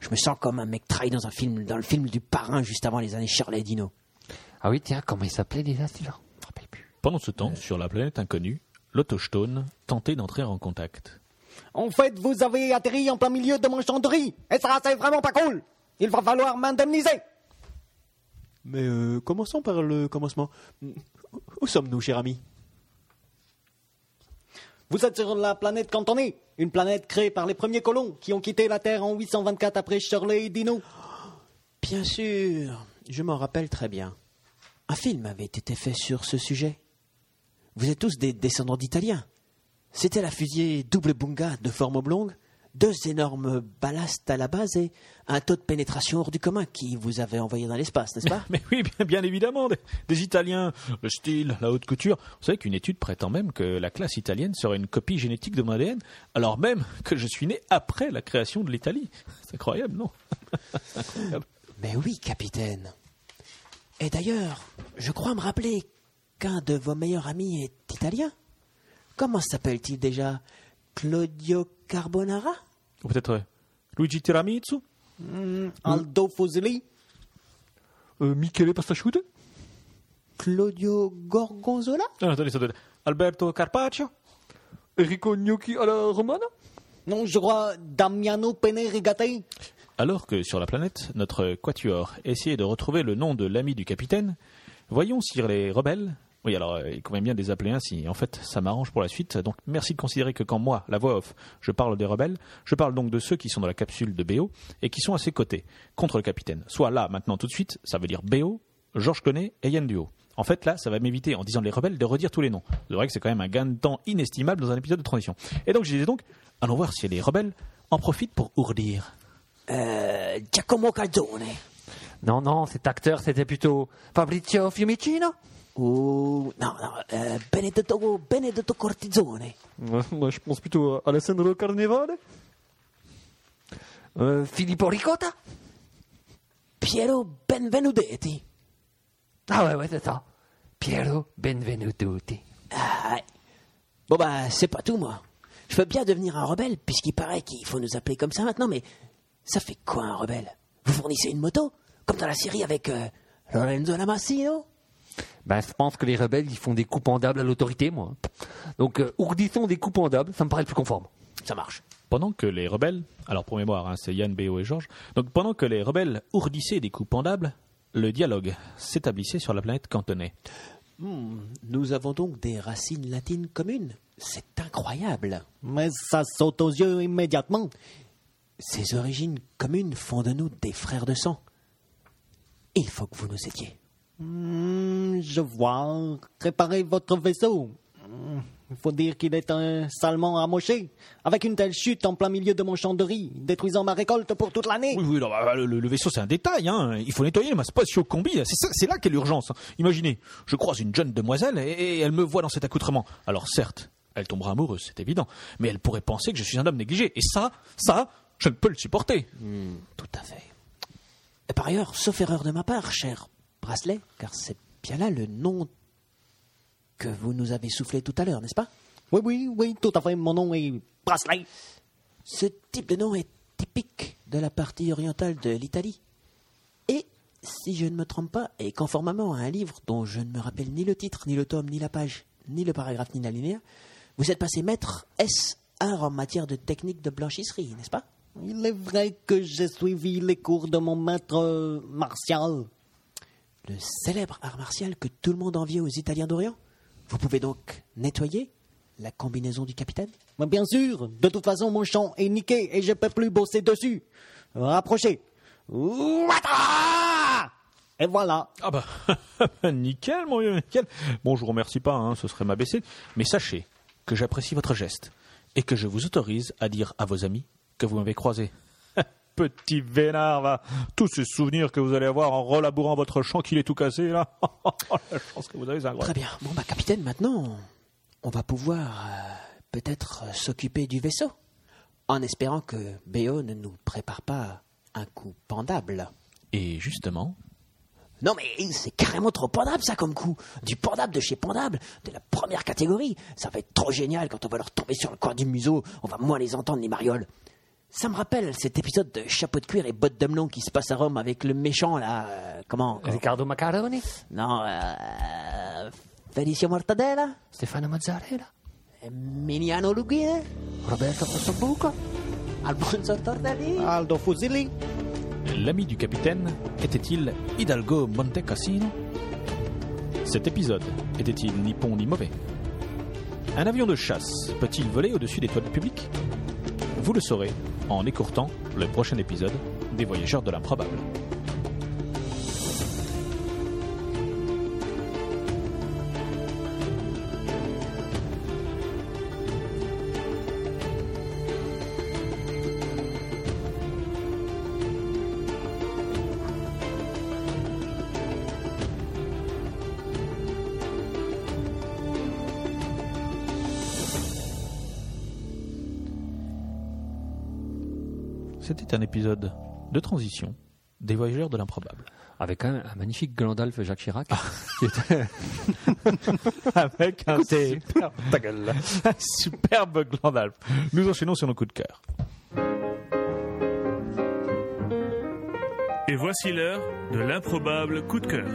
Speaker 6: Je me sens comme un mec trahi dans un film, dans le film du parrain juste avant les années Shirley et Dino.
Speaker 5: Ah oui tiens, comment il s'appelait déjà celui-là Je me rappelle plus.
Speaker 7: pendant ce temps, sur la planète inconnue, l'autochtone tentait d'entrer en contact.
Speaker 6: En fait, vous avez atterri en plein milieu de mon champ de riz. Et ça, c'est vraiment pas cool. Il va falloir m'indemniser.
Speaker 2: Mais euh, commençons par le commencement. Où sommes-nous, cher ami
Speaker 6: Vous êtes sur la planète Cantonée, une planète créée par les premiers colons qui ont quitté la Terre en 824 après Shirley et Dino. Bien sûr, je m'en rappelle très bien. Un film avait été fait sur ce sujet. Vous êtes tous des descendants d'Italiens. C'était la fusée double bunga de forme oblongue, deux énormes ballasts à la base et un taux de pénétration hors du commun qui vous avait envoyé dans l'espace, n'est-ce pas
Speaker 7: Mais oui, bien, bien évidemment, des, des Italiens, le style, la haute couture. Vous savez qu'une étude prétend même que la classe italienne serait une copie génétique de mon ADN, alors même que je suis né après la création de l'Italie. C'est incroyable, non
Speaker 6: Mais oui, capitaine. Et d'ailleurs, je crois me rappeler qu'un de vos meilleurs amis est italien. Comment s'appelle-t-il déjà Claudio Carbonara
Speaker 7: Ou peut-être euh, Luigi Tiramitsu
Speaker 6: Aldo Fuseli
Speaker 5: Hmm. Euh, Michele Pastachoude
Speaker 6: Claudio Gorgonzola
Speaker 7: Ah, attendez, attendez. Alberto Carpaccio
Speaker 5: Enrico Gnocchi à la Romana
Speaker 6: Non, je crois Damiano Penne Rigatti.
Speaker 7: Alors que sur la planète, notre quatuor essayait de retrouver le nom de l'ami du capitaine, voyons si les rebelles. Oui, alors euh, il convient bien de les appeler ainsi. En fait, ça m'arrange pour la suite. Donc merci de considérer que quand moi, la voix off, je parle des rebelles, je parle donc de ceux qui sont dans la capsule de BO et qui sont à ses côtés, contre le capitaine. Soit là, maintenant, tout de suite, ça veut dire BO, Georges Connais et Yann Duo. En fait, là, ça va m'éviter, en disant les rebelles, de redire tous les noms. C'est vrai que c'est quand même un gain de temps inestimable dans un épisode de transition. Et donc, je disais donc, allons voir si les rebelles en profitent pour ourdir.
Speaker 6: Euh, Giacomo Caldone.
Speaker 5: Non, non, cet acteur, c'était plutôt Fabrizio Fiumicino.
Speaker 6: Ou... Non, non, euh, Benedetto, Benedetto Cortisone.
Speaker 5: moi, je pense plutôt à Alessandro Carnevale. Euh, Filippo Ricotta
Speaker 6: Piero Benvenudetti.
Speaker 5: Ah ouais, ouais, c'est ça. Piero Benvenuti.
Speaker 6: Ah, Bon bah c'est pas tout moi. Je veux bien devenir un rebelle, puisqu'il paraît qu'il faut nous appeler comme ça maintenant, mais ça fait quoi un rebelle Vous fournissez une moto Comme dans la série avec euh, Lorenzo Lamassino
Speaker 5: Ben, je pense que les rebelles, ils font des coups pendables à l'autorité, moi. Donc, euh, ourdissons des coups pendables, ça me paraît le plus conforme.
Speaker 6: Ça marche.
Speaker 1: Pendant que les rebelles, alors pour mémoire, hein, c'est Yann, Béo et Georges, donc pendant que les rebelles ourdissaient des coups pendables, le dialogue s'établissait sur la planète cantonais.
Speaker 6: Nous avons donc des racines latines communes. C'est incroyable.
Speaker 10: Mais ça saute aux yeux immédiatement.
Speaker 6: Ces origines communes font de nous des frères de sang. Il faut que vous nous aidiez.
Speaker 10: Hmm, je vois. Réparez votre vaisseau. Hmm, Il faut dire qu'il est un salement amoché. Avec une telle chute en plein milieu de mon champ de riz, détruisant ma récolte pour toute l'année.
Speaker 1: Oui, oui, non, bah, le, le vaisseau c'est un détail, hein. il faut nettoyer ma spatio-combi, c'est ça- c'est là qu'est l'urgence. hein. Imaginez, je croise une jeune demoiselle et, et elle me voit dans cet accoutrement. Alors certes, elle tombera amoureuse, c'est évident, mais elle pourrait penser que je suis un homme négligé, et ça, ça, je ne peux le supporter.
Speaker 6: Tout à fait. Et par ailleurs, sauf erreur de ma part, cher Bracelet, car c'est bien là le nom que vous nous avez soufflé tout à l'heure, n'est-ce pas
Speaker 10: Oui, oui, oui, tout à fait. Mon nom est Bracelet.
Speaker 6: Ce type de nom est typique de la partie orientale de l'Italie. Et, si je ne me trompe pas, et conformément à un livre dont je ne me rappelle ni le titre, ni le tome, ni la page, ni le paragraphe, ni la linéaire, vous êtes passé maître S1 en matière de technique de blanchisserie, n'est-ce pas
Speaker 10: Il est vrai que j'ai suivi les cours de mon maître euh, martial.
Speaker 6: le célèbre art martial que tout le monde enviait aux Italiens d'Orient. Vous pouvez donc nettoyer la combinaison du capitaine
Speaker 10: Mais bien sûr, de toute façon, mon champ est niqué et je peux plus bosser dessus. Rapprochez. Ouata Et voilà.
Speaker 1: Ah bah, nickel, mon vieux, nickel. Bon, je vous remercie pas, hein, ce serait ma baissée, mais sachez que j'apprécie votre geste et que je vous autorise à dire à vos amis que vous m'avez croisé. Petit vénard, va. Tous ces souvenirs que vous allez avoir en relabourant votre champ qu'il est tout cassé, là. La chance que vous avez, c'est
Speaker 6: Très
Speaker 1: incroyable.
Speaker 6: bien. Bon, bah, capitaine, maintenant, on va pouvoir euh, peut-être euh, s'occuper du vaisseau. En espérant que Béo ne nous prépare pas un coup pendable.
Speaker 1: Et justement,
Speaker 6: Non, mais c'est carrément trop pendable, ça, comme coup. Du pendable de chez pendable, de la première catégorie. Ça va être trop génial quand on va leur tomber sur le coin du museau. On va moins les entendre, les marioles. Ça me rappelle cet épisode de Chapeau de cuir et bottes d'homme qui se passe à Rome avec le méchant, là. euh, comment encore
Speaker 5: Ricardo Macaroni,
Speaker 6: Non, euh, Felicio Mortadella
Speaker 5: Stefano Mazzarella,
Speaker 6: Emiliano Lugine
Speaker 5: Roberto Cossobuco.
Speaker 6: Alfonso Tortelli
Speaker 1: Ah,
Speaker 10: Aldo Fusilli.
Speaker 1: l'ami du capitaine était-il Hidalgo Montecassino Cet épisode était-il ni bon ni mauvais Un avion de chasse peut-il voler au-dessus des toits du public Vous le saurez en écourtant le prochain épisode des Voyageurs de l'improbable. C'était un épisode de transition des Voyageurs de l'improbable.
Speaker 5: Avec un, un magnifique Gandalf Jacques Chirac.
Speaker 1: Avec un superbe, ta gueule, un superbe Glandalf. Nous enchaînons sur nos coups de cœur.
Speaker 7: Et voici l'heure de l'improbable coup de cœur.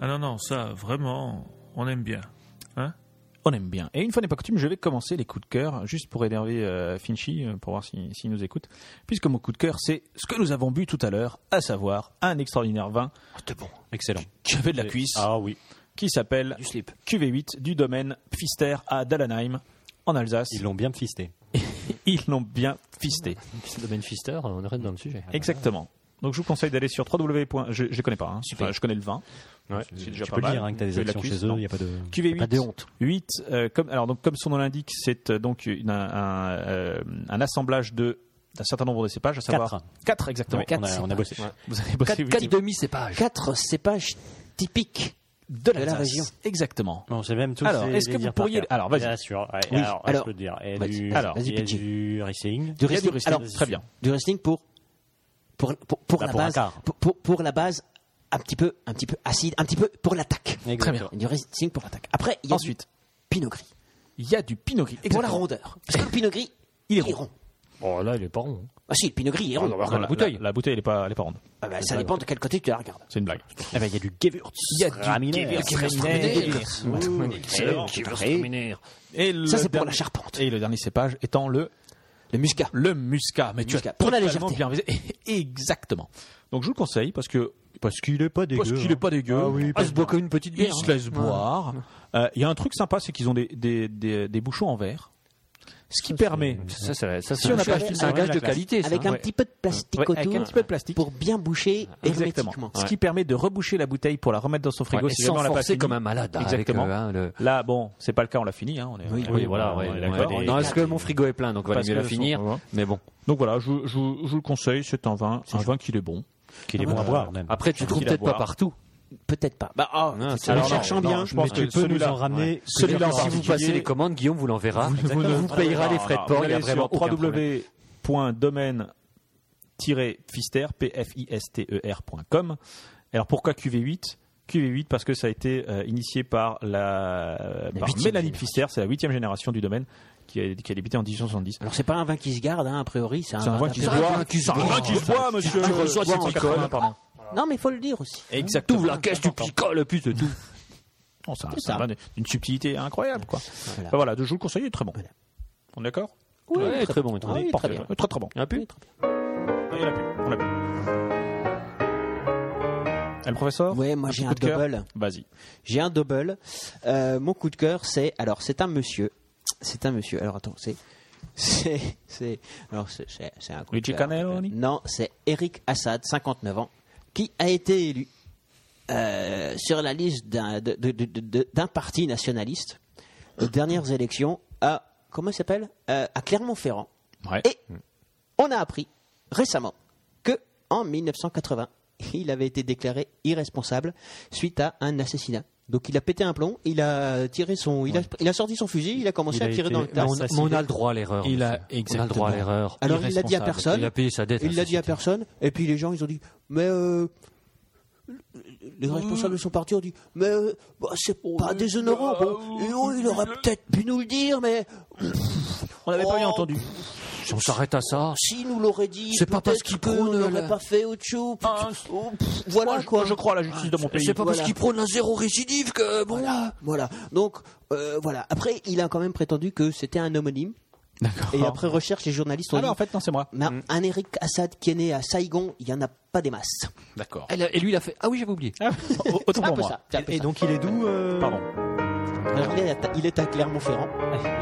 Speaker 7: Ah non, non, ça, vraiment, on aime bien. Hein
Speaker 1: On aime bien. Et une fois n'est pas coutume, je vais commencer les coups de cœur, juste pour énerver euh, Finchy, euh, pour voir s'il s'il nous écoute. Puisque mon coup de cœur, c'est ce que nous avons bu tout à l'heure, à savoir un extraordinaire vin
Speaker 4: Ah, Excellent.
Speaker 1: qui avait de la cuisse,
Speaker 4: Ah oui,
Speaker 1: qui s'appelle QV8 du domaine Pfister à Dallenheim, en Alsace.
Speaker 4: ils l'ont bien fisté.
Speaker 1: Ils l'ont bien fisté.
Speaker 5: de Ben Fister, on arrête dans le sujet.
Speaker 1: Exactement. Donc je vous conseille d'aller sur www. Je ne connais pas, hein. Enfin, je connais le vin. C'est déjà
Speaker 4: tu
Speaker 1: pas
Speaker 4: peux le
Speaker 1: mal.
Speaker 4: dire hein, que t'as des
Speaker 1: Tu veux de la
Speaker 4: actions
Speaker 1: cuisse,
Speaker 4: chez eux,
Speaker 1: non.
Speaker 4: il n'y a pas de.
Speaker 1: QV8.
Speaker 5: Pas de honte.
Speaker 1: 8, euh, comme, alors donc, comme son nom l'indique, c'est euh, donc une- un, un, euh, un assemblage de d'un certain nombre de cépages, à savoir
Speaker 10: Quatre.
Speaker 1: 4 exactement.
Speaker 10: on, a, on a bossé.
Speaker 1: Vous avez bossé
Speaker 5: Quatre
Speaker 1: oui,
Speaker 5: quatre
Speaker 1: c'est-
Speaker 5: demi cépages.
Speaker 6: Quatre cépages typiques
Speaker 1: de
Speaker 6: la
Speaker 1: l'Alsace.
Speaker 6: région.
Speaker 1: Exactement.
Speaker 4: On sait même tous.
Speaker 1: Alors,
Speaker 4: les-
Speaker 1: est-ce
Speaker 4: les
Speaker 1: que vous
Speaker 4: dire par
Speaker 1: pourriez-
Speaker 4: cœur.
Speaker 1: alors, vas-y.
Speaker 4: Bien sûr. ouais,
Speaker 6: Oui,
Speaker 4: alors,
Speaker 6: alors,
Speaker 4: je peux le dire. Et
Speaker 6: vas-y,
Speaker 4: du,
Speaker 6: vas-y,
Speaker 4: il y a
Speaker 6: pitchy.
Speaker 4: du racing.
Speaker 1: Il y
Speaker 6: Du
Speaker 1: a du
Speaker 6: wrestling.
Speaker 1: wrestling,
Speaker 6: Alors,
Speaker 1: très bien.
Speaker 6: Du wrestling pour pour pour, pour
Speaker 4: Bah,
Speaker 6: la
Speaker 4: pour un
Speaker 6: base
Speaker 4: quart.
Speaker 6: pour, pour- pour la base un petit peu un petit peu acide, un petit peu pour l'attaque.
Speaker 4: Exactement. Très bien.
Speaker 6: Du wrestling pour l'attaque. Après, il y a
Speaker 1: Ensuite.
Speaker 6: du pinot gris.
Speaker 1: Il y a du pinot gris.
Speaker 6: Pour la
Speaker 1: Exactement.
Speaker 6: rondeur. Parce que le pinot gris, il est rond.
Speaker 5: Oh là, il est pas rond.
Speaker 6: Ah si, le pinot gris il est rond.
Speaker 1: Non, la bouteille. La, bouteille, elle est pas, elle est pas ronde.
Speaker 6: Ah bah, ça dépend de quel côté tu la regardes.
Speaker 1: C'est une blague.
Speaker 4: Eh ben, il y a du Gewürz. Il y a du
Speaker 1: Et le
Speaker 6: Ça, c'est pour
Speaker 1: dernier-
Speaker 6: la charpente.
Speaker 1: Et le dernier cépage étant le
Speaker 6: Le muscat.
Speaker 1: le muscat. Mais tu as
Speaker 6: muscat. Pour la
Speaker 1: totalement
Speaker 6: légèreté.
Speaker 1: bien visé. Exactement. Donc je vous le conseille parce que parce qu'il est pas dégueu. hein. Parce qu'il est pas dégueu.
Speaker 5: Ah, se boit comme une petite bière.
Speaker 1: Ils se laissent boire. Euh, Il y a un truc sympa, c'est qu'ils ont des, des, des, des bouchons en verre. Ce qui permet,
Speaker 5: Ça, ça, ça,
Speaker 1: Si on n'a
Speaker 5: c'est
Speaker 1: pas
Speaker 5: un,
Speaker 1: acheté-
Speaker 5: c'est un gage de qualité. ça. hein.
Speaker 6: Avec un
Speaker 1: ouais.
Speaker 6: petit peu de plastique
Speaker 1: Ouais,
Speaker 6: autour
Speaker 1: avec un petit peu de plastique.
Speaker 6: pour bien boucher
Speaker 1: Exactement.
Speaker 6: hermétiquement.
Speaker 1: Ce qui permet de reboucher la bouteille pour la remettre dans son frigo
Speaker 5: Ouais, et
Speaker 1: si
Speaker 5: sans
Speaker 1: jamais on l'a pas
Speaker 5: forcer
Speaker 1: fini.
Speaker 5: comme un malade. hein, avec,
Speaker 1: Exactement.
Speaker 5: euh, hein, le-
Speaker 1: Là, bon, c'est pas le cas, on l'a fini. Hein, on est,
Speaker 5: Oui, voilà. ouais,
Speaker 1: on est
Speaker 5: ouais.
Speaker 1: d'accord.
Speaker 5: Non, est-ce que mon frigo est plein, donc va
Speaker 1: Parce
Speaker 5: mieux la
Speaker 1: que-
Speaker 5: finir.
Speaker 1: ouais.
Speaker 5: Mais bon.
Speaker 1: Donc voilà, je, je, je vous le conseille, c'est un vin, un vin qu'il est bon.
Speaker 4: Qu'il est bon à boire, même.
Speaker 5: Après, tu trouves
Speaker 1: qu'il a
Speaker 5: peut-être
Speaker 1: à
Speaker 5: pas
Speaker 1: boire.
Speaker 5: partout.
Speaker 6: Peut-être pas. Bah, ah,
Speaker 5: Non,
Speaker 6: c'est-
Speaker 5: c'est-
Speaker 6: en
Speaker 5: alors,
Speaker 6: cherchant
Speaker 1: non,
Speaker 6: bien.
Speaker 1: je pense
Speaker 4: Mais tu
Speaker 1: que
Speaker 4: peux nous
Speaker 1: celui-là-
Speaker 4: en ramener.
Speaker 1: Celui-là, en
Speaker 5: Si vous
Speaker 1: particulier-
Speaker 5: passez les commandes, Guillaume vous l'enverra. Vous, payera les frais de port. Il y a vraiment aucun problème.
Speaker 1: E www.domaine-fister.com. Alors pourquoi QV8 QV8 parce que ça a été euh, initié par, la, par
Speaker 6: huitième
Speaker 1: Mélanie
Speaker 6: génération.
Speaker 1: Pfister, c'est la huitième génération du domaine qui a, qui a débuté en 1870.
Speaker 6: Alors, c'est pas un vin qui se garde, hein, a priori. C'est un,
Speaker 1: C'est un vin qui se
Speaker 6: d'appel.
Speaker 1: boit, un vin qui se boit, monsieur. Tu reçois cette pardon.
Speaker 6: Non, mais faut le dire aussi.
Speaker 1: Exactement.
Speaker 5: Ouvre la caisse, tu picoles, puis c'est tout.
Speaker 1: Oh, c'est un-
Speaker 6: C'est
Speaker 1: c'est un
Speaker 6: ça.
Speaker 1: vin d'une subtilité incroyable, quoi.
Speaker 6: Voilà.
Speaker 1: Bah Voilà, de je vous le conseille, il est très bon.
Speaker 6: Voilà.
Speaker 1: On est d'accord
Speaker 6: Oui,
Speaker 5: Ouais, très bon, Hein,
Speaker 6: Ah oui, très bien.
Speaker 1: Très très bon.
Speaker 5: Un pu
Speaker 1: Il y en a plus, on l'a plus. Et Ah, le professeur
Speaker 6: Ouais, moi j'ai un
Speaker 1: coup de cœur
Speaker 6: double.
Speaker 1: Vas-y.
Speaker 6: J'ai un double. Euh, mon coup de cœur, c'est alors c'est un monsieur. C'est un monsieur. Alors attends, c'est c'est c'est alors c'est c'est- c'est un coup de
Speaker 1: Luigi
Speaker 6: cœur.
Speaker 1: Caneloni
Speaker 6: Non, c'est Eric Assad, 59 ans, qui a été élu euh, sur la liste d'un de- de- de- de- de- d'un parti nationaliste aux dernières élections à comment il s'appelle Euh, à Clermont-Ferrand.
Speaker 1: Ouais.
Speaker 6: Et on a appris récemment que en 1980, il avait été déclaré irresponsable suite à un assassinat. Donc il a pété un plomb, il a tiré son, il, a, il a sorti son fusil, il a commencé
Speaker 4: Il
Speaker 6: à
Speaker 4: a
Speaker 6: tirer
Speaker 4: été
Speaker 6: dans le
Speaker 5: Mais
Speaker 6: tas.
Speaker 5: on, mais on a le droit à l'erreur.
Speaker 1: Il a-
Speaker 5: monsieur. On a le droit à l'erreur.
Speaker 6: Alors il l'a dit à
Speaker 1: irresponsable.
Speaker 6: personne.
Speaker 5: Il a payé sa dette. hein.
Speaker 6: Il
Speaker 5: la
Speaker 6: l'a dit à
Speaker 5: société.
Speaker 6: personne. Et puis les gens, ils ont dit, mais euh, les
Speaker 1: Mmh.
Speaker 6: responsables de son parti ont dit, mais euh, bah, c'est pas déshonorant. Bon,
Speaker 1: euh,
Speaker 6: et oh, il aurait peut-être pu nous le dire, mais
Speaker 1: On n'avait pas bien entendu.
Speaker 5: Si on s'arrête à ça,
Speaker 6: si nous l'aurait dit,
Speaker 5: C'est pas parce
Speaker 6: peut-être
Speaker 5: qu'il
Speaker 6: qu'on
Speaker 5: prône
Speaker 6: n'aurait
Speaker 5: la-
Speaker 6: pas fait autre chose. Oh, pff, voilà
Speaker 1: Moi, je-
Speaker 6: quoi.
Speaker 1: moi, je Ah, crois à la justice de mon pays.
Speaker 5: c'est pas
Speaker 6: Voilà.
Speaker 5: parce qu'il prône un zéro récidive que bon.
Speaker 6: Voilà. Donc, euh, voilà. Après, il a quand même prétendu que c'était un homonyme.
Speaker 1: D'accord.
Speaker 6: Et après recherche, les journalistes ont
Speaker 1: Ah
Speaker 6: dit
Speaker 1: non, Mmh. en fait, non, c'est moi.
Speaker 6: Mais un Eric Assad qui est né à Saigon, il n'y en a pas des masses.
Speaker 1: D'accord.
Speaker 5: Elle a- Et lui, il a fait. Ah oui, j'avais oublié.
Speaker 1: Autant
Speaker 6: C'est un
Speaker 1: pour
Speaker 6: peu
Speaker 1: moi.
Speaker 6: ça. c'est un peu
Speaker 4: Et
Speaker 6: ça.
Speaker 4: donc, il est d'où euh,
Speaker 1: Pardon.
Speaker 6: Alors, il, est à, il est à Clermont-Ferrand.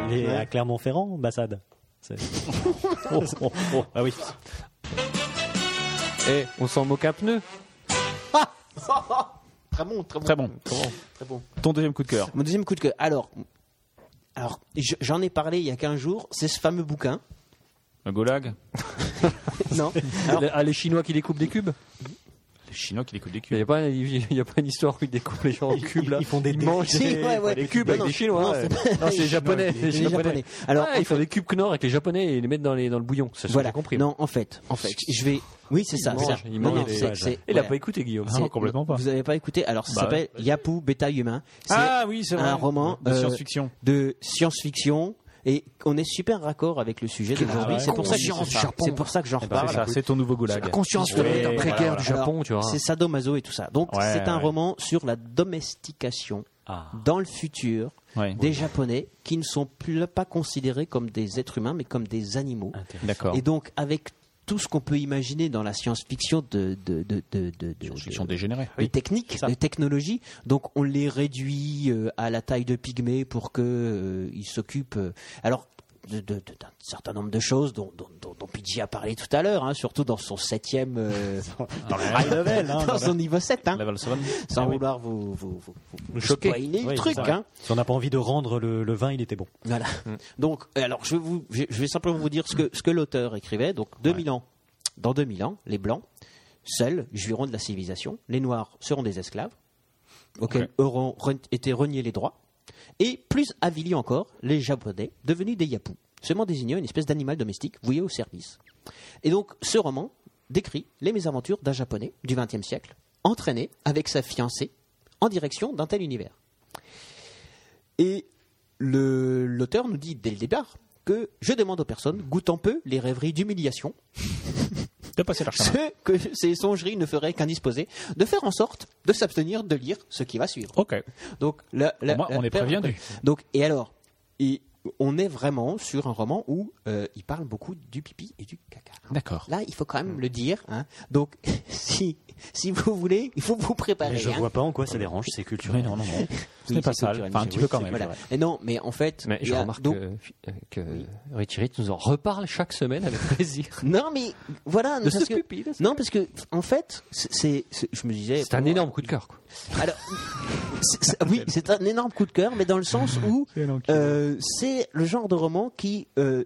Speaker 4: Il est
Speaker 6: Ouais.
Speaker 4: à Clermont-Ferrand, Bassad. C'est-
Speaker 1: Oh, oh, oh. Ah oui.
Speaker 5: Eh, on s'en moque un pneu.
Speaker 6: Très bon, très bon.
Speaker 1: Très bon. Ton deuxième coup de cœur.
Speaker 6: Mon deuxième coup de cœur. Alors, alors je- j'en ai parlé il y a 15 jours. C'est ce fameux bouquin.
Speaker 1: Le Golag.
Speaker 6: Non. Alors,
Speaker 5: Le- Ah, les Chinois qui découpent des cubes.
Speaker 1: Le Chinois qui découle des
Speaker 5: Il
Speaker 1: culs.
Speaker 5: n'y a, pas- il y a pas une histoire où ils découpent les gens en cubes là.
Speaker 4: Ils font des
Speaker 5: Ils mangent
Speaker 6: Si,
Speaker 5: des,
Speaker 6: ouais, ouais.
Speaker 5: des cubes avec
Speaker 6: Non,
Speaker 5: des
Speaker 6: non,
Speaker 5: Chinois.
Speaker 6: non,
Speaker 5: ouais.
Speaker 6: c'est pas-
Speaker 5: Non, c'est les Japonais.
Speaker 6: les
Speaker 5: les Japonais.
Speaker 6: Japonais. Alors,
Speaker 5: Ah,
Speaker 6: en
Speaker 5: ils font des cubes Knorr avec les Japonais et ils les mettent dans, les, dans le bouillon. C'est ce que
Speaker 6: voilà.
Speaker 5: j'ai compris.
Speaker 6: Non, en fait, en fait, je vais. Oui, c'est ça.
Speaker 5: Il
Speaker 6: c'est ça.
Speaker 5: mange, il
Speaker 6: Non,
Speaker 5: mange
Speaker 6: non,
Speaker 5: des
Speaker 6: c'est-
Speaker 5: pages.
Speaker 6: c'est-
Speaker 5: Il n'a
Speaker 6: voilà.
Speaker 5: pas écouté Guillaume.
Speaker 1: Ah,
Speaker 6: C'est-
Speaker 1: complètement pas.
Speaker 6: Vous n'avez pas écouté Alors, ça
Speaker 1: Bah,
Speaker 6: s'appelle Yapu Beta Humain. C'est
Speaker 1: Ah oui, c'est vrai.
Speaker 6: un roman
Speaker 1: de
Speaker 6: euh,
Speaker 1: science-fiction.
Speaker 6: de science-fiction. Et on est super raccord avec le sujet d'aujourd'hui.
Speaker 5: ouais.
Speaker 6: C'est pour, ça que-
Speaker 5: Conscience du Japon. Eh ben,
Speaker 6: c'est pour ça que j'en
Speaker 1: bah, C'est
Speaker 6: reparle.
Speaker 1: ça, Ah, c'est ton nouveau Golag.
Speaker 5: La conscience de
Speaker 1: Ouais,
Speaker 5: l'après-guerre
Speaker 1: voilà,
Speaker 5: du
Speaker 6: voilà.
Speaker 5: Japon, tu vois.
Speaker 6: C'est sadomaso et tout ça. Donc,
Speaker 1: Ouais,
Speaker 6: c'est un
Speaker 1: ouais.
Speaker 6: roman sur la domestication dans le futur
Speaker 1: Ouais.
Speaker 6: des Japonais qui ne sont plus pas considérés comme des êtres humains, mais comme des animaux.
Speaker 1: D'accord.
Speaker 6: Et donc, avec tout ce qu'on peut imaginer dans la science-fiction de, de, de, de, de- de-
Speaker 1: Ils sont dégénérés.
Speaker 6: de techniques, de technologies. Donc on les réduit euh, à la taille de pygmées pour que euh, ils s'occupent. euh, alors de- de- de- d'un certain nombre de choses dont, dont, dont- dont PJ a parlé tout à l'heure, hein, surtout dans son septième, euh,
Speaker 4: Dans le high level, hein,
Speaker 6: dans son niveau 7, hein,
Speaker 1: Level 7.
Speaker 4: Ah
Speaker 6: sans vouloir vous, vous, vous, vous- vous
Speaker 5: choquer.
Speaker 6: spoiler le
Speaker 4: Oui,
Speaker 6: truc.
Speaker 4: c'est ça.
Speaker 6: Hein.
Speaker 4: Si on n'a pas envie de rendre le, le vin, il était bon.
Speaker 6: Voilà. Donc, euh, alors, je, vais vous, je je vais simplement vous dire ce que, ce que l'auteur écrivait. Donc, 2000 ans. Dans 2000 ans, les Blancs, seuls, jouiront de la civilisation. Les Noirs seront des esclaves. auxquels auront re- été reniés les droits, et plus avili encore, les Japonais, devenus des yapous, seulement désignant une espèce d'animal domestique voué au service. Et donc, ce roman décrit les mésaventures d'un Japonais du XXe siècle, entraîné avec sa fiancée en direction d'un tel univers. Et le- l'auteur nous dit dès le départ que je demande aux personnes, goûtant peu les rêveries d'humiliation,
Speaker 1: De passer leur chemin.
Speaker 6: ce que ces songeries ne feraient qu'indisposer, de faire en sorte de s'abstenir de lire ce qui va suivre.
Speaker 1: Ok.
Speaker 6: Donc, la- la-
Speaker 1: Au moins,
Speaker 6: la-
Speaker 1: on est
Speaker 6: la-
Speaker 1: prévenu.
Speaker 6: Donc, et alors, et on est vraiment sur un roman où euh, il parle beaucoup du pipi et du caca.
Speaker 1: D'accord.
Speaker 6: Là, il faut quand même le dire. hein. Donc, si, si vous voulez, il faut vous préparer.
Speaker 4: Mais je
Speaker 6: hein.
Speaker 4: vois pas en quoi ça dérange, c'est culturel. Non, non, non.
Speaker 1: Ce n'est pas sale. Enfin, un petit peu quand même.
Speaker 6: Voilà. Et non, mais en fait,
Speaker 5: Mais
Speaker 6: il
Speaker 5: je
Speaker 6: y a-
Speaker 5: remarque
Speaker 6: donc-
Speaker 5: que, euh, que Richie Rich nous en reparle chaque semaine avec plaisir.
Speaker 6: non, mais voilà,
Speaker 5: De
Speaker 6: parce
Speaker 5: ce
Speaker 6: que-
Speaker 5: pupille. là, c'est-
Speaker 6: non, parce que en fait, c'est, c'est- je me disais,
Speaker 5: C'est un énorme coup de cœur. quoi.
Speaker 6: Alors, c'est- c'est- oui, c'est un énorme coup de cœur, mais dans le sens où euh, c'est le genre de roman qui euh,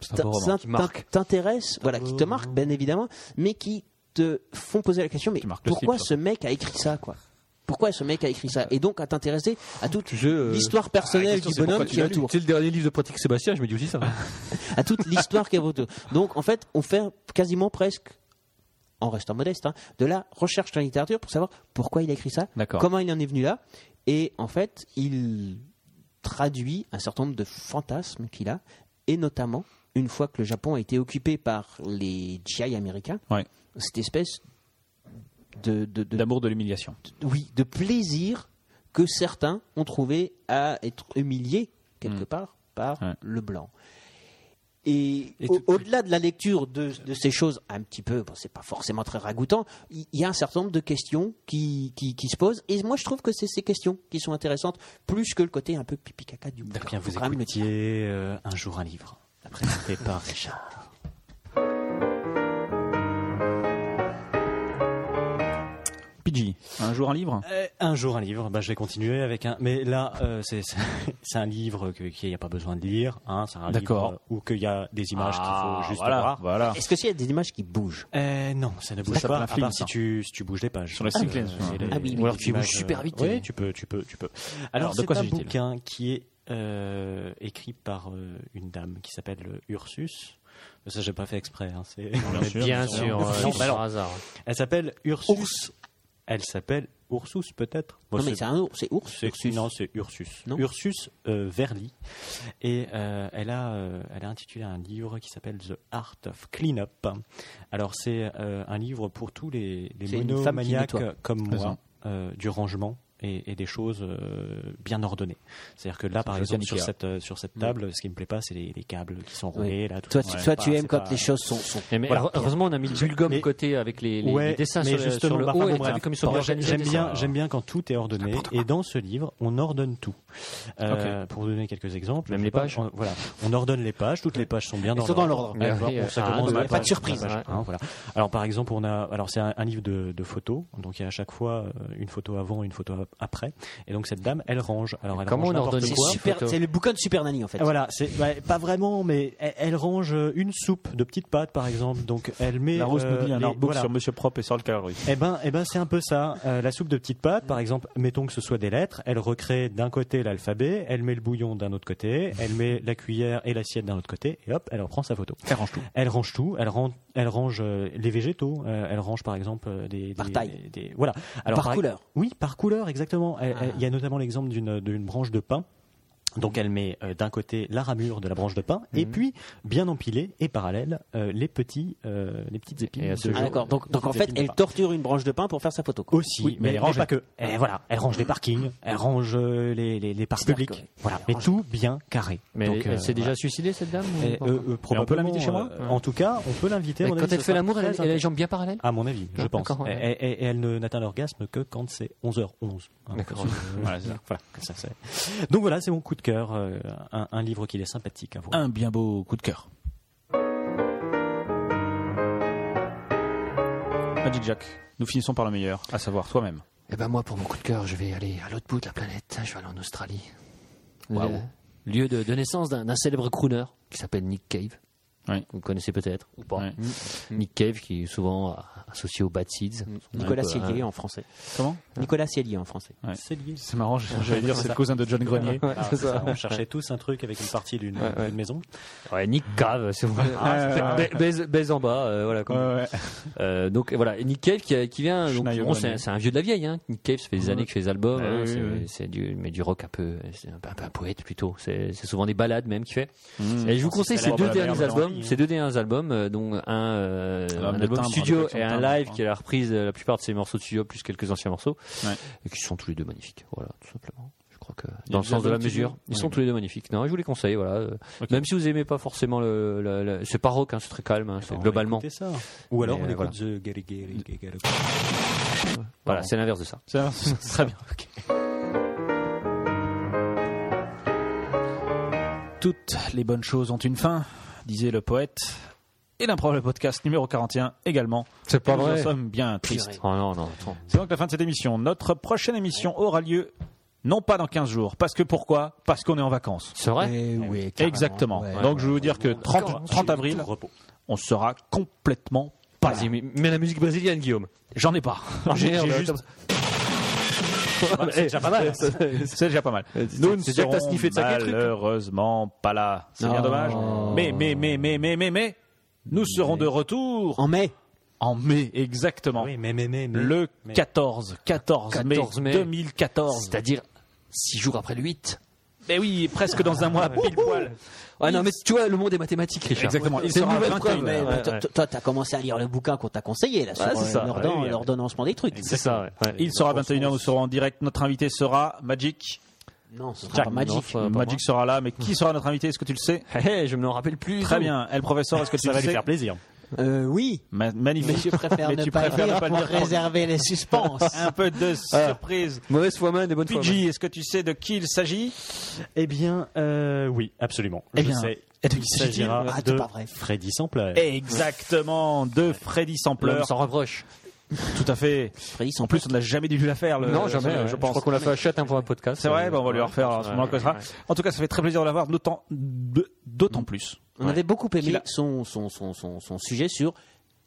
Speaker 5: C'est un beau roman
Speaker 6: t'in-
Speaker 5: qui marque.
Speaker 6: t'intéresse, voilà, qui te marque, bien évidemment, mais qui te font poser la question, mais
Speaker 1: marque le
Speaker 6: pourquoi
Speaker 1: slip,
Speaker 6: ce mec a écrit ça, quoi pourquoi ce mec a écrit ça Et donc à t'intéresser à toute
Speaker 5: euh,
Speaker 6: l'histoire
Speaker 5: Ah,
Speaker 6: personnelle du bonhomme qui est autour,
Speaker 5: C'est le dernier livre de Pratique Sébastien, je me dis aussi ça.
Speaker 6: à toute l'histoire qui est autour. Donc en fait, on fait quasiment presque, en restant modeste, hein, de la recherche de la littérature pour savoir pourquoi il a écrit ça,
Speaker 1: D'accord.
Speaker 6: comment il en est venu là. Et en fait, il traduit un certain nombre de fantasmes qu'il a, et notamment, une fois que le Japon a été occupé par les GI américains,
Speaker 1: Ouais.
Speaker 6: cette espèce de, de, de-
Speaker 1: L'amour de l'humiliation.
Speaker 6: oui, de plaisir que certains ont trouvé à être humiliés, quelque part, par
Speaker 1: Ouais.
Speaker 6: le blanc. Et,
Speaker 5: Et
Speaker 6: au-
Speaker 5: tout-
Speaker 6: au-delà de la lecture de, de ces choses, un petit peu, bon, c'est pas forcément très ragoûtant, il il y a un certain nombre de questions qui, qui, qui se posent. Et moi, je trouve que c'est ces questions qui sont intéressantes, plus que le côté un peu pipi-caca du bouquin.
Speaker 4: Bien, vous
Speaker 6: Faut quand même le dire.
Speaker 4: écoutiez euh, Un jour un livre, présenté par Richard.
Speaker 1: PG. Un jour un livre
Speaker 4: Euh, un jour un livre, bah, je vais continuer avec un. Mais là, euh, c'est c'est un livre que- qu'il n'y a pas besoin de lire, hein, c'est un
Speaker 1: D'accord.
Speaker 4: livre euh, où qu'il y a des images qu'il faut juste
Speaker 1: voilà,
Speaker 4: voir.
Speaker 1: Voilà.
Speaker 6: Est-ce que s'il y a des images qui bougent
Speaker 4: Euh, non, ça ne bouge
Speaker 1: s'appelle
Speaker 4: pas.
Speaker 1: un
Speaker 4: À
Speaker 1: film,
Speaker 4: part
Speaker 1: ça.
Speaker 4: si tu, si tu bouges les pages.
Speaker 1: Sur les cycles,
Speaker 4: Euh,
Speaker 1: sur un-
Speaker 4: et les-
Speaker 6: Ah oui,
Speaker 4: ou alors
Speaker 6: les
Speaker 4: tu
Speaker 6: images,
Speaker 4: bouges
Speaker 5: super vite.
Speaker 4: Oui, tu peux, tu peux, tu peux. Alors,
Speaker 1: de
Speaker 4: c'est
Speaker 1: quoi
Speaker 4: un
Speaker 1: s'agit-il
Speaker 4: bouquin qui est euh, écrit par euh, une dame qui s'appelle euh, Ursus. Mais Ça, j'ai pas fait exprès. hein, c'est-
Speaker 5: Bien sûr,
Speaker 4: Non,
Speaker 5: euh,
Speaker 4: non,
Speaker 5: par
Speaker 4: bah alors,
Speaker 5: hasard.
Speaker 4: Elle s'appelle Ursus. Elle s'appelle Ursus, peut-être. Bon,
Speaker 6: Non, mais
Speaker 4: c'est-
Speaker 6: c'est un ours, c'est ours.
Speaker 4: c'est-
Speaker 6: Ursus.
Speaker 4: Non, c'est Ursus.
Speaker 6: Non
Speaker 4: Ursus euh, Verli. Et euh, elle, a, euh, elle a intitulé un livre qui s'appelle The Art of Cleanup. Alors, c'est euh, un livre pour tous les,
Speaker 6: C'est
Speaker 4: les
Speaker 6: une
Speaker 4: monomaniaques
Speaker 6: femme qui nettoie.
Speaker 4: comme
Speaker 1: C'est ça.
Speaker 4: moi, euh, du rangement. Et, et des choses euh, bien ordonnées. C'est-à-dire que là, par
Speaker 1: jeu
Speaker 4: exemple, sur
Speaker 1: d'Ikea.
Speaker 4: cette, euh, sur cette table, ce qui me plaît pas, c'est les, les câbles qui sont roulés. Là, tout
Speaker 6: Mm. Toi,
Speaker 4: ça.
Speaker 6: tu,
Speaker 4: Ouais,
Speaker 6: toi,
Speaker 4: c'est
Speaker 6: tu
Speaker 4: pas-
Speaker 6: aimes
Speaker 4: c'est
Speaker 6: quand
Speaker 4: pas-
Speaker 6: les choses sont. sont-
Speaker 5: Mais, mais
Speaker 4: Voilà.
Speaker 5: heure- heureusement, on a mis le bulgum
Speaker 4: Mais-
Speaker 5: côté avec les, les-
Speaker 4: Ouais,
Speaker 5: les dessins
Speaker 4: mais
Speaker 5: sur, le-
Speaker 4: justement,
Speaker 5: sur le
Speaker 4: bah,
Speaker 5: haut.
Speaker 4: enfin,
Speaker 5: et
Speaker 4: bon, bref.
Speaker 5: comme ils sont
Speaker 4: Bon,
Speaker 5: bien
Speaker 4: j'aime
Speaker 5: organisés,
Speaker 4: j'aime bien,
Speaker 5: ça-
Speaker 4: j'aime bien quand tout est ordonné. Et dans ce livre, on ordonne tout. Euh, Pour vous donner quelques exemples,
Speaker 5: Même
Speaker 4: je
Speaker 5: les
Speaker 4: sais pas,
Speaker 5: pages.
Speaker 4: on- Voilà, on ordonne les pages. Toutes les pages sont bien
Speaker 6: Elles
Speaker 4: dans
Speaker 6: sont dans l'ordre. bah,
Speaker 4: Ouais,
Speaker 5: Mais
Speaker 4: bon,
Speaker 5: oui,
Speaker 4: on- ça
Speaker 5: ah,
Speaker 4: commence
Speaker 5: dommage,
Speaker 4: par
Speaker 5: pas de
Speaker 4: la
Speaker 5: surprise.
Speaker 4: page,
Speaker 5: Ouais.
Speaker 4: hein, voilà. Alors par exemple, on a, alors c'est un, un livre de, de photos. Donc il y a à chaque fois euh, une photo avant, une photo ap- après. Et donc cette dame, elle range. Alors elle
Speaker 5: Comment
Speaker 4: range
Speaker 5: on
Speaker 4: n'importe
Speaker 5: ordonne
Speaker 6: C'est
Speaker 4: quoi.
Speaker 5: quoi,
Speaker 6: super-
Speaker 5: photo
Speaker 6: c'est le bouquin de Super Nanny en fait.
Speaker 4: Voilà, c'est ouais, pas vraiment, mais elle, elle range euh, une soupe de petites pâtes par exemple. Donc elle met
Speaker 1: La Rose
Speaker 4: euh,
Speaker 1: nous dit un
Speaker 4: les-
Speaker 1: artbook
Speaker 4: voilà.
Speaker 1: sur Monsieur Propre et sur le calorie.
Speaker 4: Eh ben, eh ben c'est un peu ça. Euh, la soupe de petites pâtes, par exemple, mettons que ce soit des lettres, elle recrée d'un côté l'alphabet, elle met le bouillon d'un autre côté, elle met la cuillère et l'assiette d'un autre côté, et hop, elle reprend sa photo.
Speaker 1: Elle range tout.
Speaker 4: Elle range tout, elle range, elle range euh, les végétaux, euh, elle range par exemple euh, des, des-
Speaker 6: Par taille.
Speaker 4: des- des- voilà. Alors,
Speaker 6: Par couleur. Ah.
Speaker 4: Oui, par couleur, exactement. Elle- elle- Il y a notamment l'exemple d'une d'une branche de pain. Donc elle met euh, d'un côté la ramure de la branche de pain
Speaker 6: Mhm.
Speaker 4: et puis bien empilée et parallèle euh, les petits euh, les petites épines.
Speaker 5: Et à ce
Speaker 4: de-
Speaker 5: jour-
Speaker 6: Ah, d'accord. Donc, donc en
Speaker 4: des
Speaker 6: fait,
Speaker 4: épines de
Speaker 6: elle
Speaker 4: pain.
Speaker 6: torture une branche de pain pour faire sa photo. quoi.
Speaker 4: Aussi,
Speaker 1: Oui, mais
Speaker 4: mais,
Speaker 1: elle
Speaker 4: mais
Speaker 1: range-
Speaker 4: pas que. Elle, voilà, elle range les parkings, elle range euh, les, les, les parcs
Speaker 6: Stark,
Speaker 4: publics.
Speaker 6: ouais.
Speaker 4: Voilà,
Speaker 6: Elle
Speaker 4: mais
Speaker 6: range.
Speaker 4: tout bien carré.
Speaker 5: Mais
Speaker 4: Donc,
Speaker 5: elle
Speaker 4: euh,
Speaker 5: s'est déjà suicidée, cette dame ou
Speaker 4: voilà.
Speaker 5: pas
Speaker 4: Et, euh,
Speaker 1: on
Speaker 4: euh,
Speaker 1: peut l'inviter
Speaker 4: probablement,
Speaker 1: chez moi
Speaker 4: euh, En tout cas, on peut l'inviter. à
Speaker 5: Mais
Speaker 4: mon
Speaker 5: Quand
Speaker 4: avis,
Speaker 5: elle
Speaker 4: ce
Speaker 5: fait
Speaker 4: sera
Speaker 5: l'amour,
Speaker 4: très
Speaker 5: elle elle a les
Speaker 4: intéressant.
Speaker 5: jambes bien parallèles
Speaker 4: À mon avis, je
Speaker 5: Ah,
Speaker 4: pense.
Speaker 5: d'accord, ouais.
Speaker 4: Et, et- et elle ne- n'atteint l'orgasme que quand c'est 11h11. hein.
Speaker 5: D'accord.
Speaker 4: Euh, voilà, c'est ça. Voilà, comme ça, c'est- Donc voilà, c'est mon coup de cœur. euh, un, un livre qui est sympathique hein, à voir.
Speaker 1: Un bien beau coup de cœur. Magic Jack, nous finissons par le meilleur, à savoir toi-même.
Speaker 5: Eh ben moi, pour mon coup de cœur, je vais aller à l'autre bout de la planète. Je vais aller en Australie.
Speaker 1: Waouh.
Speaker 5: Le lieu de, de naissance d'un d'un célèbre crooner qui s'appelle Nick Cave.
Speaker 1: Oui.
Speaker 5: que vous connaissez peut-être ou pas. Mm.
Speaker 1: Ouais.
Speaker 5: Nick Cave, qui est souvent euh, associé aux Bad Seeds.
Speaker 1: Mm.
Speaker 6: Nicolas
Speaker 5: Un peu,
Speaker 6: Cellier
Speaker 5: hein.
Speaker 6: en français. Hein
Speaker 1: Comment
Speaker 6: Nicolas Cellier en français.
Speaker 1: C'est marrant, j'allais dire c'est le cousin de John Grenier.
Speaker 4: Ah, c'est ça, on cherchait tous un truc avec une partie d'une d'une maison.
Speaker 5: Ouais, Nick Cave, c'est vrai. Ba- baise- baise en bas, euh, voilà. comme-
Speaker 1: Ah, Ouais, ouais.
Speaker 5: Euh, donc voilà, et Nick Cave qui, qui vient. donc,
Speaker 1: Schneider
Speaker 5: bon, c'est un-
Speaker 1: Daniel.
Speaker 5: c'est un vieux de la vieille. Hein. Nick Cave, ça fait des années qu'il fait des albums.
Speaker 1: Ouais, Bah
Speaker 5: hein,
Speaker 1: oui,
Speaker 5: c'est
Speaker 1: oui.
Speaker 5: c'est du, mais du rock un peu, c'est un peu un peu un poète plutôt. C'est c'est souvent des balades même qu'il fait.
Speaker 1: Mmh.
Speaker 5: Et je vous conseille ces
Speaker 4: la
Speaker 5: deux
Speaker 4: merde,
Speaker 5: derniers
Speaker 4: merde,
Speaker 5: albums,
Speaker 4: merde.
Speaker 5: ces deux derniers albums, euh, dont un, euh,
Speaker 1: L'album
Speaker 5: un
Speaker 1: de
Speaker 5: album
Speaker 1: Ah, timbre,
Speaker 5: studio
Speaker 1: l'album
Speaker 5: et
Speaker 1: de
Speaker 5: un
Speaker 1: timbre,
Speaker 5: live
Speaker 1: hein.
Speaker 5: qui est la reprise de la plupart de ses morceaux de studio plus quelques anciens morceaux,
Speaker 1: Ouais.
Speaker 5: et qui sont tous les deux magnifiques. Voilà, tout simplement. Je crois que
Speaker 1: y a
Speaker 5: dans le
Speaker 1: des
Speaker 5: sens de la
Speaker 1: albums studio
Speaker 5: mesure, ils
Speaker 1: Ouais.
Speaker 5: sont tous les deux magnifiques. Non, je vous les conseille. Voilà, Euh, même si vous aimez pas forcément le, le- le- c'est pas rock, hein, c'est très calme, hein,
Speaker 1: Eh ben,
Speaker 5: c'est
Speaker 4: On va
Speaker 5: globalement.
Speaker 4: écouter ça. Ou alors
Speaker 5: Mais,
Speaker 4: on
Speaker 5: euh,
Speaker 4: écoute The Gary Gary Gary Gary.
Speaker 5: Voilà, c'est l'inverse de ça.
Speaker 1: C'est un-
Speaker 5: Très bien.
Speaker 1: Toutes les bonnes choses ont une fin, disait le poète. Et l'improbable podcast numéro 41 également.
Speaker 5: C'est pas
Speaker 1: Et nous en
Speaker 5: vrai.
Speaker 1: sommes bien tristes.
Speaker 5: Oh non, non, attends.
Speaker 1: C'est donc la fin de cette émission. Notre prochaine émission aura lieu non pas dans 15 jours. Parce que pourquoi Parce qu'on est en vacances.
Speaker 5: C'est vrai.
Speaker 1: Exactement. donc je vais vous dire que 30, 30 avril, on sera complètement pas
Speaker 5: Vas-y, mais, mais la musique brésilienne, Guillaume.
Speaker 1: J'en ai pas. J'ai
Speaker 5: merde,
Speaker 1: j'ai
Speaker 5: ouais,
Speaker 1: juste-
Speaker 5: comme C'est déjà pas mal.
Speaker 1: C'est déjà pas mal. Nous ne
Speaker 5: c'est déjà que t'as
Speaker 1: serons
Speaker 5: sniffé de sacrés trucs, hein.
Speaker 1: malheureusement pas là. C'est bien
Speaker 6: Oh.
Speaker 1: dommage. Mais, mais, mais, mais, mais, mais, mais, nous serons de retour
Speaker 6: En mai,
Speaker 1: en mai, exactement.
Speaker 4: Oui, mais mais mais mais-
Speaker 1: Le
Speaker 4: mais-
Speaker 1: 14, 14,
Speaker 5: 14
Speaker 1: mai,
Speaker 5: mai.
Speaker 1: 2014.
Speaker 5: C'est-à-dire 6 jours après le 8.
Speaker 1: Mais oui, presque dans un mois, pile poil.
Speaker 5: Ouais, non, mais tu vois, le monde est mathématique, Richard.
Speaker 1: Exactement. Il
Speaker 5: C'est une
Speaker 1: sera
Speaker 5: nouvelle
Speaker 1: 21
Speaker 5: preuve.
Speaker 1: mai.
Speaker 6: Mais
Speaker 5: Ouais,
Speaker 6: toi-
Speaker 5: ouais.
Speaker 6: toi, t'as commencé à lire le bouquin qu'on t'a conseillé là sur
Speaker 5: Ouais, c'est
Speaker 6: euh,
Speaker 5: ça.
Speaker 6: l'ordon-
Speaker 1: Ouais,
Speaker 6: l'ordonnancement des trucs.
Speaker 5: C'est ça, ouais. Ouais.
Speaker 1: Il sera 21h, nous serons en direct. Notre invité sera Magic.
Speaker 6: Non, ce sera
Speaker 1: Jack
Speaker 6: pas magique.
Speaker 5: North, euh, pas
Speaker 1: Magic sera là, mais qui sera notre invité Est-ce que tu le sais
Speaker 5: Hé, hé, Eh, je me l'en rappelle plus.
Speaker 1: Très bien. Elle, professeur, est-ce que tu
Speaker 4: ça
Speaker 1: le
Speaker 4: va lui
Speaker 1: sais
Speaker 4: faire plaisir.
Speaker 6: Euh, oui,
Speaker 1: Ma-
Speaker 6: mais je
Speaker 1: Magnifique.
Speaker 6: préfère
Speaker 1: Mais
Speaker 6: ne
Speaker 1: tu
Speaker 6: pas
Speaker 1: préfères
Speaker 6: lire
Speaker 1: pas le
Speaker 6: pour
Speaker 1: dire quand-
Speaker 6: réserver les suspens.
Speaker 1: Un peu de surprise.
Speaker 5: Mauvaise foi main et bonne foi main.
Speaker 1: PG, est-ce que tu sais de qui il s'agit
Speaker 4: Eh bien, euh, oui, absolument.
Speaker 1: Eh
Speaker 4: Je
Speaker 1: bien,
Speaker 4: sais.
Speaker 1: et de qui
Speaker 4: Il
Speaker 1: s'agit-il
Speaker 4: s'agira
Speaker 6: Ah, c'est
Speaker 4: de
Speaker 6: pas vrai.
Speaker 4: Freddy Sampler.
Speaker 1: Eh, Exactement, de Freddy
Speaker 5: L'homme
Speaker 1: Sampleur.
Speaker 5: s'en rapproche.
Speaker 1: Tout à fait.
Speaker 6: Freddy,
Speaker 1: En plus, on n'a jamais dû lui la faire. le-
Speaker 5: non, jamais.
Speaker 1: euh,
Speaker 5: ouais.
Speaker 1: je pense.
Speaker 5: crois qu'on l'a fait à Châtain pour un podcast.
Speaker 1: C'est vrai,
Speaker 5: Euh,
Speaker 1: bah, on va lui
Speaker 5: ouais.
Speaker 1: en refaire à ce moment-là.
Speaker 5: Ouais,
Speaker 1: qu'on sera.
Speaker 5: ouais.
Speaker 1: En tout cas, ça fait très plaisir de l'avoir, d'autant de- d'autant plus.
Speaker 6: On avait beaucoup
Speaker 1: Qu'il
Speaker 6: aimé
Speaker 1: a-
Speaker 6: son, son, son, son, son sujet sur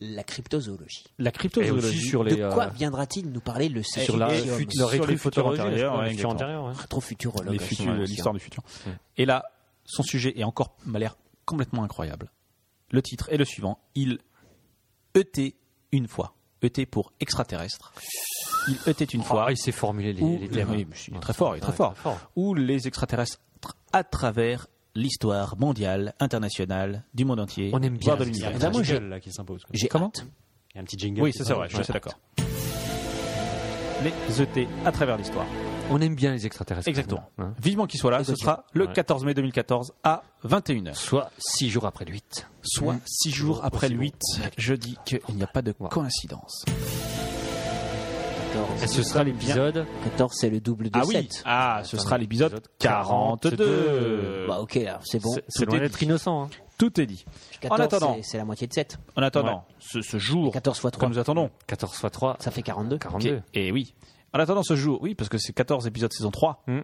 Speaker 6: la cryptozoologie.
Speaker 1: La
Speaker 5: Et
Speaker 1: cryptozoologie.
Speaker 5: aussi sur les.
Speaker 6: De quoi
Speaker 5: euh,
Speaker 6: viendra-t-il nous parler le
Speaker 5: et
Speaker 6: sujet
Speaker 5: sur la
Speaker 1: et-
Speaker 5: fut-
Speaker 1: sur
Speaker 5: le
Speaker 1: les futurs
Speaker 5: rétro-futurologie,
Speaker 1: antérieurs,
Speaker 5: ouais,
Speaker 1: ouais,
Speaker 5: le
Speaker 1: exactement.
Speaker 5: futur antérieur, ouais.
Speaker 6: Trop futurologue.
Speaker 1: les
Speaker 6: aussi,
Speaker 1: futurs-
Speaker 6: ouais,
Speaker 1: l'histoire du futur. Et là, son sujet est encore m'a l'air complètement incroyable. Le titre est le suivant il ET une fois. ET pour extraterrestre. Il ET une fois.
Speaker 5: Ah, il s'est formulé les,
Speaker 1: Ou-
Speaker 5: les termes.
Speaker 1: oui, mais il est très fort, il est très
Speaker 5: Ouais,
Speaker 1: fort. Ou les extraterrestres à travers l'histoire mondiale, internationale, du monde entier,
Speaker 5: On aime bien
Speaker 1: voire de
Speaker 4: Il
Speaker 5: les
Speaker 4: y a
Speaker 1: l'univers.
Speaker 6: Là,
Speaker 4: un
Speaker 6: moi,
Speaker 4: petit
Speaker 6: j'ai-
Speaker 4: jingle là qui s'impose. quoi.
Speaker 6: J'ai
Speaker 5: Comment
Speaker 6: hâte.
Speaker 4: Il y a un petit jingle.
Speaker 1: Oui,
Speaker 4: qui
Speaker 1: ça c'est
Speaker 4: s'impose.
Speaker 1: vrai, je suis assez d'accord. Les ET à travers l'histoire.
Speaker 5: On aime bien les extraterrestres.
Speaker 1: Exactement.
Speaker 5: Hein.
Speaker 1: Vivement qu'ils soient là, ce sera le
Speaker 5: Ouais.
Speaker 1: 14 mai 2014 à 21h.
Speaker 5: Soit 6 jours après le 8.
Speaker 1: Soit 6 jours après le 8, je dis qu'il n'y a pas de coïncidence.
Speaker 5: Et ce sera l'épisode.
Speaker 6: 14, c'est le double de
Speaker 1: Ah oui,
Speaker 6: 7.
Speaker 1: ah, ce sera l'épisode 42.
Speaker 6: Bah, ok, alors c'est bon.
Speaker 5: euh, C'est- C'est
Speaker 1: tout
Speaker 5: loin
Speaker 1: est
Speaker 5: d'être
Speaker 1: dit.
Speaker 5: innocent. hein.
Speaker 1: Tout est dit.
Speaker 6: 14,
Speaker 1: en attendant.
Speaker 6: c'est- c'est la moitié de 7.
Speaker 1: En attendant, ce, ce jour
Speaker 6: 14 fois
Speaker 1: que
Speaker 6: 3,
Speaker 1: nous attendons,
Speaker 5: 14 fois 3,
Speaker 6: ça fait 42.
Speaker 5: 42.
Speaker 1: et oui. En attendant ce jour, oui, parce que c'est 14 épisodes saison 3.
Speaker 5: Hmm.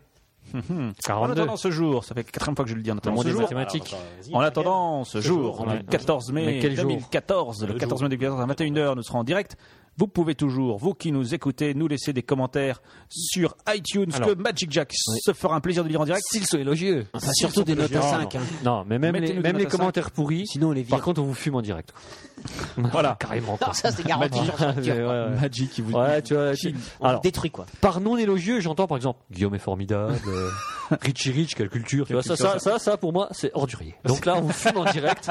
Speaker 1: Mhm. En
Speaker 5: 42.
Speaker 1: attendant ce jour, ça fait la quatrième fois que je le dis en
Speaker 5: Le
Speaker 1: attendant
Speaker 5: monde
Speaker 1: ce
Speaker 5: des
Speaker 1: jour. Ah,
Speaker 5: mathématiques.
Speaker 1: En attendant ce jour,
Speaker 5: ouais.
Speaker 1: le 14 mai
Speaker 5: Mais quel jour
Speaker 1: 2014, le 14 mai 2014 à 21h, nous serons en direct. Vous pouvez toujours, vous qui nous écoutez, nous laisser des commentaires sur iTunes
Speaker 5: Alors.
Speaker 1: que Magic Jack se fera un plaisir de lire en direct.
Speaker 5: S'ils sont élogieux.
Speaker 6: Enfin, surtout des notes à 5. hein.
Speaker 5: Non, mais même
Speaker 1: Mettez-nous
Speaker 5: les,
Speaker 1: des
Speaker 5: même
Speaker 1: notes
Speaker 5: les
Speaker 1: à cinq.
Speaker 5: commentaires pourris.
Speaker 6: Sinon, on les vire.
Speaker 5: Par contre, on vous fume en direct.
Speaker 1: Voilà.
Speaker 5: Carrément.
Speaker 6: Non,
Speaker 5: Quoi.
Speaker 6: ça, c'est garanti. hein.
Speaker 5: Ouais, Ah, Bah, ouais, ouais.
Speaker 1: Magic qui vous
Speaker 5: Ouais, tu vois, tu-
Speaker 6: On
Speaker 5: Alors,
Speaker 6: détruit quoi.
Speaker 5: par non élogieux, j'entends par exemple Guillaume est formidable, euh, Richie Rich, quelle culture. Tu vois, ça, ça, ça, ça, pour moi, c'est ordurier. Donc là, on vous fume en direct.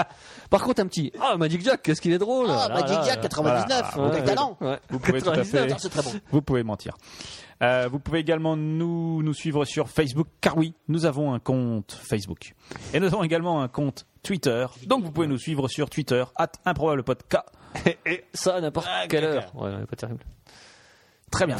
Speaker 5: Par contre, un petit Ah, Magic Jack, qu'est-ce qu'il est drôle.
Speaker 6: Ah,
Speaker 5: Là, bah, là,
Speaker 6: Magic Jack,
Speaker 5: là.
Speaker 6: 99,
Speaker 5: Ouais,
Speaker 6: quel
Speaker 5: ouais.
Speaker 6: talent
Speaker 5: Ouais.
Speaker 1: Vous pouvez tout à
Speaker 5: 99,
Speaker 1: fait.
Speaker 6: C'est très bon.
Speaker 1: Vous pouvez mentir. Euh, vous pouvez également nous, nous suivre sur Facebook, car oui, nous avons un compte Facebook. Et nous avons également un compte Twitter. Donc vous pouvez nous suivre sur Twitter, at improbablepodcast.
Speaker 5: Ça, à n'importe quelle heure. Ouais, ouais, pas terrible.
Speaker 1: Très bien.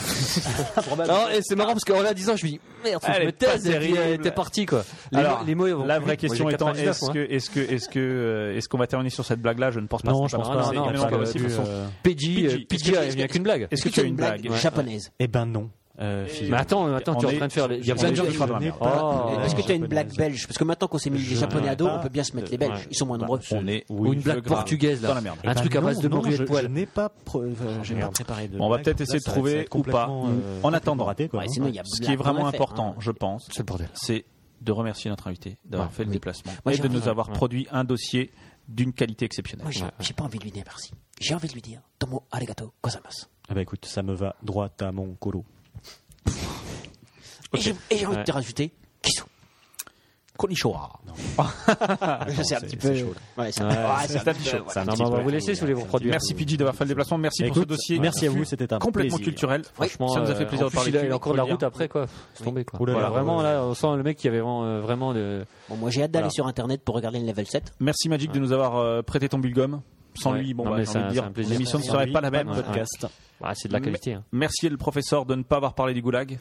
Speaker 5: Non, et c'est marrant parce qu'en la disant, je me dis merde, faut que je
Speaker 1: Elle
Speaker 5: me
Speaker 1: est pas
Speaker 5: taise et puis
Speaker 1: terrible.
Speaker 5: euh, t'es parti quoi. Les,
Speaker 1: Alors,
Speaker 5: mots- les mots, ils vont
Speaker 1: La
Speaker 5: plus
Speaker 1: vraie
Speaker 5: vite. Moi,
Speaker 1: question
Speaker 5: j'ai
Speaker 1: étant,
Speaker 5: 99,
Speaker 1: est-ce
Speaker 5: moi.
Speaker 1: que, est-ce que, est-ce que, euh, est-ce qu'on va terminer sur cette blague-là Je ne pense pas.
Speaker 4: Non,
Speaker 1: c'est
Speaker 4: je pense
Speaker 5: non,
Speaker 4: pas.
Speaker 5: non,
Speaker 4: c'est
Speaker 5: non,
Speaker 4: même
Speaker 5: parce
Speaker 4: pas
Speaker 5: que-
Speaker 4: possible,
Speaker 1: euh,
Speaker 4: euh,
Speaker 5: PJ,
Speaker 1: Pidgey,
Speaker 5: euh, PJ, il n'y a qu'une blague.
Speaker 1: Est-ce que tu as une blague
Speaker 6: japonaise
Speaker 4: Eh ben non. euh, fille.
Speaker 5: Mais attends, attends, tu
Speaker 1: On
Speaker 5: es en train
Speaker 1: est-
Speaker 5: de faire. les-
Speaker 1: il y a plein de gens qui font de la
Speaker 4: Je n'ai
Speaker 1: merde.
Speaker 4: pas-
Speaker 5: Oh.
Speaker 4: la
Speaker 6: Est-ce que tu as une
Speaker 4: japonaise.
Speaker 6: blague belge Parce que maintenant qu'on s'est mis les japonais à dos,
Speaker 4: pas
Speaker 6: on peut bien se mettre les belges. Ils sont moins nombreux.
Speaker 1: On est
Speaker 5: Ou une blague portugaise,
Speaker 1: Dans
Speaker 5: là.
Speaker 1: la merde.
Speaker 5: Un
Speaker 4: Bah
Speaker 5: truc à
Speaker 4: non,
Speaker 5: base de
Speaker 4: non,
Speaker 5: morue et
Speaker 4: je-
Speaker 5: de
Speaker 4: Je
Speaker 5: poils.
Speaker 4: n'ai pas, pro- euh, j'ai pas préparé de.
Speaker 1: Oh, Bon, on va
Speaker 4: blague,
Speaker 1: peut-être
Speaker 4: donc
Speaker 1: essayer
Speaker 4: là,
Speaker 1: de
Speaker 4: ça va-
Speaker 1: trouver
Speaker 4: ça va être
Speaker 1: ou pas.
Speaker 4: complètement, euh,
Speaker 1: En attendant,
Speaker 4: raté, quoi.
Speaker 6: Ouais, sinon, il y a
Speaker 1: ce
Speaker 6: plein-
Speaker 1: qui est
Speaker 6: plein
Speaker 1: vraiment
Speaker 6: à faire,
Speaker 1: important,
Speaker 6: hein.
Speaker 1: je pense,
Speaker 5: C'est le bordel.
Speaker 1: c'est de remercier notre invité d'avoir
Speaker 5: Ouais,
Speaker 1: fait le
Speaker 5: oui.
Speaker 1: déplacement
Speaker 6: Moi,
Speaker 1: et
Speaker 6: j'ai
Speaker 1: de
Speaker 6: envie-
Speaker 1: nous avoir
Speaker 5: ouais.
Speaker 1: produit un dossier d'une qualité exceptionnelle.
Speaker 6: Moi, j'ai j'ai pas envie de lui dire merci. J'ai envie de lui dire Tomo arigato gozaimasu.
Speaker 4: Ah bah écoute, ça me va droit à mon colo.
Speaker 6: Et j'ai- Et j'ai envie de te rajouter Kisu.
Speaker 1: Konnichiwa.
Speaker 6: C'est un petit peu chaud. Ouais, c'est ouais, c'est un petit peu. voilà.
Speaker 5: Non, mais on va vous laisser si vous voulez vous reproduire.
Speaker 1: Merci PJ d'avoir fait le déplacement. Merci pour ce
Speaker 4: Écoute,
Speaker 1: dossier.
Speaker 4: merci à vous, c'était un
Speaker 1: complètement
Speaker 4: plaisir.
Speaker 1: culturel.
Speaker 5: Franchement,
Speaker 1: ça nous a fait
Speaker 5: euh,
Speaker 1: plaisir
Speaker 5: en
Speaker 1: de
Speaker 5: plus,
Speaker 1: parler
Speaker 5: il a-
Speaker 1: de
Speaker 5: Il a
Speaker 1: lui,
Speaker 5: encore de la
Speaker 1: faut le
Speaker 5: route
Speaker 1: dire.
Speaker 5: après, quoi. C'est tombé, quoi.
Speaker 4: Ouh là là,
Speaker 5: Voilà,
Speaker 4: ouais,
Speaker 5: Vraiment,
Speaker 4: ouais.
Speaker 5: là, on sent le mec qui avait vraiment, euh, vraiment le.
Speaker 6: Bon, moi, j'ai hâte d'aller sur internet pour regarder le level 7.
Speaker 1: Merci Magic de nous avoir euh, prêté ton bulgum. Sans
Speaker 5: Ouais.
Speaker 1: lui, bon,
Speaker 5: Non,
Speaker 1: bah,
Speaker 5: mais
Speaker 1: j'ai
Speaker 5: c'est
Speaker 1: envie de
Speaker 5: un- c'est
Speaker 1: dire,
Speaker 5: un plaisir.
Speaker 1: l'émission ne
Speaker 5: Sans
Speaker 1: serait
Speaker 5: lui,
Speaker 1: pas la
Speaker 5: pas
Speaker 1: même.
Speaker 5: de
Speaker 4: Podcast.
Speaker 5: Ah, c'est de la qualité. hein.
Speaker 1: Merci le professeur de ne pas avoir parlé du goulag,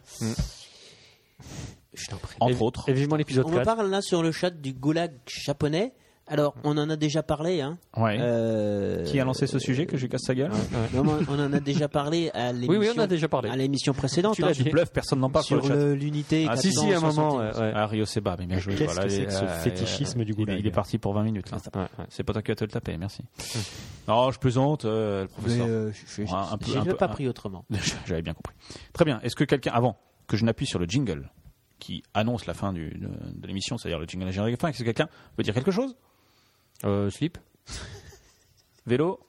Speaker 6: Je t'en prie.
Speaker 1: entre
Speaker 5: Et-
Speaker 1: autres.
Speaker 5: Et vivement l'épisode
Speaker 6: On me
Speaker 5: 4.
Speaker 6: parle là sur le chat du goulag japonais. Alors, on en a déjà parlé. Hein.
Speaker 1: Ouais.
Speaker 6: Euh,
Speaker 1: Qui a lancé ce sujet que je lui casse sa gueule
Speaker 6: non, mais on en a déjà parlé à l'émission.
Speaker 5: Oui, oui, on a déjà parlé.
Speaker 6: À l'émission précédémente.
Speaker 5: Tu l'as
Speaker 6: hein,
Speaker 5: dit.
Speaker 1: Bluff, personne n'en parle sur
Speaker 6: Sur
Speaker 1: le chat.
Speaker 6: le- l'unité.
Speaker 1: Ah, si,
Speaker 5: Si, à un
Speaker 6: 471.
Speaker 5: moment. ouais, ouais.
Speaker 1: Ah, Rio Seba, mais bien joué.
Speaker 4: qu'est-ce
Speaker 1: voilà,
Speaker 4: que c'est que ce
Speaker 1: euh,
Speaker 4: fétichisme du
Speaker 1: il-
Speaker 4: goulag
Speaker 1: Il est parti pour 20 minutes. là.
Speaker 5: Ouais, ouais.
Speaker 1: C'est pas toi qui vas te le taper, merci. Non, je plaisante, euh, le
Speaker 6: Mais,
Speaker 1: professeur.
Speaker 6: euh, je- je-
Speaker 1: Ouais, un peu-
Speaker 6: je
Speaker 1: un
Speaker 6: l'ai
Speaker 1: peu-
Speaker 6: pas
Speaker 1: un-
Speaker 6: pris autrement.
Speaker 1: J'avais bien compris. Très bien. Est-ce que quelqu'un, avant que je n'appuie sur le jingle qui annonce la fin du- de, de l'émission, c'est-à-dire le jingle générique de fin, est-ce que quelqu'un veut dire quelque chose
Speaker 5: Euh, Slip.
Speaker 1: Vélo,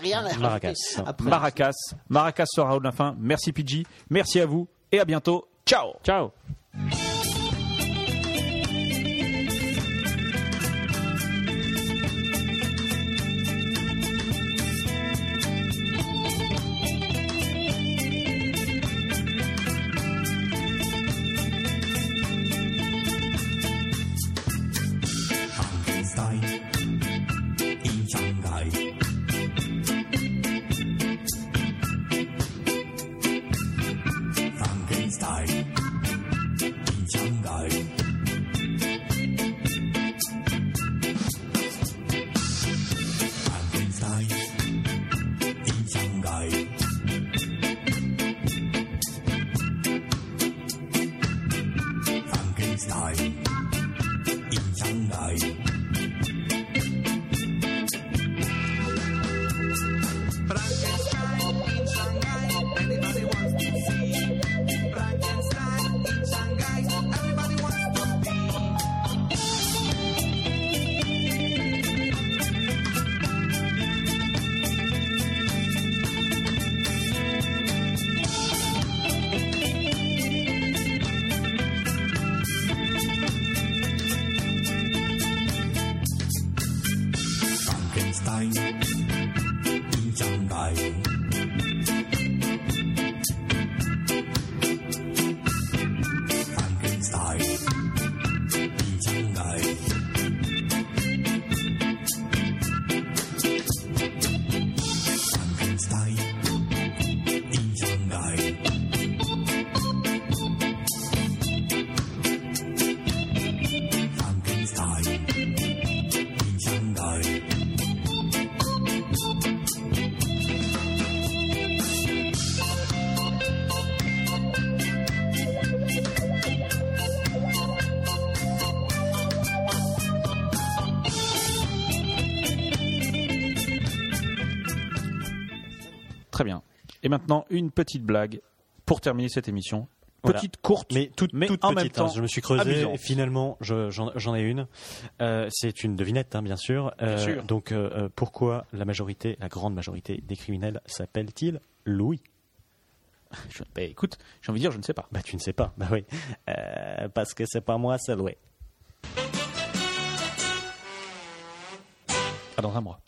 Speaker 6: Rien à
Speaker 4: Maracas.
Speaker 6: rajouter. Après,
Speaker 1: Maracas, Maracas sera au de la fin. Merci PG, merci à vous et à bientôt. Ciao
Speaker 5: Ciao.
Speaker 1: Très bien. Et maintenant, une petite blague pour terminer cette émission.
Speaker 4: Voilà.
Speaker 1: Petite, courte,
Speaker 4: Mais toute, toute
Speaker 1: en
Speaker 4: petite,
Speaker 1: même temps,
Speaker 4: hein, je me suis creusé.
Speaker 1: amusante.
Speaker 4: et Finalement, je- j'en j'en ai une. Euh, c'est une devinette, hein, bien sûr. Euh,
Speaker 1: sûr.
Speaker 4: Donc, euh, euh, pourquoi la majorité, la grande majorité des criminels s'appellent-ils Louis
Speaker 1: Je- bah, écoute, j'ai envie de dire, je ne sais pas.
Speaker 4: Bah, tu ne sais pas. Bah oui, Euh, parce que c'est pas moi, c'est Louis.
Speaker 1: À dans un mois.